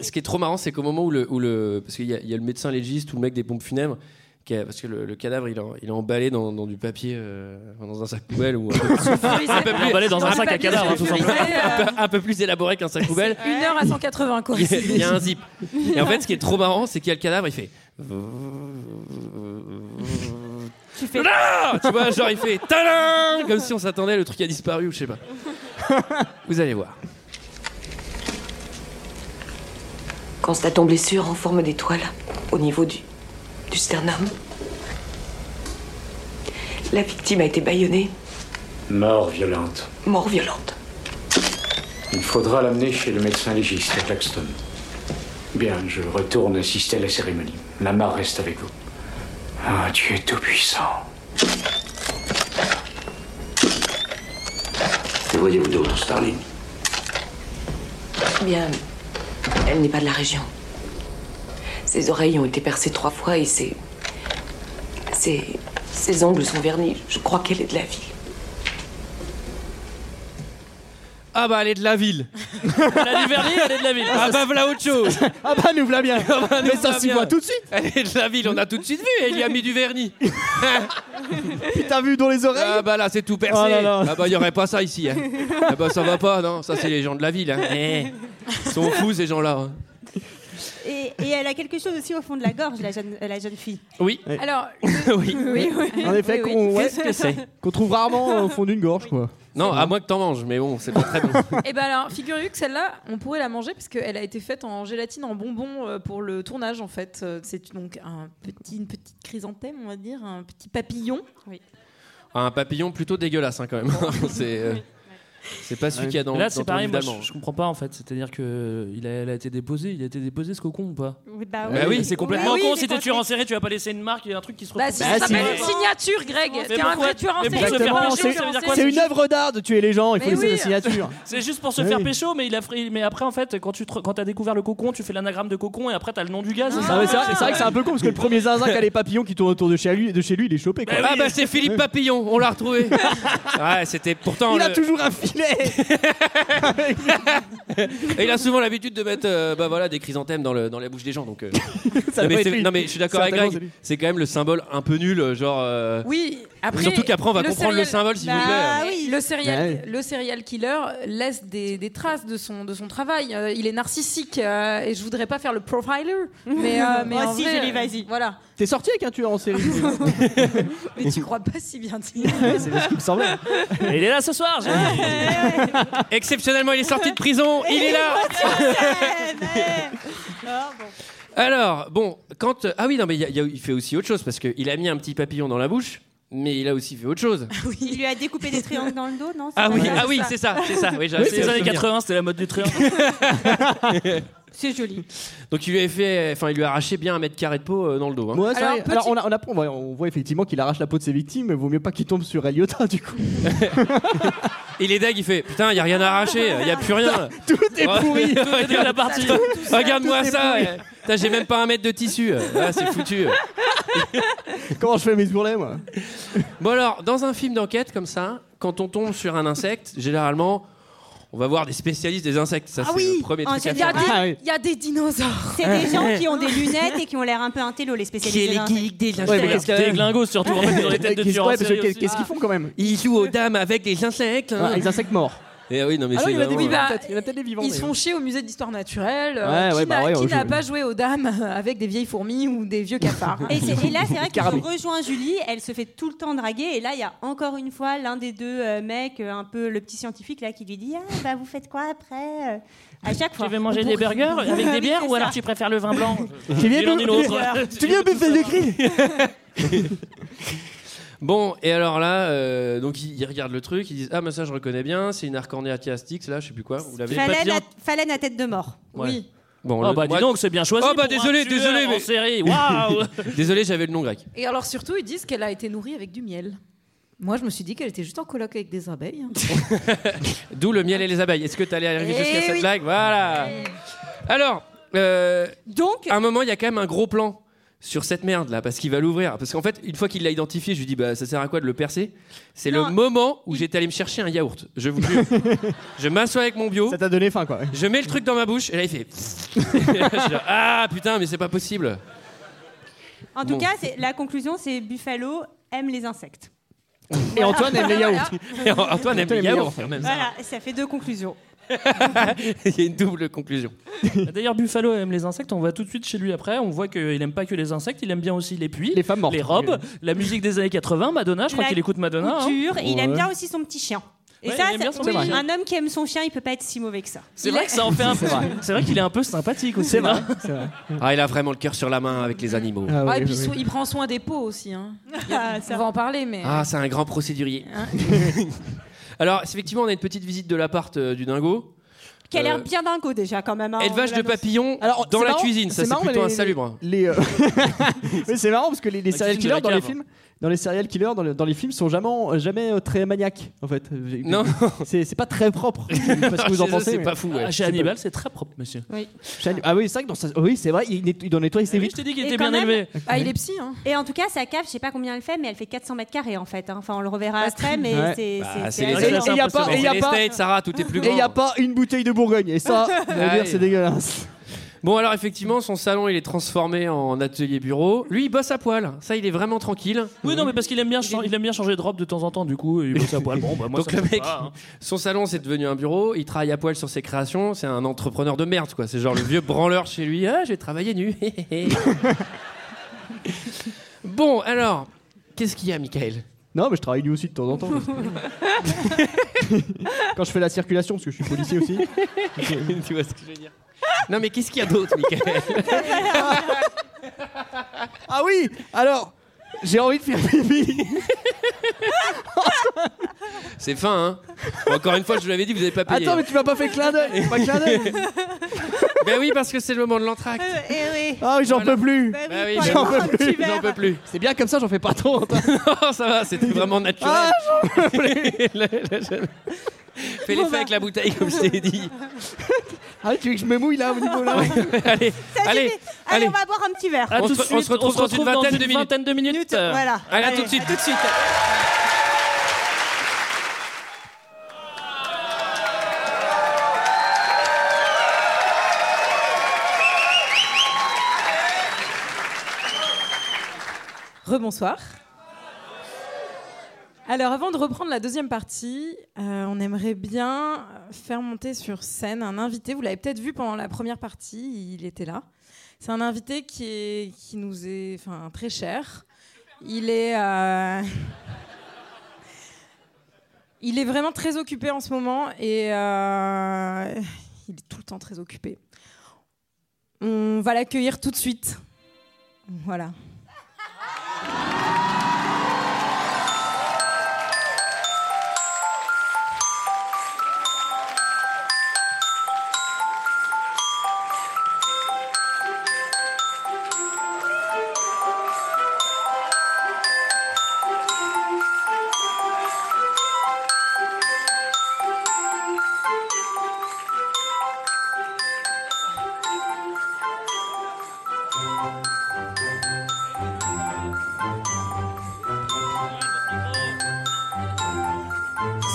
[SPEAKER 1] Ce qui est trop marrant, c'est qu'au moment où le, où le- Parce qu'il y, a- il y a le médecin légiste ou le mec des pompes funèbres. qui a- parce que le, le cadavre, il est en- il est emballé dans, dans du papier, euh, dans un sac poubelle ou un peu- un peu plus-
[SPEAKER 6] Emballé dans un
[SPEAKER 1] du
[SPEAKER 6] sac à
[SPEAKER 1] papier
[SPEAKER 6] cadavre, hein, tout
[SPEAKER 1] sulfurisé,
[SPEAKER 11] simplement.
[SPEAKER 1] euh, un peu- Un peu plus élaboré qu'un sac poubelle.
[SPEAKER 11] Une heure à 180 quoi.
[SPEAKER 1] Il y a- il y a un zip. Et en fait, ce qui est trop marrant, c'est qu'il y a le cadavre, il fait.
[SPEAKER 8] Tu fais.
[SPEAKER 1] Ah tu vois, genre il fait. Tadam Comme si on s'attendait, le truc a disparu ou je sais pas. Vous allez voir.
[SPEAKER 12] Constatons blessure en forme d'étoile au niveau du, du sternum. La victime a été bâillonnée,
[SPEAKER 9] Mort violente.
[SPEAKER 12] mort violente.
[SPEAKER 9] Il faudra l'amener chez le médecin légiste à Claxton. Bien, je retourne assister à la cérémonie. Lamar reste avec vous. Ah, Dieu tout-puissant.
[SPEAKER 2] Que voyez-vous d'autre, Starling
[SPEAKER 12] Eh bien, elle n'est pas de la région. Ses oreilles ont été percées trois fois et ses. ses. ses ongles sont vernis. Je crois qu'elle est de la ville.
[SPEAKER 1] Ah bah, elle est de la ville. Elle a du vernis, elle est de la ville. Ah bah, voilà autre chose.
[SPEAKER 7] ah bah, nous voilà bien.
[SPEAKER 1] Ah bah, nous
[SPEAKER 7] Mais ça
[SPEAKER 1] voilà
[SPEAKER 7] s'y
[SPEAKER 1] bien.
[SPEAKER 7] voit tout de suite.
[SPEAKER 1] Elle est de la ville, on a tout de suite vu, elle y a mis du vernis.
[SPEAKER 7] Putain, vu dans les oreilles.
[SPEAKER 1] Ah bah là, c'est tout percé.
[SPEAKER 7] Oh là là.
[SPEAKER 1] Ah bah, il y aurait pas ça ici. hein. Ah bah, ça va pas, non. Ça, c'est les gens de la ville. hein. Eh, Ils sont fous, ces gens-là. hein.
[SPEAKER 8] Et, et elle a quelque chose aussi au fond de la gorge, la jeune, la jeune fille.
[SPEAKER 1] Oui.
[SPEAKER 11] Alors,
[SPEAKER 1] oui.
[SPEAKER 11] oui, oui.
[SPEAKER 7] En effet,
[SPEAKER 11] oui, oui.
[SPEAKER 7] qu'on ouais,
[SPEAKER 1] Qu'est-ce que c'est
[SPEAKER 7] qu'on trouve rarement au fond d'une gorge, quoi.
[SPEAKER 1] Non, à moins que t'en manges, mais bon, c'est pas très bon.
[SPEAKER 11] Eh ben alors, figurez-vous que celle-là, on pourrait la manger parce qu'elle a été faite en gélatine en bonbon euh, pour le tournage en fait. Euh, C'est donc un petit, une petite chrysanthème, on va dire, un petit papillon.
[SPEAKER 1] Un papillon plutôt dégueulasse hein, quand même. c'est euh, c'est pas celui qu'il y a dans
[SPEAKER 6] Là,
[SPEAKER 1] dans
[SPEAKER 6] c'est
[SPEAKER 1] ton
[SPEAKER 6] pareil,
[SPEAKER 1] livre
[SPEAKER 6] moi,
[SPEAKER 1] d'allemand.
[SPEAKER 6] je, je comprends pas en fait. C'est-à-dire que euh, il a, elle a été déposée, il a été déposé ce cocon ou pas
[SPEAKER 8] Oui, Bah,
[SPEAKER 1] Bah oui.
[SPEAKER 6] c'est complètement
[SPEAKER 8] Oui, oui,
[SPEAKER 6] con.
[SPEAKER 8] mais
[SPEAKER 6] Si t'es
[SPEAKER 8] quand
[SPEAKER 6] tueur
[SPEAKER 8] c'est-
[SPEAKER 6] en série, tu vas pas laisser une marque, il y a un truc qui se
[SPEAKER 11] Bah,
[SPEAKER 6] retrouve.
[SPEAKER 11] si,
[SPEAKER 7] Bah,
[SPEAKER 11] ça
[SPEAKER 7] si.
[SPEAKER 11] s'appelle une signature, Greg.
[SPEAKER 6] Mais
[SPEAKER 11] T'es un
[SPEAKER 6] pourquoi-
[SPEAKER 11] vrai tueur en
[SPEAKER 6] mais pour
[SPEAKER 11] série.
[SPEAKER 6] se faire
[SPEAKER 11] Exactement,
[SPEAKER 6] pêcher,
[SPEAKER 11] c'est-
[SPEAKER 6] ça veut dire
[SPEAKER 11] c'est
[SPEAKER 6] quoi
[SPEAKER 7] C'est
[SPEAKER 6] c'est
[SPEAKER 7] une
[SPEAKER 6] juste-
[SPEAKER 7] œuvre d'art de tuer les gens, il faut
[SPEAKER 11] Mais
[SPEAKER 7] laisser
[SPEAKER 11] oui.
[SPEAKER 7] la signature.
[SPEAKER 6] C'est juste pour se
[SPEAKER 7] Ah
[SPEAKER 6] faire
[SPEAKER 7] oui.
[SPEAKER 6] pécho, mais, il a, fri- mais après, en fait, quand tu te- quand t'as découvert le cocon, tu fais l'anagramme de cocon et après t'as le nom du gars, c'est
[SPEAKER 7] Ah
[SPEAKER 6] ça
[SPEAKER 7] ouais, c'est vrai, c'est vrai que c'est un peu con parce que le premier zinzin qui a les papillons qui tournent autour de chez lui, de chez lui il est chopé quoi.
[SPEAKER 6] Bah
[SPEAKER 1] Ah bah c'est Philippe Papillon, on l'a retrouvé. ouais, c'était pourtant.
[SPEAKER 7] il a
[SPEAKER 1] le-
[SPEAKER 7] toujours un filet
[SPEAKER 1] Et il a souvent l'habitude de mettre euh, bah voilà des chrysanthèmes dans le dans la bouche des gens donc. euh.
[SPEAKER 7] Ça
[SPEAKER 1] non,
[SPEAKER 7] doit
[SPEAKER 1] mais
[SPEAKER 7] être
[SPEAKER 1] c'est-
[SPEAKER 7] lui.
[SPEAKER 1] non, mais je suis d'accord
[SPEAKER 7] C'est
[SPEAKER 1] avec
[SPEAKER 7] un tellement
[SPEAKER 1] Greg. C'est quand même le symbole un peu nul, euh, genre. euh,
[SPEAKER 11] Oui, après.
[SPEAKER 1] Surtout qu'après on va
[SPEAKER 11] le
[SPEAKER 1] comprendre le
[SPEAKER 11] serial-
[SPEAKER 1] symbole s'il vous plaît.
[SPEAKER 11] Bah oui, le serial,
[SPEAKER 7] Bah
[SPEAKER 11] le serial killer laisse des, des traces de son, de son travail. Euh, il est narcissique euh, et je voudrais pas faire le profiler. Mais, euh, mais
[SPEAKER 8] Oh,
[SPEAKER 11] en
[SPEAKER 8] si,
[SPEAKER 11] vrai, euh,
[SPEAKER 8] Julie, vas-y.
[SPEAKER 11] Voilà.
[SPEAKER 7] T'es sorti avec un tueur en série
[SPEAKER 11] Mais tu crois pas si bien dire.
[SPEAKER 7] Ouais, C'est ce qui me semblait.
[SPEAKER 6] Et il est là ce soir, j'ai-
[SPEAKER 1] Exceptionnellement, il est sorti de prison, il est là. Alors, bon, quand. euh, ah oui, non, mais il y a- il y a- il fait aussi autre chose parce qu'il a mis un petit papillon dans la bouche, mais il a aussi fait autre chose.
[SPEAKER 8] Il lui a découpé des triangles dans le dos, non c'est
[SPEAKER 1] Ah
[SPEAKER 8] pas
[SPEAKER 1] oui,
[SPEAKER 8] ça
[SPEAKER 1] ah oui, c'est ça, c'est ça. Oui, j'ai
[SPEAKER 6] Oui,
[SPEAKER 1] assez
[SPEAKER 6] c'est les
[SPEAKER 1] de
[SPEAKER 6] années
[SPEAKER 1] souvenirs.
[SPEAKER 6] 80, c'était la mode du triangle.
[SPEAKER 8] C'est joli.
[SPEAKER 1] Donc il lui a fait, enfin il lui a arraché bien un mètre carré de peau euh, dans le dos. hein.
[SPEAKER 7] Moi, ça,
[SPEAKER 11] Alors,
[SPEAKER 7] alors, on, a- on apprend- on voit- on voit effectivement qu'il arrache la peau de ses victimes, mais vaut mieux pas qu'il tombe sur Eliota du coup.
[SPEAKER 1] Il est deg, il fait putain, il y a rien à arracher, il y a plus rien.
[SPEAKER 7] Tout est pourri
[SPEAKER 6] C'était la partie.
[SPEAKER 1] Regarde-moi
[SPEAKER 7] tout est
[SPEAKER 1] ça. euh, putain, j'ai même pas un mètre de tissu. euh, Ah, c'est foutu.
[SPEAKER 7] Comment je fais mes ourlets moi
[SPEAKER 1] Bon alors, dans un film d'enquête comme ça, quand on tombe sur un insecte, généralement, on va voir des spécialistes des insectes. Ça
[SPEAKER 8] Ah
[SPEAKER 1] c'est
[SPEAKER 8] oui,
[SPEAKER 1] le premier
[SPEAKER 8] en
[SPEAKER 1] truc à
[SPEAKER 11] Il y, a
[SPEAKER 1] faire.
[SPEAKER 11] des,
[SPEAKER 7] Ah oui.
[SPEAKER 11] il y a des dinosaures.
[SPEAKER 8] C'est des gens qui ont des lunettes et qui ont l'air un peu intello, les spécialistes. de l'insecte.
[SPEAKER 1] des
[SPEAKER 7] Ouais, mais qu'est-ce
[SPEAKER 6] C'était les
[SPEAKER 7] que-
[SPEAKER 6] glingos surtout, en fait, dans les têtes de
[SPEAKER 7] Qu'est-ce
[SPEAKER 6] tueurs en
[SPEAKER 7] ouais, parce que
[SPEAKER 6] série hein.
[SPEAKER 7] qu'est-
[SPEAKER 6] aussi.
[SPEAKER 7] qu'est-ce qu'ils font quand même
[SPEAKER 1] Ils jouent aux dames avec les insectes.
[SPEAKER 7] Ah, Les insectes morts.
[SPEAKER 1] Et Eh oui, non mais
[SPEAKER 7] Ah non,
[SPEAKER 1] c'est
[SPEAKER 7] il y en a des
[SPEAKER 1] vraiment-
[SPEAKER 7] vivants
[SPEAKER 11] Bah,
[SPEAKER 7] peut-être. Il y en a peut-être des vivants.
[SPEAKER 11] Ils se
[SPEAKER 7] d'ailleurs.
[SPEAKER 11] font chier au musée d'histoire naturelle.
[SPEAKER 7] Ouais,
[SPEAKER 11] euh, qui
[SPEAKER 7] ouais, bah
[SPEAKER 11] n'a-
[SPEAKER 7] ouais,
[SPEAKER 11] qui
[SPEAKER 7] au
[SPEAKER 11] n'a
[SPEAKER 7] jeu.
[SPEAKER 11] pas joué aux dames euh, avec des vieilles fourmis ou des vieux cafards
[SPEAKER 8] Et, c'est- et là, c'est vrai que
[SPEAKER 7] Carabée.
[SPEAKER 8] je rejoins Julie, elle se fait tout le temps draguer. Et là, il y a encore une fois l'un des deux euh, mecs, euh, un peu le petit scientifique, là, qui lui dit Ah, bah, vous faites quoi après euh, À chaque fois.
[SPEAKER 6] Tu veux manger des burgers avec des bières ou alors tu préfères le vin blanc
[SPEAKER 7] Tu viens
[SPEAKER 6] Ni l'un
[SPEAKER 7] nous-
[SPEAKER 6] ni l'autre.
[SPEAKER 7] Tu viens au buffet de cri
[SPEAKER 1] Bon, et alors là, euh, donc ils, ils regardent le truc, ils disent Ah, mais ça, je reconnais bien, c'est une arcornée artistique, là, je sais plus quoi. Vous l'avez
[SPEAKER 8] Phalène
[SPEAKER 1] Papillon
[SPEAKER 8] à, phalène à tête de mort.
[SPEAKER 1] Ouais.
[SPEAKER 8] Oui.
[SPEAKER 1] Bon,
[SPEAKER 6] Oh,
[SPEAKER 1] le-
[SPEAKER 6] bah, dis
[SPEAKER 1] moi-
[SPEAKER 6] donc, c'est bien choisi
[SPEAKER 1] Oh, bah,
[SPEAKER 6] pour un
[SPEAKER 1] désolé,
[SPEAKER 6] tueur
[SPEAKER 1] désolé,
[SPEAKER 6] en
[SPEAKER 1] mais.
[SPEAKER 6] série, waouh
[SPEAKER 1] Désolé, j'avais le nom grec.
[SPEAKER 11] Et alors surtout, ils disent qu'elle a été nourrie avec du miel. Moi, je me suis dit qu'elle était juste en colloque avec des abeilles. hein.
[SPEAKER 1] D'où le miel et les abeilles. Est-ce que t'allais arriver
[SPEAKER 11] Eh
[SPEAKER 1] jusqu'à cette
[SPEAKER 11] oui.
[SPEAKER 1] blague Voilà. Alors, euh,
[SPEAKER 8] donc,
[SPEAKER 1] à un moment, il y a quand même un gros plan sur cette merde là, parce qu'il va l'ouvrir. Parce qu'en fait, une fois qu'il l'a identifié, je lui dis bah ça sert à quoi de le percer C'est le
[SPEAKER 8] Non.
[SPEAKER 1] moment où j'étais allé me chercher un yaourt. Je vous jure. je m'assois avec mon bio. Ça
[SPEAKER 7] t'a donné faim quoi.
[SPEAKER 1] Je mets le truc dans ma bouche et là il fait. Et là, je suis là, ah putain, mais c'est pas possible.
[SPEAKER 8] En tout
[SPEAKER 1] Bon.
[SPEAKER 8] cas, c'est- la conclusion, c'est Buffalo aime les insectes.
[SPEAKER 1] Et Antoine aime les yaourts.
[SPEAKER 8] Voilà.
[SPEAKER 1] Et Antoine aime les yaourts, quand même, ça
[SPEAKER 8] Voilà, ça fait deux conclusions.
[SPEAKER 1] Il y a une double conclusion.
[SPEAKER 6] D'ailleurs, Buffalo aime les insectes. On va tout de suite chez lui après. On voit qu'il aime pas que les insectes. Il aime bien aussi les puits, les femmes mortes, les robes, la musique des années 80, Madonna. Je crois
[SPEAKER 8] La
[SPEAKER 6] qu'il écoute Madonna. hein.
[SPEAKER 8] couture, et il aime bien aussi son petit chien. Et
[SPEAKER 6] Ouais,
[SPEAKER 8] ça,
[SPEAKER 6] il aime bien
[SPEAKER 8] ça-
[SPEAKER 6] son petit
[SPEAKER 8] oui,
[SPEAKER 6] chien.
[SPEAKER 8] un homme qui aime son chien, il peut pas être si mauvais que ça.
[SPEAKER 6] C'est
[SPEAKER 8] Il
[SPEAKER 6] vrai
[SPEAKER 8] est-
[SPEAKER 6] que ça en fait un peu.
[SPEAKER 1] C'est vrai.
[SPEAKER 6] C'est vrai qu'il est un peu sympathique aussi.
[SPEAKER 1] C'est vrai,
[SPEAKER 6] hein.
[SPEAKER 1] Ah, il a vraiment le cœur sur la main avec les animaux.
[SPEAKER 11] Ah, et puis so- il prend soin des peaux aussi. hein. Il y a- on va en parler, mais. euh,
[SPEAKER 7] Euh.
[SPEAKER 1] Ah, c'est un grand procédurier.
[SPEAKER 7] Ah.
[SPEAKER 1] Alors, effectivement, on a une petite visite de l'appart euh, du dingo.
[SPEAKER 8] Qui a
[SPEAKER 1] Euh,
[SPEAKER 8] l'air bien dingo déjà, quand même. hein, on
[SPEAKER 1] Élevage
[SPEAKER 8] vous
[SPEAKER 1] de
[SPEAKER 8] l'annonce.
[SPEAKER 1] papillons dans
[SPEAKER 7] c'est
[SPEAKER 1] la
[SPEAKER 7] marrant-
[SPEAKER 1] cuisine, ça c'est
[SPEAKER 7] marrant,
[SPEAKER 1] plutôt
[SPEAKER 7] mais les-
[SPEAKER 1] insalubre.
[SPEAKER 7] Les, euh, mais c'est marrant parce que les, les
[SPEAKER 1] La
[SPEAKER 7] serial
[SPEAKER 1] cuisine de la
[SPEAKER 7] killers dans les
[SPEAKER 1] cave.
[SPEAKER 7] films, dans les serial killers, dans, les- dans les films sont jamais euh, jamais euh, très maniaques en fait.
[SPEAKER 1] Non.
[SPEAKER 7] c'est c'est pas très propre. Je sais pas ce que vous en
[SPEAKER 1] Chez eux,
[SPEAKER 7] pensez.
[SPEAKER 1] c'est
[SPEAKER 7] mais-
[SPEAKER 1] pas fou, ouais.
[SPEAKER 6] Ah, chez Hannibal, c'est très propre, monsieur. Ah
[SPEAKER 8] Oui.
[SPEAKER 7] Chez Hannibal- Ah oui, c'est vrai. que Dans sa... Oui, c'est vrai. Il, net- il doit nettoyer ses
[SPEAKER 6] oui,
[SPEAKER 7] vitres.
[SPEAKER 6] je t'ai dit
[SPEAKER 8] Et quand même-
[SPEAKER 11] Ah, il est psy, hein.
[SPEAKER 8] Et en tout cas, sa cave, je sais pas combien elle fait, mais elle fait 400 mètres carrés en fait. hein. Enfin, on le reverra après, mais
[SPEAKER 7] Ouais.
[SPEAKER 8] c'est.
[SPEAKER 1] Bah,
[SPEAKER 8] c'est-
[SPEAKER 1] c'est les
[SPEAKER 8] c'est
[SPEAKER 1] States,
[SPEAKER 8] assez
[SPEAKER 7] Et y a
[SPEAKER 8] impressionnant.
[SPEAKER 7] pas, et y a
[SPEAKER 1] C'est les
[SPEAKER 7] pas,
[SPEAKER 1] States, Sarah, tout est plus
[SPEAKER 7] et y a
[SPEAKER 1] grand.
[SPEAKER 7] pas une bouteille de Bourgogne. Et ça, on va dire,
[SPEAKER 6] Ah
[SPEAKER 1] Aïe.
[SPEAKER 7] c'est dégueulasse.
[SPEAKER 1] Bon, alors effectivement, son salon il est transformé en atelier bureau. Lui, il bosse à poil. Ça, il est vraiment tranquille.
[SPEAKER 6] Oui, non, mais parce qu'il aime bien, chan- il aime bien changer de robe de temps en temps. Du coup, il bosse à poil. Bon, bah, moi,
[SPEAKER 1] Donc
[SPEAKER 6] ça
[SPEAKER 1] le
[SPEAKER 6] me choque
[SPEAKER 1] mec,
[SPEAKER 6] pas, hein.
[SPEAKER 1] son salon c'est devenu un bureau, il travaille à poil sur ses créations, c'est un entrepreneur de merde quoi, c'est genre le vieux branleur chez lui, ah j'ai travaillé nu. bon alors, qu'est-ce qu'il y a Michael
[SPEAKER 7] Non, mais je travaille lui aussi de temps en temps. Quand je fais la circulation, parce que je suis policier aussi.
[SPEAKER 1] Tu vois ce que je veux dire Non mais qu'est-ce qu'il y a d'autre Michael
[SPEAKER 7] Ah oui Alors, j'ai envie de faire pipi.
[SPEAKER 1] C'est fin hein Encore une fois je vous l'avais dit, vous n'avez pas payé. hein.
[SPEAKER 7] Attends, mais tu m'as pas fait clin d'œil. Pas clin d'œil.
[SPEAKER 1] Ben oui parce que c'est le moment de l'entracte.
[SPEAKER 8] Euh, eh oui.
[SPEAKER 7] Ah oui, j'en peux plus.
[SPEAKER 1] Ben oui,
[SPEAKER 8] Pour
[SPEAKER 1] j'en
[SPEAKER 8] les
[SPEAKER 1] peux
[SPEAKER 8] grands
[SPEAKER 1] plus,
[SPEAKER 8] petits
[SPEAKER 1] j'en peux
[SPEAKER 8] verres.
[SPEAKER 1] plus.
[SPEAKER 7] C'est bien comme ça, j'en fais pas trop.
[SPEAKER 1] Non ça va, c'était vraiment naturel.
[SPEAKER 7] Ah,
[SPEAKER 1] Là, là, j'avais- Fais les faits avec la bouteille comme je t'ai dit.
[SPEAKER 7] bah. Ah, tu veux que je me mouille là au niveau là
[SPEAKER 1] Allez,
[SPEAKER 8] Ça, j'ai
[SPEAKER 1] allez,
[SPEAKER 8] fait-
[SPEAKER 1] allez.
[SPEAKER 8] Allez, on va boire un petit verre.
[SPEAKER 6] À
[SPEAKER 1] On
[SPEAKER 6] tout
[SPEAKER 1] se-
[SPEAKER 6] de
[SPEAKER 1] on
[SPEAKER 6] suite,
[SPEAKER 1] se retrouve dans une vingtaine de minutes.
[SPEAKER 6] vingtaine de minutes.
[SPEAKER 8] Voilà.
[SPEAKER 1] Allez, à tout de suite.
[SPEAKER 8] à tout de suite.
[SPEAKER 11] Rebonsoir. Alors, avant de reprendre la deuxième partie, euh, on aimerait bien faire monter sur scène un invité. Vous l'avez peut-être vu pendant la première partie, il était là. C'est un invité qui, est, qui nous est enfin, très cher. Il est, euh, il est vraiment très occupé en ce moment et euh, il est tout le temps très occupé. On va l'accueillir tout de suite. Voilà.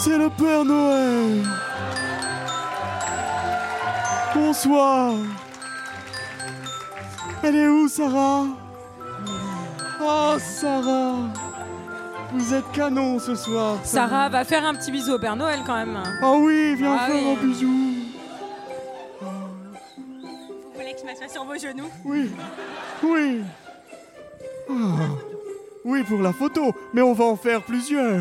[SPEAKER 13] C'est le Père Noël. Bonsoir. Elle est où, Sarah Oh, Sarah. Vous êtes canon ce soir.
[SPEAKER 11] Sarah va faire un petit bisou au Père Noël quand même.
[SPEAKER 13] Oh oui, viens
[SPEAKER 11] Ah
[SPEAKER 13] faire
[SPEAKER 11] oui.
[SPEAKER 13] un bisou.
[SPEAKER 8] Vous voulez que je m'assoie sur vos genoux
[SPEAKER 13] Oui. Oui. Ah. Oui, pour la photo. Mais on va en faire plusieurs.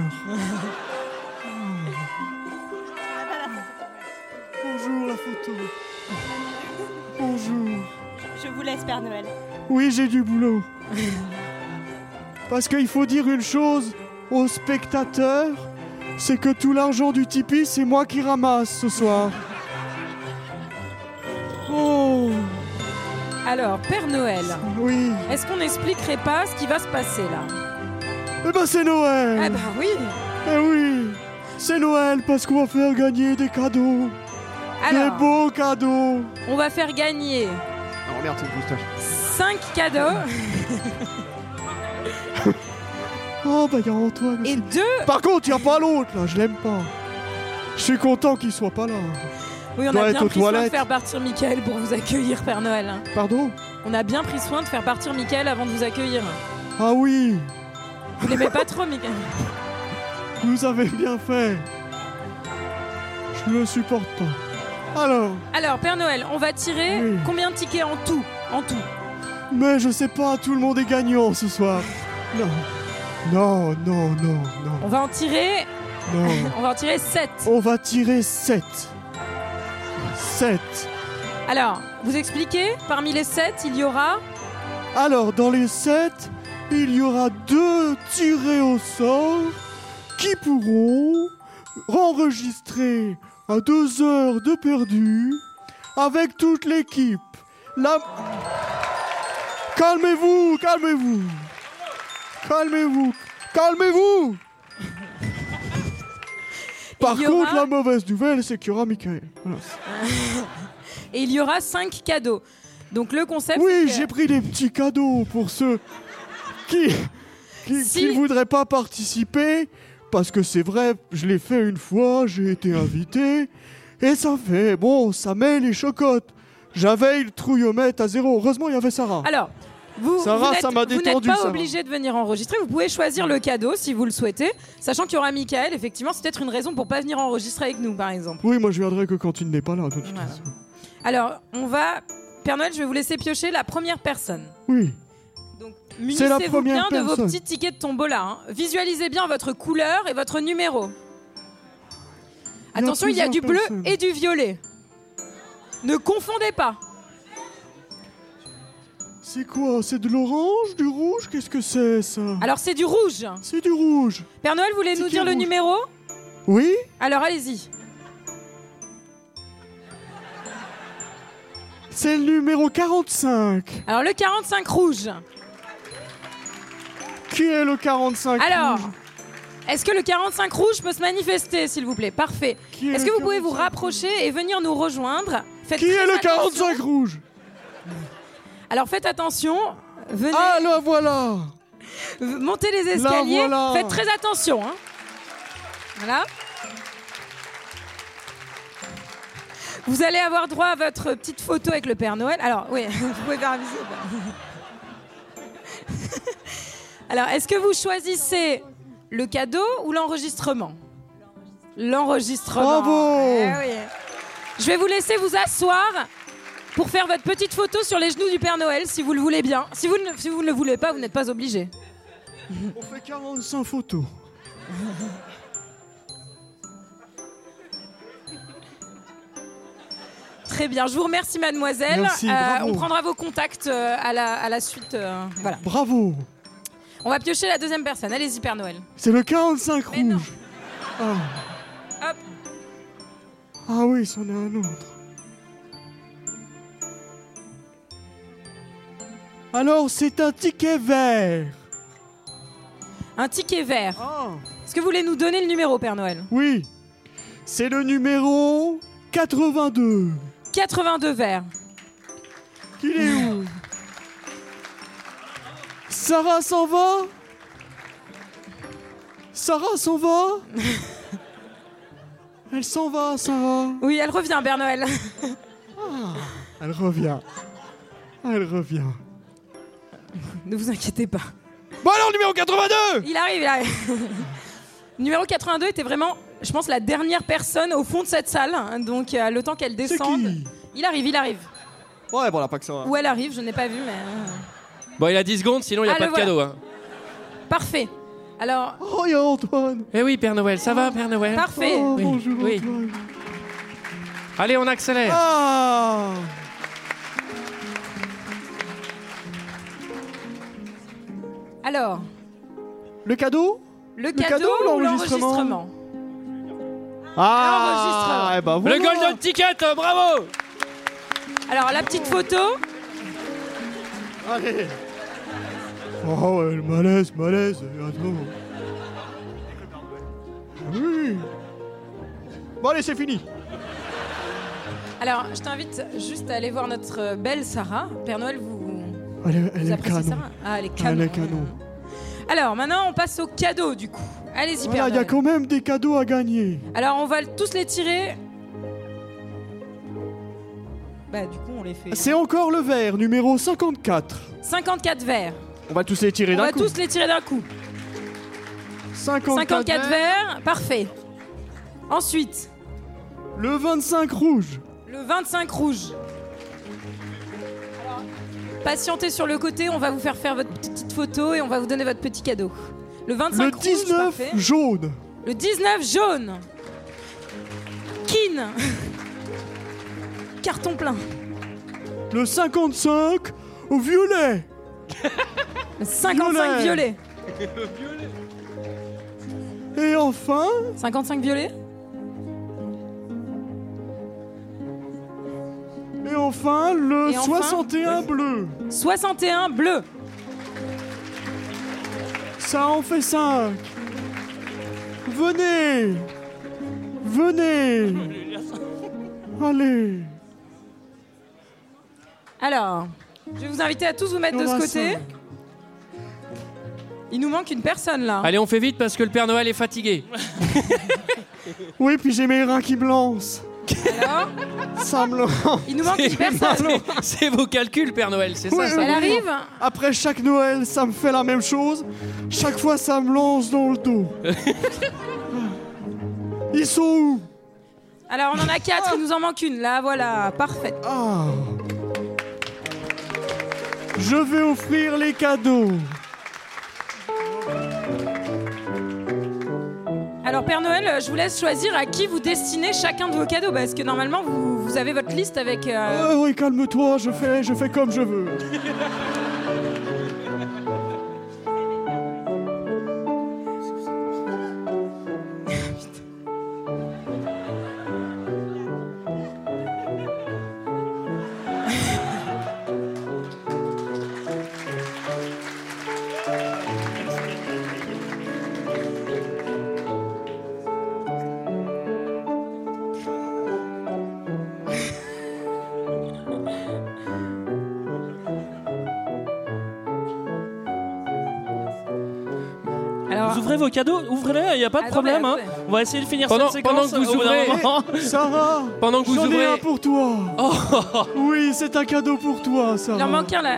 [SPEAKER 13] Bonjour la photo. Bonjour.
[SPEAKER 8] Je vous laisse, Père Noël.
[SPEAKER 13] Oui, j'ai du boulot. Parce qu'il faut dire une chose, aux spectateurs, c'est que tout l'argent du Tipeee, c'est moi qui ramasse ce soir. Oh
[SPEAKER 11] Alors, Père Noël.
[SPEAKER 13] Oui.
[SPEAKER 11] Est-ce qu'on n'expliquerait pas ce qui va se passer là
[SPEAKER 13] Eh ben c'est Noël
[SPEAKER 11] Ah bah oui
[SPEAKER 13] Eh oui C'est Noël parce qu'on va faire gagner des cadeaux
[SPEAKER 11] Alors.
[SPEAKER 13] Des beaux cadeaux
[SPEAKER 11] On va faire gagner
[SPEAKER 13] Non merde, c'est une moustache.
[SPEAKER 11] 5 cadeaux
[SPEAKER 13] Oh bah y'a Antoine
[SPEAKER 11] Et deux
[SPEAKER 13] Par contre, y'a pas l'autre là, je l'aime pas. Je suis content qu'il soit pas là.
[SPEAKER 11] Oui, on
[SPEAKER 13] Doit
[SPEAKER 11] a
[SPEAKER 13] être
[SPEAKER 11] bien
[SPEAKER 13] aux
[SPEAKER 11] pris soin de
[SPEAKER 13] toilettes.
[SPEAKER 11] faire partir Michael pour vous accueillir, Père Noël.
[SPEAKER 13] Pardon
[SPEAKER 11] On a bien pris soin de faire partir Michael avant de vous accueillir.
[SPEAKER 13] Ah oui
[SPEAKER 11] Vous l'aimez pas trop, Michael
[SPEAKER 13] Vous avez bien fait. Je ne le supporte pas. Alors,
[SPEAKER 11] Alors, Père Noël, on va tirer combien de tickets en tout En tout.
[SPEAKER 13] mais je sais pas, tout le monde est gagnant ce soir. Non. Non, non, non, non.
[SPEAKER 11] On va en tirer.
[SPEAKER 13] Non.
[SPEAKER 11] on va en tirer 7.
[SPEAKER 13] On va tirer 7. 7.
[SPEAKER 11] Alors, vous expliquez Parmi les 7, il y aura.
[SPEAKER 13] Alors, dans les 7, il y aura deux tirés au sort qui pourront enregistrer à deux heures de perdu avec toute l'équipe. La... Calmez-vous, calmez-vous. Calmez-vous, calmez-vous. Par
[SPEAKER 11] Il y aura-
[SPEAKER 13] contre, la mauvaise nouvelle, c'est qu'il y aura Michael. Voilà.
[SPEAKER 11] Et il y aura 5 cadeaux. Donc, le concept.
[SPEAKER 13] Oui,
[SPEAKER 11] c'est que-
[SPEAKER 13] j'ai pris des petits cadeaux pour ceux qui qui, qui ne voudraient pas participer parce que c'est vrai, je l'ai fait une fois, j'ai été invité et ça fait bon, ça met les chocottes. J'avais le trouillomètre à zéro. Heureusement, il y avait Sarah.
[SPEAKER 11] Alors, vous,
[SPEAKER 13] Sarah,
[SPEAKER 11] vous n'êtes-
[SPEAKER 13] ça m'a
[SPEAKER 11] vous n'êtes
[SPEAKER 13] détendu,
[SPEAKER 11] pas
[SPEAKER 13] Sarah.
[SPEAKER 11] obligé de venir enregistrer. Vous pouvez choisir le cadeau si vous le souhaitez, sachant qu'il y aura Michael. Effectivement, c'est peut-être une raison pour pas venir enregistrer avec nous, par exemple.
[SPEAKER 13] Oui, moi je viendrai que quand tu n'es pas là. de toute
[SPEAKER 11] Voilà.
[SPEAKER 13] façon.
[SPEAKER 11] Alors, on va. Père Noël, je vais vous laisser piocher la première personne.
[SPEAKER 13] Oui. C'est la
[SPEAKER 11] Munissez-vous
[SPEAKER 13] première
[SPEAKER 11] bien de vos
[SPEAKER 13] personne.
[SPEAKER 11] petits tickets de tombola. hein. Visualisez bien votre couleur et votre numéro.
[SPEAKER 13] Il y a
[SPEAKER 11] Attention, il y a du
[SPEAKER 13] plusieurs
[SPEAKER 11] bleu
[SPEAKER 13] personnes.
[SPEAKER 11] et du violet. Ne confondez pas.
[SPEAKER 13] C'est quoi C'est de l'orange, du rouge Qu'est-ce que c'est ça
[SPEAKER 11] Alors, c'est du rouge.
[SPEAKER 13] C'est du rouge.
[SPEAKER 11] Père Noël, vous voulez nous
[SPEAKER 13] Ticket
[SPEAKER 11] dire le
[SPEAKER 13] rouge.
[SPEAKER 11] numéro
[SPEAKER 13] Oui
[SPEAKER 11] Alors, allez-y.
[SPEAKER 13] C'est le numéro 45.
[SPEAKER 11] Alors, le 45 rouge.
[SPEAKER 13] Qui est le 45
[SPEAKER 11] Alors,
[SPEAKER 13] rouge
[SPEAKER 11] est-ce que le 45 rouge peut se manifester, s'il vous plaît Parfait.
[SPEAKER 13] est
[SPEAKER 11] Est-ce
[SPEAKER 13] le
[SPEAKER 11] que vous pouvez vous rapprocher et venir nous rejoindre Faites
[SPEAKER 13] Qui
[SPEAKER 11] très
[SPEAKER 13] est le
[SPEAKER 11] attention.
[SPEAKER 13] 45 rouge
[SPEAKER 11] Alors faites attention. Venez.
[SPEAKER 13] Ah, le voilà
[SPEAKER 11] V- Montez les
[SPEAKER 13] La
[SPEAKER 11] escaliers.
[SPEAKER 13] voilà.
[SPEAKER 11] Faites très attention. hein. Voilà. Vous allez avoir droit à votre petite photo avec le Père Noël. Alors, oui, vous pouvez faire un bisou. Alors, est-ce que vous choisissez le cadeau ou l'enregistrement L'enregistrement.
[SPEAKER 13] Bravo
[SPEAKER 11] Eh oui. Je vais vous laisser vous asseoir pour faire votre petite photo sur les genoux du Père Noël, si vous le voulez bien. Si vous ne, si vous ne le voulez pas, vous n'êtes pas obligé.
[SPEAKER 13] On fait 45 photos.
[SPEAKER 11] Très bien, je vous remercie mademoiselle. Euh,
[SPEAKER 13] Merci, bravo.
[SPEAKER 11] on prendra vos contacts euh, à, la, à la suite. euh, voilà.
[SPEAKER 13] Bravo
[SPEAKER 11] On va piocher la deuxième personne. Allez-y, Père Noël.
[SPEAKER 13] C'est le 45
[SPEAKER 11] Mais non.
[SPEAKER 13] rouge ah. Ah oui, c'en est un autre. Alors, c'est un ticket vert.
[SPEAKER 11] Un ticket vert. Est-ce que vous voulez nous donner le numéro, Père Noël
[SPEAKER 13] Ah. Oui. C'est le numéro 82.
[SPEAKER 11] 82 verts.
[SPEAKER 13] Il est où Sarah s'en va Sarah s'en va Elle s'en va, Sarah. Ah.
[SPEAKER 11] Oui, elle revient, Père Noël.
[SPEAKER 13] Elle revient. Elle revient.
[SPEAKER 11] ne vous inquiétez pas.
[SPEAKER 13] Bon alors, numéro 82
[SPEAKER 11] Il arrive, il arrive. Numéro 82 était vraiment, je pense, la dernière personne au fond de cette salle. hein, Donc, euh, le temps qu'elle descende. il arrive, il arrive.
[SPEAKER 14] Ouais, bon, là, pas que ça.
[SPEAKER 7] hein.
[SPEAKER 11] Ou elle arrive, je n'ai pas vu, mais. euh,
[SPEAKER 1] Bon, il a 10 secondes, sinon il n'y a
[SPEAKER 11] Ah,
[SPEAKER 1] pas
[SPEAKER 11] le
[SPEAKER 1] de cadeau.
[SPEAKER 11] voilà.
[SPEAKER 1] hein.
[SPEAKER 11] Parfait. Alors.
[SPEAKER 13] Oh, il y a Antoine
[SPEAKER 1] Eh oui, Père Noël, ça va, Père Noël
[SPEAKER 11] Parfait.
[SPEAKER 7] Oh,
[SPEAKER 1] Oui, oui. Allez, on accélère.
[SPEAKER 7] Oh.
[SPEAKER 13] Ah
[SPEAKER 11] Alors,
[SPEAKER 13] Le cadeau
[SPEAKER 11] Le,
[SPEAKER 13] cadeau ou l'enregistrement Ah, eh ben voilà.
[SPEAKER 1] Le Golden Ticket, euh, bravo
[SPEAKER 11] Alors, la petite photo.
[SPEAKER 13] Allez. Oh ouais, le malaise, malaise. Attends. Ah Oui. Bon allez, c'est fini.
[SPEAKER 11] Alors, je t'invite juste à aller voir notre belle Sarah. Père Noël, vous,
[SPEAKER 13] Elle, elle
[SPEAKER 11] vous
[SPEAKER 13] est
[SPEAKER 11] appréciez
[SPEAKER 13] canon.
[SPEAKER 11] Sarah Ah, elle est
[SPEAKER 13] Elle
[SPEAKER 11] canon.
[SPEAKER 13] est canon.
[SPEAKER 11] Alors, maintenant, on passe au cadeau, du coup. Allez-y,
[SPEAKER 13] Voilà, il
[SPEAKER 11] Père
[SPEAKER 13] y a
[SPEAKER 11] Noël.
[SPEAKER 13] quand même des cadeaux à gagner.
[SPEAKER 11] Alors, on va tous les tirer. Bah, du coup, on les fait.
[SPEAKER 13] C'est encore le verre, numéro 54.
[SPEAKER 11] 54 verres.
[SPEAKER 13] On va tous les tirer
[SPEAKER 11] On
[SPEAKER 13] d'un
[SPEAKER 11] va
[SPEAKER 13] coup.
[SPEAKER 11] tous les tirer d'un coup.
[SPEAKER 13] 54,
[SPEAKER 11] 54 verres, parfait. Ensuite,
[SPEAKER 13] Le 25 rouge.
[SPEAKER 11] le 25 rouge. Alors, Patientez sur le côté, on va vous faire faire votre petite photo et on va vous donner votre petit cadeau. Le 25
[SPEAKER 13] Le
[SPEAKER 11] rouge,
[SPEAKER 13] 19
[SPEAKER 11] parfait.
[SPEAKER 13] jaune.
[SPEAKER 11] Le 19 jaune. Kin. Carton plein.
[SPEAKER 13] Le 55 au violet.
[SPEAKER 11] Le 55 violet.
[SPEAKER 13] Et enfin
[SPEAKER 11] 55 violet.
[SPEAKER 13] Et enfin le
[SPEAKER 11] Et enfin
[SPEAKER 13] 61 bleu.
[SPEAKER 11] 61 bleu.
[SPEAKER 13] Ça en fait 5. Venez. Venez. Allez.
[SPEAKER 11] Alors, je vais vous inviter à tous vous mettre de ce côté. Il nous manque une personne là.
[SPEAKER 1] Allez, on fait vite parce que le Père Noël est fatigué.
[SPEAKER 13] Oui, puis j'ai mes reins qui me lancent.
[SPEAKER 11] Alors
[SPEAKER 13] Ça me lance.
[SPEAKER 11] Il nous manque une personne.
[SPEAKER 1] C'est vos calculs, Père Noël, c'est ça,
[SPEAKER 13] Oui,
[SPEAKER 1] ça
[SPEAKER 13] oui, oui. Après chaque Noël, ça me fait la même chose. Chaque fois, ça me lance dans le dos. Ils sont où
[SPEAKER 11] Alors on en a quatre, il nous en manque une. Là voilà, parfait.
[SPEAKER 13] Ah. Je vais offrir les cadeaux.
[SPEAKER 11] Alors Père Noël, euh, je vous laisse choisir à qui vous destinez chacun de vos cadeaux parce que normalement vous, vous avez votre liste avec. euh,
[SPEAKER 13] Ah oui, calme-toi, je fais, je fais comme je veux.
[SPEAKER 11] Alors-
[SPEAKER 6] Vous ouvrez vos cadeaux, ouvrez-les, il n'y a pas de
[SPEAKER 11] Attendez,
[SPEAKER 6] problème. hein.
[SPEAKER 11] attendez.
[SPEAKER 6] On va essayer de finir
[SPEAKER 1] Pendant-
[SPEAKER 6] cette
[SPEAKER 1] pendant
[SPEAKER 6] séquence.
[SPEAKER 1] que vous
[SPEAKER 6] au bout d'un
[SPEAKER 1] ouvrez-
[SPEAKER 6] moment.
[SPEAKER 13] Sarah,
[SPEAKER 1] Pendant que vous
[SPEAKER 13] j'en ai
[SPEAKER 1] ouvrez- Oh.
[SPEAKER 13] un pour toi. Oui, c'est un cadeau pour toi, Sarah.
[SPEAKER 11] Il en manque un là.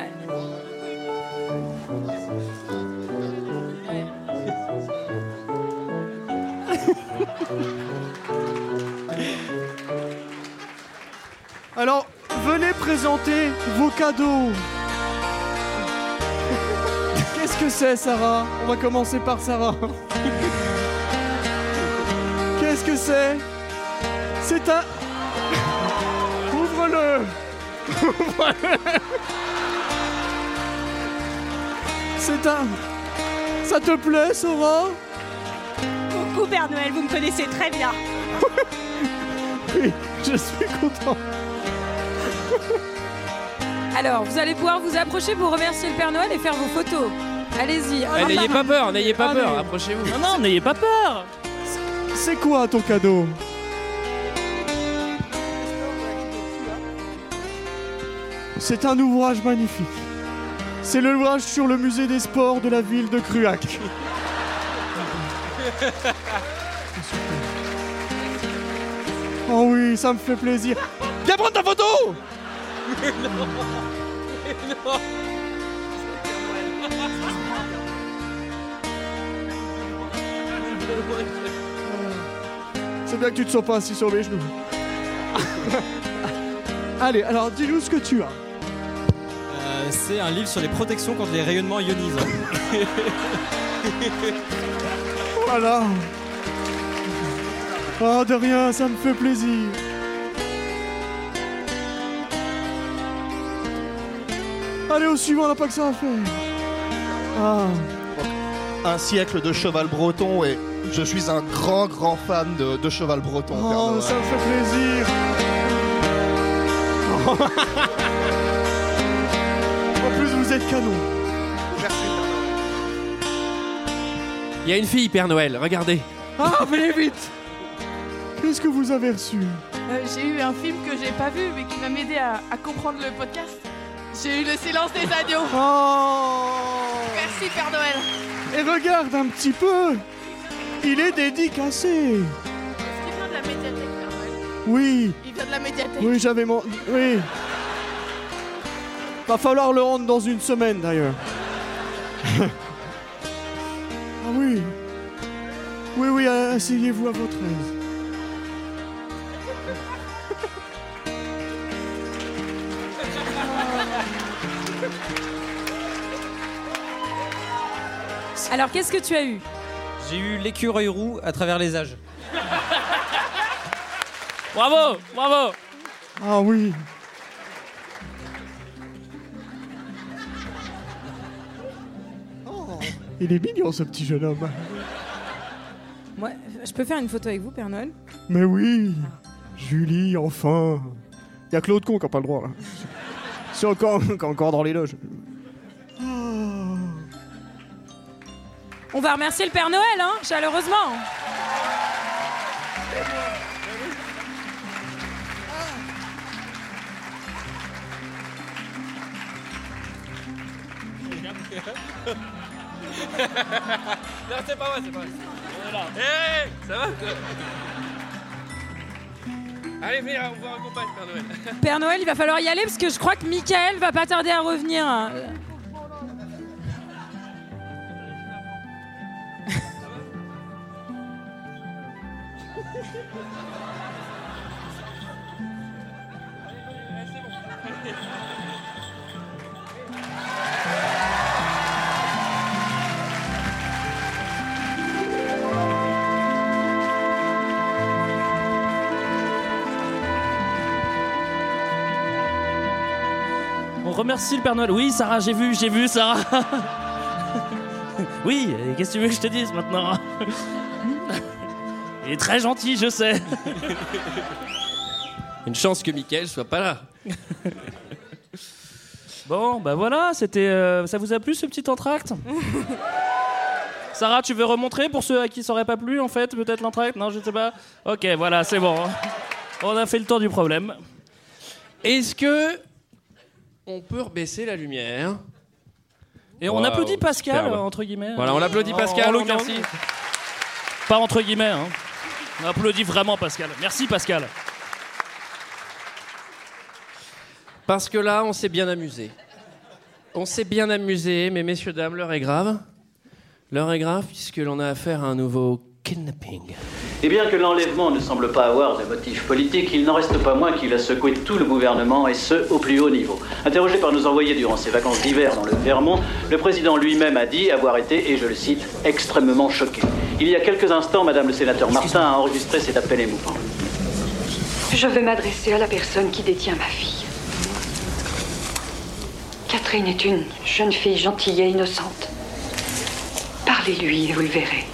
[SPEAKER 13] Alors, venez présenter vos cadeaux. Qu'est-ce que c'est, Sarah On va commencer par Sarah. Qu'est-ce que c'est C'est un. Ouvre-le Ouvre-le C'est un. Ça te plaît, Sarah
[SPEAKER 15] Coucou Père Noël, vous me connaissez très bien.
[SPEAKER 13] Oui, je suis content.
[SPEAKER 11] Alors vous allez pouvoir vous approcher pour remercier le Père Noël et faire vos photos. Allez-y. Oh,
[SPEAKER 1] Eh,
[SPEAKER 11] un
[SPEAKER 1] n'ayez
[SPEAKER 11] par un.
[SPEAKER 1] pas peur, n'ayez pas
[SPEAKER 11] Ah,
[SPEAKER 1] peur,
[SPEAKER 11] mais-
[SPEAKER 1] approchez-vous.
[SPEAKER 6] Non, non, n'ayez pas peur.
[SPEAKER 13] C'est quoi ton cadeau C'est un ouvrage magnifique. C'est l'ouvrage sur le musée des sports de la ville de Cruac. Oh oui, ça me fait plaisir. Viens prendre ta photo C'est bien que tu te sens pas assis sur mes genoux. Allez, alors dis-nous ce que tu as.
[SPEAKER 7] Euh, c'est un livre sur les protections contre les rayonnements ionisants.
[SPEAKER 13] Voilà. Oh, de rien, ça me fait plaisir. Allez, au suivant, on n'a pas que ça à faire. Ah.
[SPEAKER 16] un siècle de cheval breton et je suis un grand, grand fan de, de cheval breton. Père
[SPEAKER 13] Oh,
[SPEAKER 16] Noël.
[SPEAKER 13] ça me fait plaisir. en plus, vous êtes canon.
[SPEAKER 1] Il y a une fille, Père Noël, regardez.
[SPEAKER 13] Ah, venez vite Qu'est-ce que vous avez reçu
[SPEAKER 17] Euh, j'ai eu un film que j'ai pas vu mais qui va m'aider à, à comprendre le podcast. J'ai eu le silence des agneaux.
[SPEAKER 13] Oh.
[SPEAKER 17] Merci Père Noël.
[SPEAKER 13] Et regarde un petit peu Il est dédicacé
[SPEAKER 17] Il vient de la médiathèque Père Noël.
[SPEAKER 13] Oui
[SPEAKER 17] Il vient de la médiathèque.
[SPEAKER 13] Oui, j'avais mon. Oui Va falloir le rendre dans une semaine d'ailleurs. ah oui Oui, oui, euh, asseyez-vous à votre aise.
[SPEAKER 18] Alors, qu'est-ce que tu as eu
[SPEAKER 19] J'ai eu l'écureuil roux à travers les âges.
[SPEAKER 6] Bravo, bravo.
[SPEAKER 13] Ah oui Il est mignon ce petit jeune homme.
[SPEAKER 11] Moi, je peux faire une photo avec vous, Père Noël
[SPEAKER 13] Mais oui Julie, enfin Il y a que l'autre con qui n'a pas le droit là. C'est encore, qui est encore dans les loges.
[SPEAKER 18] On va remercier le Père Noël, hein, chaleureusement.
[SPEAKER 1] non, c'est pas vrai, c'est pas vrai. ça va Allez, venez, on vous accompagne, Père Noël.
[SPEAKER 18] Père Noël, il va falloir y aller parce que je crois que Michael va pas tarder à revenir.
[SPEAKER 8] Euh.
[SPEAKER 6] On remercie le Père Noël. Oui, Sarah, j'ai vu, j'ai vu, Sarah. oui, et qu'est-ce que tu veux que je te dise maintenant Il est très gentil, je sais.
[SPEAKER 1] Une chance que Mickaël soit pas là.
[SPEAKER 6] Bon, bah voilà, c'était. euh, ça vous a plu ce petit entracte Sarah, tu veux remontrer pour ceux à qui ça aurait pas plu en fait, peut-être l'entracte Non, je sais pas. Ok, voilà, c'est bon. On a fait le tour du problème.
[SPEAKER 1] Est-ce que on peut rebaisser la lumière
[SPEAKER 6] Et on
[SPEAKER 1] Waouh,
[SPEAKER 6] applaudit Pascal,
[SPEAKER 1] superbe.
[SPEAKER 6] euh, entre guillemets.
[SPEAKER 1] Voilà, on l'applaudit, Pascal, on
[SPEAKER 6] l'occurrence.
[SPEAKER 1] remercie.
[SPEAKER 6] Pas entre guillemets, hein. On applaudit vraiment Pascal. Merci Pascal.
[SPEAKER 1] Parce que là, on s'est bien amusé. On s'est bien amusé, mais messieurs, dames, l'heure est grave. L'heure est grave puisque l'on a affaire à un nouveau kidnapping.
[SPEAKER 20] Et bien que l'enlèvement ne semble pas avoir de motif politique, il n'en reste pas moins qu'il a secoué tout le gouvernement et ce, au plus haut niveau. Interrogé par nos envoyés durant ses vacances d'hiver dans le Vermont, le président lui-même a dit avoir été, et je le cite, extrêmement choqué. Il y a quelques instants, Madame le sénateur Martin a enregistré cet appel émouvant.
[SPEAKER 21] Je vais m'adresser à la personne qui détient ma fille. Catherine est une jeune fille gentille et innocente. Parlez-lui et vous le verrez.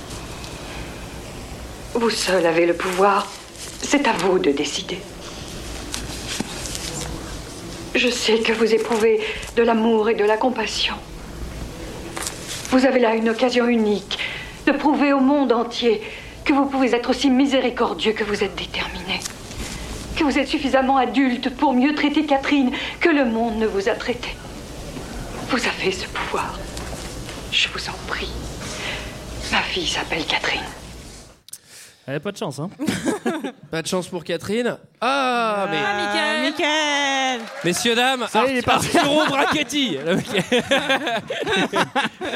[SPEAKER 21] Vous seul avez le pouvoir. C'est à vous de décider. Je sais que vous éprouvez de l'amour et de la compassion. Vous avez là une occasion unique de prouver au monde entier que vous pouvez être aussi miséricordieux que vous êtes déterminé que vous êtes suffisamment adulte pour mieux traiter Catherine que le monde ne vous a traité. Vous avez ce pouvoir. Je vous en prie. Ma fille s'appelle Catherine.
[SPEAKER 6] Elle a pas de chance, hein.
[SPEAKER 1] Pas de chance pour Catherine. Ah, mais.
[SPEAKER 8] Michael.
[SPEAKER 1] Messieurs, dames,
[SPEAKER 6] Ça y est, il est
[SPEAKER 1] Ar-
[SPEAKER 6] parti.
[SPEAKER 1] Arturo Brachetti. Le mec-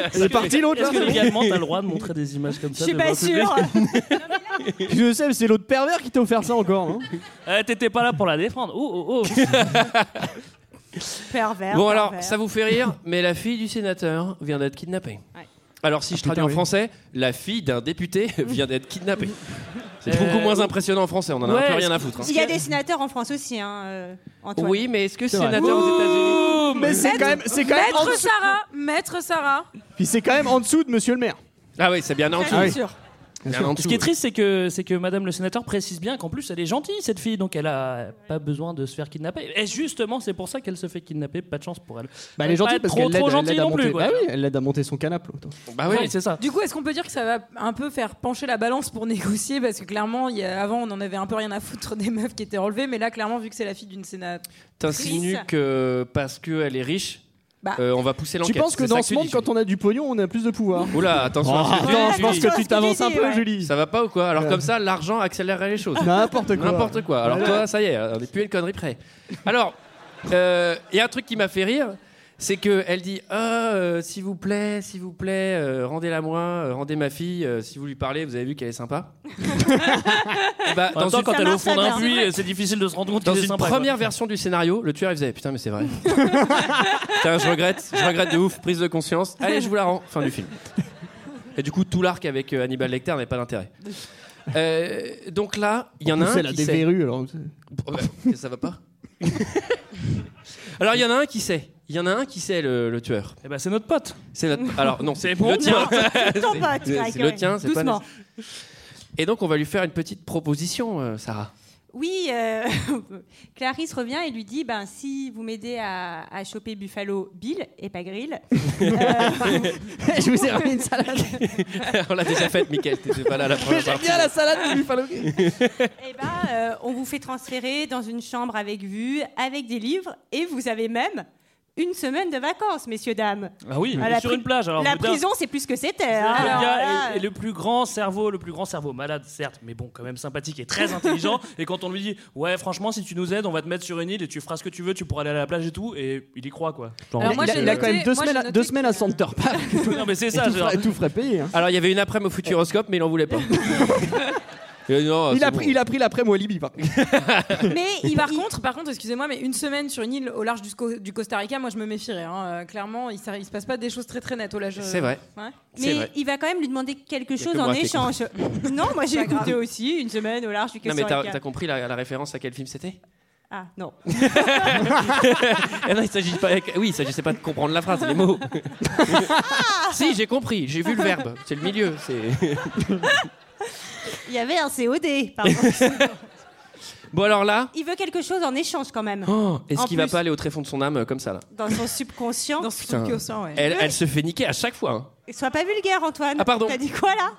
[SPEAKER 6] Est-ce que-
[SPEAKER 7] parti, l'autre,
[SPEAKER 6] Est-ce
[SPEAKER 7] là
[SPEAKER 6] que légalement t'as le droit de montrer des images comme ça devant le public
[SPEAKER 7] Je sais, mais c'est l'autre pervers qui t'a offert ça encore. hein.
[SPEAKER 6] Euh, T'étais pas là pour la défendre. Oh, oh, oh.
[SPEAKER 8] Pervers.
[SPEAKER 1] Bon,
[SPEAKER 8] pervers.
[SPEAKER 1] alors, ça vous fait rire, mais la fille du sénateur vient d'être kidnappée. Alors, si je
[SPEAKER 7] Ah, putain,
[SPEAKER 1] traduis en
[SPEAKER 7] oui.
[SPEAKER 1] français, la fille d'un député vient d'être kidnappée. C'est beaucoup moins impressionnant en français, on en a un peu rien à foutre. hein.
[SPEAKER 8] Il y a des sénateurs en France aussi, hein, euh, Antoine.
[SPEAKER 1] Oui, mais est-ce que
[SPEAKER 8] C'est
[SPEAKER 1] sénateur
[SPEAKER 8] vrai.
[SPEAKER 1] aux États-Unis
[SPEAKER 7] Mais c'est quand même, c'est quand même
[SPEAKER 18] Maître
[SPEAKER 7] en
[SPEAKER 11] Ah,
[SPEAKER 7] dessous-
[SPEAKER 18] Sarah, Maître Sarah.
[SPEAKER 7] Puis c'est quand même en dessous de Monsieur le Maire.
[SPEAKER 1] Ah oui, c'est bien en dessous.
[SPEAKER 6] Ah oui.
[SPEAKER 1] Bien en dessous.
[SPEAKER 6] Ce qui est triste, c'est que, c'est que Madame le sénateur précise bien qu'en plus, elle est gentille, cette fille, donc elle a pas besoin de se faire kidnapper. Et justement, c'est pour ça qu'elle se fait kidnapper. Pas de chance pour elle.
[SPEAKER 7] Bah, elle est
[SPEAKER 6] Pas
[SPEAKER 7] gentille
[SPEAKER 6] être
[SPEAKER 7] parce
[SPEAKER 6] trop,
[SPEAKER 7] qu'elle l'aide-
[SPEAKER 6] trop
[SPEAKER 7] elle
[SPEAKER 6] gentille
[SPEAKER 7] l'aide à
[SPEAKER 6] non plus.
[SPEAKER 7] monter-
[SPEAKER 6] quoi.
[SPEAKER 7] Bah oui, elle l'aide à monter son canapé.
[SPEAKER 1] Bah
[SPEAKER 6] Ouais, Ah c'est ça.
[SPEAKER 11] Du coup, est-ce qu'on peut dire que ça va un peu faire pencher la balance pour négocier Parce que clairement, il y a- avant, on en avait un peu rien à foutre des meufs qui étaient relevées, mais là, clairement, vu que c'est la fille d'une sénatrice.
[SPEAKER 1] T'insinues que parce qu'elle est riche,
[SPEAKER 11] Bah.
[SPEAKER 1] euh, on va pousser
[SPEAKER 7] Tu
[SPEAKER 1] l'enquête.
[SPEAKER 7] penses que
[SPEAKER 1] c'est ça
[SPEAKER 7] dans ce
[SPEAKER 1] tu
[SPEAKER 7] monde,
[SPEAKER 1] dis,
[SPEAKER 7] quand on a du pognon, on a plus de pouvoir
[SPEAKER 1] Julie. Oula, attention.
[SPEAKER 7] Oh,
[SPEAKER 1] Julie.
[SPEAKER 7] attends, je pense
[SPEAKER 1] Julie.
[SPEAKER 7] que tu t'avances un peu, Julie.
[SPEAKER 1] Ça va pas ou quoi Alors
[SPEAKER 7] Ouais.
[SPEAKER 1] comme ça, l'argent accélérerait les choses.
[SPEAKER 7] N'importe quoi.
[SPEAKER 1] N'importe quoi. Alors
[SPEAKER 7] Ouais.
[SPEAKER 1] toi, ça y est, on n'est plus à une connerie près. Alors, euh, il y a un truc qui m'a fait rire, c'est que elle dit Ah, euh, s'il vous plaît, s'il vous plaît, euh, rendez-la moi, euh, rendez ma fille. euh, si vous lui parlez, vous avez vu qu'elle est sympa. Eh ben, Et bah,
[SPEAKER 6] En même temps, quand elle est au fond d'un
[SPEAKER 1] c'est
[SPEAKER 6] puits,
[SPEAKER 1] vrai.
[SPEAKER 6] c'est difficile de se rendre compte
[SPEAKER 1] Dans
[SPEAKER 6] qu'elle est
[SPEAKER 1] une
[SPEAKER 6] sympa, quoi.
[SPEAKER 1] première version du scénario, le tueur il faisait putain mais c'est vrai. Putain, je regrette, je regrette de ouf, prise de conscience. Allez, je vous la rends. Fin du film. Et du coup, tout l'arc avec euh, Hannibal Lecter n'avait pas d'intérêt. Euh, donc là, il y en a un
[SPEAKER 7] Elle a
[SPEAKER 1] qui
[SPEAKER 7] des
[SPEAKER 1] sait.
[SPEAKER 7] verrues, alors.
[SPEAKER 1] Oh, bah, ça va pas Alors il y en a un qui sait. Il y en a un qui sait le, le tueur.
[SPEAKER 6] Eh ben c'est notre pote.
[SPEAKER 1] C'est notre. Alors non, c'est
[SPEAKER 6] bon,
[SPEAKER 1] le tien.
[SPEAKER 6] non, c'est ton pote,
[SPEAKER 1] C'est-
[SPEAKER 6] Mike,
[SPEAKER 1] c'est le
[SPEAKER 6] ouais.
[SPEAKER 1] tien. C'est pas.
[SPEAKER 8] Doucement.
[SPEAKER 1] Et donc on va lui faire une petite proposition, euh, Sarah.
[SPEAKER 8] Oui, euh, Clarisse revient et lui dit ben, si vous m'aidez à, à choper Buffalo Bill et pas Grill. euh,
[SPEAKER 7] Euh, Je vous ai ramené une salade.
[SPEAKER 1] on l'a déjà faite, Michael. T'étais pas là la première
[SPEAKER 7] J'aime
[SPEAKER 1] partie.
[SPEAKER 7] bien la salade de Buffalo.
[SPEAKER 8] Eh ben, euh, on vous fait transférer dans une chambre avec vue, avec des livres, et vous avez même une semaine de vacances, messieurs, dames.
[SPEAKER 6] Ah oui,
[SPEAKER 8] À la
[SPEAKER 6] sur
[SPEAKER 8] pri-
[SPEAKER 6] une plage. Alors,
[SPEAKER 8] la
[SPEAKER 6] putain.
[SPEAKER 8] prison, c'est plus que c'était. hein.
[SPEAKER 6] Le
[SPEAKER 8] Alors,
[SPEAKER 6] gars
[SPEAKER 8] là,
[SPEAKER 1] euh,
[SPEAKER 6] est, est le plus grand cerveau, le plus grand cerveau malade, certes, mais bon, quand même sympathique et très intelligent. et quand on lui dit, ouais, franchement, si tu nous aides, on va te mettre sur une île et tu feras ce que tu veux, tu pourras aller à la plage et tout, et il y croit quoi. Genre,
[SPEAKER 7] il, a, il a quand même deux semaines, à- deux semaines à Center Park.
[SPEAKER 6] non, mais c'est
[SPEAKER 7] Et
[SPEAKER 6] ça,
[SPEAKER 7] tout,
[SPEAKER 6] genre.
[SPEAKER 7] ferait, tout ferait payer. hein.
[SPEAKER 1] Alors il y avait une après au Futuroscope, mais il en voulait pas. Il a dit, non,
[SPEAKER 7] il,
[SPEAKER 1] c'est
[SPEAKER 7] a
[SPEAKER 1] bon.
[SPEAKER 7] pris, il a pris l'après-moi Libye, par contre.
[SPEAKER 11] Mais il- par contre, par contre, excusez-moi, mais une semaine sur une île au large du, Co- du Costa Rica, moi je me méfierais. hein. Euh, Clairement, il, ne se passe pas des choses très très nettes au large. euh,
[SPEAKER 1] C'est vrai.
[SPEAKER 11] Ouais.
[SPEAKER 1] C'est
[SPEAKER 8] Mais
[SPEAKER 1] vrai.
[SPEAKER 8] il va quand même lui demander quelque
[SPEAKER 1] que
[SPEAKER 8] chose
[SPEAKER 1] moi
[SPEAKER 8] en
[SPEAKER 1] qui ai
[SPEAKER 8] échange. non, moi j'ai
[SPEAKER 11] Pas grave.
[SPEAKER 8] écouté aussi une semaine au large du
[SPEAKER 1] Non mais
[SPEAKER 8] Costa
[SPEAKER 1] t'as
[SPEAKER 8] Rica.
[SPEAKER 1] t'as compris la, la référence à quel film c'était
[SPEAKER 8] Ah non.
[SPEAKER 1] Eh non, il s'agit pas. Oui, il s'agissait pas de comprendre la phrase, les mots. si, j'ai compris. J'ai vu le verbe. C'est le milieu. C'est.
[SPEAKER 8] Il y avait un COD. Pardon.
[SPEAKER 1] Bon alors là.
[SPEAKER 8] il veut quelque chose en échange quand même.
[SPEAKER 1] oh, Est-ce
[SPEAKER 8] En
[SPEAKER 1] qu'il va
[SPEAKER 8] plus,
[SPEAKER 1] pas aller au tréfonds de son âme euh, comme ça là
[SPEAKER 8] dans son subconscient Dans
[SPEAKER 1] Putain. elle, elle se fait niquer à chaque fois. hein.
[SPEAKER 8] Sois pas vulgaire, Antoine.
[SPEAKER 1] Ah, pardon.
[SPEAKER 8] T'as dit quoi là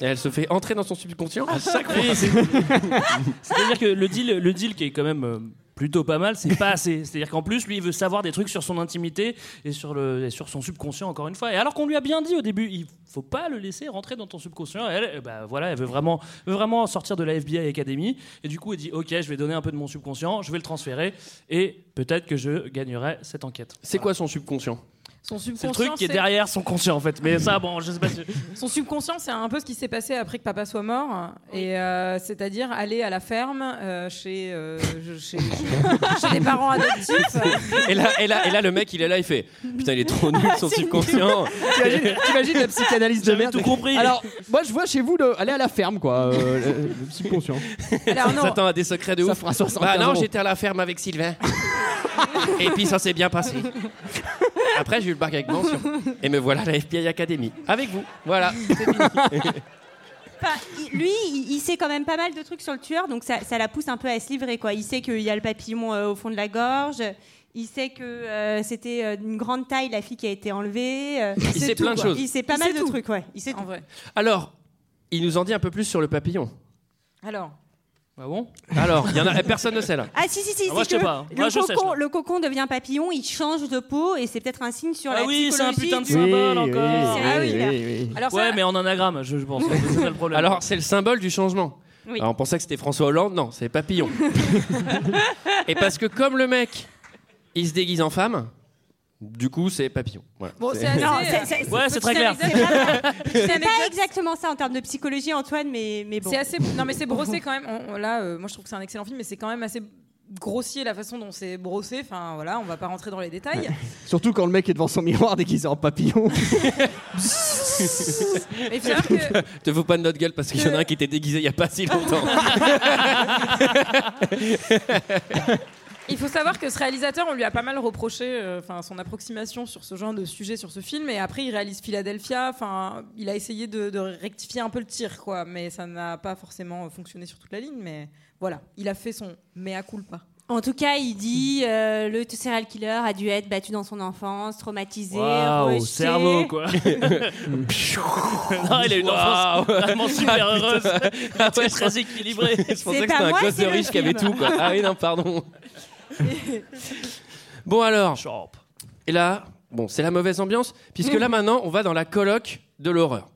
[SPEAKER 1] Et Elle se fait entrer dans son subconscient à chaque fois.
[SPEAKER 6] C'est-à-dire que le deal, le deal qui est quand même euh, plutôt pas mal, c'est pas assez. C'est-à-dire qu'en plus, lui, il veut savoir des trucs sur son intimité et sur, le, et sur son subconscient, encore une fois. Et alors qu'on lui a bien dit au début, il faut pas le laisser rentrer dans ton subconscient. Elle, eh ben, voilà, elle veut vraiment, veut vraiment sortir de la FBI Academy. Et du coup, elle dit, OK, je vais donner un peu de mon subconscient, je vais le transférer et peut-être que je gagnerai cette enquête.
[SPEAKER 1] C'est quoi son subconscient
[SPEAKER 11] Son
[SPEAKER 6] C'est
[SPEAKER 11] subconscient.
[SPEAKER 6] le truc qui est
[SPEAKER 11] c'est-
[SPEAKER 6] derrière son conscient, en fait. Mais ça, bon, je sais pas si...
[SPEAKER 11] Son subconscient, c'est un peu ce qui s'est passé après que papa soit mort, et euh, c'est-à-dire aller à la ferme euh, chez, euh, je- chez, chez les parents adoptifs.
[SPEAKER 1] et là, et, là, et là, le mec, il est là, il fait Putain, il est trop nul, son subconscient.
[SPEAKER 7] Ah, T'imagines t'imagines la psychanalyse de merde.
[SPEAKER 1] tout compris.
[SPEAKER 7] Alors, moi, je vois chez vous, le, aller à la ferme, quoi. euh, le, le subconscient.
[SPEAKER 1] Il s'attend à des secrets de
[SPEAKER 7] Ça
[SPEAKER 1] ouf.
[SPEAKER 7] fera 75
[SPEAKER 1] bah non,
[SPEAKER 7] euros.
[SPEAKER 1] j'étais à la ferme avec Sylvain. et puis ça s'est bien passé. Après, j'ai eu le bac avec mention. Et me voilà à la FBI Academy. Avec vous. Voilà. c'est fini.
[SPEAKER 8] Enfin, il- lui, il, il sait quand même pas mal de trucs sur le tueur, donc ça, ça la pousse un peu à se livrer. Quoi. Il sait qu'il y a le papillon euh, au fond de la gorge. Il sait que euh, c'était euh, d'une grande taille la fille qui a été enlevée. euh,
[SPEAKER 1] Il sait
[SPEAKER 8] tout,
[SPEAKER 1] plein de
[SPEAKER 8] quoi.
[SPEAKER 1] choses.
[SPEAKER 8] Il sait pas
[SPEAKER 11] Il
[SPEAKER 8] mal
[SPEAKER 11] sait
[SPEAKER 8] de
[SPEAKER 11] tout.
[SPEAKER 8] trucs, ouais. Il sait
[SPEAKER 11] En vrai.
[SPEAKER 1] Alors, il nous en dit un peu plus sur le papillon.
[SPEAKER 11] Alors.
[SPEAKER 6] Ah bon
[SPEAKER 1] Alors, il y en a, personne ne sait là.
[SPEAKER 8] Ah si si si.
[SPEAKER 6] Ah, moi,
[SPEAKER 8] si
[SPEAKER 6] je sais
[SPEAKER 8] que
[SPEAKER 6] pas, hein.
[SPEAKER 8] Le,
[SPEAKER 6] Moi, je
[SPEAKER 8] cocon,
[SPEAKER 6] sèche, là.
[SPEAKER 8] le cocon devient papillon, il change de peau et c'est peut-être un signe sur
[SPEAKER 6] Ah
[SPEAKER 8] la
[SPEAKER 6] oui, c'est un
[SPEAKER 8] psychologie
[SPEAKER 6] putain de
[SPEAKER 8] du-
[SPEAKER 6] symbole encore.
[SPEAKER 8] Ah oui, là. Alors ça-
[SPEAKER 6] ouais, mais en anagramme, je, je pense. C'est ça le problème.
[SPEAKER 1] Alors, c'est le symbole du changement.
[SPEAKER 8] Oui.
[SPEAKER 1] Alors, on pensait que c'était François Hollande, non, c'est papillon. Et parce que comme le mec, il se déguise en femme, du coup, c'est papillon. Voilà.
[SPEAKER 11] Bon, c'est
[SPEAKER 8] Non,
[SPEAKER 11] assez.
[SPEAKER 8] c'est- c'est- Ouais, c'est très clair.
[SPEAKER 11] C'est
[SPEAKER 8] C'est pas exactement ça en termes de psychologie, Antoine, mais, mais bon.
[SPEAKER 11] C'est assez. Non, mais c'est brossé quand même. On- on- là, euh, moi, je trouve que c'est un excellent film, mais c'est quand même assez grossier la façon dont c'est brossé. Enfin, voilà, on va pas rentrer dans les détails.
[SPEAKER 7] Surtout quand le mec est devant son miroir déguisé en papillon.
[SPEAKER 11] Mais il faut savoir que
[SPEAKER 1] Te fous pas de notre gueule parce qu'il y en a un qui était déguisé il y a pas si longtemps.
[SPEAKER 11] il faut savoir que ce réalisateur, on lui a pas mal reproché euh, enfin, son approximation sur ce genre de sujet, sur ce film. Et après, il réalise Philadelphia. Enfin, il a essayé de, de rectifier un peu le tir, quoi. Mais ça n'a pas forcément fonctionné sur toute la ligne. Mais voilà, il a fait son mea culpa.
[SPEAKER 8] En tout cas, il dit euh, le serial killer a dû être battu dans son enfance, traumatisé,
[SPEAKER 6] Waouh,
[SPEAKER 8] rejeté.
[SPEAKER 6] cerveau quoi. non, Ah, il a une enfance
[SPEAKER 1] Ah,
[SPEAKER 6] vraiment super heureuse. Il était très équilibré.
[SPEAKER 1] Je pensais que
[SPEAKER 8] C'est pas
[SPEAKER 1] c'était un
[SPEAKER 8] moi,
[SPEAKER 1] gosse de
[SPEAKER 8] c'est le
[SPEAKER 1] riche qui avait
[SPEAKER 8] film.
[SPEAKER 1] tout, quoi. Ah oui, non, pardon. Bon, alors. Et là, bon, c'est la mauvaise ambiance, puisque là, maintenant, on va dans la coloc de l'horreur.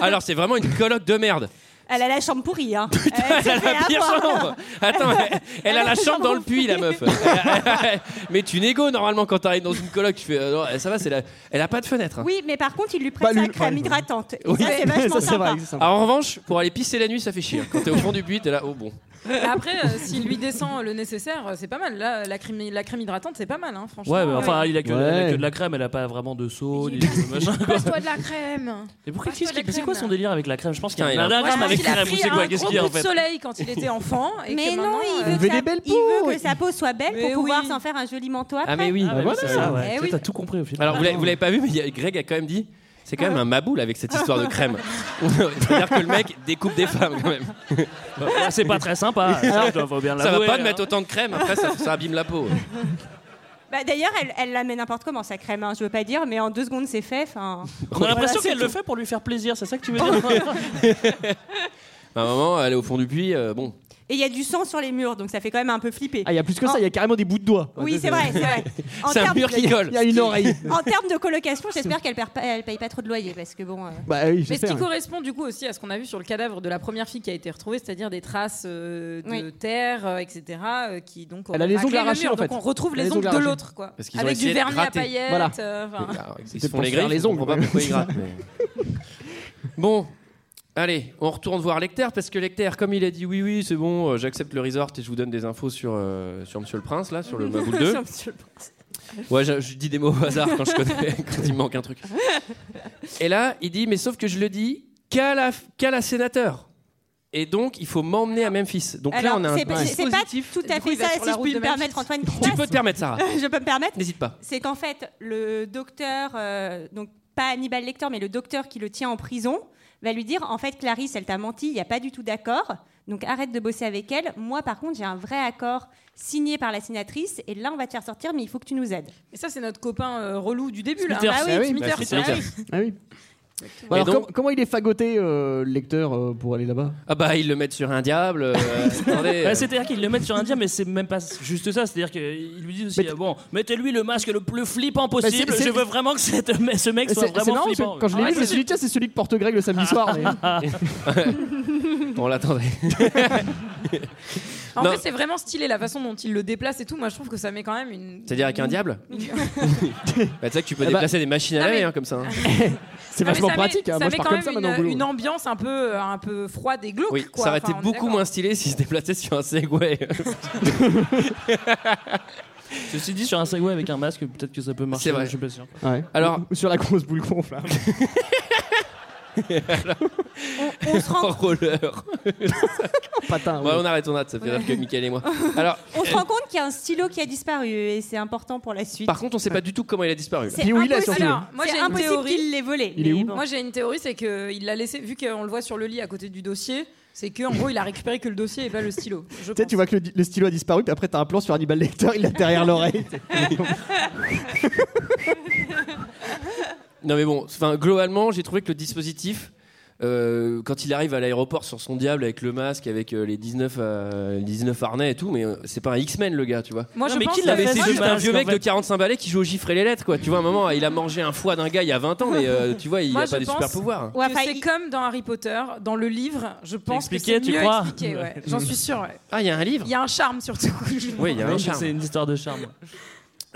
[SPEAKER 1] Alors, c'est vraiment une coloc de merde.
[SPEAKER 8] Elle a la chambre pourrie, hein.
[SPEAKER 1] elle a la pire chambre. Attends, elle, elle a la chambre dans le puits, la meuf. Mais tu négo normalement quand t'arrives dans une coloc. Tu fais, euh, non, ça va, c'est la... elle a pas de fenêtre. hein.
[SPEAKER 8] Oui, mais par contre, il lui prête
[SPEAKER 1] Bah,
[SPEAKER 8] sa
[SPEAKER 1] lui-
[SPEAKER 8] crème
[SPEAKER 1] Ouais.
[SPEAKER 8] hydratante. Et
[SPEAKER 1] Oui.
[SPEAKER 8] ça, c'est vachement sympa.
[SPEAKER 1] Alors, en revanche, pour aller pisser la nuit, ça fait chier. hein. Quand t'es au fond du puits, t'es là, oh bon.
[SPEAKER 11] Après, euh, s'il lui descend le nécessaire, euh, c'est pas mal. Là, la crème, la crème hydratante, c'est pas mal, hein, franchement.
[SPEAKER 6] Ouais, mais enfin, il a, que,
[SPEAKER 1] Ouais.
[SPEAKER 6] elle a que de la crème, elle a pas vraiment de seau. ni de machin.
[SPEAKER 18] Passe-toi de la crème.
[SPEAKER 6] Mais pourquoi qu'est-ce qu'il- C'est quoi son délire avec la crème Je pense qu'il y a
[SPEAKER 1] Putain,
[SPEAKER 6] un
[SPEAKER 1] il a-
[SPEAKER 6] anagramme
[SPEAKER 1] Ouais,
[SPEAKER 6] avec
[SPEAKER 1] il a
[SPEAKER 6] crème.
[SPEAKER 1] pris
[SPEAKER 6] ou c'est
[SPEAKER 8] hein,
[SPEAKER 6] quoi
[SPEAKER 1] un
[SPEAKER 6] Qu'est-ce
[SPEAKER 1] gros
[SPEAKER 6] qu'il y a en
[SPEAKER 1] coup de
[SPEAKER 6] fait
[SPEAKER 11] soleil quand il était enfant. Et
[SPEAKER 8] mais
[SPEAKER 11] que
[SPEAKER 8] non,
[SPEAKER 11] maintenant,
[SPEAKER 8] il
[SPEAKER 11] euh,
[SPEAKER 8] veut,
[SPEAKER 6] Levez
[SPEAKER 8] que
[SPEAKER 6] les
[SPEAKER 8] sa...
[SPEAKER 6] belles
[SPEAKER 8] il veut que sa peau soit belle
[SPEAKER 11] Mais
[SPEAKER 8] pour pouvoir
[SPEAKER 11] oui.
[SPEAKER 8] s'en faire un joli manteau après.
[SPEAKER 1] Ah mais oui,
[SPEAKER 6] Ah, bah, c'est ça, ouais.
[SPEAKER 8] Eh
[SPEAKER 6] Tu
[SPEAKER 8] oui. Ah,
[SPEAKER 6] sais, T'as tout compris au final. Ah.
[SPEAKER 1] Alors, vous l'avez- vous l'avez pas vu, mais il y a- Greg a quand même dit. C'est quand même un maboule avec cette histoire de crème. C'est-à-dire que le mec découpe des femmes quand même.
[SPEAKER 6] Ouais, Ah, c'est pas très sympa. Ça, je dois- faut bien
[SPEAKER 1] Ça va
[SPEAKER 6] l'avouer,
[SPEAKER 1] pas de
[SPEAKER 6] hein.
[SPEAKER 1] mettre autant de crème, après ça, ça abîme la peau.
[SPEAKER 8] Bah, D'ailleurs, elle, elle la met n'importe comment, sa crème. hein, je veux pas dire, mais en deux secondes, c'est fait. enfin.
[SPEAKER 6] On a l'impression
[SPEAKER 8] Voilà, c'est
[SPEAKER 6] qu'elle le
[SPEAKER 8] tout.
[SPEAKER 6] fait pour lui faire plaisir, c'est ça que tu veux dire
[SPEAKER 1] À un moment, elle est au fond du puits, euh, bon.
[SPEAKER 8] Et il y a du sang sur les murs, donc ça fait quand même un peu flipper.
[SPEAKER 7] Ah, il y a plus que ça, il y a carrément des bouts de doigts.
[SPEAKER 8] Oui, c'est vrai, c'est vrai. En
[SPEAKER 7] C'est un
[SPEAKER 8] termes-
[SPEAKER 7] mur qui colle. Il y a une oreille.
[SPEAKER 8] En termes de colocation, j'espère qu'elle perd pas- elle paye pas trop de loyer, parce que bon. euh,
[SPEAKER 7] Bah oui,
[SPEAKER 11] Mais ce qui
[SPEAKER 7] j'espère.
[SPEAKER 11] correspond du coup aussi à ce qu'on a vu sur le cadavre de la première fille qui a été retrouvée, c'est-à-dire des traces euh, de
[SPEAKER 8] Oui.
[SPEAKER 11] terre, euh, etc., euh, qui donc
[SPEAKER 7] Elle a les
[SPEAKER 11] raclé
[SPEAKER 7] ongles
[SPEAKER 11] le
[SPEAKER 7] arrachés,
[SPEAKER 11] mur.
[SPEAKER 7] en fait.
[SPEAKER 11] Donc on retrouve
[SPEAKER 7] Elle a
[SPEAKER 11] les,
[SPEAKER 7] les
[SPEAKER 11] ongles
[SPEAKER 7] ongles
[SPEAKER 11] de
[SPEAKER 7] arrachés.
[SPEAKER 11] l'autre, quoi.
[SPEAKER 1] Parce qu'ils ont
[SPEAKER 11] Avec du
[SPEAKER 1] essayé de
[SPEAKER 11] vernis à
[SPEAKER 1] gratter.
[SPEAKER 11] paillettes.
[SPEAKER 1] Voilà.
[SPEAKER 11] euh, enfin.
[SPEAKER 1] Alors, ils se
[SPEAKER 7] C'était
[SPEAKER 1] font
[SPEAKER 7] pour
[SPEAKER 1] les
[SPEAKER 7] faire
[SPEAKER 1] griffes,
[SPEAKER 7] les
[SPEAKER 1] on
[SPEAKER 7] ongles,
[SPEAKER 1] comprend pas
[SPEAKER 7] mais-
[SPEAKER 1] pourquoi ils grattent,
[SPEAKER 8] Bah
[SPEAKER 1] mais- Bon, allez, on retourne voir Lecter parce que Lecter, comme il a dit oui, oui, c'est bon, euh, j'accepte le resort et je vous donne des infos sur, euh, sur Monsieur le Prince, là, sur le Maboule 2.
[SPEAKER 11] Sur Monsieur le Prince.
[SPEAKER 1] Ouais, je, je dis des mots au hasard quand je connais, quand il me manque un truc. Et là, il dit, mais sauf que je le dis qu'à la, qu'à la sénateur. Et donc, il faut m'emmener à Memphis. Donc
[SPEAKER 8] Alors,
[SPEAKER 1] là, on a un.
[SPEAKER 8] c'est pas,
[SPEAKER 1] un
[SPEAKER 8] c'est pas tout à
[SPEAKER 11] Du coup,
[SPEAKER 8] fait
[SPEAKER 11] il va
[SPEAKER 8] ça,
[SPEAKER 11] sur
[SPEAKER 8] si
[SPEAKER 11] la
[SPEAKER 8] je
[SPEAKER 11] route
[SPEAKER 8] puis
[SPEAKER 11] de
[SPEAKER 8] me permettre, Antoine. qui
[SPEAKER 1] Tu
[SPEAKER 8] passe.
[SPEAKER 1] peux te permettre, Sarah.
[SPEAKER 8] Je peux me permettre
[SPEAKER 1] N'hésite pas.
[SPEAKER 8] C'est qu'en fait, le docteur, euh, donc pas Hannibal Lecter, mais le docteur qui le tient en prison, va lui dire en fait, Clarisse, elle t'a menti, il n'y a pas du tout d'accord, donc arrête de bosser avec elle. Moi, par contre, j'ai un vrai accord signé par la sénatrice, et là, on va te faire sortir, mais il faut que tu nous aides.
[SPEAKER 11] Et ça, c'est notre copain euh, relou du début, là.
[SPEAKER 7] Smithers.
[SPEAKER 11] Bah oui,
[SPEAKER 7] Ah oui,
[SPEAKER 11] Smithers,
[SPEAKER 7] bah,
[SPEAKER 11] bah oui.
[SPEAKER 7] Ah oui.
[SPEAKER 1] Et
[SPEAKER 7] Alors,
[SPEAKER 1] donc-
[SPEAKER 7] com- comment il est fagoté, euh, le lecteur, euh, pour aller là-bas
[SPEAKER 1] Ah bah, ils le mettent sur un diable. euh, attendez.
[SPEAKER 6] Ouais, Bah, C'est-à-dire qu'ils le mettent sur un diable, mais c'est même pas juste ça. C'est-à-dire qu'ils lui disent aussi euh, bon, mettez-lui le masque le plus flippant possible.
[SPEAKER 7] Mais Bah, c'est-
[SPEAKER 6] Je veux vraiment que cette- mais ce mec
[SPEAKER 7] C'est
[SPEAKER 6] soit
[SPEAKER 7] c'est
[SPEAKER 6] vraiment
[SPEAKER 7] marrant,
[SPEAKER 6] flippant.
[SPEAKER 7] je- quand je l'ai
[SPEAKER 6] Ouais,
[SPEAKER 7] lu, je me
[SPEAKER 6] c'est-
[SPEAKER 7] suis dit, tiens, c'est celui que porte Greg le samedi soir. mais-
[SPEAKER 1] on l'attendait.
[SPEAKER 11] En
[SPEAKER 1] Non.
[SPEAKER 11] fait, c'est vraiment stylé la façon dont il le déplace et tout. Moi, je trouve que ça met quand même une.
[SPEAKER 1] C'est-à-dire avec un diable Bah, tu sais que tu peux
[SPEAKER 7] Eh bah-
[SPEAKER 1] déplacer des machines à
[SPEAKER 11] Non,
[SPEAKER 1] laver
[SPEAKER 11] mais-
[SPEAKER 1] hein, comme ça. hein.
[SPEAKER 7] C'est
[SPEAKER 11] Non, mais
[SPEAKER 7] vachement
[SPEAKER 11] ça met-
[SPEAKER 7] pratique. hein.
[SPEAKER 11] Ça
[SPEAKER 7] Moi,
[SPEAKER 11] met
[SPEAKER 7] je
[SPEAKER 11] quand
[SPEAKER 7] pars comme
[SPEAKER 11] même
[SPEAKER 7] ça
[SPEAKER 11] une,
[SPEAKER 7] maintenant au boulot.
[SPEAKER 11] une ambiance un peu, un peu froide et glauque.
[SPEAKER 1] Oui,
[SPEAKER 11] quoi.
[SPEAKER 1] ça aurait été
[SPEAKER 11] Enfin, on est
[SPEAKER 1] beaucoup moins stylé s'il se déplaçait sur un Segway.
[SPEAKER 6] Ceci dit, sur un Segway avec un masque, peut-être que ça peut marcher.
[SPEAKER 1] C'est vrai.
[SPEAKER 6] Je suis pas sûr.
[SPEAKER 7] Ouais.
[SPEAKER 1] Alors-
[SPEAKER 7] Ou sur la grosse boule gonfle. hein. là.
[SPEAKER 8] On se rend,
[SPEAKER 1] En roller.
[SPEAKER 7] Oh, Patin.
[SPEAKER 1] Bon, on arrête, on arrête, ça fait rire que Mickaël et moi. Alors,
[SPEAKER 8] on se rend compte qu'il y a un stylo qui a disparu, et c'est important pour la suite.
[SPEAKER 1] par contre, on sait pas du tout comment il a disparu. là.
[SPEAKER 8] C'est
[SPEAKER 7] Puis où il est,
[SPEAKER 8] impossible-
[SPEAKER 7] surtout.
[SPEAKER 11] Alors, moi,
[SPEAKER 8] c'est
[SPEAKER 11] j'ai une
[SPEAKER 8] impossible
[SPEAKER 11] théorie.
[SPEAKER 8] qu'il l'ait volé.
[SPEAKER 7] Il est
[SPEAKER 8] mais
[SPEAKER 7] où
[SPEAKER 8] bon.
[SPEAKER 11] Moi, j'ai une théorie, c'est qu'il l'a laissé, vu qu'on le voit sur le lit à côté du dossier, c'est qu'en gros, il a récupéré que le dossier et pas le stylo. Je
[SPEAKER 7] Tu sais,
[SPEAKER 11] pense.
[SPEAKER 7] tu vois que le, di- le stylo a disparu, puis après, t'as un plan sur Hannibal Lecter, il est derrière l'oreille.
[SPEAKER 1] Non mais bon, enfin globalement, j'ai trouvé que le dispositif, euh, quand il arrive à l'aéroport sur son diable avec le masque, avec euh, les 19, euh, les 19 harnais et tout, mais euh, c'est pas un X-Men le gars, tu vois.
[SPEAKER 11] Moi,
[SPEAKER 6] Non,
[SPEAKER 11] je
[SPEAKER 6] mais
[SPEAKER 11] pense
[SPEAKER 6] qui
[SPEAKER 11] que-
[SPEAKER 6] l'a
[SPEAKER 1] Mais
[SPEAKER 6] fait,
[SPEAKER 1] c'est
[SPEAKER 6] ce
[SPEAKER 1] juste un
[SPEAKER 6] masque,
[SPEAKER 1] vieux
[SPEAKER 6] en
[SPEAKER 1] mec
[SPEAKER 6] fait
[SPEAKER 1] de 45 balais qui joue au gifre et les lettres, quoi. Tu vois, à un moment, il a mangé un foie d'un gars il y a 20 ans, mais euh, tu vois, il
[SPEAKER 11] Moi,
[SPEAKER 1] a pas
[SPEAKER 11] je
[SPEAKER 1] des
[SPEAKER 11] pense-
[SPEAKER 1] super pouvoirs.
[SPEAKER 11] que c'est comme dans Harry Potter, dans le livre, je pense que
[SPEAKER 6] expliqué,
[SPEAKER 11] c'est
[SPEAKER 6] tu
[SPEAKER 11] mieux
[SPEAKER 6] crois
[SPEAKER 11] expliqué. ouais. J'en suis sûr. ouais.
[SPEAKER 1] Ah, il y a un livre
[SPEAKER 11] Il y a un charme surtout.
[SPEAKER 1] Oui, il y a un
[SPEAKER 6] Ouais,
[SPEAKER 1] charme.
[SPEAKER 6] C'est une histoire de charme.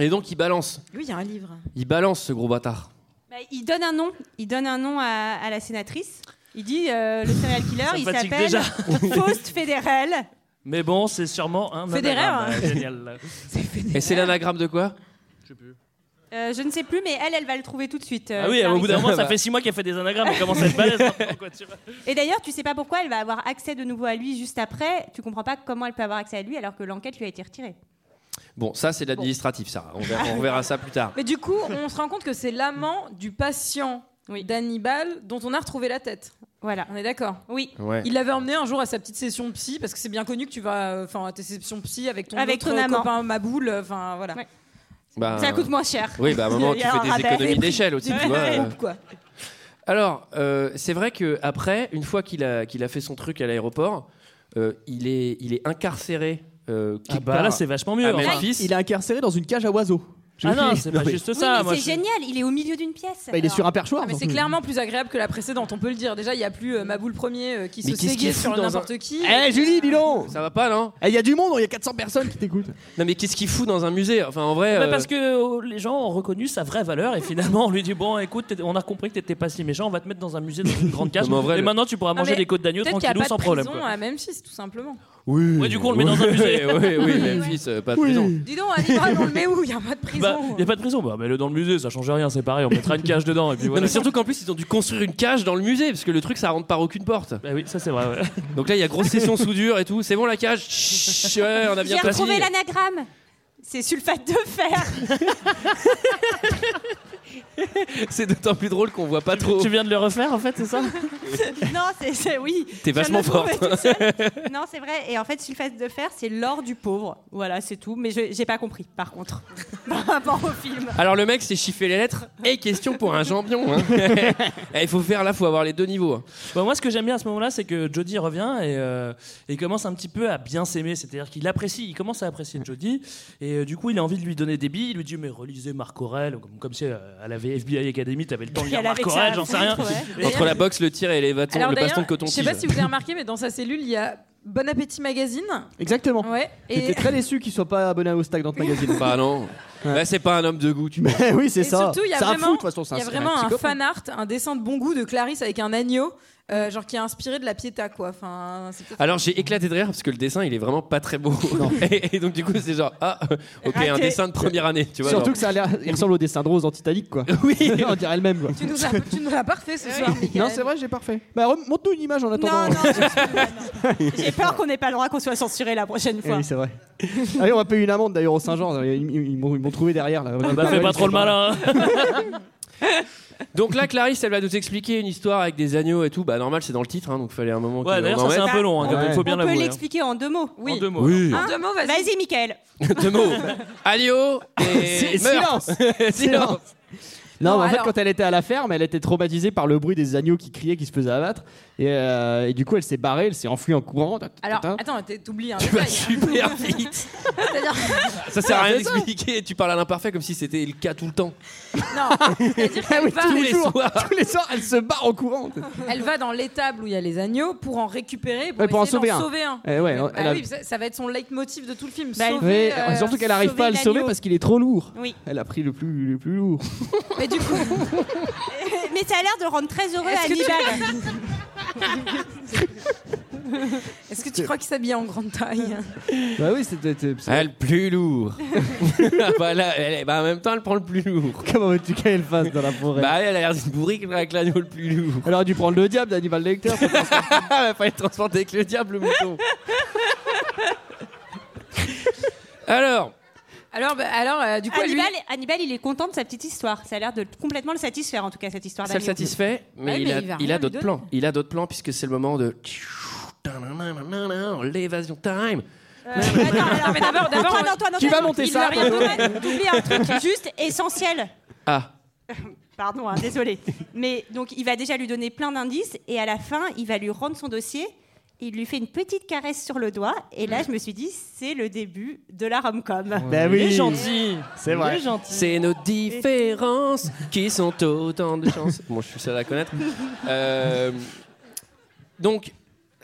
[SPEAKER 1] Et donc, il balance.
[SPEAKER 11] Lui, il y a un livre.
[SPEAKER 1] Il balance ce gros bâtard.
[SPEAKER 8] Bah, il donne un nom, il donne un nom à, à la sénatrice. Il dit euh, le serial killer,
[SPEAKER 6] Ça me
[SPEAKER 8] il
[SPEAKER 6] fatigue
[SPEAKER 8] s'appelle
[SPEAKER 6] déjà.
[SPEAKER 8] Faust Federel.
[SPEAKER 6] Mais bon, c'est sûrement un.
[SPEAKER 8] Federer,
[SPEAKER 6] anagramme,
[SPEAKER 11] hein.
[SPEAKER 6] euh, Génial.
[SPEAKER 1] Et c'est l'anagramme de quoi
[SPEAKER 8] Euh, je ne sais plus, mais elle, elle va le trouver tout de suite. euh,
[SPEAKER 6] Ah oui, au bout d'un
[SPEAKER 1] Ça
[SPEAKER 6] moment, ça
[SPEAKER 1] va.
[SPEAKER 6] fait 6 mois qu'elle fait des anagrammes. Elle commence à être balèze. maintenant, quoi, tu vois.
[SPEAKER 8] Et d'ailleurs, tu sais pas pourquoi elle va avoir accès de nouveau à lui juste après. Tu comprends pas comment elle peut avoir accès à lui alors que l'enquête lui a été retirée.
[SPEAKER 1] Bon, ça, c'est de l'administratif, ça. On verra, on verra ça plus tard.
[SPEAKER 11] Mais du coup, on se rend compte que c'est l'amant du patient d'Hannibal dont on a retrouvé la tête.
[SPEAKER 8] Voilà.
[SPEAKER 11] On est d'accord Oui.
[SPEAKER 1] Ouais.
[SPEAKER 11] Il l'avait emmené un jour à sa petite session psy, parce que c'est bien connu que tu vas enfin à tes sessions psy avec ton,
[SPEAKER 8] Avec
[SPEAKER 11] autre
[SPEAKER 8] ton amant.
[SPEAKER 11] copain Maboule. Enfin, voilà.
[SPEAKER 1] Bah,
[SPEAKER 11] Ça coûte moins cher.
[SPEAKER 1] Oui, bah à un moment,
[SPEAKER 11] Il
[SPEAKER 1] tu
[SPEAKER 11] y a un
[SPEAKER 1] fais des
[SPEAKER 11] rabais.
[SPEAKER 1] économies d'échelle aussi,
[SPEAKER 11] Ouais.
[SPEAKER 1] tu vois. euh.
[SPEAKER 11] Quoi.
[SPEAKER 1] Alors, euh, c'est vrai que après, une fois qu'il a, qu'il a fait son truc à l'aéroport, euh, il, est, il est incarcéré. euh,
[SPEAKER 7] Ah
[SPEAKER 1] quelque
[SPEAKER 6] bah
[SPEAKER 1] part
[SPEAKER 6] là, c'est vachement mieux,
[SPEAKER 1] À
[SPEAKER 7] hein.
[SPEAKER 6] enfin.
[SPEAKER 1] Memphis.
[SPEAKER 7] Il est incarcéré dans une cage à oiseaux. J'ai
[SPEAKER 1] hein. Ah
[SPEAKER 7] oublié.
[SPEAKER 1] non, c'est pas
[SPEAKER 7] mais-
[SPEAKER 1] juste
[SPEAKER 8] Oui, mais c'est génial, il est au milieu d'une pièce.
[SPEAKER 7] Bah, il est sur un perchoir.
[SPEAKER 11] Ah, mais c'est
[SPEAKER 7] surtout.
[SPEAKER 11] clairement plus agréable que la précédente, on peut le dire. Déjà, il n'y a plus euh, Maboule premier euh, qui
[SPEAKER 1] Mais
[SPEAKER 11] se
[SPEAKER 1] qu'est-ce qu'il
[SPEAKER 11] séguait
[SPEAKER 1] fout
[SPEAKER 11] sur
[SPEAKER 1] dans
[SPEAKER 11] n'importe
[SPEAKER 1] un-
[SPEAKER 11] qui.
[SPEAKER 7] Eh Julie, dis donc Eh,
[SPEAKER 1] Ça va pas, non
[SPEAKER 7] Il y a du monde, il y a 400 personnes qui t'écoutent.
[SPEAKER 1] Non, mais qu'est-ce qu'il fout dans un musée Enfin, en
[SPEAKER 11] Eh,
[SPEAKER 1] vrai.
[SPEAKER 6] Bah,
[SPEAKER 1] euh,
[SPEAKER 6] parce que euh, les gens ont reconnu sa vraie valeur et finalement on lui dit bon écoute t'es- on a compris que t'étais pas si méchant on va te mettre dans un musée dans une grande cage
[SPEAKER 1] Non, mais en vrai,
[SPEAKER 6] et
[SPEAKER 1] le-
[SPEAKER 6] maintenant tu pourras
[SPEAKER 11] Ah,
[SPEAKER 6] manger
[SPEAKER 11] mais
[SPEAKER 6] des côtes d'agneau
[SPEAKER 11] peut-être qu'il y a
[SPEAKER 6] tranquillou
[SPEAKER 11] pas
[SPEAKER 6] sans
[SPEAKER 11] de
[SPEAKER 6] problème.
[SPEAKER 11] prison hein.
[SPEAKER 6] quoi.
[SPEAKER 11] à Memphis, tout simplement.
[SPEAKER 1] Oui.
[SPEAKER 6] Ouais, du coup, on le met dans un musée.
[SPEAKER 1] oui, oui, Memphis, euh, pas de prison.
[SPEAKER 11] Dis donc, Hannibal, on le met où Il n'y a pas de prison.
[SPEAKER 6] Bah, y a pas de prison, bah, mais le dans le musée, ça change rien, c'est pareil, on mettra une cage dedans. Et puis
[SPEAKER 1] Non,
[SPEAKER 6] voilà.
[SPEAKER 1] mais surtout qu'en plus, ils ont dû construire une cage dans le musée, parce que le truc, ça rentre par aucune porte.
[SPEAKER 6] Bah oui, ça c'est vrai, ouais.
[SPEAKER 1] Donc là, il y a grosse session soudure et tout. C'est bon, la cage Chut, ouais, on a
[SPEAKER 8] J'ai
[SPEAKER 1] bien passé.
[SPEAKER 8] retrouvé l'anagramme. C'est sulfate de fer.
[SPEAKER 1] C'est d'autant plus drôle qu'on voit pas trop.
[SPEAKER 6] Tu viens de le refaire en fait, c'est ça
[SPEAKER 8] non, c'est- c'est oui.
[SPEAKER 1] T'es
[SPEAKER 8] Je viens de
[SPEAKER 1] vachement
[SPEAKER 8] le trouver
[SPEAKER 1] forte.
[SPEAKER 8] tout seul. non, c'est vrai. Et en fait, sulfate de fer, c'est l'or du pauvre. Voilà, c'est tout. Mais je- j'ai pas compris, par contre, par rapport au film.
[SPEAKER 1] Alors le mec s'est chiffé les lettres et question pour un champion. hein. Eh, Il faut faire là, faut avoir les deux niveaux. hein.
[SPEAKER 6] Bon, moi, ce que j'aime bien à ce moment-là, c'est que Jody revient et euh, il commence un petit peu à bien s'aimer. C'est-à-dire qu'il apprécie, il commence à apprécier Jody. Et euh, du coup, il a envie de lui donner des billes. Il lui dit Mais relisez Marc Aurel. Comme, comme si euh, à la FBI Academy, t'avais le temps de lire
[SPEAKER 11] Elle avait
[SPEAKER 6] Marc
[SPEAKER 11] que ça
[SPEAKER 6] Aurel,
[SPEAKER 11] à
[SPEAKER 6] j'en sais rien.
[SPEAKER 11] foutre, ouais.
[SPEAKER 1] Entre la boxe, le tir et les bâtons,
[SPEAKER 11] Alors
[SPEAKER 1] le
[SPEAKER 11] d'ailleurs,
[SPEAKER 1] baston de coton
[SPEAKER 11] je sais pas si vous avez remarqué, mais dans sa cellule, il y a Bon Appétit Magazine.
[SPEAKER 7] Exactement.
[SPEAKER 11] Ouais.
[SPEAKER 7] J'étais
[SPEAKER 11] Et-
[SPEAKER 7] très déçu qu'il soit pas abonné au stack dans ce magazine.
[SPEAKER 1] Bah non. Bah, c'est pas un homme de goût, tu vois.
[SPEAKER 7] Eh oui, c'est
[SPEAKER 11] Et
[SPEAKER 7] ça.
[SPEAKER 11] surtout, il y a
[SPEAKER 7] C'est un
[SPEAKER 11] vraiment,
[SPEAKER 7] fou, de toute façon, c'est
[SPEAKER 11] il y a
[SPEAKER 7] un-
[SPEAKER 11] vraiment
[SPEAKER 7] un
[SPEAKER 11] un,
[SPEAKER 7] psychopathe.
[SPEAKER 11] fan art, un dessin de bon goût de Clarisse avec un agneau, euh, genre qui est inspiré de la Pietà, quoi. Enfin, c'est peut-être-
[SPEAKER 1] Alors j'ai éclaté de rire parce que le dessin il est vraiment pas très beau. Et, et donc du coup c'est genre ah ok un
[SPEAKER 11] Raté.
[SPEAKER 1] dessin de première année tu vois.
[SPEAKER 7] Surtout
[SPEAKER 1] genre.
[SPEAKER 7] que ça a l'air. Il ressemble au dessin de Rose dans Titanic, quoi.
[SPEAKER 1] Oui,
[SPEAKER 7] on dirait le même, quoi.
[SPEAKER 11] tu nous as, tu nous l'as parfait ce soir. Michael.
[SPEAKER 7] Non, c'est vrai, j'ai parfait. Bah, rem- montre-nous une image en attendant.
[SPEAKER 8] J'ai peur qu'on n'ait pas le droit qu'on soit censuré la prochaine
[SPEAKER 7] Eh
[SPEAKER 8] fois.
[SPEAKER 7] oui, c'est vrai. Allez, on va payer une amende d'ailleurs au Saint-Jean. Ils, ils- ils m'ont ils m'ont trouvé derrière là.
[SPEAKER 6] bah, fais pas trop le malin. hein.
[SPEAKER 1] Donc là Clarisse elle va nous expliquer une histoire avec des agneaux et tout. Bah normal c'est dans le titre hein, donc fallait un moment.
[SPEAKER 6] Ouais,
[SPEAKER 1] qu'on
[SPEAKER 6] d'ailleurs,
[SPEAKER 1] en
[SPEAKER 6] ça, c'est
[SPEAKER 1] mette.
[SPEAKER 6] un peu long, hein, quand même, faut bien
[SPEAKER 8] On peut
[SPEAKER 6] l'avouer. hein.
[SPEAKER 8] l'expliquer en deux mots. Hein
[SPEAKER 11] Oui.
[SPEAKER 6] En deux mots.
[SPEAKER 1] Oui.
[SPEAKER 11] En deux mots, vas-y.
[SPEAKER 8] Vas-y, Michael.
[SPEAKER 1] Deux mots. Agneau et
[SPEAKER 7] Si-
[SPEAKER 1] meurtre.
[SPEAKER 7] silence. Silence. Non,
[SPEAKER 11] Bon,
[SPEAKER 7] mais en fait,
[SPEAKER 11] alors-
[SPEAKER 7] quand elle était à la ferme, elle était traumatisée par le bruit des agneaux qui criaient, qui se faisaient abattre. Et, euh, et du coup, elle s'est barrée, elle s'est enfuie en courant.
[SPEAKER 11] Alors,
[SPEAKER 7] Tintin.
[SPEAKER 11] attends, t'es- t'oublies un
[SPEAKER 1] Tu vas
[SPEAKER 11] détail.
[SPEAKER 1] super vite.
[SPEAKER 11] C'est-à-dire-
[SPEAKER 1] Ça sert à rien d'expliquer. Tu parles à l'imparfait comme si c'était le cas tout le temps.
[SPEAKER 11] non, c'est-à-dire
[SPEAKER 7] Ah
[SPEAKER 11] qu'elle
[SPEAKER 7] oui,
[SPEAKER 11] va-
[SPEAKER 7] tous les, jours,
[SPEAKER 1] soirs.
[SPEAKER 7] tous les soirs, elle se barre en courant.
[SPEAKER 11] Elle va dans l'étable où il y a les agneaux pour en récupérer, pour,
[SPEAKER 7] Ouais, pour en
[SPEAKER 11] essayer
[SPEAKER 7] sauver
[SPEAKER 11] d'en
[SPEAKER 7] un.
[SPEAKER 11] sauver un.
[SPEAKER 7] Eh ouais,
[SPEAKER 11] Bah
[SPEAKER 7] elle a-
[SPEAKER 11] oui, ça, ça va être son leitmotiv de tout le film.
[SPEAKER 8] Bah,
[SPEAKER 7] Mais,
[SPEAKER 11] sauver, euh,
[SPEAKER 7] surtout qu'elle arrive pas à le sauver
[SPEAKER 11] l'agneau.
[SPEAKER 7] parce qu'il est trop lourd.
[SPEAKER 8] Oui.
[SPEAKER 7] Elle a pris le plus, le plus lourd.
[SPEAKER 11] Mais du coup,
[SPEAKER 8] Mais ça a l'air de rendre très heureux
[SPEAKER 11] Est-ce que tu-
[SPEAKER 8] Hannibal.
[SPEAKER 11] est-ce que tu crois qu'il s'habille en grande taille
[SPEAKER 7] bah oui, c'était. c'était-
[SPEAKER 1] Elle plus lourd. bah là, elle, bah en même temps, elle prend le plus lourd.
[SPEAKER 7] Comment veux-tu qu'elle fasse dans la forêt
[SPEAKER 1] Bah elle a l'air d'une bourrique mais avec l'agneau le plus lourd.
[SPEAKER 7] Elle aurait dû prendre le diable d'Animal Lecter. pour faire ça.
[SPEAKER 1] Ah, fallait transporter avec le diable le mouton. Alors,
[SPEAKER 11] Alors, bah, alors euh, du coup, elle lui-
[SPEAKER 8] Hannibal, Hannibal, il est content de sa petite histoire. Ça a l'air de complètement le satisfaire, en tout cas, cette histoire
[SPEAKER 1] ça le
[SPEAKER 8] d'agneau.
[SPEAKER 1] satisfait, mais
[SPEAKER 11] Ouais,
[SPEAKER 1] il
[SPEAKER 11] mais
[SPEAKER 1] a,
[SPEAKER 11] il va
[SPEAKER 1] il
[SPEAKER 11] rien
[SPEAKER 1] a
[SPEAKER 11] lui
[SPEAKER 1] d'autres
[SPEAKER 11] donner.
[SPEAKER 1] plans. Il a d'autres plans puisque c'est le moment de l'évasion time.
[SPEAKER 8] Euh, attends, alors,
[SPEAKER 11] Non, mais d'abord, d'abord,
[SPEAKER 8] Antoine, Antoine,
[SPEAKER 7] Tu
[SPEAKER 8] Antoine,
[SPEAKER 7] vas monter
[SPEAKER 8] il
[SPEAKER 7] ça,
[SPEAKER 8] lui a rien donné. T'oublies un truc juste essentiel.
[SPEAKER 1] Ah,
[SPEAKER 8] Pardon, hein, désolé. Mais donc, il va déjà lui donner plein d'indices et à la fin, il va lui rendre son dossier. Il lui fait une petite caresse sur le doigt et là, je me suis dit, c'est le début de la rom-com.
[SPEAKER 7] bah
[SPEAKER 6] Il est
[SPEAKER 7] oui.
[SPEAKER 6] gentil.
[SPEAKER 7] C'est vrai.
[SPEAKER 6] Il est gentil.
[SPEAKER 1] Ben c'est nos différences qui sont autant de chances. Bon, je suis seul à la connaître. Euh, donc,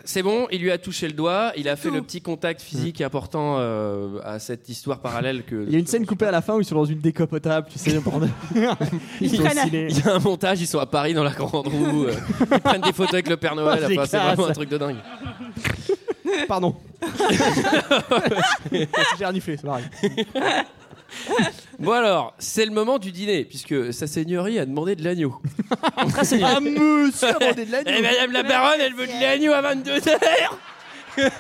[SPEAKER 1] c'est bon, il lui a touché le doigt, il a fait le petit contact physique important euh, à cette histoire parallèle que.
[SPEAKER 7] Il y a une scène coupée à la fin où ils sont dans une décapotable, tu sais, pour- ils sont au
[SPEAKER 8] prennent un-
[SPEAKER 7] ciné.
[SPEAKER 1] Il y a un montage, ils sont à Paris dans la grande roue, euh, ils prennent des photos avec le Père Noël,
[SPEAKER 7] Oh, c'est
[SPEAKER 1] enfin, c'est
[SPEAKER 7] classe.
[SPEAKER 1] vraiment un truc de dingue.
[SPEAKER 7] Pardon. J'ai reniflé, c'est pareil.
[SPEAKER 1] Bon alors, c'est le moment du dîner, puisque sa seigneurie a demandé de l'agneau.
[SPEAKER 7] Ah, monsieur, abordé de la
[SPEAKER 1] Eh madame la baronne, elle veut de l'agneau à 22h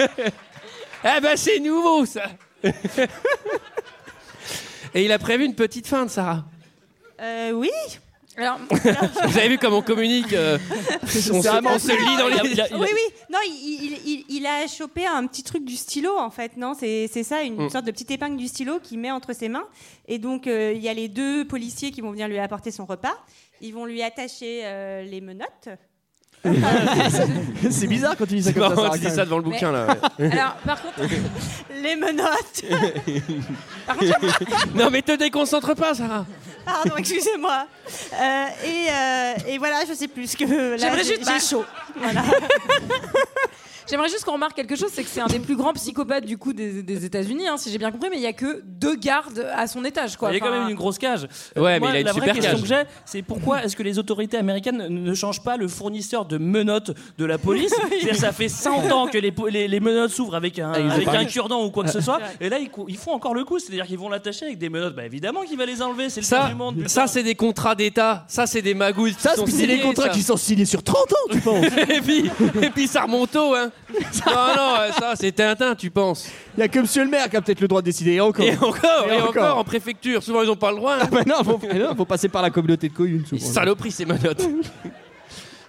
[SPEAKER 1] Ah bah c'est nouveau ça Et il a prévu une petite fin de Sarah.
[SPEAKER 8] Euh, oui. Alors,
[SPEAKER 1] Vous avez vu comme on communique euh, On se, on se lit dans les.
[SPEAKER 8] Oui, oui. Non, il, il- il- il a chopé un petit truc du stylo, en fait. Non, c'est c'est ça, une
[SPEAKER 1] Mm.
[SPEAKER 8] sorte de petite épingle du stylo qu'il met entre ses mains. Et donc, euh, il y a les deux policiers qui vont venir lui apporter son repas. Ils vont lui attacher euh, les menottes.
[SPEAKER 7] Ah, C'est bizarre quand tu dis ça
[SPEAKER 1] C'est
[SPEAKER 7] comme ça.
[SPEAKER 1] marrant,
[SPEAKER 7] Sarah,
[SPEAKER 1] tu dis
[SPEAKER 7] quand
[SPEAKER 1] ça
[SPEAKER 7] même.
[SPEAKER 1] devant le bouquin, là,
[SPEAKER 8] ouais.
[SPEAKER 11] Alors, par contre,
[SPEAKER 8] les menottes.
[SPEAKER 1] non, mais te déconcentre pas, Sarah.
[SPEAKER 8] Pardon, excusez-moi. Euh, et, euh, et voilà, je sais plus ce que. là,
[SPEAKER 11] J'aimerais juste-
[SPEAKER 8] bah,
[SPEAKER 11] j'ai chaud. J'aimerais juste qu'on remarque quelque chose, c'est que c'est un des plus grands psychopathes du coup des, des États-Unis, hein, si j'ai bien compris, mais il y a que deux gardes à son étage, quoi.
[SPEAKER 6] Il y a quand
[SPEAKER 11] Enfin,
[SPEAKER 6] même une grosse cage.
[SPEAKER 1] Ouais, mais
[SPEAKER 6] Moi,
[SPEAKER 1] il a une
[SPEAKER 6] la
[SPEAKER 1] super
[SPEAKER 6] vraie question
[SPEAKER 1] cage.
[SPEAKER 6] que j'ai, c'est pourquoi est-ce que les autorités américaines ne changent pas le fournisseur de menottes de la police C'est-à-dire, Ça fait 100 ans que les, po- les- les menottes s'ouvrent avec un,
[SPEAKER 1] Ah, ils ont
[SPEAKER 6] avec
[SPEAKER 1] pas
[SPEAKER 6] un
[SPEAKER 1] vu.
[SPEAKER 6] cure-dent ou quoi que ce soit, et là ils, cou- ils font encore le coup, c'est-à-dire qu'ils vont l'attacher avec des menottes. Bah évidemment qu'il va les enlever, c'est le tour
[SPEAKER 1] Ça,
[SPEAKER 6] du monde.
[SPEAKER 1] ça c'est des contrats d'État, ça, c'est des magouilles.
[SPEAKER 6] Ça, c'est des contrats qui sont
[SPEAKER 1] signés sur 30 ans, tu penses Et puis, et puis ça remonte haut, hein Non, non, euh, ça, c'est Tintin, tu penses
[SPEAKER 7] Il y a que monsieur le maire qui a peut-être le droit de décider. Et encore.
[SPEAKER 1] Et encore, et, encore. en préfecture, souvent ils n'ont pas le droit. hein.
[SPEAKER 7] Mais non, faut, mais non, faut passer par la communauté de communes. souvent.
[SPEAKER 1] Saloperie, ces menottes.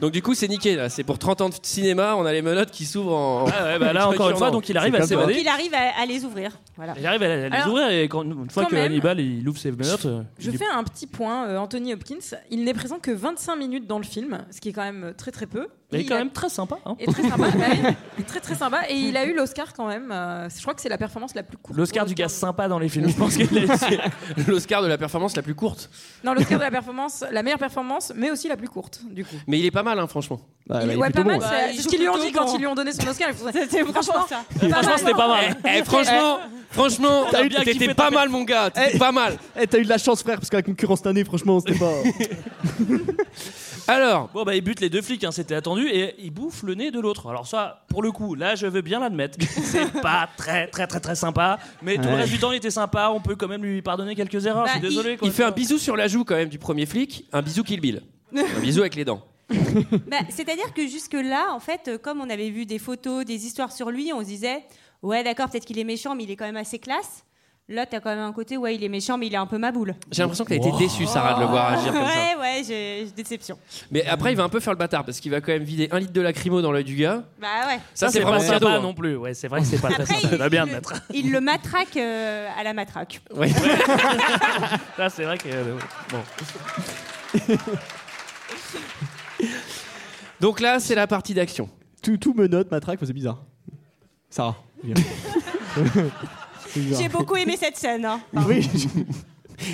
[SPEAKER 1] Donc du coup, c'est niqué là. C'est pour 30 ans de cinéma, on a les menottes qui s'ouvrent en.
[SPEAKER 6] Ah ouais, bah là, encore une fois, donc il arrive à
[SPEAKER 1] C'est comme
[SPEAKER 6] s'évader.
[SPEAKER 8] Il arrive à, à les ouvrir. Voilà.
[SPEAKER 6] Il arrive à, à les
[SPEAKER 11] Alors,
[SPEAKER 6] ouvrir et quand, une fois
[SPEAKER 11] quand
[SPEAKER 6] que
[SPEAKER 11] même,
[SPEAKER 6] Hannibal il ouvre ses menottes. euh,
[SPEAKER 11] Je
[SPEAKER 6] il-
[SPEAKER 11] fais un petit point, euh, Anthony Hopkins. Il n'est présent que 25 minutes dans le film, ce qui est quand même euh, très très peu.
[SPEAKER 6] Mais
[SPEAKER 11] Et
[SPEAKER 6] quand
[SPEAKER 11] il a-
[SPEAKER 6] même très sympa. hein.
[SPEAKER 11] Et très sympa, bah ouais. Et très très sympa. Et il a eu l'Oscar quand même. euh, je crois que c'est la performance la plus courte.
[SPEAKER 6] L'Oscar du gars sympa dans les films, je pense qu'il a
[SPEAKER 1] ça. L'Oscar de la performance la plus courte.
[SPEAKER 11] Non, l'Oscar de la performance, la meilleure performance, mais aussi la plus courte, du coup.
[SPEAKER 1] Mais il est pas mal, hein, franchement.
[SPEAKER 11] il est, ouais, pas mal, c'est-
[SPEAKER 8] Bah, il
[SPEAKER 11] c'est
[SPEAKER 8] joue
[SPEAKER 11] ce qu'ils lui ont
[SPEAKER 8] plutôt
[SPEAKER 11] dit quand
[SPEAKER 8] bon.
[SPEAKER 11] ils lui ont donné son Oscar. ils font-
[SPEAKER 8] C'était vraiment
[SPEAKER 11] franchement,
[SPEAKER 8] ça.
[SPEAKER 1] Franchement,
[SPEAKER 11] pas mal. hein.
[SPEAKER 1] c'était pas mal. Eh, eh, franchement, franchement,
[SPEAKER 7] T'as eu-
[SPEAKER 1] t'étais pas mal, mon gars. T'étais pas mal.
[SPEAKER 7] Eh, t'as eu de la chance, frère, parce que la concurrence cette année, franchement, c'était pas.
[SPEAKER 1] Alors.
[SPEAKER 6] Bon, bah, il bute les deux flics, hein, c'était attendu, et il bouffe le nez de l'autre. Alors, ça, pour le coup, là, je veux bien l'admettre. C'est pas très, très, très, très sympa, mais tout le
[SPEAKER 1] Ouais.
[SPEAKER 6] reste du temps, il était sympa. On peut quand même lui pardonner quelques erreurs.
[SPEAKER 8] Bah,
[SPEAKER 11] Bah,
[SPEAKER 6] je suis désolé. quoi.
[SPEAKER 1] Il fait un bisou sur la joue quand même du premier flic, un bisou Kill Bill, un bisou avec les dents.
[SPEAKER 8] Bah, C'est-à-dire que jusque-là, en fait, euh, comme on avait vu des photos, des histoires sur lui, on se disait, ouais, d'accord, peut-être qu'il est méchant, mais il est quand même assez classe. Là, t'as quand même un côté, ouais, il est méchant, mais il est un peu ma boule.
[SPEAKER 1] J'ai l'impression que t'as été déçue, Sarah, de le voir agir comme ça.
[SPEAKER 8] Ouais, ouais, j'ai j'ai déception.
[SPEAKER 1] Mais après, il va un peu faire le bâtard parce qu'il va quand même vider un litre de lacrymo dans l'œil du gars.
[SPEAKER 8] Bah ouais.
[SPEAKER 1] Ça, c'est
[SPEAKER 6] pas
[SPEAKER 1] vraiment
[SPEAKER 6] sympa
[SPEAKER 1] cadeau. hein.
[SPEAKER 6] non plus. Ouais, c'est vrai que c'est pas très
[SPEAKER 8] Après,
[SPEAKER 6] sympa.
[SPEAKER 8] il-
[SPEAKER 6] Ça va bien admettre.
[SPEAKER 8] Il le matraque euh, à la matraque.
[SPEAKER 1] Ouais.
[SPEAKER 6] Là, c'est vrai que. euh, bon.
[SPEAKER 1] Donc là, c'est la partie d'action.
[SPEAKER 7] Tout, tout menotte, matraque, c'est bizarre. Sarah. viens. C'est bizarre.
[SPEAKER 8] J'ai beaucoup aimé cette scène. hein.
[SPEAKER 7] Oui.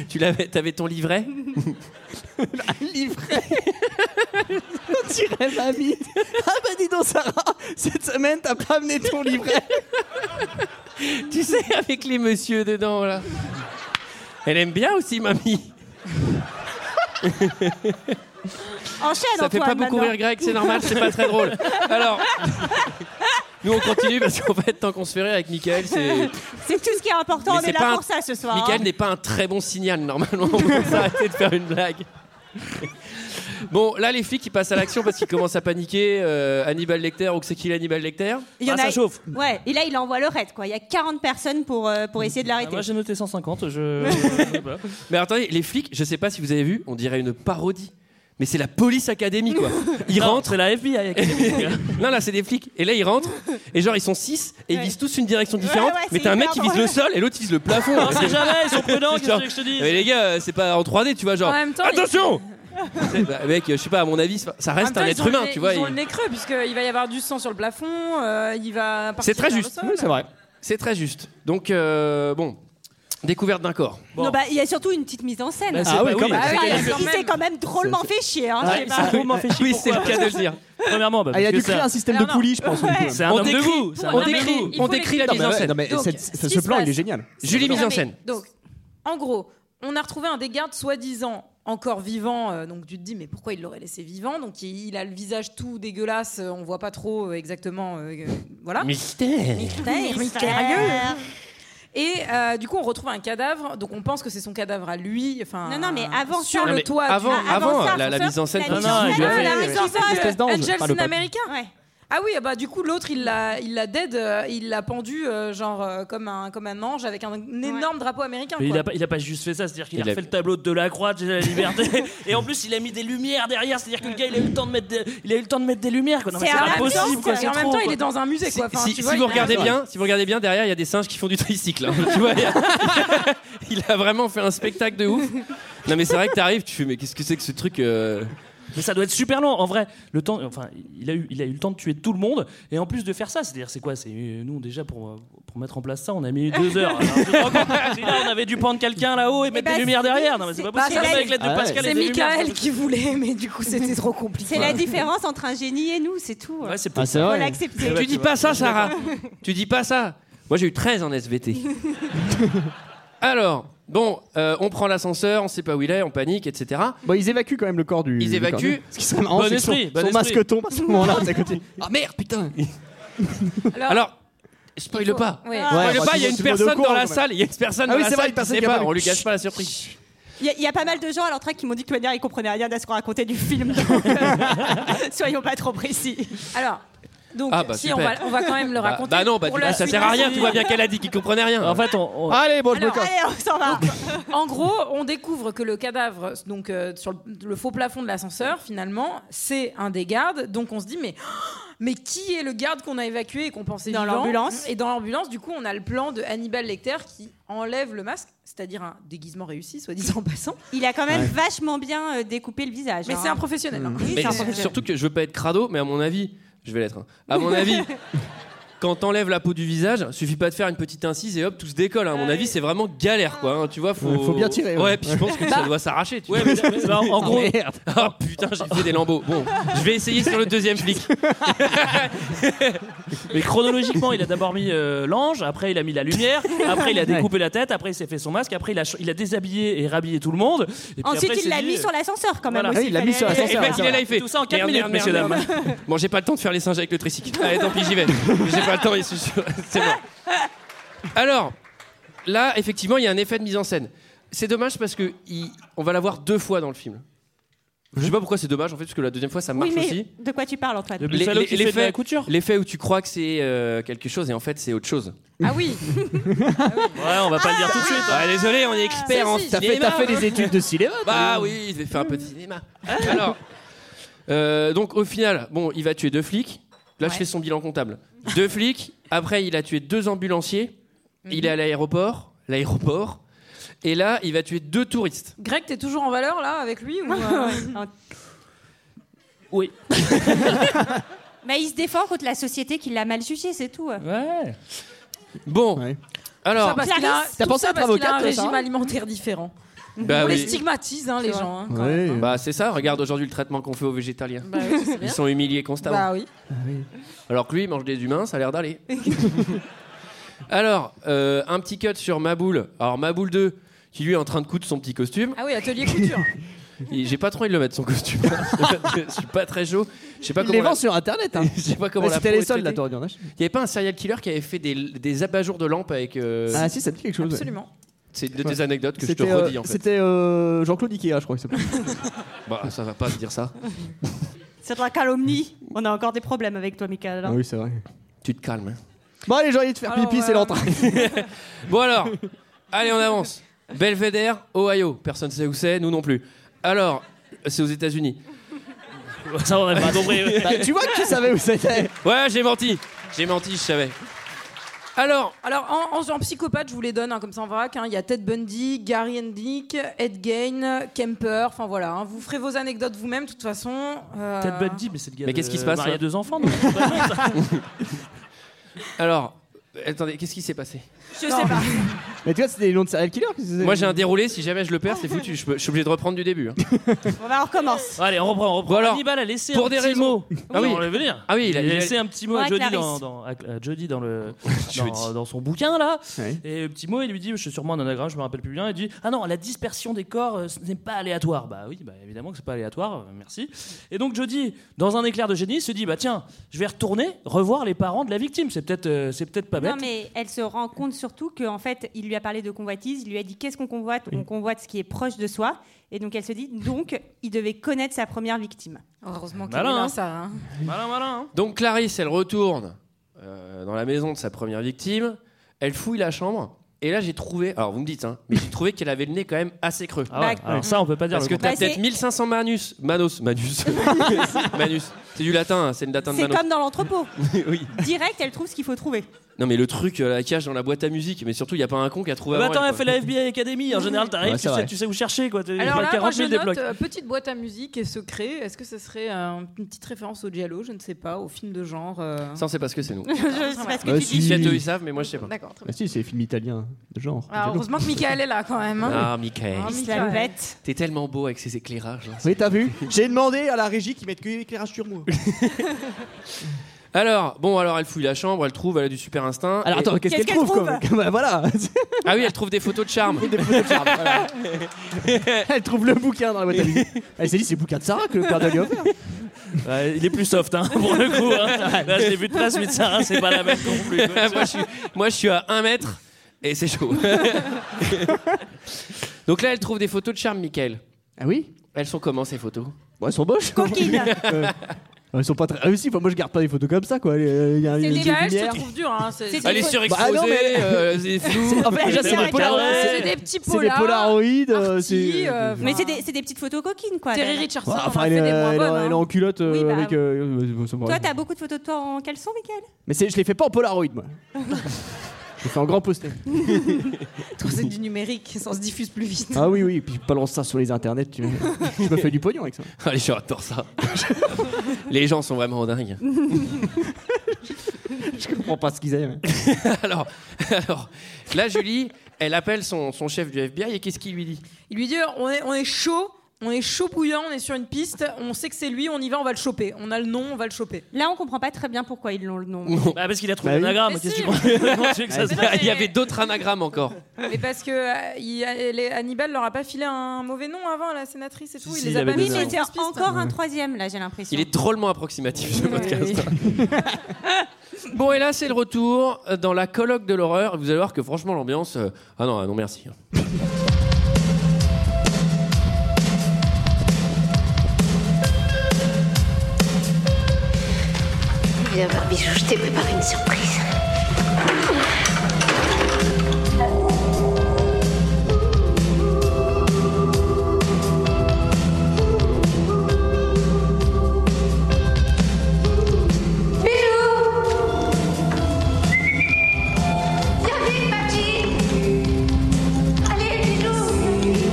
[SPEAKER 1] tu l'avais, t'avais ton livret
[SPEAKER 7] Livré. On dirait ma bite. Ah bah dis donc Sarah, cette semaine t'as pas amené ton livret.
[SPEAKER 1] Tu sais, avec les messieurs dedans, là. Elle aime bien aussi, mamie.
[SPEAKER 8] Enchaîne,
[SPEAKER 1] Ça fait
[SPEAKER 8] Antoine,
[SPEAKER 1] pas beaucoup
[SPEAKER 8] maintenant.
[SPEAKER 1] rire Greg, c'est normal, c'est pas très drôle. Alors, nous on continue parce qu'en fait, tant qu'on se fait rire avec Michael, c'est.
[SPEAKER 8] C'est tout ce qui est important,
[SPEAKER 1] Mais
[SPEAKER 8] on
[SPEAKER 1] c'est
[SPEAKER 8] est là
[SPEAKER 1] pas
[SPEAKER 8] pour
[SPEAKER 1] un-
[SPEAKER 8] ça ce soir.
[SPEAKER 1] Michael
[SPEAKER 8] hein.
[SPEAKER 1] n'est pas un très bon signal normalement pour s'arrêter de faire une blague. Bon, là les flics ils passent à l'action parce qu'ils commencent à paniquer. euh, Hannibal Lecter ou que c'est qui l'Hannibal Lecter
[SPEAKER 8] Il y en a- Ouais, et là, il envoie le raid, quoi. Il y a 40 personnes pour, euh,
[SPEAKER 1] Bah,
[SPEAKER 8] pour essayer de l'arrêter.
[SPEAKER 6] Moi, j'ai noté 150. Je.
[SPEAKER 1] Mais attendez, les flics, je sais pas si vous avez vu, on dirait une parodie. Mais c'est la police académie quoi. Ils rentrent.
[SPEAKER 6] C'est la FBI.
[SPEAKER 1] non, là c'est des flics. Et là ils rentrent. Et genre ils sont 6 et ils visent tous une direction différente.
[SPEAKER 6] Ouais, ouais,
[SPEAKER 1] mais
[SPEAKER 6] c'est
[SPEAKER 1] t'as un mec
[SPEAKER 6] hyper
[SPEAKER 1] qui vise
[SPEAKER 6] drôle.
[SPEAKER 1] le sol et l'autre qui vise le plafond.
[SPEAKER 6] On sait jamais, ils sont prudents,
[SPEAKER 1] C'est
[SPEAKER 6] qu'est-ce
[SPEAKER 1] genre-
[SPEAKER 6] que je te dis
[SPEAKER 1] Mais les gars, euh, c'est pas en 3D, tu vois. Genre.
[SPEAKER 11] En même temps,
[SPEAKER 1] Attention
[SPEAKER 11] il-
[SPEAKER 1] C'est- bah, Mec, euh, je sais pas, à mon avis, c'est pas- ça
[SPEAKER 11] En même
[SPEAKER 1] reste
[SPEAKER 11] temps,
[SPEAKER 1] un
[SPEAKER 11] ils
[SPEAKER 1] être
[SPEAKER 11] ont le
[SPEAKER 1] humain,
[SPEAKER 11] nez-
[SPEAKER 1] tu vois.
[SPEAKER 11] Ils ont le
[SPEAKER 1] il-
[SPEAKER 11] nez creux, puisqu'il va y avoir du sang sur le plafond, euh, il va. partir
[SPEAKER 1] C'est très
[SPEAKER 11] vers le
[SPEAKER 1] juste.
[SPEAKER 11] sol.
[SPEAKER 1] C'est très juste. Donc, euh, bon, découverte d'un corps. Bon.
[SPEAKER 8] Non, bah, il y a surtout une petite mise en scène.
[SPEAKER 1] Bah, c'est- Ah oui, bah quand oui. même.
[SPEAKER 8] Enfin,
[SPEAKER 1] Ah oui,
[SPEAKER 8] il
[SPEAKER 1] quand
[SPEAKER 8] il s'est
[SPEAKER 1] même.
[SPEAKER 8] quand même drôlement fait chier. Hein,
[SPEAKER 1] Ah,
[SPEAKER 8] je sais
[SPEAKER 1] il
[SPEAKER 8] pas.
[SPEAKER 1] s'est drôlement fait chier, Oui, c'est le cas de le dire.
[SPEAKER 6] Premièrement, bah,
[SPEAKER 7] Ah, il a
[SPEAKER 6] parce
[SPEAKER 7] dû
[SPEAKER 6] que c'est
[SPEAKER 7] créer un système de poulies, je pense.
[SPEAKER 6] Ouais. C'est un homme de goût, c'est un
[SPEAKER 1] On
[SPEAKER 6] homme de goût.
[SPEAKER 1] décrit,
[SPEAKER 6] Il
[SPEAKER 1] on
[SPEAKER 6] faut
[SPEAKER 1] décrit
[SPEAKER 6] les
[SPEAKER 1] la mise en
[SPEAKER 6] expliquer.
[SPEAKER 1] scène.
[SPEAKER 6] Non, mais Donc, cette-
[SPEAKER 11] ce plan, il est génial.
[SPEAKER 1] Julie, mise
[SPEAKER 11] Non,
[SPEAKER 1] en
[SPEAKER 11] mais,
[SPEAKER 1] scène.
[SPEAKER 11] Donc, en gros, on a retrouvé un des gardes soi-disant encore vivant. euh, donc, tu te dis, mais pourquoi il l'aurait laissé vivant Donc, il, il a le visage tout dégueulasse. euh, On voit pas trop euh, exactement. euh, euh, voilà.
[SPEAKER 1] Mystère.
[SPEAKER 11] Mystère.
[SPEAKER 8] Mystère.
[SPEAKER 11] Et euh, du coup, on retrouve un cadavre. Donc, on pense que c'est son cadavre à lui. Enfin,
[SPEAKER 8] Non, non, mais
[SPEAKER 11] euh,
[SPEAKER 8] avant
[SPEAKER 11] sur
[SPEAKER 8] ça-
[SPEAKER 1] Non, mais
[SPEAKER 11] le toit. du-
[SPEAKER 1] avant-
[SPEAKER 11] Ah,
[SPEAKER 1] avant,
[SPEAKER 11] ça,
[SPEAKER 1] la- la
[SPEAKER 11] ça,
[SPEAKER 1] mise en scène,
[SPEAKER 11] la
[SPEAKER 1] non,
[SPEAKER 11] mise
[SPEAKER 1] non,
[SPEAKER 6] Ah,
[SPEAKER 11] en
[SPEAKER 1] il lui a
[SPEAKER 11] scène,
[SPEAKER 1] fait-
[SPEAKER 11] la
[SPEAKER 1] oui,
[SPEAKER 11] mise
[SPEAKER 1] oui.
[SPEAKER 11] en
[SPEAKER 1] Espèce
[SPEAKER 11] scène,
[SPEAKER 1] euh, d'ange,
[SPEAKER 11] Angel
[SPEAKER 1] pas le
[SPEAKER 11] Sin
[SPEAKER 1] pape.
[SPEAKER 11] américain. Ah oui, ah bah du coup l'autre il l'a, il l'a dead, euh, il l'a pendu euh, genre euh, comme un comme un ange avec un, un énorme drapeau américain.
[SPEAKER 6] Mais il
[SPEAKER 11] quoi.
[SPEAKER 6] a, pas, il a pas juste fait ça, c'est-à-dire qu'il
[SPEAKER 11] Il
[SPEAKER 6] a
[SPEAKER 11] a-
[SPEAKER 6] refait le tableau de Delacroix de la liberté, et en plus il a mis des lumières derrière, c'est-à-dire que le gars il a eu le temps de mettre des, il a eu le temps de mettre des lumières. Quoi. Non, mais
[SPEAKER 11] C'est
[SPEAKER 6] c'est
[SPEAKER 11] un
[SPEAKER 6] pas
[SPEAKER 11] acteur,
[SPEAKER 6] possible, quoi,
[SPEAKER 11] et
[SPEAKER 6] c'est
[SPEAKER 11] en même
[SPEAKER 6] trop,
[SPEAKER 11] temps,
[SPEAKER 6] quoi.
[SPEAKER 11] il est dans un musée, quoi. Enfin,
[SPEAKER 6] si-
[SPEAKER 11] tu
[SPEAKER 1] Si
[SPEAKER 11] vois,
[SPEAKER 1] vous
[SPEAKER 11] il a-
[SPEAKER 1] regardez bien, si vous regardez bien derrière, il y a des singes qui font du tricycle. hein. tu vois, il, a, il a vraiment fait un spectacle de ouf. Non mais c'est vrai que t'arrives, tu fais mais qu'est-ce que c'est que ce truc euh,
[SPEAKER 6] Mais ça doit être super long en vrai. Le temps, enfin, il a eu, il a eu le temps de tuer tout le monde et en plus de faire ça, c'est-à-dire c'est quoi C'est euh, nous déjà pour euh, pour mettre en place ça, on a mis deux heures. Alors, tu te rends compte Si là, on avait dû prendre quelqu'un là-haut
[SPEAKER 7] Eh
[SPEAKER 6] et mettre
[SPEAKER 7] ben,
[SPEAKER 11] bah,
[SPEAKER 6] des lumières
[SPEAKER 11] c'est-
[SPEAKER 6] derrière. Non mais c'est pas
[SPEAKER 11] Bah,
[SPEAKER 6] possible.
[SPEAKER 11] c'est-
[SPEAKER 6] Même avec l'aide de
[SPEAKER 11] Ah ouais.
[SPEAKER 6] Pascal,
[SPEAKER 11] C'est
[SPEAKER 6] et des lumières,
[SPEAKER 11] Michael
[SPEAKER 6] c'est
[SPEAKER 11] qui voulait, mais du coup c'était trop compliqué.
[SPEAKER 8] C'est la différence entre un génie et nous, c'est tout. hein.
[SPEAKER 6] Ouais, c'est
[SPEAKER 1] Ah, c'est
[SPEAKER 8] Faut
[SPEAKER 1] vrai.
[SPEAKER 8] l'accepter.
[SPEAKER 1] Tu dis pas ça, Sarah. tu dis pas ça. Moi, j'ai eu 13 en SVT. Alors, bon, euh, on prend l'ascenseur, on sait pas où il est, on panique, etc.
[SPEAKER 7] Bon, ils évacuent quand même le corps du.
[SPEAKER 1] Ils
[SPEAKER 7] du
[SPEAKER 1] évacuent.
[SPEAKER 7] corps. Ce qui serait marrant,
[SPEAKER 1] Bon
[SPEAKER 7] c'est que son,
[SPEAKER 1] esprit, bon
[SPEAKER 7] son
[SPEAKER 1] esprit.
[SPEAKER 7] masque tombe à ce moment-là. c'est à côté.
[SPEAKER 1] Ah merde, putain Alors,
[SPEAKER 7] Alors-
[SPEAKER 1] spoil
[SPEAKER 7] Il faut-
[SPEAKER 1] pas.
[SPEAKER 7] Ouais.
[SPEAKER 1] Spoil
[SPEAKER 7] Ouais, bah,
[SPEAKER 1] pas, il y a
[SPEAKER 7] tu-
[SPEAKER 1] une
[SPEAKER 7] tu
[SPEAKER 1] personne
[SPEAKER 7] vois de quoi,
[SPEAKER 1] dans la
[SPEAKER 7] quand même.
[SPEAKER 1] salle, il y a une personne
[SPEAKER 7] Ah
[SPEAKER 1] dans
[SPEAKER 7] oui,
[SPEAKER 1] la
[SPEAKER 7] c'est vrai,
[SPEAKER 1] salle
[SPEAKER 7] une
[SPEAKER 1] qui
[SPEAKER 7] personne
[SPEAKER 1] sait
[SPEAKER 7] qui a
[SPEAKER 1] pas,
[SPEAKER 7] pas
[SPEAKER 1] on
[SPEAKER 7] vu.
[SPEAKER 1] lui gâche pas la surprise.
[SPEAKER 8] Il y, a- il y a pas mal de gens à l'entrée qui m'ont dit que de toute manière ils comprenaient rien à ce qu'on racontait du film. donc, euh, soyons pas trop précis.
[SPEAKER 11] Alors, donc
[SPEAKER 1] Ah bah
[SPEAKER 11] si on
[SPEAKER 1] super.
[SPEAKER 11] va, on va quand même le
[SPEAKER 1] Bah-
[SPEAKER 11] raconter.
[SPEAKER 1] Bah, non, bah,
[SPEAKER 11] pour
[SPEAKER 1] du
[SPEAKER 11] la
[SPEAKER 1] coup, ça
[SPEAKER 11] suite
[SPEAKER 1] sert à
[SPEAKER 11] du
[SPEAKER 1] rien,
[SPEAKER 11] film.
[SPEAKER 1] tu vois bien qu'elle a dit qu'il comprenait rien.
[SPEAKER 6] En fait, on.
[SPEAKER 1] Allez, bon, je me
[SPEAKER 11] Alors,
[SPEAKER 1] casse.
[SPEAKER 11] allez, on s'en va. en gros, on découvre que le cadavre, donc euh, sur le, le faux plafond de l'ascenseur, finalement, c'est un des gardes. Donc on se dit, mais, mais qui est le garde qu'on a évacué et qu'on pensait
[SPEAKER 8] Dans
[SPEAKER 11] vivant
[SPEAKER 8] l'ambulance.
[SPEAKER 11] Et dans l'ambulance, du coup, on a le plan de Hannibal Lecter qui enlève le masque, c'est-à-dire un déguisement réussi, soit disant en passant.
[SPEAKER 8] Il a quand même
[SPEAKER 1] Ouais. Mmh.
[SPEAKER 8] vachement bien euh, découpé le visage.
[SPEAKER 11] Mais
[SPEAKER 8] hein.
[SPEAKER 11] c'est un professionnel. hein.
[SPEAKER 8] Oui,
[SPEAKER 1] Mm. Mais
[SPEAKER 8] c'est un
[SPEAKER 1] s-
[SPEAKER 8] professionnel.
[SPEAKER 1] surtout que je veux pas être crado, mais à mon avis, je vais l'être. hein. À mon avis, quand t'enlèves la peau du visage, suffit pas de faire une petite incise et hop, tout se décolle. hein. À mon avis, c'est vraiment galère, quoi. hein. Tu vois, faut...
[SPEAKER 7] Ouais, faut bien tirer,
[SPEAKER 1] Ouais.
[SPEAKER 7] ouais.
[SPEAKER 1] puis je pense que
[SPEAKER 7] Bah.
[SPEAKER 1] ça doit s'arracher. tu
[SPEAKER 6] Ouais,
[SPEAKER 1] vois.
[SPEAKER 6] mais- mais- mais en- en gros-
[SPEAKER 1] Merde. Ah putain, j'ai fait des lambeaux. Bon, je vais essayer sur le deuxième flic.
[SPEAKER 6] Mais chronologiquement, il a d'abord mis euh, l'ange, après il a mis la lumière, après il a découpé la tête, après il s'est fait son masque, après il a, ch- il a déshabillé et rhabillé tout le monde. Et puis
[SPEAKER 8] Ensuite,
[SPEAKER 6] après,
[SPEAKER 8] il l'a
[SPEAKER 6] s'est
[SPEAKER 8] mis
[SPEAKER 6] dit, euh,
[SPEAKER 8] sur l'ascenseur quand même.
[SPEAKER 6] Voilà.
[SPEAKER 8] aussi,
[SPEAKER 6] Oui, il l'a mis
[SPEAKER 8] fallait-
[SPEAKER 6] sur
[SPEAKER 1] Et
[SPEAKER 6] l'ascenseur,
[SPEAKER 1] ben,
[SPEAKER 6] ouais.
[SPEAKER 1] il est là, il fait
[SPEAKER 6] Tout ça en quatre
[SPEAKER 1] Merde,
[SPEAKER 6] minutes,
[SPEAKER 1] merde,
[SPEAKER 6] messieurs,
[SPEAKER 1] merde,
[SPEAKER 6] dames.
[SPEAKER 1] merde. Bon, j'ai pas le temps de faire les singes avec le tricycle. Allez, tant pis, j'y vais. J'ai pas le temps, ils sont sur- c'est bon. Alors, là, effectivement, il y a un effet de mise en scène. C'est dommage parce que il- on va la voir deux fois dans le film. Je sais pas pourquoi c'est dommage en fait, parce que la deuxième fois ça marche
[SPEAKER 8] Oui, mais
[SPEAKER 1] aussi.
[SPEAKER 8] de quoi tu parles, Antoine
[SPEAKER 1] Les- les- L'effet l'effet où tu crois que c'est euh, quelque chose et en fait c'est autre chose.
[SPEAKER 11] Ah oui
[SPEAKER 6] Ouais, on va pas le dire
[SPEAKER 7] Ah.
[SPEAKER 6] tout de suite.
[SPEAKER 1] Ouais, désolé, on est expert en
[SPEAKER 7] T'as fait,
[SPEAKER 1] cinéma,
[SPEAKER 7] t'as fait
[SPEAKER 1] hein.
[SPEAKER 7] des études de cinéma toi.
[SPEAKER 1] Bah oui, j'ai fait un peu de cinéma. Alors, euh, donc au final, bon, il va tuer deux flics. Là, je fais son bilan comptable. Deux flics. Après, il a tué deux ambulanciers.
[SPEAKER 11] Mhm.
[SPEAKER 1] Il est à l'aéroport. L'aéroport. Et là, il va tuer deux touristes.
[SPEAKER 11] Greg, t'es toujours en valeur là avec lui ou, euh,
[SPEAKER 6] Oui.
[SPEAKER 8] Mais il se défend contre la société qui l'a mal jugé, c'est tout.
[SPEAKER 6] Ouais.
[SPEAKER 1] Bon. Alors,
[SPEAKER 11] Ça parce qu'il a-
[SPEAKER 8] Clarisse,
[SPEAKER 11] tout
[SPEAKER 8] t'as pensé
[SPEAKER 11] ça
[SPEAKER 8] être
[SPEAKER 11] parce qu'il
[SPEAKER 8] avocate,
[SPEAKER 11] a un
[SPEAKER 8] toi,
[SPEAKER 11] régime
[SPEAKER 8] Sarah
[SPEAKER 11] alimentaire différent.
[SPEAKER 1] Bah
[SPEAKER 11] on les
[SPEAKER 1] oui.
[SPEAKER 11] stigmatise, hein, les gens. hein.
[SPEAKER 1] Bah c'est ça. Regarde aujourd'hui le traitement qu'on fait aux végétaliens.
[SPEAKER 11] Bah oui, c'est bien.
[SPEAKER 1] Ils sont humiliés constamment.
[SPEAKER 11] Bah oui.
[SPEAKER 1] Alors que lui, il mange des humains, ça a l'air d'aller. Alors, euh, un petit cut sur Maboule. Alors, Maboule 2, qui lui est en train de coudre son petit costume.
[SPEAKER 11] Ah oui, atelier couture.
[SPEAKER 1] Et J'ai pas trop envie de le mettre, son costume. Je suis pas très chaud. Je sais pas
[SPEAKER 7] Il
[SPEAKER 1] comment
[SPEAKER 7] les
[SPEAKER 1] la-
[SPEAKER 7] vend sur Internet, hein.
[SPEAKER 1] Je sais pas comment
[SPEAKER 7] Ouais,
[SPEAKER 1] la
[SPEAKER 7] c'était
[SPEAKER 1] pro
[SPEAKER 7] les
[SPEAKER 1] est
[SPEAKER 7] soldes,
[SPEAKER 1] traitée.
[SPEAKER 7] là, t'aurais dû en acheter.
[SPEAKER 1] Il y avait pas un serial killer qui avait fait des, des abat-jours de lampes avec. euh,
[SPEAKER 7] Ah si, ça me dit quelque chose.
[SPEAKER 11] Absolument.
[SPEAKER 1] C'est une de tes anecdotes que je te
[SPEAKER 7] C'était, euh,
[SPEAKER 1] redis en fait.
[SPEAKER 7] C'était euh, Jean-Claude Ikea, je crois que c'est.
[SPEAKER 1] Bah, ça va pas se dire ça.
[SPEAKER 8] C'est de la calomnie. On a encore des problèmes avec toi, Michael. hein.
[SPEAKER 7] Ah oui, c'est vrai.
[SPEAKER 1] Tu te calmes. hein.
[SPEAKER 7] Bon, allez, j'ai envie de faire
[SPEAKER 8] Alors, euh,
[SPEAKER 7] pipi, c'est
[SPEAKER 8] voilà.
[SPEAKER 7] l'entrée.
[SPEAKER 1] Bon alors, allez on avance. Belvedere, Ohio. Personne sait où c'est, nous non plus. Alors, c'est aux États-Unis.
[SPEAKER 6] Ça on a pas compris.
[SPEAKER 7] Bah, tu vois que tu savais où c'était.
[SPEAKER 1] Ouais, j'ai menti. J'ai menti, je savais. Alors,
[SPEAKER 11] Alors, en, en- en psychopathe, je vous les donne hein, comme ça en vrac. hein. Il y a Ted Bundy, Gary Hendick, Ed Gein, Kemper. Enfin voilà, hein. vous ferez vos anecdotes vous-même de toute façon. euh,
[SPEAKER 6] Ted Bundy, mais c'est le gars.
[SPEAKER 1] Mais
[SPEAKER 6] de-
[SPEAKER 1] qu'est-ce qui se passe,
[SPEAKER 6] marié
[SPEAKER 1] là
[SPEAKER 6] à deux enfants. donc c'est pas mal, ça.
[SPEAKER 1] alors, attendez, qu'est-ce qui s'est passé
[SPEAKER 11] Je sais pas.
[SPEAKER 7] Mais tu vois, c'était les noms de serial killer.
[SPEAKER 1] Moi j'ai un déroulé, si jamais je le perds, c'est foutu. Je peux- je suis obligé de reprendre du début. hein.
[SPEAKER 8] On va on recommence.
[SPEAKER 6] Allez, on reprend, on reprend.
[SPEAKER 1] Bon, alors,
[SPEAKER 6] Hannibal a laissé
[SPEAKER 1] pour
[SPEAKER 6] un
[SPEAKER 1] des
[SPEAKER 6] petit mot.
[SPEAKER 1] raisons- Ah oui.
[SPEAKER 6] on va venir.
[SPEAKER 1] Ah oui, il
[SPEAKER 6] il
[SPEAKER 1] a-
[SPEAKER 6] a,
[SPEAKER 1] il a-
[SPEAKER 6] laissé un petit mot
[SPEAKER 1] Ouais,
[SPEAKER 6] à Jody
[SPEAKER 1] Clarisse.
[SPEAKER 6] dans, dans- à- à Jody dans le
[SPEAKER 1] Jody.
[SPEAKER 6] dans, dans son bouquin là.
[SPEAKER 1] Ouais.
[SPEAKER 6] Et le petit mot, il lui dit, je suis sûrement un anagramme, je me rappelle plus bien. Il dit, ah non, la dispersion des corps, euh, ce n'est pas aléatoire. Bah oui, bah évidemment que c'est pas aléatoire. euh, merci. Et donc Jody, dans un éclair de génie, se dit, bah tiens, je vais retourner revoir les parents de la victime. C'est peut-être, euh, c'est peut-être pas
[SPEAKER 8] Non,
[SPEAKER 6] honnête.
[SPEAKER 8] mais elle se rend compte surtout qu'en fait, il lui a parlé de convoitise, il lui a dit qu'est-ce qu'on convoite
[SPEAKER 6] Oui.
[SPEAKER 8] On convoite ce qui est proche de soi. Et donc elle se dit, donc, il devait connaître sa première victime.
[SPEAKER 11] Heureusement
[SPEAKER 8] qu'il
[SPEAKER 1] Malin, est là, hein.
[SPEAKER 11] ça.
[SPEAKER 6] Malin, malin.
[SPEAKER 1] Donc Clarisse, elle retourne euh, dans la maison de sa première victime. Elle fouille la chambre. Et là, j'ai trouvé, alors vous me dites, hein, mais j'ai trouvé qu'elle avait le nez quand même assez creux.
[SPEAKER 6] Ah ouais, Bah, alors ça, on peut pas dire
[SPEAKER 1] Parce
[SPEAKER 6] le
[SPEAKER 1] que t'as
[SPEAKER 8] contraire.
[SPEAKER 1] peut-être
[SPEAKER 8] Bah, c'est-
[SPEAKER 1] 1500 manus. Manos, manus. manus. C'est du latin, hein, c'est une latin de
[SPEAKER 8] C'est
[SPEAKER 1] Manos.
[SPEAKER 8] comme dans l'entrepôt.
[SPEAKER 1] oui.
[SPEAKER 8] Direct, elle trouve ce qu'il faut trouver.
[SPEAKER 7] Ah,
[SPEAKER 1] Non, mais le truc, euh, la cache dans la boîte à musique, mais surtout, il n'y a pas un con qui a trouvé.
[SPEAKER 6] Bah
[SPEAKER 1] avant
[SPEAKER 6] attends,
[SPEAKER 1] Ah elle,
[SPEAKER 6] elle fait
[SPEAKER 1] quoi.
[SPEAKER 6] la FBI Academy. En général, t'arrives,
[SPEAKER 1] Ouais,
[SPEAKER 6] tu,
[SPEAKER 1] c'est
[SPEAKER 6] sais,
[SPEAKER 1] vrai.
[SPEAKER 6] tu sais où chercher. Quoi. T'es-
[SPEAKER 11] Alors
[SPEAKER 6] t'as
[SPEAKER 11] là, moi,
[SPEAKER 6] 40
[SPEAKER 11] je
[SPEAKER 6] 000
[SPEAKER 11] note
[SPEAKER 6] déblocs.
[SPEAKER 11] euh, petite boîte à musique et secret. Est-ce que ce serait euh, une petite référence au Giallo Je ne sais pas, au film de genre. euh.
[SPEAKER 1] Ça, on sait pas ce que c'est, nous.
[SPEAKER 11] Je sais pas ce que
[SPEAKER 7] Bah,
[SPEAKER 11] tu
[SPEAKER 7] si.
[SPEAKER 11] dis.
[SPEAKER 1] Si, eux, ils savent, mais moi, je sais pas.
[SPEAKER 11] D'accord. très
[SPEAKER 7] Bah si, c'est film italien de genre.
[SPEAKER 11] bien. Alors, heureusement que Michael est là quand même. hein.
[SPEAKER 1] Ah, Michael.
[SPEAKER 11] Ah,
[SPEAKER 1] Il se
[SPEAKER 11] Michael.
[SPEAKER 1] la T'es tellement beau avec ces éclairages. hein.
[SPEAKER 7] Oui, t'as vu J'ai demandé à la régie qu'ils mettent que l'éclairage sur moi.
[SPEAKER 1] Alors, bon, alors elle fouille la chambre, elle trouve, elle a du super instinct.
[SPEAKER 7] Alors, attends, qu'est-ce Qu'est-ce qu'elle qu'elle trouve, trouve comme- comme- Voilà
[SPEAKER 1] Ah oui, elle trouve Bah, des photos de charme.
[SPEAKER 7] Elle trouve le bouquin dans la boîte à musique. Elle s'est dit, c'est le bouquin de Sarah que le père de lui a offert.
[SPEAKER 6] Ouais, il est plus soft hein, pour le coup. hein. Là, je l'ai vu de près, celui de Sarah, c'est pas la même non plus. quoi.
[SPEAKER 1] moi, je suis, moi, je suis à 1 mètre et c'est chaud. Donc là, elle trouve des photos de charme, Michael.
[SPEAKER 7] Ah oui
[SPEAKER 1] Elles sont comment ces photos
[SPEAKER 7] Bon, elles sont moches.
[SPEAKER 1] Coquines.
[SPEAKER 7] Euh, Elles sont pas très réussies. Enfin, moi, je garde pas des photos comme ça, quoi. Il y a- il y a- il y a des
[SPEAKER 11] Michael, je
[SPEAKER 7] lumières.
[SPEAKER 11] te trouve dur. Hein. C'est-
[SPEAKER 1] Elle est
[SPEAKER 11] c'est-
[SPEAKER 1] surexposée,
[SPEAKER 7] Bah, non, mais-
[SPEAKER 1] euh, c'est flou.
[SPEAKER 7] C'est- en fait, déjà, c'est des polars-
[SPEAKER 11] C'est des petits
[SPEAKER 7] C'est des
[SPEAKER 11] polars.
[SPEAKER 7] polaroïdes. euh,
[SPEAKER 11] Arty,
[SPEAKER 7] c'est-
[SPEAKER 11] euh,
[SPEAKER 8] Mais c'est des, c'est des petites photos coquines, quoi.
[SPEAKER 11] Terry
[SPEAKER 8] Dana.
[SPEAKER 11] Richardson.
[SPEAKER 7] Ouais,
[SPEAKER 11] en
[SPEAKER 7] enfin,
[SPEAKER 11] a
[SPEAKER 7] elle,
[SPEAKER 11] fait
[SPEAKER 7] est-
[SPEAKER 11] des moins
[SPEAKER 7] elle est en-
[SPEAKER 11] bonnes, hein. ah
[SPEAKER 7] elle est en culotte euh,
[SPEAKER 8] Oui, bah,
[SPEAKER 7] avec. euh, euh, ça me
[SPEAKER 8] Toi,
[SPEAKER 7] va.
[SPEAKER 8] t'as beaucoup de photos de toi en caleçon, Michael
[SPEAKER 7] Mais c'est- je l'ai fait pas en Polaroid, moi. je l'ai fait en grand poster.
[SPEAKER 11] Toi, c'est du numérique, ça se diffuse plus vite.
[SPEAKER 7] ah oui, oui. Puis je balance ça sur les internets. Tu... je me fais du pognon avec ça.
[SPEAKER 1] Allez, j'adore ça. Les gens sont vraiment dingues.
[SPEAKER 7] Je comprends pas ce qu'ils aiment.
[SPEAKER 1] alors, alors, là, Julie, elle appelle son, son chef du FBI et qu'est-ce qu'il lui dit
[SPEAKER 11] Il lui dit on est, on est chaud, on est chaud bouillant, on est sur une piste, on sait que c'est lui, on y va, on va le choper. On a le nom, on va le choper.
[SPEAKER 8] Là, on comprend pas très bien pourquoi ils l'ont le nom.
[SPEAKER 6] Bah, parce qu'il a trouvé
[SPEAKER 1] Bah oui.
[SPEAKER 6] l'anagramme.
[SPEAKER 1] Mais
[SPEAKER 6] Qu'est-ce
[SPEAKER 1] si. Bah,
[SPEAKER 6] que tu penses Comment tu veux que ça se
[SPEAKER 1] Il y avait d'autres anagrammes encore.
[SPEAKER 11] Mais parce que euh, il a- les- Hannibal leur a pas filé un mauvais nom avant à la sénatrice et tout.
[SPEAKER 1] si,
[SPEAKER 11] il
[SPEAKER 1] il
[SPEAKER 11] les a
[SPEAKER 1] avait
[SPEAKER 11] pas mis
[SPEAKER 1] donné
[SPEAKER 11] sur
[SPEAKER 1] un
[SPEAKER 11] une
[SPEAKER 1] nom.
[SPEAKER 11] fausse piste.
[SPEAKER 8] Encore un troisième, là, j'ai l'impression.
[SPEAKER 1] Il est drôlement approximatif ce podcast. bon, et là, c'est le retour euh, dans la colloque de l'horreur. Vous allez voir que franchement, l'ambiance. euh, Ah non, ah non, merci.
[SPEAKER 10] Viens voir, Bijou, je t'ai préparé une surprise.
[SPEAKER 21] Viens vite, Pachi Allez, bisous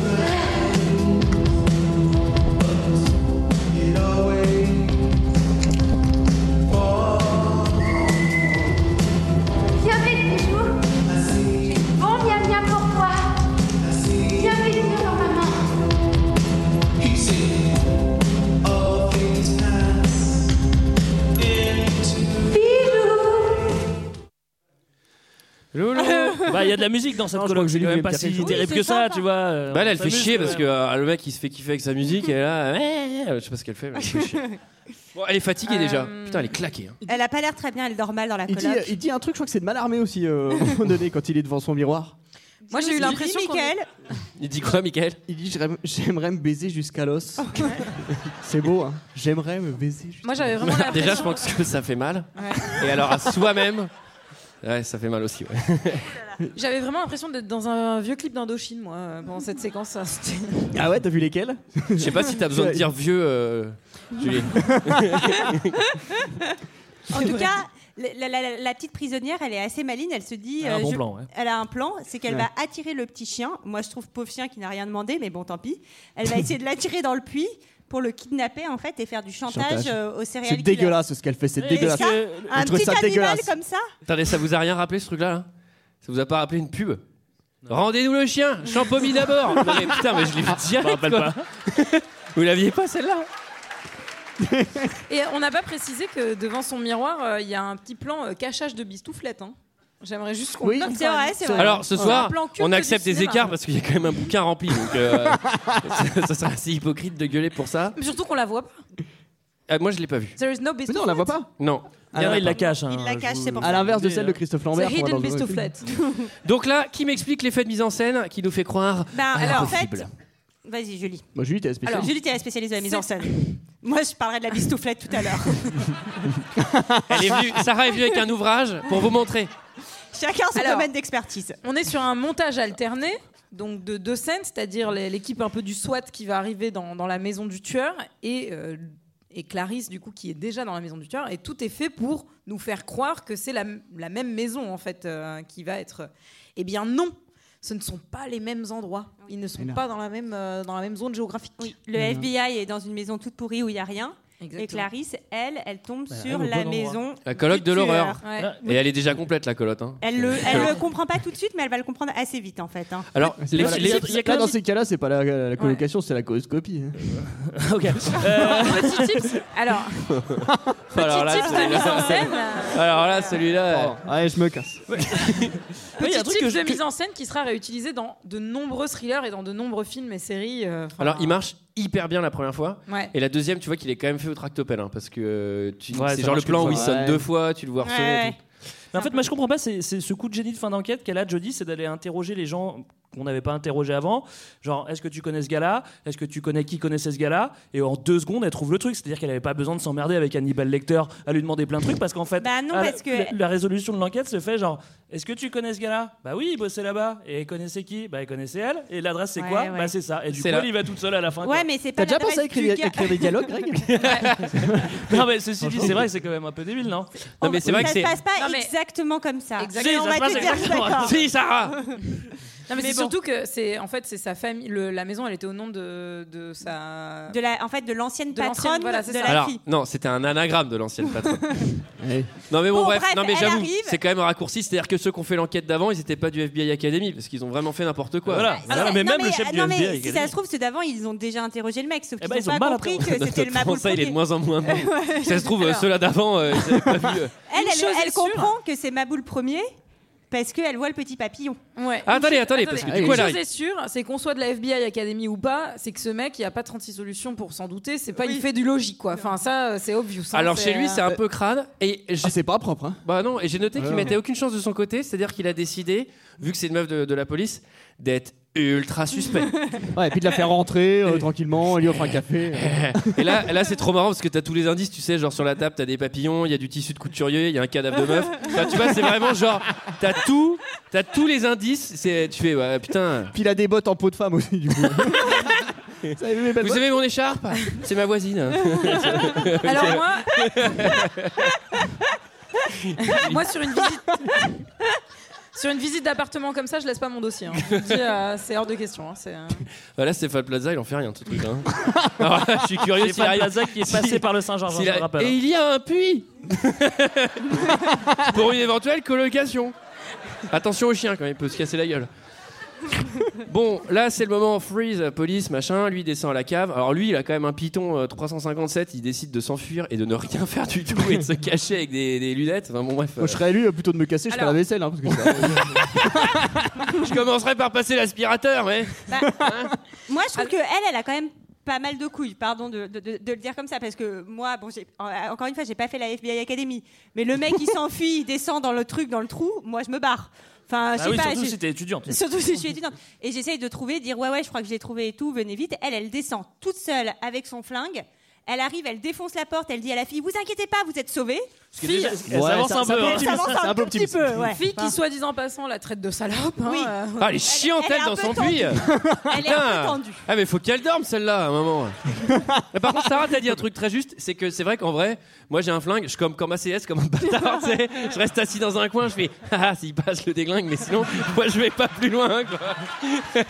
[SPEAKER 21] Viens vite, bisous Bon, miam miam pour toi Viens vite, viens voir maman
[SPEAKER 1] Loulou.
[SPEAKER 6] Bah, il y a de la musique dans cette colloque. C'est quand même pas si terrible que ça, tu vois. euh,
[SPEAKER 1] Bah, là, elle
[SPEAKER 6] on
[SPEAKER 1] fait
[SPEAKER 6] s'amuse,
[SPEAKER 1] chier
[SPEAKER 6] quoi.
[SPEAKER 1] parce que euh, le mec, il se fait kiffer avec sa musique. Et là, euh, ouais, ouais, je sais pas ce qu'elle fait, mais elle fait chier. Bon, elle est fatiguée déjà. Putain, elle est claquée. hein.
[SPEAKER 8] Elle a pas l'air très bien, elle dort mal dans la
[SPEAKER 7] Il
[SPEAKER 8] colloque.
[SPEAKER 7] dit, il dit un truc, je crois que c'est de Malarmé aussi, euh, à un moment donné, quand il est devant son miroir.
[SPEAKER 11] Moi, j'ai eu l'impression qu'on
[SPEAKER 8] Michael,
[SPEAKER 1] Il dit quoi, Michael
[SPEAKER 7] Il dit j'aimerais- J'aimerais me baiser jusqu'à l'os. c'est beau, hein J'aimerais me baiser jusqu'à
[SPEAKER 11] Moi, j'avais vraiment l'impression.
[SPEAKER 1] Déjà, je pense que ça fait mal.
[SPEAKER 11] Ouais.
[SPEAKER 1] Et alors, à soi-même. Ouais, ça fait mal aussi. ouais.
[SPEAKER 11] J'avais vraiment l'impression d'être dans un vieux clip d'Indochine, moi, euh, pendant cette séquence. ça, c'était-
[SPEAKER 7] Ah ouais, t'as vu lesquels
[SPEAKER 1] Je sais pas si t'as besoin de dire vieux, euh, Julie.
[SPEAKER 8] en tout cas, la, la- la- la petite prisonnière, elle est assez maligne. Elle se dit. euh,
[SPEAKER 6] Elle a un bon
[SPEAKER 8] je-
[SPEAKER 6] plan, ouais.
[SPEAKER 8] Elle a un plan, c'est qu'elle
[SPEAKER 6] Ouais.
[SPEAKER 8] va attirer le petit chien. Moi, je trouve pauvre chien qui n'a rien demandé, mais bon, tant pis. Elle va essayer de l'attirer dans le puits pour le kidnapper en fait et faire du chantage,
[SPEAKER 7] Chantage.
[SPEAKER 8] euh, au serial
[SPEAKER 7] C'est
[SPEAKER 8] killer.
[SPEAKER 7] dégueulasse ce qu'elle fait, c'est
[SPEAKER 8] Et
[SPEAKER 7] dégueulasse.
[SPEAKER 8] ça, un
[SPEAKER 7] je trouve
[SPEAKER 8] petit
[SPEAKER 7] ça
[SPEAKER 8] animal
[SPEAKER 7] dégueulasse.
[SPEAKER 8] comme ça.
[SPEAKER 1] Attendez, ça vous a rien rappelé ce truc-là là Ça vous a pas rappelé une pub Rendez-nous le chien, champomis d'abord. Non, mais putain, mais je l'ai vu direct. quoi. vous l'aviez pas celle-là
[SPEAKER 11] Et on n'a pas précisé que devant son miroir, euh, il y a un petit plan euh, cachage de bistouflette. hein. J'aimerais juste qu'on
[SPEAKER 8] Oui,
[SPEAKER 11] le note
[SPEAKER 8] c'est
[SPEAKER 11] quand
[SPEAKER 8] vrai,
[SPEAKER 11] même.
[SPEAKER 8] c'est
[SPEAKER 1] Alors ce
[SPEAKER 11] Eh, C'est un
[SPEAKER 1] soir,
[SPEAKER 11] plan culte
[SPEAKER 1] on
[SPEAKER 11] du
[SPEAKER 1] accepte des
[SPEAKER 11] cinéma.
[SPEAKER 1] écarts parce qu'il y a quand même un bouquin rempli. Donc euh, ça, ça serait assez hypocrite de gueuler pour ça.
[SPEAKER 11] Mais surtout qu'on la voit pas.
[SPEAKER 1] Ah, moi, je l'ai pas vue.
[SPEAKER 11] There is no beast
[SPEAKER 7] Mais non, on la voit pas.
[SPEAKER 1] Non.
[SPEAKER 7] Ah, non,
[SPEAKER 1] il la
[SPEAKER 7] pas.
[SPEAKER 1] cache. hein,
[SPEAKER 7] Il la
[SPEAKER 1] je
[SPEAKER 7] cache,
[SPEAKER 1] vous- euh.
[SPEAKER 7] c'est pour À ça. l'inverse de celle de Christophe Lambert,
[SPEAKER 11] The Hidden
[SPEAKER 7] moi, dans le-
[SPEAKER 11] Beast of Flat.
[SPEAKER 1] Donc là, qui m'explique l'effet de mise en scène qui nous fait croire Ah,
[SPEAKER 8] Ben,
[SPEAKER 1] à
[SPEAKER 8] alors, en fait,
[SPEAKER 1] l'impossible
[SPEAKER 8] Vas-y, Julie.
[SPEAKER 7] Moi, Julie, t'es la spécialiste.
[SPEAKER 8] Alors, Julie, t'es la spécialiste de la mise en scène. Moi, je parlerai de la bistouflette tout à l'heure.
[SPEAKER 1] Elle est venue, Sarah est venue avec un ouvrage pour vous montrer.
[SPEAKER 8] Chacun son
[SPEAKER 11] Alors,
[SPEAKER 8] domaine d'expertise.
[SPEAKER 11] On est sur un montage alterné, donc de deux scènes, c'est-à-dire les- l'équipe un peu du SWAT qui va arriver dans, dans la maison du tueur et, euh, et Clarisse, du coup, qui est déjà dans la maison du tueur. Et tout est fait pour nous faire croire que c'est la, m- la même maison, en fait, euh, qui va être. Eh bien, non! Ce ne sont pas les mêmes endroits. Ils ne sont
[SPEAKER 8] Et là.
[SPEAKER 11] pas dans la même, euh, dans la même zone géographique.
[SPEAKER 8] Le FBI est dans une maison toute pourrie où il n'y a rien. Et
[SPEAKER 11] Exactement.
[SPEAKER 8] Clarisse, elle, elle tombe
[SPEAKER 7] Bah,
[SPEAKER 1] Elle
[SPEAKER 8] sur
[SPEAKER 1] est au
[SPEAKER 8] la
[SPEAKER 1] bon
[SPEAKER 8] maison.
[SPEAKER 1] La coloc de
[SPEAKER 8] du tueur.
[SPEAKER 1] l'horreur.
[SPEAKER 8] Ouais.
[SPEAKER 1] Et elle est déjà complète, la colotte. hein.
[SPEAKER 8] Elle le, elle le comprend pas tout de suite, mais elle va le comprendre assez vite en fait. hein.
[SPEAKER 1] Alors, les-
[SPEAKER 7] Là,
[SPEAKER 1] les-
[SPEAKER 7] là,
[SPEAKER 1] il y a quand
[SPEAKER 7] là,
[SPEAKER 1] même-
[SPEAKER 7] dans ces cas-là, c'est pas la, la colocation, c'est la coloscopie. hein.
[SPEAKER 1] ok.
[SPEAKER 11] Petit tips. Alors,
[SPEAKER 1] alors là,
[SPEAKER 11] tips de
[SPEAKER 1] celui-là-
[SPEAKER 11] mise en scène.
[SPEAKER 1] Alors là, celui-là.
[SPEAKER 7] Oh,
[SPEAKER 1] euh,
[SPEAKER 7] Ouais, je me casse.
[SPEAKER 1] Oui, il y
[SPEAKER 11] petit
[SPEAKER 1] a un truc
[SPEAKER 11] type
[SPEAKER 1] que je-
[SPEAKER 11] de
[SPEAKER 1] que-
[SPEAKER 11] mise en scène qui sera réutilisé dans de nombreux thrillers et dans de nombreux films et séries. euh, enfin,
[SPEAKER 1] Alors, il marche hyper bien la première fois.
[SPEAKER 11] Ouais.
[SPEAKER 1] Et la deuxième, tu vois qu'il est quand même fait au tractopelle. hein, parce que euh, tu-
[SPEAKER 6] Ouais,
[SPEAKER 1] c'est
[SPEAKER 6] ça
[SPEAKER 1] genre le
[SPEAKER 6] marche
[SPEAKER 1] plan
[SPEAKER 6] qu'une
[SPEAKER 1] où il
[SPEAKER 6] fois.
[SPEAKER 1] sonne
[SPEAKER 6] Ouais.
[SPEAKER 1] deux fois, tu le vois ressonner. et tout.
[SPEAKER 6] Mais en fait, moi je comprends pas, c'est c'est ce coup de génie de fin d'enquête qu'elle a, Jodie, c'est d'aller interroger les gens qu'on n'avait pas interrogés avant. Genre, est-ce que tu connais ce gars-là Est-ce que tu connais qui connaissait ce gars-là Et en deux secondes, elle trouve le truc. C'est-à-dire qu'elle n'avait pas besoin de s'emmerder avec Hannibal Lecter à lui demander plein de trucs parce qu'en fait,
[SPEAKER 8] Bah non,
[SPEAKER 6] à la-
[SPEAKER 8] parce que-
[SPEAKER 6] la, la résolution de l'enquête se fait genre, est-ce que tu connais ce gars-là Bah oui, il bossait là-bas. Et elle connaissait qui Bah elle connaissait elle. Et l'adresse c'est
[SPEAKER 8] Ouais,
[SPEAKER 6] quoi
[SPEAKER 8] ouais.
[SPEAKER 6] Bah c'est ça. Et du coup,
[SPEAKER 1] C'est là.
[SPEAKER 6] elle y va toute seule à la fin.
[SPEAKER 8] Ouais,
[SPEAKER 6] quoi.
[SPEAKER 8] mais c'est pas l'adresse du gars.
[SPEAKER 7] Greg
[SPEAKER 6] Non, mais ceci dit, c'est vrai que c'est quand même un peu débile, non
[SPEAKER 1] Non, mais c'est vrai que
[SPEAKER 8] ça se
[SPEAKER 1] c'est.
[SPEAKER 8] passe pas exactement comme ça.
[SPEAKER 11] Exactement.
[SPEAKER 8] on
[SPEAKER 11] Si, ça
[SPEAKER 8] va
[SPEAKER 11] se
[SPEAKER 8] te
[SPEAKER 11] passe
[SPEAKER 8] dire,
[SPEAKER 6] Oh,
[SPEAKER 11] exactement comme
[SPEAKER 8] d'accord.
[SPEAKER 11] ça. Si,
[SPEAKER 1] Sarah
[SPEAKER 11] Non, mais,
[SPEAKER 8] Mais
[SPEAKER 11] c'est
[SPEAKER 8] bon.
[SPEAKER 11] surtout que c'est en fait c'est sa famille. le- la maison, elle était au nom de, de sa.
[SPEAKER 8] De la, en fait, de l'ancienne
[SPEAKER 11] De l'ancienne,
[SPEAKER 8] patronne
[SPEAKER 11] voilà,
[SPEAKER 8] de
[SPEAKER 11] c'est
[SPEAKER 8] la
[SPEAKER 11] ça.
[SPEAKER 1] Alors,
[SPEAKER 8] fille.
[SPEAKER 1] non, c'était un anagramme de l'ancienne patronne. non, mais bon,
[SPEAKER 8] Bon,
[SPEAKER 1] bref,
[SPEAKER 8] bref,
[SPEAKER 1] non, mais
[SPEAKER 8] elle
[SPEAKER 1] j'avoue,
[SPEAKER 8] arrive.
[SPEAKER 1] c'est quand même un raccourci. C'est-à-dire que ceux qui ont fait l'enquête d'avant, ils n'étaient pas du FBI Academy parce qu'ils ont vraiment fait n'importe quoi.
[SPEAKER 6] Voilà.
[SPEAKER 8] Ah,
[SPEAKER 6] Voilà, mais
[SPEAKER 8] non,
[SPEAKER 6] même le chef du
[SPEAKER 8] non,
[SPEAKER 6] FBI,
[SPEAKER 8] mais si
[SPEAKER 6] il
[SPEAKER 8] ça
[SPEAKER 6] est-
[SPEAKER 8] se trouve, ceux d'avant, ils ont déjà interrogé le mec, sauf qu'ils
[SPEAKER 6] bah, ils ont
[SPEAKER 8] n'ont pas
[SPEAKER 6] mal
[SPEAKER 8] compris
[SPEAKER 6] interrogé.
[SPEAKER 8] que c'était le mabou le
[SPEAKER 1] français, il est de
[SPEAKER 8] premier.
[SPEAKER 1] moins en moins bon.
[SPEAKER 8] Ouais.
[SPEAKER 1] Si ça se trouve, euh,
[SPEAKER 8] Alors.
[SPEAKER 1] ceux-là d'avant, euh, ils avaient pas vu. euh.
[SPEAKER 8] Elle,
[SPEAKER 11] Une
[SPEAKER 8] elle,
[SPEAKER 11] chose
[SPEAKER 8] elle
[SPEAKER 11] est sûre.
[SPEAKER 8] comprend que c'est Mabou le premier parce qu'elle voit le petit papillon.
[SPEAKER 11] Ouais.
[SPEAKER 1] Ah, attendez,
[SPEAKER 11] Une chose-
[SPEAKER 1] attendez, parce que du
[SPEAKER 11] Une
[SPEAKER 1] coup, elle
[SPEAKER 11] chose
[SPEAKER 1] arrive.
[SPEAKER 11] est sûre, c'est qu'on soit de la FBI Academy ou pas, c'est que ce mec, il a pas 36 solutions pour s'en douter. C'est pas, il fait du logique, quoi. Enfin, ça, euh, c'est obvious. hein,
[SPEAKER 1] Alors chez lui, c'est un
[SPEAKER 11] euh,
[SPEAKER 1] peu crade. Et
[SPEAKER 7] Ah, c'est pas propre. hein.
[SPEAKER 1] Bah non, et j'ai noté qu'il
[SPEAKER 11] Ouais.
[SPEAKER 1] mettait aucune chance de son côté, c'est-à-dire qu'il a décidé, vu que c'est une meuf de, de la police, d'être ultra suspect.
[SPEAKER 7] Ouais, et puis de la faire rentrer euh, tranquillement, elle lui offre un café. euh.
[SPEAKER 1] et là, là c'est trop marrant parce que t'as tous les indices, tu sais, genre sur la table, t'as des papillons, il y a du tissu de couturier, il y a un cadavre de meuf. Enfin, tu vois, c'est vraiment genre, t'as tout, t'as tous les indices. C'est, tu fais, ouais, putain.
[SPEAKER 7] Puis il a des bottes en peau de femme aussi, du coup. Ça, il met mes belles
[SPEAKER 1] Vous
[SPEAKER 7] bottes.
[SPEAKER 1] aimez mon écharpe C'est ma voisine. hein.
[SPEAKER 11] Alors moi, moi sur une visite, sur une visite d'appartement comme ça, je laisse pas mon dossier. hein. Je me dis, euh, c'est hors de question. hein, c'est, euh.
[SPEAKER 1] Bah là, Stéphane Plaza, il en fait rien, ce truc. hein. Alors là, je suis curieux s'il
[SPEAKER 6] Stéphane
[SPEAKER 1] arrive-
[SPEAKER 6] Plaza qui est
[SPEAKER 1] s'il-
[SPEAKER 6] passé par le Saint-Georges, hein,
[SPEAKER 1] s'il
[SPEAKER 6] je
[SPEAKER 1] a-
[SPEAKER 6] le rappelle.
[SPEAKER 1] Et il y a un puits pour une éventuelle colocation. Attention aux chiens quand il peut se casser la gueule. Bon, là c'est le moment freeze, police, machin. Lui il descend à la cave. Alors lui, il a quand même un python euh, 357. Il décide de s'enfuir et de ne rien faire du tout et de se cacher avec des, des lunettes. Enfin bon, bref.
[SPEAKER 7] Moi, je serais élu euh, plutôt de me casser, je ferais la vaisselle. hein, parce que c'est-
[SPEAKER 1] euh, je commencerai par passer l'aspirateur, ouais.
[SPEAKER 8] Moi, je
[SPEAKER 11] Ah.
[SPEAKER 8] trouve que elle, elle a quand même pas mal de couilles, pardon de, de- de- de le dire comme ça, parce que moi, bon, j'ai- en- euh, encore une fois, j'ai pas fait la FBI Academy, mais le mec il s'enfuit, il descend dans le truc, dans le trou, moi je me barre. Enfin, je
[SPEAKER 6] Ah
[SPEAKER 8] sais
[SPEAKER 6] oui,
[SPEAKER 8] pas.
[SPEAKER 6] surtout
[SPEAKER 8] je-
[SPEAKER 6] si t'es étudiante.
[SPEAKER 8] Surtout si je suis étudiante. Et j'essaye de trouver, dire ouais, ouais, je crois que je l'ai trouvé et tout, venez vite. Elle, elle descend toute seule avec son flingue. Elle arrive, elle défonce la porte, elle dit à la fille, vous inquiétez pas, vous êtes sauvée.
[SPEAKER 6] que déjà,
[SPEAKER 8] Fille.
[SPEAKER 6] elle Ouais, s'avance ça- un ça peu, peut hein. optimiser,
[SPEAKER 8] Elle s'avance
[SPEAKER 6] c'est
[SPEAKER 8] un
[SPEAKER 6] un peu
[SPEAKER 8] tout petit
[SPEAKER 6] optimiste.
[SPEAKER 8] peu, ouais.
[SPEAKER 11] Fille qui soit disant en passant la traite de salope. hein, euh,
[SPEAKER 1] Ah, elle est chiante,
[SPEAKER 11] elle
[SPEAKER 1] elle,
[SPEAKER 11] est un
[SPEAKER 1] dans
[SPEAKER 11] peu
[SPEAKER 1] son
[SPEAKER 11] tendue.
[SPEAKER 1] puits.
[SPEAKER 11] Elle est un peu tendue.
[SPEAKER 1] Ah, mais faut qu'elle dorme, celle-là, à un moment. Mais par contre, Sarah, t'as dit un truc très juste. C'est que c'est vrai qu'en vrai, moi, j'ai un flingue. Je comme comme ACS, comme un bâtard. tu sais. je reste assis dans un coin. Je fais, ah, s'il passe le déglingue, mais sinon, moi, je vais pas plus loin. Quoi.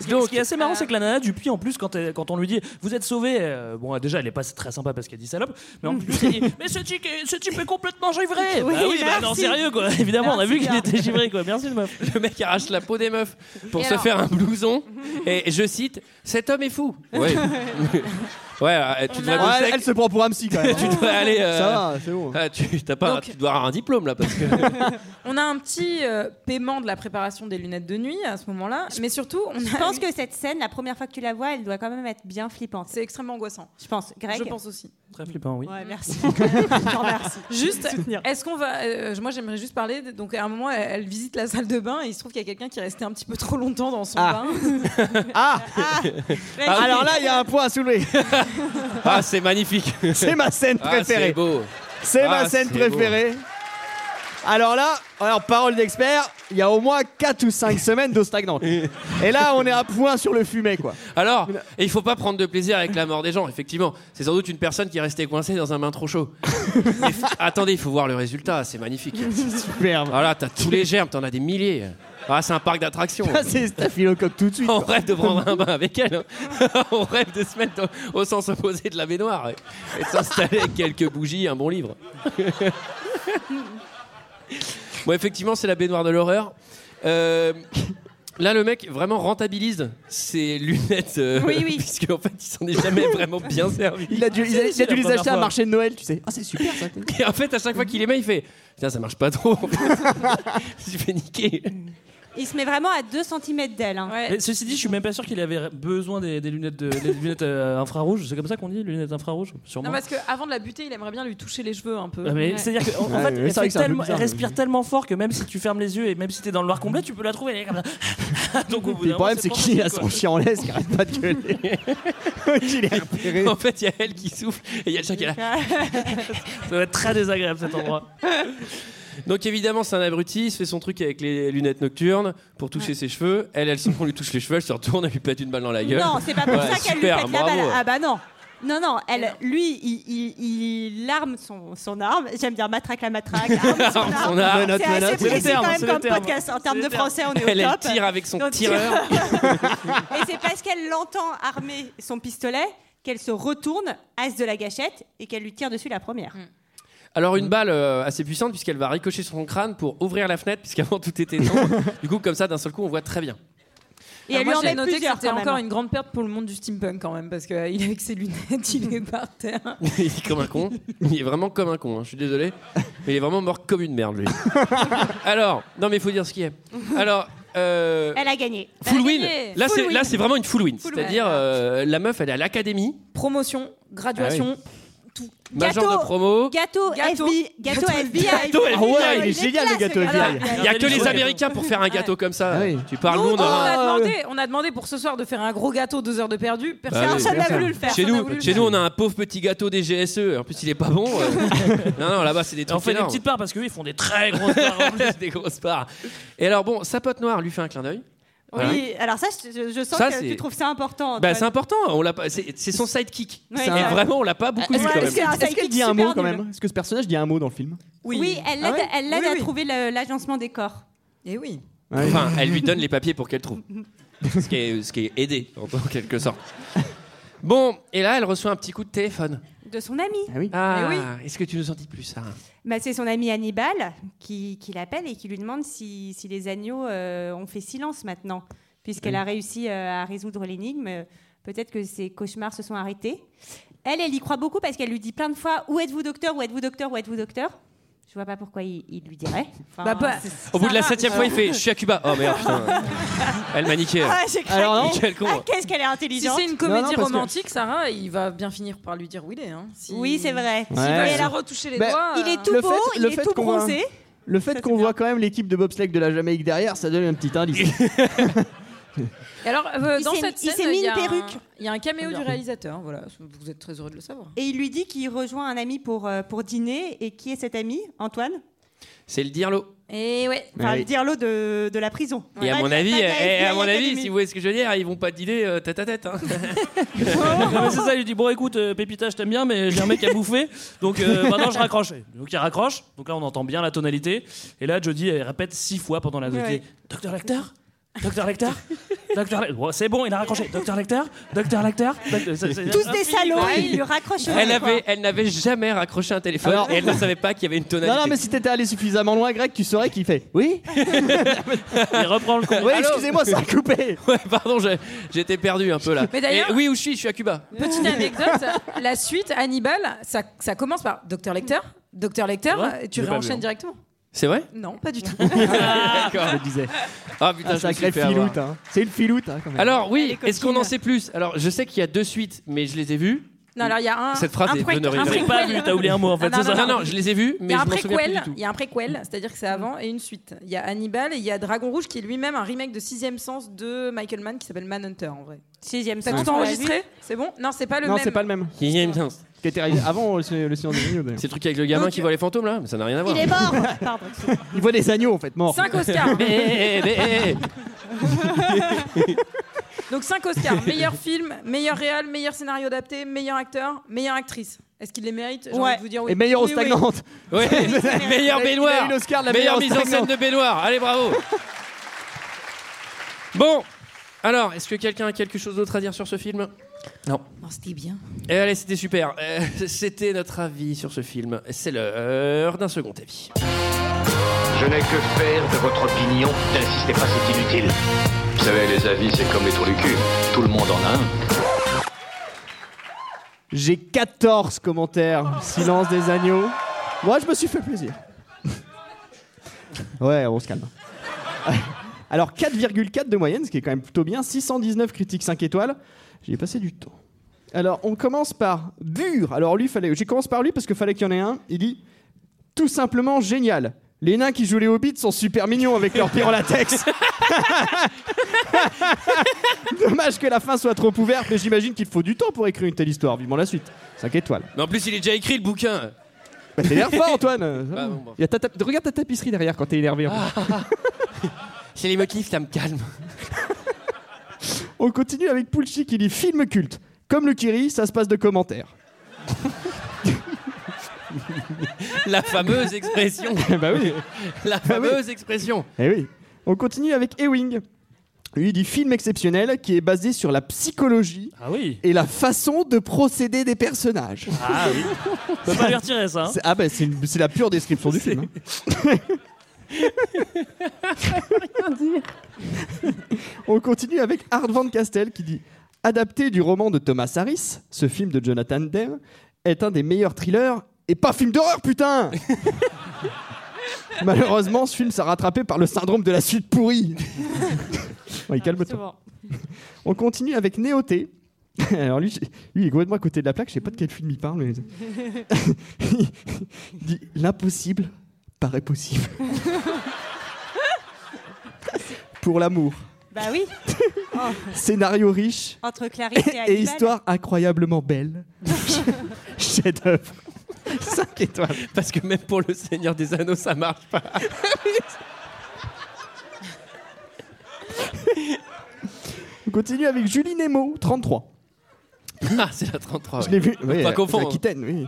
[SPEAKER 6] Ce qui, ce qui est assez
[SPEAKER 8] Euh.
[SPEAKER 6] marrant, c'est que la nana du puits, en plus, quand, elle- quand on lui dit Vous êtes sauvé, euh, bon, euh, déjà, elle est pas très sympa parce qu'elle dit salope, mais en plus, elle dit Mais ce type, est- ce type est complètement givré
[SPEAKER 1] Oui,
[SPEAKER 6] Bah oui, bah non,
[SPEAKER 1] merci.
[SPEAKER 6] sérieux, quoi, évidemment, on a vu
[SPEAKER 1] Merci,
[SPEAKER 6] qu'il
[SPEAKER 1] gars.
[SPEAKER 6] était givré, quoi, merci le meuf.
[SPEAKER 1] Le mec arrache la peau des meufs pour
[SPEAKER 6] Et
[SPEAKER 1] se
[SPEAKER 6] alors
[SPEAKER 1] faire un blouson. Et je cite Cet homme est fou. Ouais. Ouais, euh, tu devrais
[SPEAKER 7] Ouais,
[SPEAKER 1] bosser
[SPEAKER 7] Ah, elle,
[SPEAKER 1] avec-
[SPEAKER 7] elle se prend pour un psy quand même. Ah,
[SPEAKER 1] tu devrais aller. euh,
[SPEAKER 7] Ça va, c'est bon.
[SPEAKER 1] ah, tu, t'as pas, tu dois avoir un diplôme là parce que.
[SPEAKER 11] On a un petit euh, paiement de la préparation des lunettes de nuit à ce moment-là, mais surtout, on
[SPEAKER 8] Je pense que cette scène, la première fois que tu la vois, elle doit quand même être bien flippante.
[SPEAKER 11] C'est extrêmement angoissant.
[SPEAKER 8] Je pense. Greg
[SPEAKER 11] Je pense aussi.
[SPEAKER 6] Très flippant, oui.
[SPEAKER 8] Ouais, merci. Je t'en remercie.
[SPEAKER 11] Juste,
[SPEAKER 8] Souvenir.
[SPEAKER 11] est-ce qu'on va. euh, moi, j'aimerais juste parler. de- donc, à un moment, elle, elle visite la salle de bain et il se trouve qu'il y a quelqu'un qui est resté un petit peu trop longtemps dans son
[SPEAKER 7] Ah.
[SPEAKER 11] bain.
[SPEAKER 7] Ah,
[SPEAKER 11] Ah,
[SPEAKER 7] Alors
[SPEAKER 11] oui.
[SPEAKER 7] là, il y a un point à soulever.
[SPEAKER 1] Ah, c'est magnifique.
[SPEAKER 7] C'est ma scène
[SPEAKER 1] Ah,
[SPEAKER 7] préférée.
[SPEAKER 1] c'est beau.
[SPEAKER 7] C'est
[SPEAKER 1] Ah,
[SPEAKER 7] ma scène
[SPEAKER 1] c'est beau.
[SPEAKER 7] préférée. Alors là, alors parole d'expert, il y a au moins 4 ou 5 semaines d'eau stagnante. Et là, on est à point sur le fumet, quoi.
[SPEAKER 1] Alors, et il faut pas prendre de plaisir avec la mort des gens, effectivement. C'est sans doute une personne qui est restée coincée dans un bain trop chaud. Mais f- attendez, il faut voir le résultat, c'est magnifique.
[SPEAKER 7] Superbe.
[SPEAKER 1] Voilà, t'as tous les germes, t'en as des milliers. Ah, c'est un parc d'attractions.
[SPEAKER 7] Ça, c'est staphylocoque tout de suite.
[SPEAKER 1] On
[SPEAKER 7] quoi.
[SPEAKER 1] rêve de prendre un bain avec elle. hein. On rêve de se mettre au, au sens opposé de la baignoire ouais. et de s'installer avec quelques bougies et un bon livre. bon, effectivement, c'est la baignoire de l'horreur. Euh, là, le mec vraiment rentabilise ses lunettes. euh,
[SPEAKER 7] Oui, oui.
[SPEAKER 1] Puisque, en fait, il s'en est jamais vraiment bien servi.
[SPEAKER 7] Il a dû, il a- il a dû les acheter à un marché de Noël, tu sais. Ah, c'est super ça.
[SPEAKER 1] Et en fait, à chaque fois qu'il les met, il fait Tiens, ça marche pas trop. Je me suis fait niquer.
[SPEAKER 8] Il se met vraiment à 2 cm d'elle. hein.
[SPEAKER 6] Mais ceci dit, je suis même pas sûr qu'il avait besoin des, des lunettes, de, des lunettes euh, infrarouges. C'est comme ça qu'on dit, lunettes infrarouges, sûrement.
[SPEAKER 11] Non, parce qu'avant de la buter, il aimerait bien lui toucher les cheveux un peu.
[SPEAKER 6] Ah, mais
[SPEAKER 11] Ouais.
[SPEAKER 6] C'est-à-dire qu'en en
[SPEAKER 7] Ouais,
[SPEAKER 6] fait,
[SPEAKER 7] mais
[SPEAKER 6] elle,
[SPEAKER 7] c'est vrai
[SPEAKER 6] fait
[SPEAKER 7] que c'est un peu
[SPEAKER 6] tellement- elle
[SPEAKER 7] bizarre,
[SPEAKER 6] respire tellement fort que même si tu fermes les yeux et même si t'es dans le noir complet, tu peux la trouver. Elle est comme ça. Donc au bout
[SPEAKER 7] Le
[SPEAKER 6] d'un
[SPEAKER 7] problème,
[SPEAKER 6] moment,
[SPEAKER 7] c'est
[SPEAKER 6] pas
[SPEAKER 7] qu'il a
[SPEAKER 6] possible,
[SPEAKER 7] son
[SPEAKER 6] quoi.
[SPEAKER 7] chien en laisse, il arrête pas de gueuler. il est repéré.
[SPEAKER 1] En fait, il y a elle qui souffle et il y a le chat qui est là.
[SPEAKER 6] Ça doit être très désagréable cet endroit.
[SPEAKER 1] Donc évidemment, c'est un abruti, il se fait son truc avec les lunettes nocturnes pour toucher ses cheveux. Elle, elle sent qu'on lui touche les cheveux, elle se retourne, elle lui pète une balle dans la gueule.
[SPEAKER 8] Non, c'est pas pour
[SPEAKER 1] Ouais,
[SPEAKER 8] ça qu'elle lui
[SPEAKER 1] super,
[SPEAKER 8] pète la
[SPEAKER 1] bravo.
[SPEAKER 8] balle. Ah bah non. Non, non, elle, lui, il, il- il arme son, son arme. J'aime bien matraque la
[SPEAKER 1] Ah,
[SPEAKER 8] matraque. Arme son
[SPEAKER 1] Arme
[SPEAKER 8] arme.
[SPEAKER 1] son arme.
[SPEAKER 8] C'est assez
[SPEAKER 1] C'est le
[SPEAKER 8] précis
[SPEAKER 1] terme,
[SPEAKER 8] quand
[SPEAKER 1] c'est
[SPEAKER 8] même
[SPEAKER 1] le
[SPEAKER 8] comme
[SPEAKER 1] terme.
[SPEAKER 8] podcast. En termes
[SPEAKER 1] C'est
[SPEAKER 8] de
[SPEAKER 1] le terme.
[SPEAKER 8] français, on est au
[SPEAKER 1] Elle, elle
[SPEAKER 8] top.
[SPEAKER 1] tire avec son
[SPEAKER 8] Donc,
[SPEAKER 1] tireur.
[SPEAKER 8] Et c'est parce qu'elle l'entend armer son pistolet qu'elle se retourne, as de la gâchette, et qu'elle lui tire dessus la première.
[SPEAKER 1] Alors une balle euh, assez puissante puisqu'elle va ricocher sur son crâne pour ouvrir la fenêtre puisqu'avant tout était sombre. du coup, comme ça, d'un seul coup, on voit très bien.
[SPEAKER 8] Et elle lui
[SPEAKER 11] moi,
[SPEAKER 8] en
[SPEAKER 11] j'ai
[SPEAKER 8] met
[SPEAKER 11] noté que
[SPEAKER 8] plusieurs,
[SPEAKER 11] c'était
[SPEAKER 8] quand même. hein.
[SPEAKER 11] encore une grande perte pour le monde du steampunk quand même, parce euh, qu'il est avec ses lunettes, il est par terre.
[SPEAKER 1] il est comme un con. Il est vraiment comme un con. hein, Je suis désolé, mais il est vraiment mort comme une merde lui. Alors, non mais il faut dire ce qui est. Alors. euh,
[SPEAKER 8] Elle a gagné.
[SPEAKER 1] Full win.
[SPEAKER 11] gagné.
[SPEAKER 1] Là,
[SPEAKER 11] Full
[SPEAKER 1] c'est
[SPEAKER 11] win.
[SPEAKER 1] là, c'est vraiment une full win.
[SPEAKER 11] Full
[SPEAKER 1] C'est-à-dire,
[SPEAKER 11] win.
[SPEAKER 1] euh, la meuf, elle est à l'académie,
[SPEAKER 11] Promotion, graduation,
[SPEAKER 1] major de promo.
[SPEAKER 8] Gâteau, FBI, gâteau, FBI.
[SPEAKER 1] Gâteau
[SPEAKER 7] Ah ouais,
[SPEAKER 1] FBI.
[SPEAKER 7] il est génial le gâteau Ah FBI.
[SPEAKER 1] Il y a que les Américains pour faire un gâteau comme ça. Tu parles hein.
[SPEAKER 11] Nous,
[SPEAKER 1] nous, on
[SPEAKER 11] on, a
[SPEAKER 1] aura-
[SPEAKER 11] demandé, on a demandé pour ce soir de faire un gros gâteau, deux heures de perdu. Personne
[SPEAKER 1] Ah oui.
[SPEAKER 11] personne n'a voulu le faire.
[SPEAKER 1] Chez
[SPEAKER 11] personne n'a
[SPEAKER 1] nous,
[SPEAKER 11] voulu
[SPEAKER 1] chez
[SPEAKER 11] le
[SPEAKER 1] nous, on a un pauvre petit gâteau des GSE. En plus, il est pas bon. euh. non, non, là-bas, c'est des
[SPEAKER 6] Et on
[SPEAKER 1] trucs
[SPEAKER 6] fait des
[SPEAKER 1] énormes.
[SPEAKER 6] petites parts parce qu'eux ils font des très grosses parts.
[SPEAKER 1] des grosses parts. Et alors, bon, sa pote noire lui fait un clin d'œil. Voilà.
[SPEAKER 8] Oui, alors ça, je, je sens
[SPEAKER 1] Ça,
[SPEAKER 8] que
[SPEAKER 1] c'est-
[SPEAKER 8] tu trouves ça important.
[SPEAKER 1] Bah,
[SPEAKER 8] Antoine.
[SPEAKER 1] c'est important. On l'a pas. C'est c'est son sidekick.
[SPEAKER 8] Ouais, Euh,
[SPEAKER 1] Et
[SPEAKER 8] c'est vrai.
[SPEAKER 1] vraiment, on l'a pas beaucoup vu
[SPEAKER 8] Est-ce
[SPEAKER 1] quand
[SPEAKER 8] que-
[SPEAKER 1] même.
[SPEAKER 8] est-ce que-
[SPEAKER 7] Est-ce qu'elle dit un
[SPEAKER 8] Super
[SPEAKER 7] mot quand
[SPEAKER 8] nul.
[SPEAKER 7] même Est-ce que ce personnage dit un mot dans le film
[SPEAKER 8] Oui, elle l'aide
[SPEAKER 11] Ah ouais
[SPEAKER 8] elle l'aide
[SPEAKER 11] Oui,
[SPEAKER 8] à
[SPEAKER 11] oui.
[SPEAKER 8] trouver le- l'agencement des corps.
[SPEAKER 11] Et oui.
[SPEAKER 1] Enfin, elle lui donne les papiers pour qu'elle trouve. ce, qui est, ce qui est aidé, en quelque sorte. Bon, et là, elle reçoit un petit coup de téléphone.
[SPEAKER 8] De son ami.
[SPEAKER 1] Ah,
[SPEAKER 8] Eh oui.
[SPEAKER 1] est-ce que tu nous en dis plus, Sarah
[SPEAKER 8] Bah, c'est son ami Hannibal qui, qui l'appelle et qui lui demande si, si les agneaux euh, ont fait silence maintenant, puisqu'elle
[SPEAKER 1] Oui.
[SPEAKER 8] a réussi euh, à résoudre l'énigme. Peut-être que ses cauchemars se sont arrêtés. Elle, elle y croit beaucoup parce qu'elle lui dit plein de fois Où êtes-vous, docteur Où êtes-vous, docteur Où êtes-vous, docteur Je vois pas pourquoi il, il lui dirait. Enfin,
[SPEAKER 11] Bah, bah,
[SPEAKER 8] c'est-
[SPEAKER 1] Au bout de la
[SPEAKER 8] Sarah,
[SPEAKER 1] septième
[SPEAKER 8] euh,
[SPEAKER 1] fois, il fait Je suis à Cuba. Oh merde, putain. Elle hein. m'a niqué.
[SPEAKER 8] Ah, j'ai craqué.
[SPEAKER 1] Alors non. Quel con.
[SPEAKER 8] Ah, Qu'est-ce qu'elle est
[SPEAKER 11] Si
[SPEAKER 8] intelligente
[SPEAKER 11] c'est une
[SPEAKER 1] Non, non,
[SPEAKER 11] comédie
[SPEAKER 1] parce que-
[SPEAKER 11] romantique, Sarah, il va bien finir par lui dire où il est. hein. Si-
[SPEAKER 8] Oui, c'est vrai.
[SPEAKER 11] S'il
[SPEAKER 7] Ouais.
[SPEAKER 11] va
[SPEAKER 7] Mais
[SPEAKER 11] se
[SPEAKER 7] alors-
[SPEAKER 11] retoucher les
[SPEAKER 7] Bah,
[SPEAKER 11] doigts.
[SPEAKER 8] il est
[SPEAKER 11] euh,
[SPEAKER 8] tout
[SPEAKER 7] Le
[SPEAKER 8] beau,
[SPEAKER 7] fait-
[SPEAKER 8] il
[SPEAKER 7] le
[SPEAKER 8] est
[SPEAKER 7] fait
[SPEAKER 8] tout
[SPEAKER 7] qu'on voit-
[SPEAKER 8] bronzé.
[SPEAKER 7] Le fait qu'on voit quand même l'équipe de bobsleigh de la Jamaïque derrière, ça donne un petit indice.
[SPEAKER 11] Et alors, euh,
[SPEAKER 8] Il
[SPEAKER 11] dans
[SPEAKER 8] s'est-
[SPEAKER 11] cette
[SPEAKER 8] il
[SPEAKER 11] scène,
[SPEAKER 8] s'est mis
[SPEAKER 11] il y a
[SPEAKER 8] une
[SPEAKER 11] un-
[SPEAKER 8] perruque.
[SPEAKER 11] Il y a un caméo
[SPEAKER 8] Très
[SPEAKER 11] du
[SPEAKER 8] bien.
[SPEAKER 11] réalisateur. Voilà, vous êtes très heureux de le savoir.
[SPEAKER 8] Et il lui dit qu'il rejoint un ami pour, euh, pour dîner. Et qui est cet ami Antoine
[SPEAKER 1] C'est le dirlo.
[SPEAKER 11] Et ouais.
[SPEAKER 8] Eh Enfin,
[SPEAKER 1] Ah oui.
[SPEAKER 8] le dirlo de, de la prison.
[SPEAKER 1] Et à
[SPEAKER 8] Pas
[SPEAKER 1] mon
[SPEAKER 8] de-
[SPEAKER 1] avis,
[SPEAKER 8] pas de la
[SPEAKER 1] eh, à
[SPEAKER 8] FBI
[SPEAKER 1] mon avis,
[SPEAKER 8] Academy.
[SPEAKER 1] si vous voyez ce que je veux dire, ils vont pas dîner euh, tête à tête. hein.
[SPEAKER 6] Non, mais c'est ça, il lui dit Bon, écoute, euh, Pépita, je t'aime bien, mais j'ai un mec à bouffer, donc euh, maintenant je raccroche. Donc il raccroche, donc là on entend bien la tonalité. Et là, Jodie, elle répète six fois pendant la
[SPEAKER 1] Ouais.
[SPEAKER 6] tonalité Docteur Lecter Docteur Lecter Docteur Lec- Bon, c'est bon, il a raccroché. Docteur Lecter Docteur Lecter Doc- c'est- c'est-
[SPEAKER 8] Tous des salauds,
[SPEAKER 1] Ah,
[SPEAKER 8] ils lui raccrochent.
[SPEAKER 1] Elle avait, elle n'avait jamais raccroché un téléphone
[SPEAKER 7] Alors-
[SPEAKER 1] et elle ne savait pas qu'il y avait une
[SPEAKER 7] Non,
[SPEAKER 1] tonalité.
[SPEAKER 7] non, mais si t'étais allé suffisamment loin, Greg, tu saurais qu'il fait oui.
[SPEAKER 6] Il reprend le compte.
[SPEAKER 7] Oui, excusez-moi, ça a coupé.
[SPEAKER 1] Ouais, pardon, j'ai- j'étais perdu un peu là.
[SPEAKER 11] Mais d'ailleurs-
[SPEAKER 1] Et oui, où je suis Je suis à Cuba.
[SPEAKER 11] Petite anecdote, la suite, Hannibal, ça, ça commence par Docteur Lecter, Docteur Lecter,
[SPEAKER 1] vrai
[SPEAKER 11] et tu
[SPEAKER 1] J'ai pas vu,
[SPEAKER 11] réenchaînes
[SPEAKER 1] hein.
[SPEAKER 11] directement.
[SPEAKER 1] C'est vrai
[SPEAKER 11] Non, pas du tout.
[SPEAKER 1] D'accord.
[SPEAKER 7] Je disais.
[SPEAKER 1] Ah putain,
[SPEAKER 7] Un
[SPEAKER 1] je me suis
[SPEAKER 7] sacré
[SPEAKER 1] fait avoir.
[SPEAKER 7] filoute. hein. C'est une filoute, hein, quand même.
[SPEAKER 1] Alors oui, est-ce qu'on en sait plus Alors je sais qu'il y a deux suites, mais je les ai vues.
[SPEAKER 11] Non, alors il y a un.
[SPEAKER 1] Cette phrase
[SPEAKER 11] un
[SPEAKER 1] est
[SPEAKER 11] prequel-
[SPEAKER 1] honorée.
[SPEAKER 11] un
[SPEAKER 1] J'avais
[SPEAKER 11] prequel.
[SPEAKER 1] pas vu, t'as oublié un mot, en fait,
[SPEAKER 11] Ah,
[SPEAKER 1] c'est ça Non, non, je les ai vus, mais
[SPEAKER 11] Il y a un
[SPEAKER 1] je m'en souviens
[SPEAKER 11] préquel,
[SPEAKER 1] plus du tout.
[SPEAKER 11] Il y a un préquel, c'est-à-dire que c'est avant, et une suite. Il y a Hannibal et il y a Dragon Rouge qui est lui-même un remake de Sixième Sens de Michael Mann qui s'appelle Manhunter en vrai.
[SPEAKER 8] Sixième
[SPEAKER 11] T'as
[SPEAKER 1] Sens,
[SPEAKER 11] tout
[SPEAKER 1] on l'a
[SPEAKER 11] enregistré
[SPEAKER 8] vu.
[SPEAKER 11] C'est bon Non, c'est pas le
[SPEAKER 7] non,
[SPEAKER 11] même.
[SPEAKER 7] c'est pas le même.
[SPEAKER 1] Il y a une danse.
[SPEAKER 7] Qui était réalisé avant euh, le le Seigneur des Anneaux. d'ailleurs.
[SPEAKER 1] C'est le truc avec le gamin qui voit les fantômes là, mais ça n'a rien à voir.
[SPEAKER 8] Pardon.
[SPEAKER 7] Il voit des agneaux en fait, mort.
[SPEAKER 11] Cinq Oscars.
[SPEAKER 1] Mais, eh, eh, mais, eh, eh.
[SPEAKER 11] Donc 5 Oscars, meilleur film, meilleur réal, meilleur scénario adapté, meilleur acteur, meilleure actrice. Est-ce qu'il les mérite J'ai envie de vous dire oui.
[SPEAKER 7] Et meilleur
[SPEAKER 11] Oui,
[SPEAKER 7] aux
[SPEAKER 11] oui.
[SPEAKER 7] stagnantes.
[SPEAKER 1] Ouais, meilleur
[SPEAKER 7] Il a eu
[SPEAKER 1] baignoire.
[SPEAKER 7] l'Oscar de la
[SPEAKER 1] Meilleure
[SPEAKER 7] meilleure
[SPEAKER 1] mise en scène
[SPEAKER 7] stagnante.
[SPEAKER 1] de baignoire. Allez, bravo. Bon, alors, est-ce que quelqu'un a quelque chose d'autre à dire sur ce film Non.
[SPEAKER 11] Non, c'était bien.
[SPEAKER 1] Eh, allez, c'était super. Euh, c'était notre avis sur ce film. C'est l'heure d'un second avis.
[SPEAKER 22] Je n'ai que faire de votre opinion. N'insistez pas, c'est inutile. Vous savez, les avis, c'est comme les trous du cul. Tout le monde en a un.
[SPEAKER 7] J'ai 14 commentaires. Silence des agneaux. Moi, je me suis fait plaisir. ouais, on se calme. Alors 4,4 de moyenne, ce qui est quand même plutôt bien. 619 critiques 5 étoiles. J'y ai passé du temps. Alors on commence par Bure. Alors lui, fallait. J'ai commencé par lui parce qu'il fallait qu'il y en ait un. Il dit tout simplement génial. Les nains qui jouent les hobbits sont super mignons avec leur pire en latex. Dommage que la fin soit trop ouverte, mais j'imagine qu'il faut du temps pour écrire une telle histoire. Vivement la suite. 5 étoiles.
[SPEAKER 1] Mais en plus, il est déjà écrit le bouquin.
[SPEAKER 7] Bah, t'es l'air fort, Antoine.
[SPEAKER 1] Bah, bon, bah.
[SPEAKER 7] Il y a ta tap- Regarde ta tapisserie derrière quand t'es énervé. en fait.
[SPEAKER 1] C'est les motifs, ça me calme.
[SPEAKER 7] On continue avec Pulchi qui dit film culte. Comme le Kiri, ça se passe de commentaires.
[SPEAKER 1] La fameuse expression.
[SPEAKER 7] bah oui.
[SPEAKER 1] La fameuse expression.
[SPEAKER 7] Eh oui. On continue avec Ewing. Lui il dit film exceptionnel qui est basé sur la psychologie et la façon de procéder des personnages.
[SPEAKER 6] Ah oui. On peut pas lui retirer ça. hein.
[SPEAKER 7] C'est- Ah bah c'est une- c'est la pure description du film. hein. On continue avec Art Van Castel qui dit Adapté du roman de Thomas Harris, ce film de Jonathan Demme est un des meilleurs thrillers et pas film d'horreur, putain Malheureusement, ce film s'est rattrapé par le syndrome de la suite pourrie. Oui, calme-toi. On continue avec Néoté. Alors lui, j'ai- lui, il est complètement à côté de la plaque, je sais pas de quel film il parle, mais il dit L'impossible paraît possible.
[SPEAKER 1] eh,
[SPEAKER 7] Pour l'amour.
[SPEAKER 8] Bah oui. Oh.
[SPEAKER 7] Scénario riche
[SPEAKER 8] Entre Clarisse et
[SPEAKER 7] et
[SPEAKER 8] Hannibal.
[SPEAKER 7] histoire incroyablement belle. Chef-d'œuvre. 5 étoiles.
[SPEAKER 1] Parce que même pour le Seigneur des Anneaux, ça marche pas.
[SPEAKER 7] On continue avec Julie Nemo, 33.
[SPEAKER 1] Ah, c'est la 33.
[SPEAKER 7] Je n'ai vu,
[SPEAKER 1] Faut
[SPEAKER 7] oui,
[SPEAKER 1] pas
[SPEAKER 7] euh,
[SPEAKER 1] confondre.
[SPEAKER 7] l'Aquitaine, oui.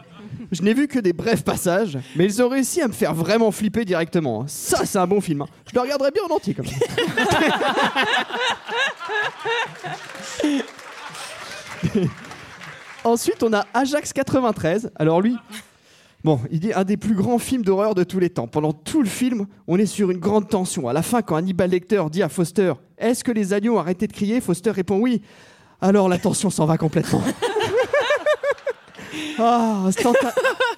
[SPEAKER 7] Je n'ai vu que des brefs passages, mais ils ont réussi à me faire vraiment flipper directement. Ça, c'est un bon film. hein. Je le regarderai bien en entier, comme ça. Ensuite, on a Ajax 93. Alors lui, bon, il dit un des plus grands films d'horreur de tous les temps. Pendant tout le film, on est sur une grande tension. À la fin, quand Hannibal Lecter dit à Foster Est-ce que les agneaux ont arrêté de crier Foster répond oui. Alors la tension s'en va complètement. Ah, instantan-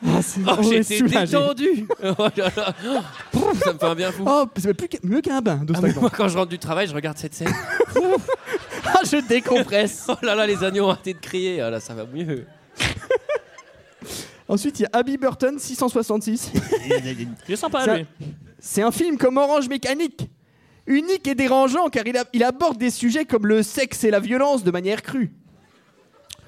[SPEAKER 7] Ah, c'est
[SPEAKER 1] Oh,
[SPEAKER 7] on est
[SPEAKER 1] j'étais
[SPEAKER 7] soulagé.
[SPEAKER 1] détendu. Oh là là. Pouf, ça me fait un bien fou.
[SPEAKER 7] Oh, c'est plus qu'un- mieux qu'un bain d'eau
[SPEAKER 1] Ah, mais
[SPEAKER 7] stagnante.
[SPEAKER 1] moi, quand je rentre du travail, je regarde cette scène.
[SPEAKER 7] ah, je décompresse.
[SPEAKER 1] oh là là, les agneaux ont arrêté de crier. Ah là, ça va mieux.
[SPEAKER 7] Ensuite, il y a Abby Burton 666.
[SPEAKER 6] Il est sympa,
[SPEAKER 7] Ça-
[SPEAKER 6] lui.
[SPEAKER 7] C'est un film comme Orange Mécanique. Unique et dérangeant car il, a- il aborde des sujets comme le sexe et la violence de manière crue.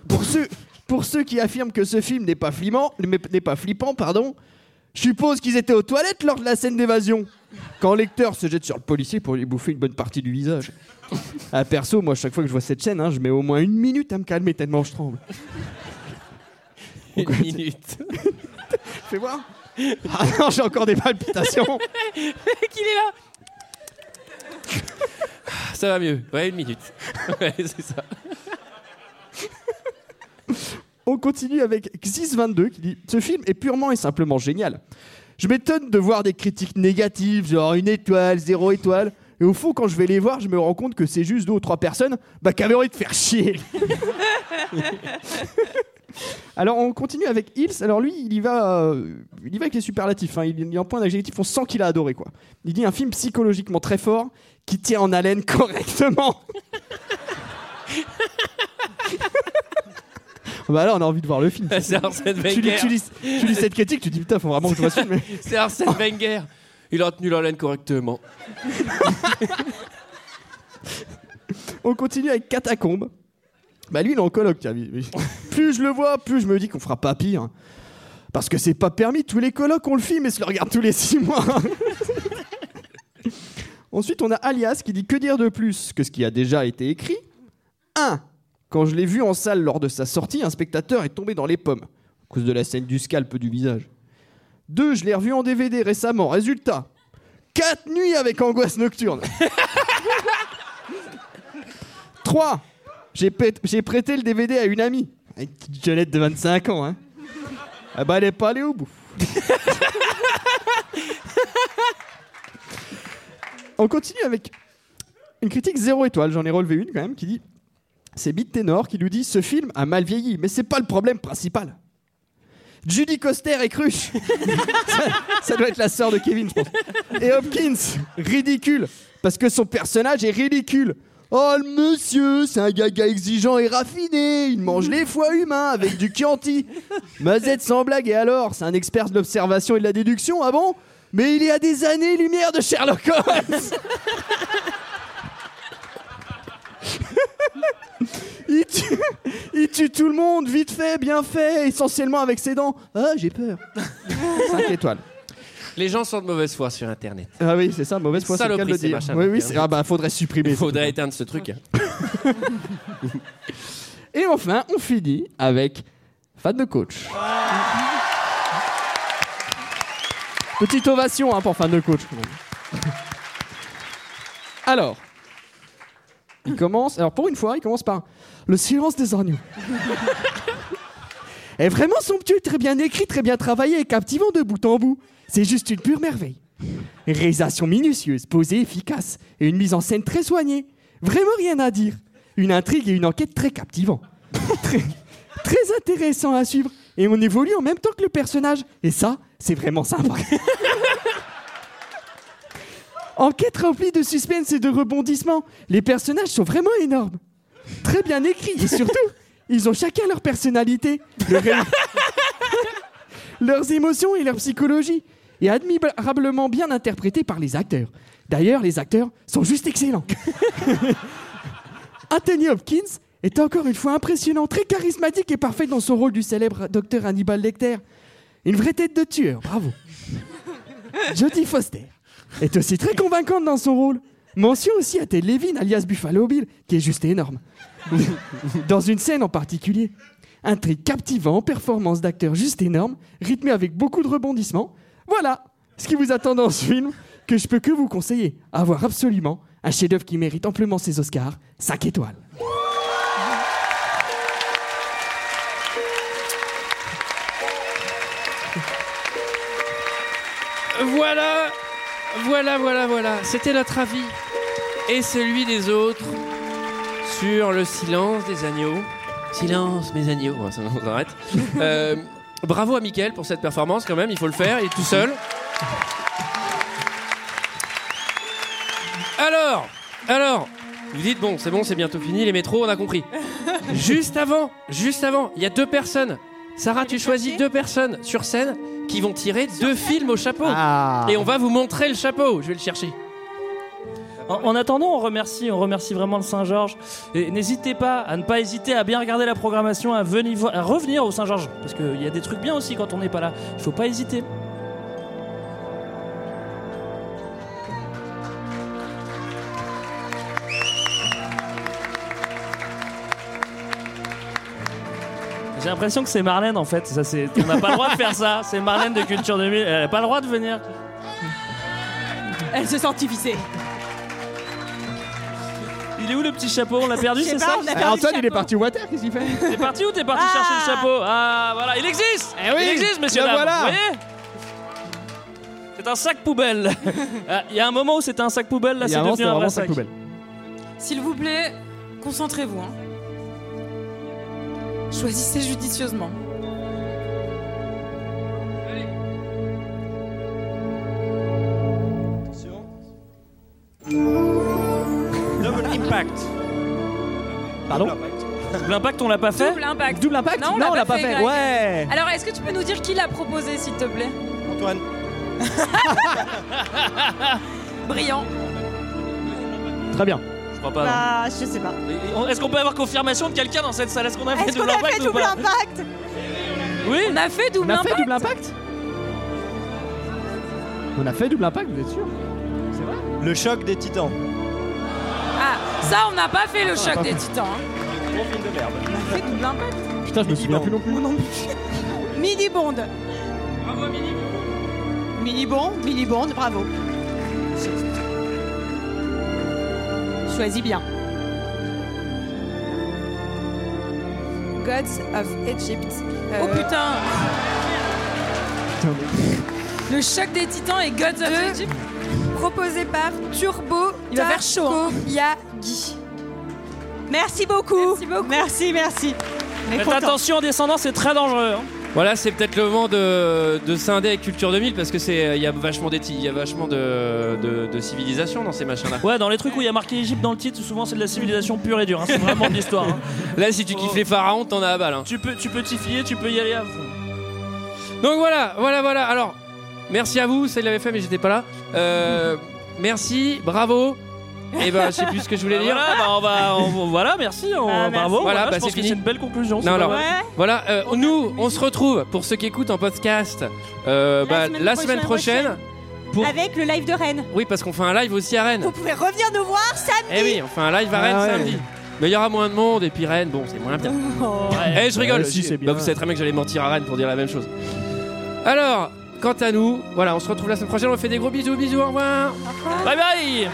[SPEAKER 7] Pour ceux, pour ceux qui affirment que ce film n'est pas, flippant, n'est n'est pas flippant, pardon, je suppose qu'ils étaient aux toilettes lors de la scène d'évasion. Quand l'acteur se jette sur le policier pour lui bouffer une bonne partie du visage. Ah, perso, moi, chaque fois que je vois cette scène, hein, je mets au moins une minute à me calmer tellement je tremble.
[SPEAKER 1] Une minute.
[SPEAKER 7] Fais voir. Ah non, j'ai encore des palpitations.
[SPEAKER 1] Mec, il est là. Ah, ça va mieux. Ouais, une minute. Ouais, c'est ça.
[SPEAKER 7] On continue avec Xis22 qui dit Ce film est purement et simplement génial. Je m'étonne de voir des critiques négatives, genre une étoile, zéro étoile. Et au fond, quand je vais les voir, je me rends compte que c'est juste deux ou trois personnes bah, qui avaient envie de faire chier. Alors on continue avec Hills. Alors lui, il y va, euh, il y va avec les superlatifs. hein. Il il y a un point d'adjectif. On sent qu'il a adoré quoi. Il dit un film psychologiquement très fort qui tient en haleine correctement. bah là, on a envie de voir le film.
[SPEAKER 1] C'est Arsène
[SPEAKER 7] Tu lis,
[SPEAKER 1] Wenger.
[SPEAKER 7] tu lis- tu lis cette critique, tu dis putain, faut vraiment que je vois ce film. mais-
[SPEAKER 1] C'est Arsène Wenger. Il a tenu la laine correctement.
[SPEAKER 7] On continue avec Catacombe. Bah lui, il est en colloque, tiens, oui, oui. Plus je le vois, plus je me dis qu'on fera pas pire. Parce que c'est pas permis, tous les colloques on le filme et se le regarde tous les six mois. Ensuite, on a Alias qui dit que dire de plus que ce qui a déjà été écrit. 1. Quand je l'ai vu en salle lors de sa sortie, un spectateur est tombé dans les pommes à cause de la scène du scalp du visage. 2. Je l'ai revu en DVD récemment. Résultat 4 nuits avec angoisse nocturne. 3. J'ai pét- j'ai prêté le DVD à une amie. Une petite jeunette de 25 ans, hein. Ah bah, elle est pas allée au bout. On continue avec une critique zéro étoile, j'en ai relevé une quand même, qui dit C'est Bit Ténor qui nous dit Ce film a mal vieilli, mais c'est pas le problème principal. Judy Coster est cruche ça, ça doit être la sœur de Kevin, je pense. Et Hopkins, ridicule, parce que son personnage est ridicule. Oh le monsieur, c'est un gaga exigeant et raffiné, il mange les foies humains avec du Chianti. Mazette sans blague, et alors C'est un expert de l'observation et de la déduction, ah bon Mais il est à des années-lumière de Sherlock Holmes il tue, il tue tout le monde, vite fait, bien fait, essentiellement avec ses dents. Ah, j'ai peur. 5 étoiles.
[SPEAKER 1] Les gens sont de mauvaise foi sur Internet.
[SPEAKER 7] Ah oui, c'est ça, mauvaise foi, c'est le cas de
[SPEAKER 1] Saloperie,
[SPEAKER 7] le
[SPEAKER 1] ces
[SPEAKER 7] dire.
[SPEAKER 1] machins
[SPEAKER 7] Oui, oui,
[SPEAKER 1] d'internet.
[SPEAKER 7] c'est- ah bah faudrait supprimer.
[SPEAKER 1] Il faudrait éteindre ce truc. hein.
[SPEAKER 7] Et enfin, on finit avec fan de coach. Petite ovation hein, pour fan de coach. quand même. Alors, il commence. Alors pour une fois, il commence par le silence des agneaux. est vraiment somptueux, très bien écrit, très bien travaillé et captivant de bout en bout. C'est juste une pure merveille. Réalisation minutieuse, posée, efficace et une mise en scène très soignée. Vraiment rien à dire. Une intrigue et une enquête très captivant. très, très intéressant à suivre et on évolue en même temps que le personnage. Et ça, c'est vraiment sympa. Enquête remplie de suspense et de rebondissements. Les personnages sont vraiment énormes. Très bien écrits et surtout, ils ont chacun leur personnalité, leur ré- leurs émotions et leur psychologie, et admirablement bien interprétés par les acteurs. D'ailleurs, les acteurs sont juste excellents. Anthony Hopkins est encore une fois impressionnant, très charismatique et parfait dans son rôle du célèbre docteur Hannibal Lecter. Une vraie tête de tueur, bravo. Jodie Foster est aussi très convaincante dans son rôle. Mention aussi à Ted Levin, alias Buffalo Bill, qui est juste énorme. dans une scène en particulier. Un tri captivant, performance d'acteur juste énorme, rythmé avec beaucoup de rebondissements. Voilà ce qui vous attend dans ce film, que je peux que vous conseiller. À voir absolument, un chef-d'œuvre qui mérite amplement ses Oscars, 5 étoiles.
[SPEAKER 1] Voilà, voilà, voilà, voilà. C'était notre avis et celui des autres sur le silence des agneaux. Silence, mes agneaux. Bon, ça, on arrête. Euh, bravo à Mickaël pour cette performance, quand même. Il faut le faire. Il est tout seul. Alors, alors, vous dites bon, c'est bon, c'est bientôt fini. Les métros, on a compris. Juste avant, juste avant, il y a deux personnes. Sarah, tu choisis deux personnes sur scène qui vont tirer deux films au chapeau.
[SPEAKER 7] Ah.
[SPEAKER 1] Et on va vous montrer le chapeau. Je vais le chercher.
[SPEAKER 6] En, en attendant, on remercie, on remercie vraiment le Saint-Georges. Et n'hésitez pas à ne pas hésiter à bien regarder la programmation, à, venir, vo- à revenir au Saint-Georges. Parce qu'il y a des trucs bien aussi quand on n'est pas là. Il faut pas hésiter. J'ai l'impression que c'est Marlène en fait. Ça, c'est... On n'a pas le droit de faire ça. C'est Marlène de Culture 2000. Elle n'a pas le droit de venir.
[SPEAKER 11] Elle se sent visée.
[SPEAKER 6] Il est où le petit chapeau On l'a perdu,
[SPEAKER 7] Je sais
[SPEAKER 6] c'est
[SPEAKER 7] pas,
[SPEAKER 6] ça Ah,
[SPEAKER 7] on a Eh, perdu Antoine, le il est chapeau.
[SPEAKER 6] parti
[SPEAKER 7] au water, qu'est-ce qu'il fait
[SPEAKER 6] T'es parti ou t'es parti chercher le chapeau Ah, voilà, il existe
[SPEAKER 7] Eh oui,
[SPEAKER 6] Il existe, messieurs,
[SPEAKER 7] le
[SPEAKER 6] dames,
[SPEAKER 7] voilà.
[SPEAKER 6] vous voyez C'est un sac poubelle Ah, Il y a un moment où c'était un sac poubelle, là
[SPEAKER 7] Il y
[SPEAKER 6] c'est
[SPEAKER 7] a un moment,
[SPEAKER 6] devenu un
[SPEAKER 7] c'était
[SPEAKER 6] vrai
[SPEAKER 7] vraiment un sac
[SPEAKER 6] sac.
[SPEAKER 7] poubelle.
[SPEAKER 11] S'il vous plaît, concentrez-vous. hein. Choisissez judicieusement.
[SPEAKER 6] Double impact Pardon Double impact, on l'a pas fait
[SPEAKER 11] Double impact.
[SPEAKER 6] Double impact
[SPEAKER 11] Non, on
[SPEAKER 6] Non, on
[SPEAKER 11] l'a
[SPEAKER 6] l'a
[SPEAKER 11] pas
[SPEAKER 6] pas
[SPEAKER 11] fait.
[SPEAKER 6] fait.
[SPEAKER 11] Greg.
[SPEAKER 6] Ouais.
[SPEAKER 11] Alors, est-ce que tu peux nous dire qui l'a proposé, s'il te plaît
[SPEAKER 19] Antoine.
[SPEAKER 11] Brillant.
[SPEAKER 7] Très bien.
[SPEAKER 6] Je crois pas. non.
[SPEAKER 8] Bah, je sais pas.
[SPEAKER 6] Est-ce qu'on peut avoir confirmation de quelqu'un dans cette salle Est-ce qu'on a fait
[SPEAKER 8] Est-ce
[SPEAKER 6] double
[SPEAKER 8] qu'on a
[SPEAKER 6] impact
[SPEAKER 8] fait
[SPEAKER 6] ou
[SPEAKER 8] double
[SPEAKER 6] pas
[SPEAKER 8] impact
[SPEAKER 6] Oui
[SPEAKER 11] On a fait double
[SPEAKER 7] On a
[SPEAKER 11] impact
[SPEAKER 7] fait double impact On a fait double impact, vous êtes sûr C'est vrai
[SPEAKER 19] Le choc des titans.
[SPEAKER 11] Ah, ça, on n'a pas fait le
[SPEAKER 19] Ah,
[SPEAKER 11] choc
[SPEAKER 19] pas
[SPEAKER 11] des
[SPEAKER 19] fait.
[SPEAKER 11] titans. hein.
[SPEAKER 19] Gros film de merde.
[SPEAKER 11] On a fait double impact.
[SPEAKER 7] Putain, je me souviens plus non plus.
[SPEAKER 11] Midi Bond.
[SPEAKER 6] Bravo, Mini.
[SPEAKER 8] Mini bon, mini bond, bravo. Choisis bien.
[SPEAKER 11] Gods of Egypt. Oh putain Le choc des titans et Gods of Egypt
[SPEAKER 23] Proposé par Turbo
[SPEAKER 11] Il va faire chaud, hein.
[SPEAKER 23] Takoyagi.
[SPEAKER 8] Merci beaucoup. Merci beaucoup. Merci, merci. Mais
[SPEAKER 6] Faites
[SPEAKER 8] content.
[SPEAKER 6] attention en descendant, c'est très dangereux. hein.
[SPEAKER 1] Voilà, c'est peut-être le moment de, de scinder avec Culture 2000 parce que c'est il y a vachement d'éthi- il y a vachement de, de, de civilisation dans ces machins-là.
[SPEAKER 6] Ouais, dans les trucs où il y a marqué Égypte dans le titre, souvent c'est de la civilisation pure et dure. hein. C'est vraiment de l'histoire. hein.
[SPEAKER 1] Là, si tu kiffes les pharaons, t'en as à balle. hein.
[SPEAKER 6] Tu peux, tu peux t'y fier, tu peux y aller à fond.
[SPEAKER 1] Donc voilà, voilà, voilà. Alors, merci à vous. Ça, il l'avait fait, mais j'étais pas là. Euh, merci, bravo. Et ben, je sais plus ce que je voulais
[SPEAKER 6] Bah
[SPEAKER 1] dire.
[SPEAKER 6] Voilà, bah, on va, on- voilà, merci, on-
[SPEAKER 1] Bah, merci.
[SPEAKER 6] bravo.
[SPEAKER 1] Voilà,
[SPEAKER 6] Voilà,
[SPEAKER 1] bah,
[SPEAKER 6] je pense
[SPEAKER 1] c'est
[SPEAKER 6] que
[SPEAKER 1] fini.
[SPEAKER 6] c'est une belle conclusion. c'est
[SPEAKER 1] Non,
[SPEAKER 6] pas
[SPEAKER 1] alors,
[SPEAKER 6] mal.
[SPEAKER 1] voilà, euh, nous, on se retrouve pour ceux qui écoutent en podcast euh, bah, la, semaine, prochaine. pour-
[SPEAKER 8] Avec le live de Rennes.
[SPEAKER 1] Oui, parce qu'on fait un live aussi à Rennes.
[SPEAKER 8] Vous pouvez revenir nous voir samedi.
[SPEAKER 1] Eh oui, on fait un live à Rennes
[SPEAKER 8] Ah ouais.
[SPEAKER 1] samedi. Mais il y aura moins de monde et puis Rennes, bon, c'est moins bien. Eh, je rigole.
[SPEAKER 7] Ouais, si,
[SPEAKER 1] Je-
[SPEAKER 7] c'est
[SPEAKER 1] bah,
[SPEAKER 7] bien.
[SPEAKER 1] vous savez très bien que j'allais mentir à Rennes pour dire la même chose. Alors, quant à nous, voilà, on se retrouve la semaine prochaine. On vous fait des gros bisous, bisous, au revoir.
[SPEAKER 6] Bye bye.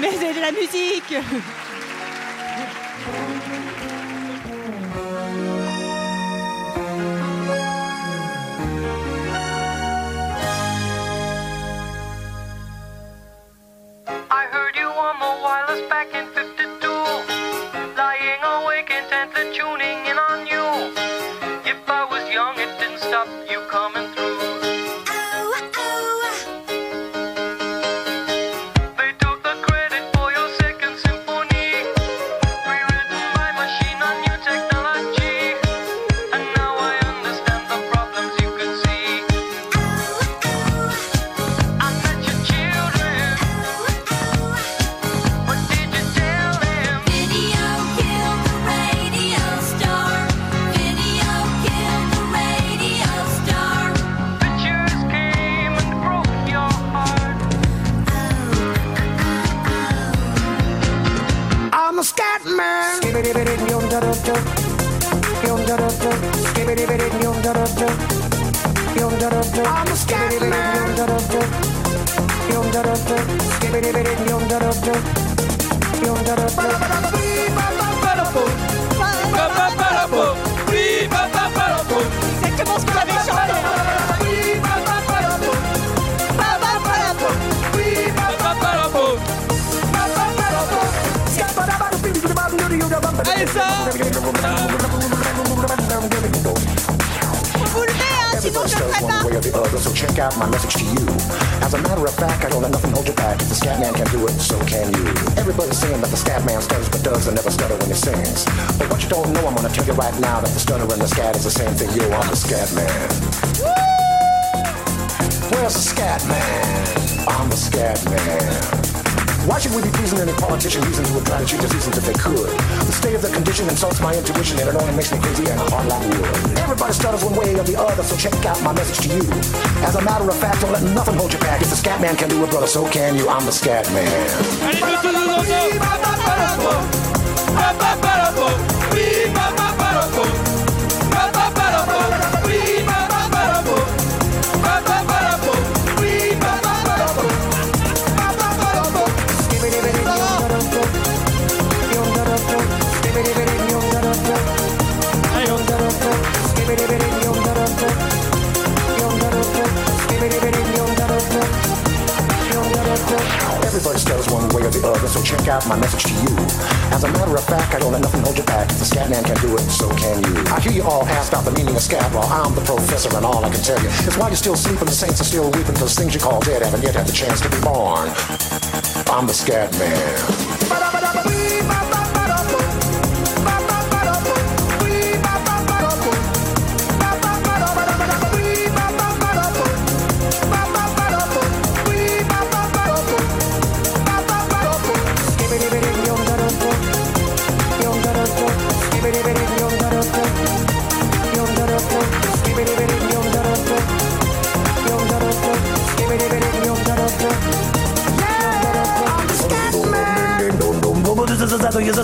[SPEAKER 8] Mais c'est de la musique.
[SPEAKER 24] I heard you on the wireless back in 52. Lying awake intently tuning in on you. If I was young, it didn't stop you coming through.
[SPEAKER 10] Oh,
[SPEAKER 24] They took the credit for your second symphony. Rewritten by machine on new technology. And now I understand the problems you could see. I met your children.
[SPEAKER 25] Video killed the radio star. Video killed the radio star.
[SPEAKER 24] Pictures came and broke your heart.
[SPEAKER 26] I'm a scat man. I'm a scat
[SPEAKER 24] Exactement ce qu'on avait chanté. Allez ça
[SPEAKER 26] Vous levez, hein, sinon je ferai pas. So check out my message to you. As a matter of fact, I don't let nothing hold you back. If the scat man can do it, so can you. Everybody's saying that the scat man stutters but does and never stutter when he sings. But what you don't know, I'm gonna tell you right now that the stutter and the scat is the same thing. Yo, I'm the scat man. Where's the scat man? I'm the scat man. Why should we be pleasing any politician reasons who would try to cheat us reasons if they could? The state of the condition insults my intuition and it only makes me crazy and hard like wood. Everybody stutters one way or the other, so check out my message to you. As a matter of fact, don't let nothing hold you back. If the scat man can do it, brother, so can you. I'm the scat man.
[SPEAKER 24] Ba-ba-ba-da-boom.
[SPEAKER 26] As a matter of fact, I don't let nothing hold you back. If the scat man can do it, so can you. I hear you all ask about the meaning of scat. Well, I'm the professor, and all I can tell you is why you're still sleeping, the saints are still weeping, because things you call dead haven't yet had the chance to be born. I'm the scat man.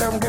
[SPEAKER 26] I'm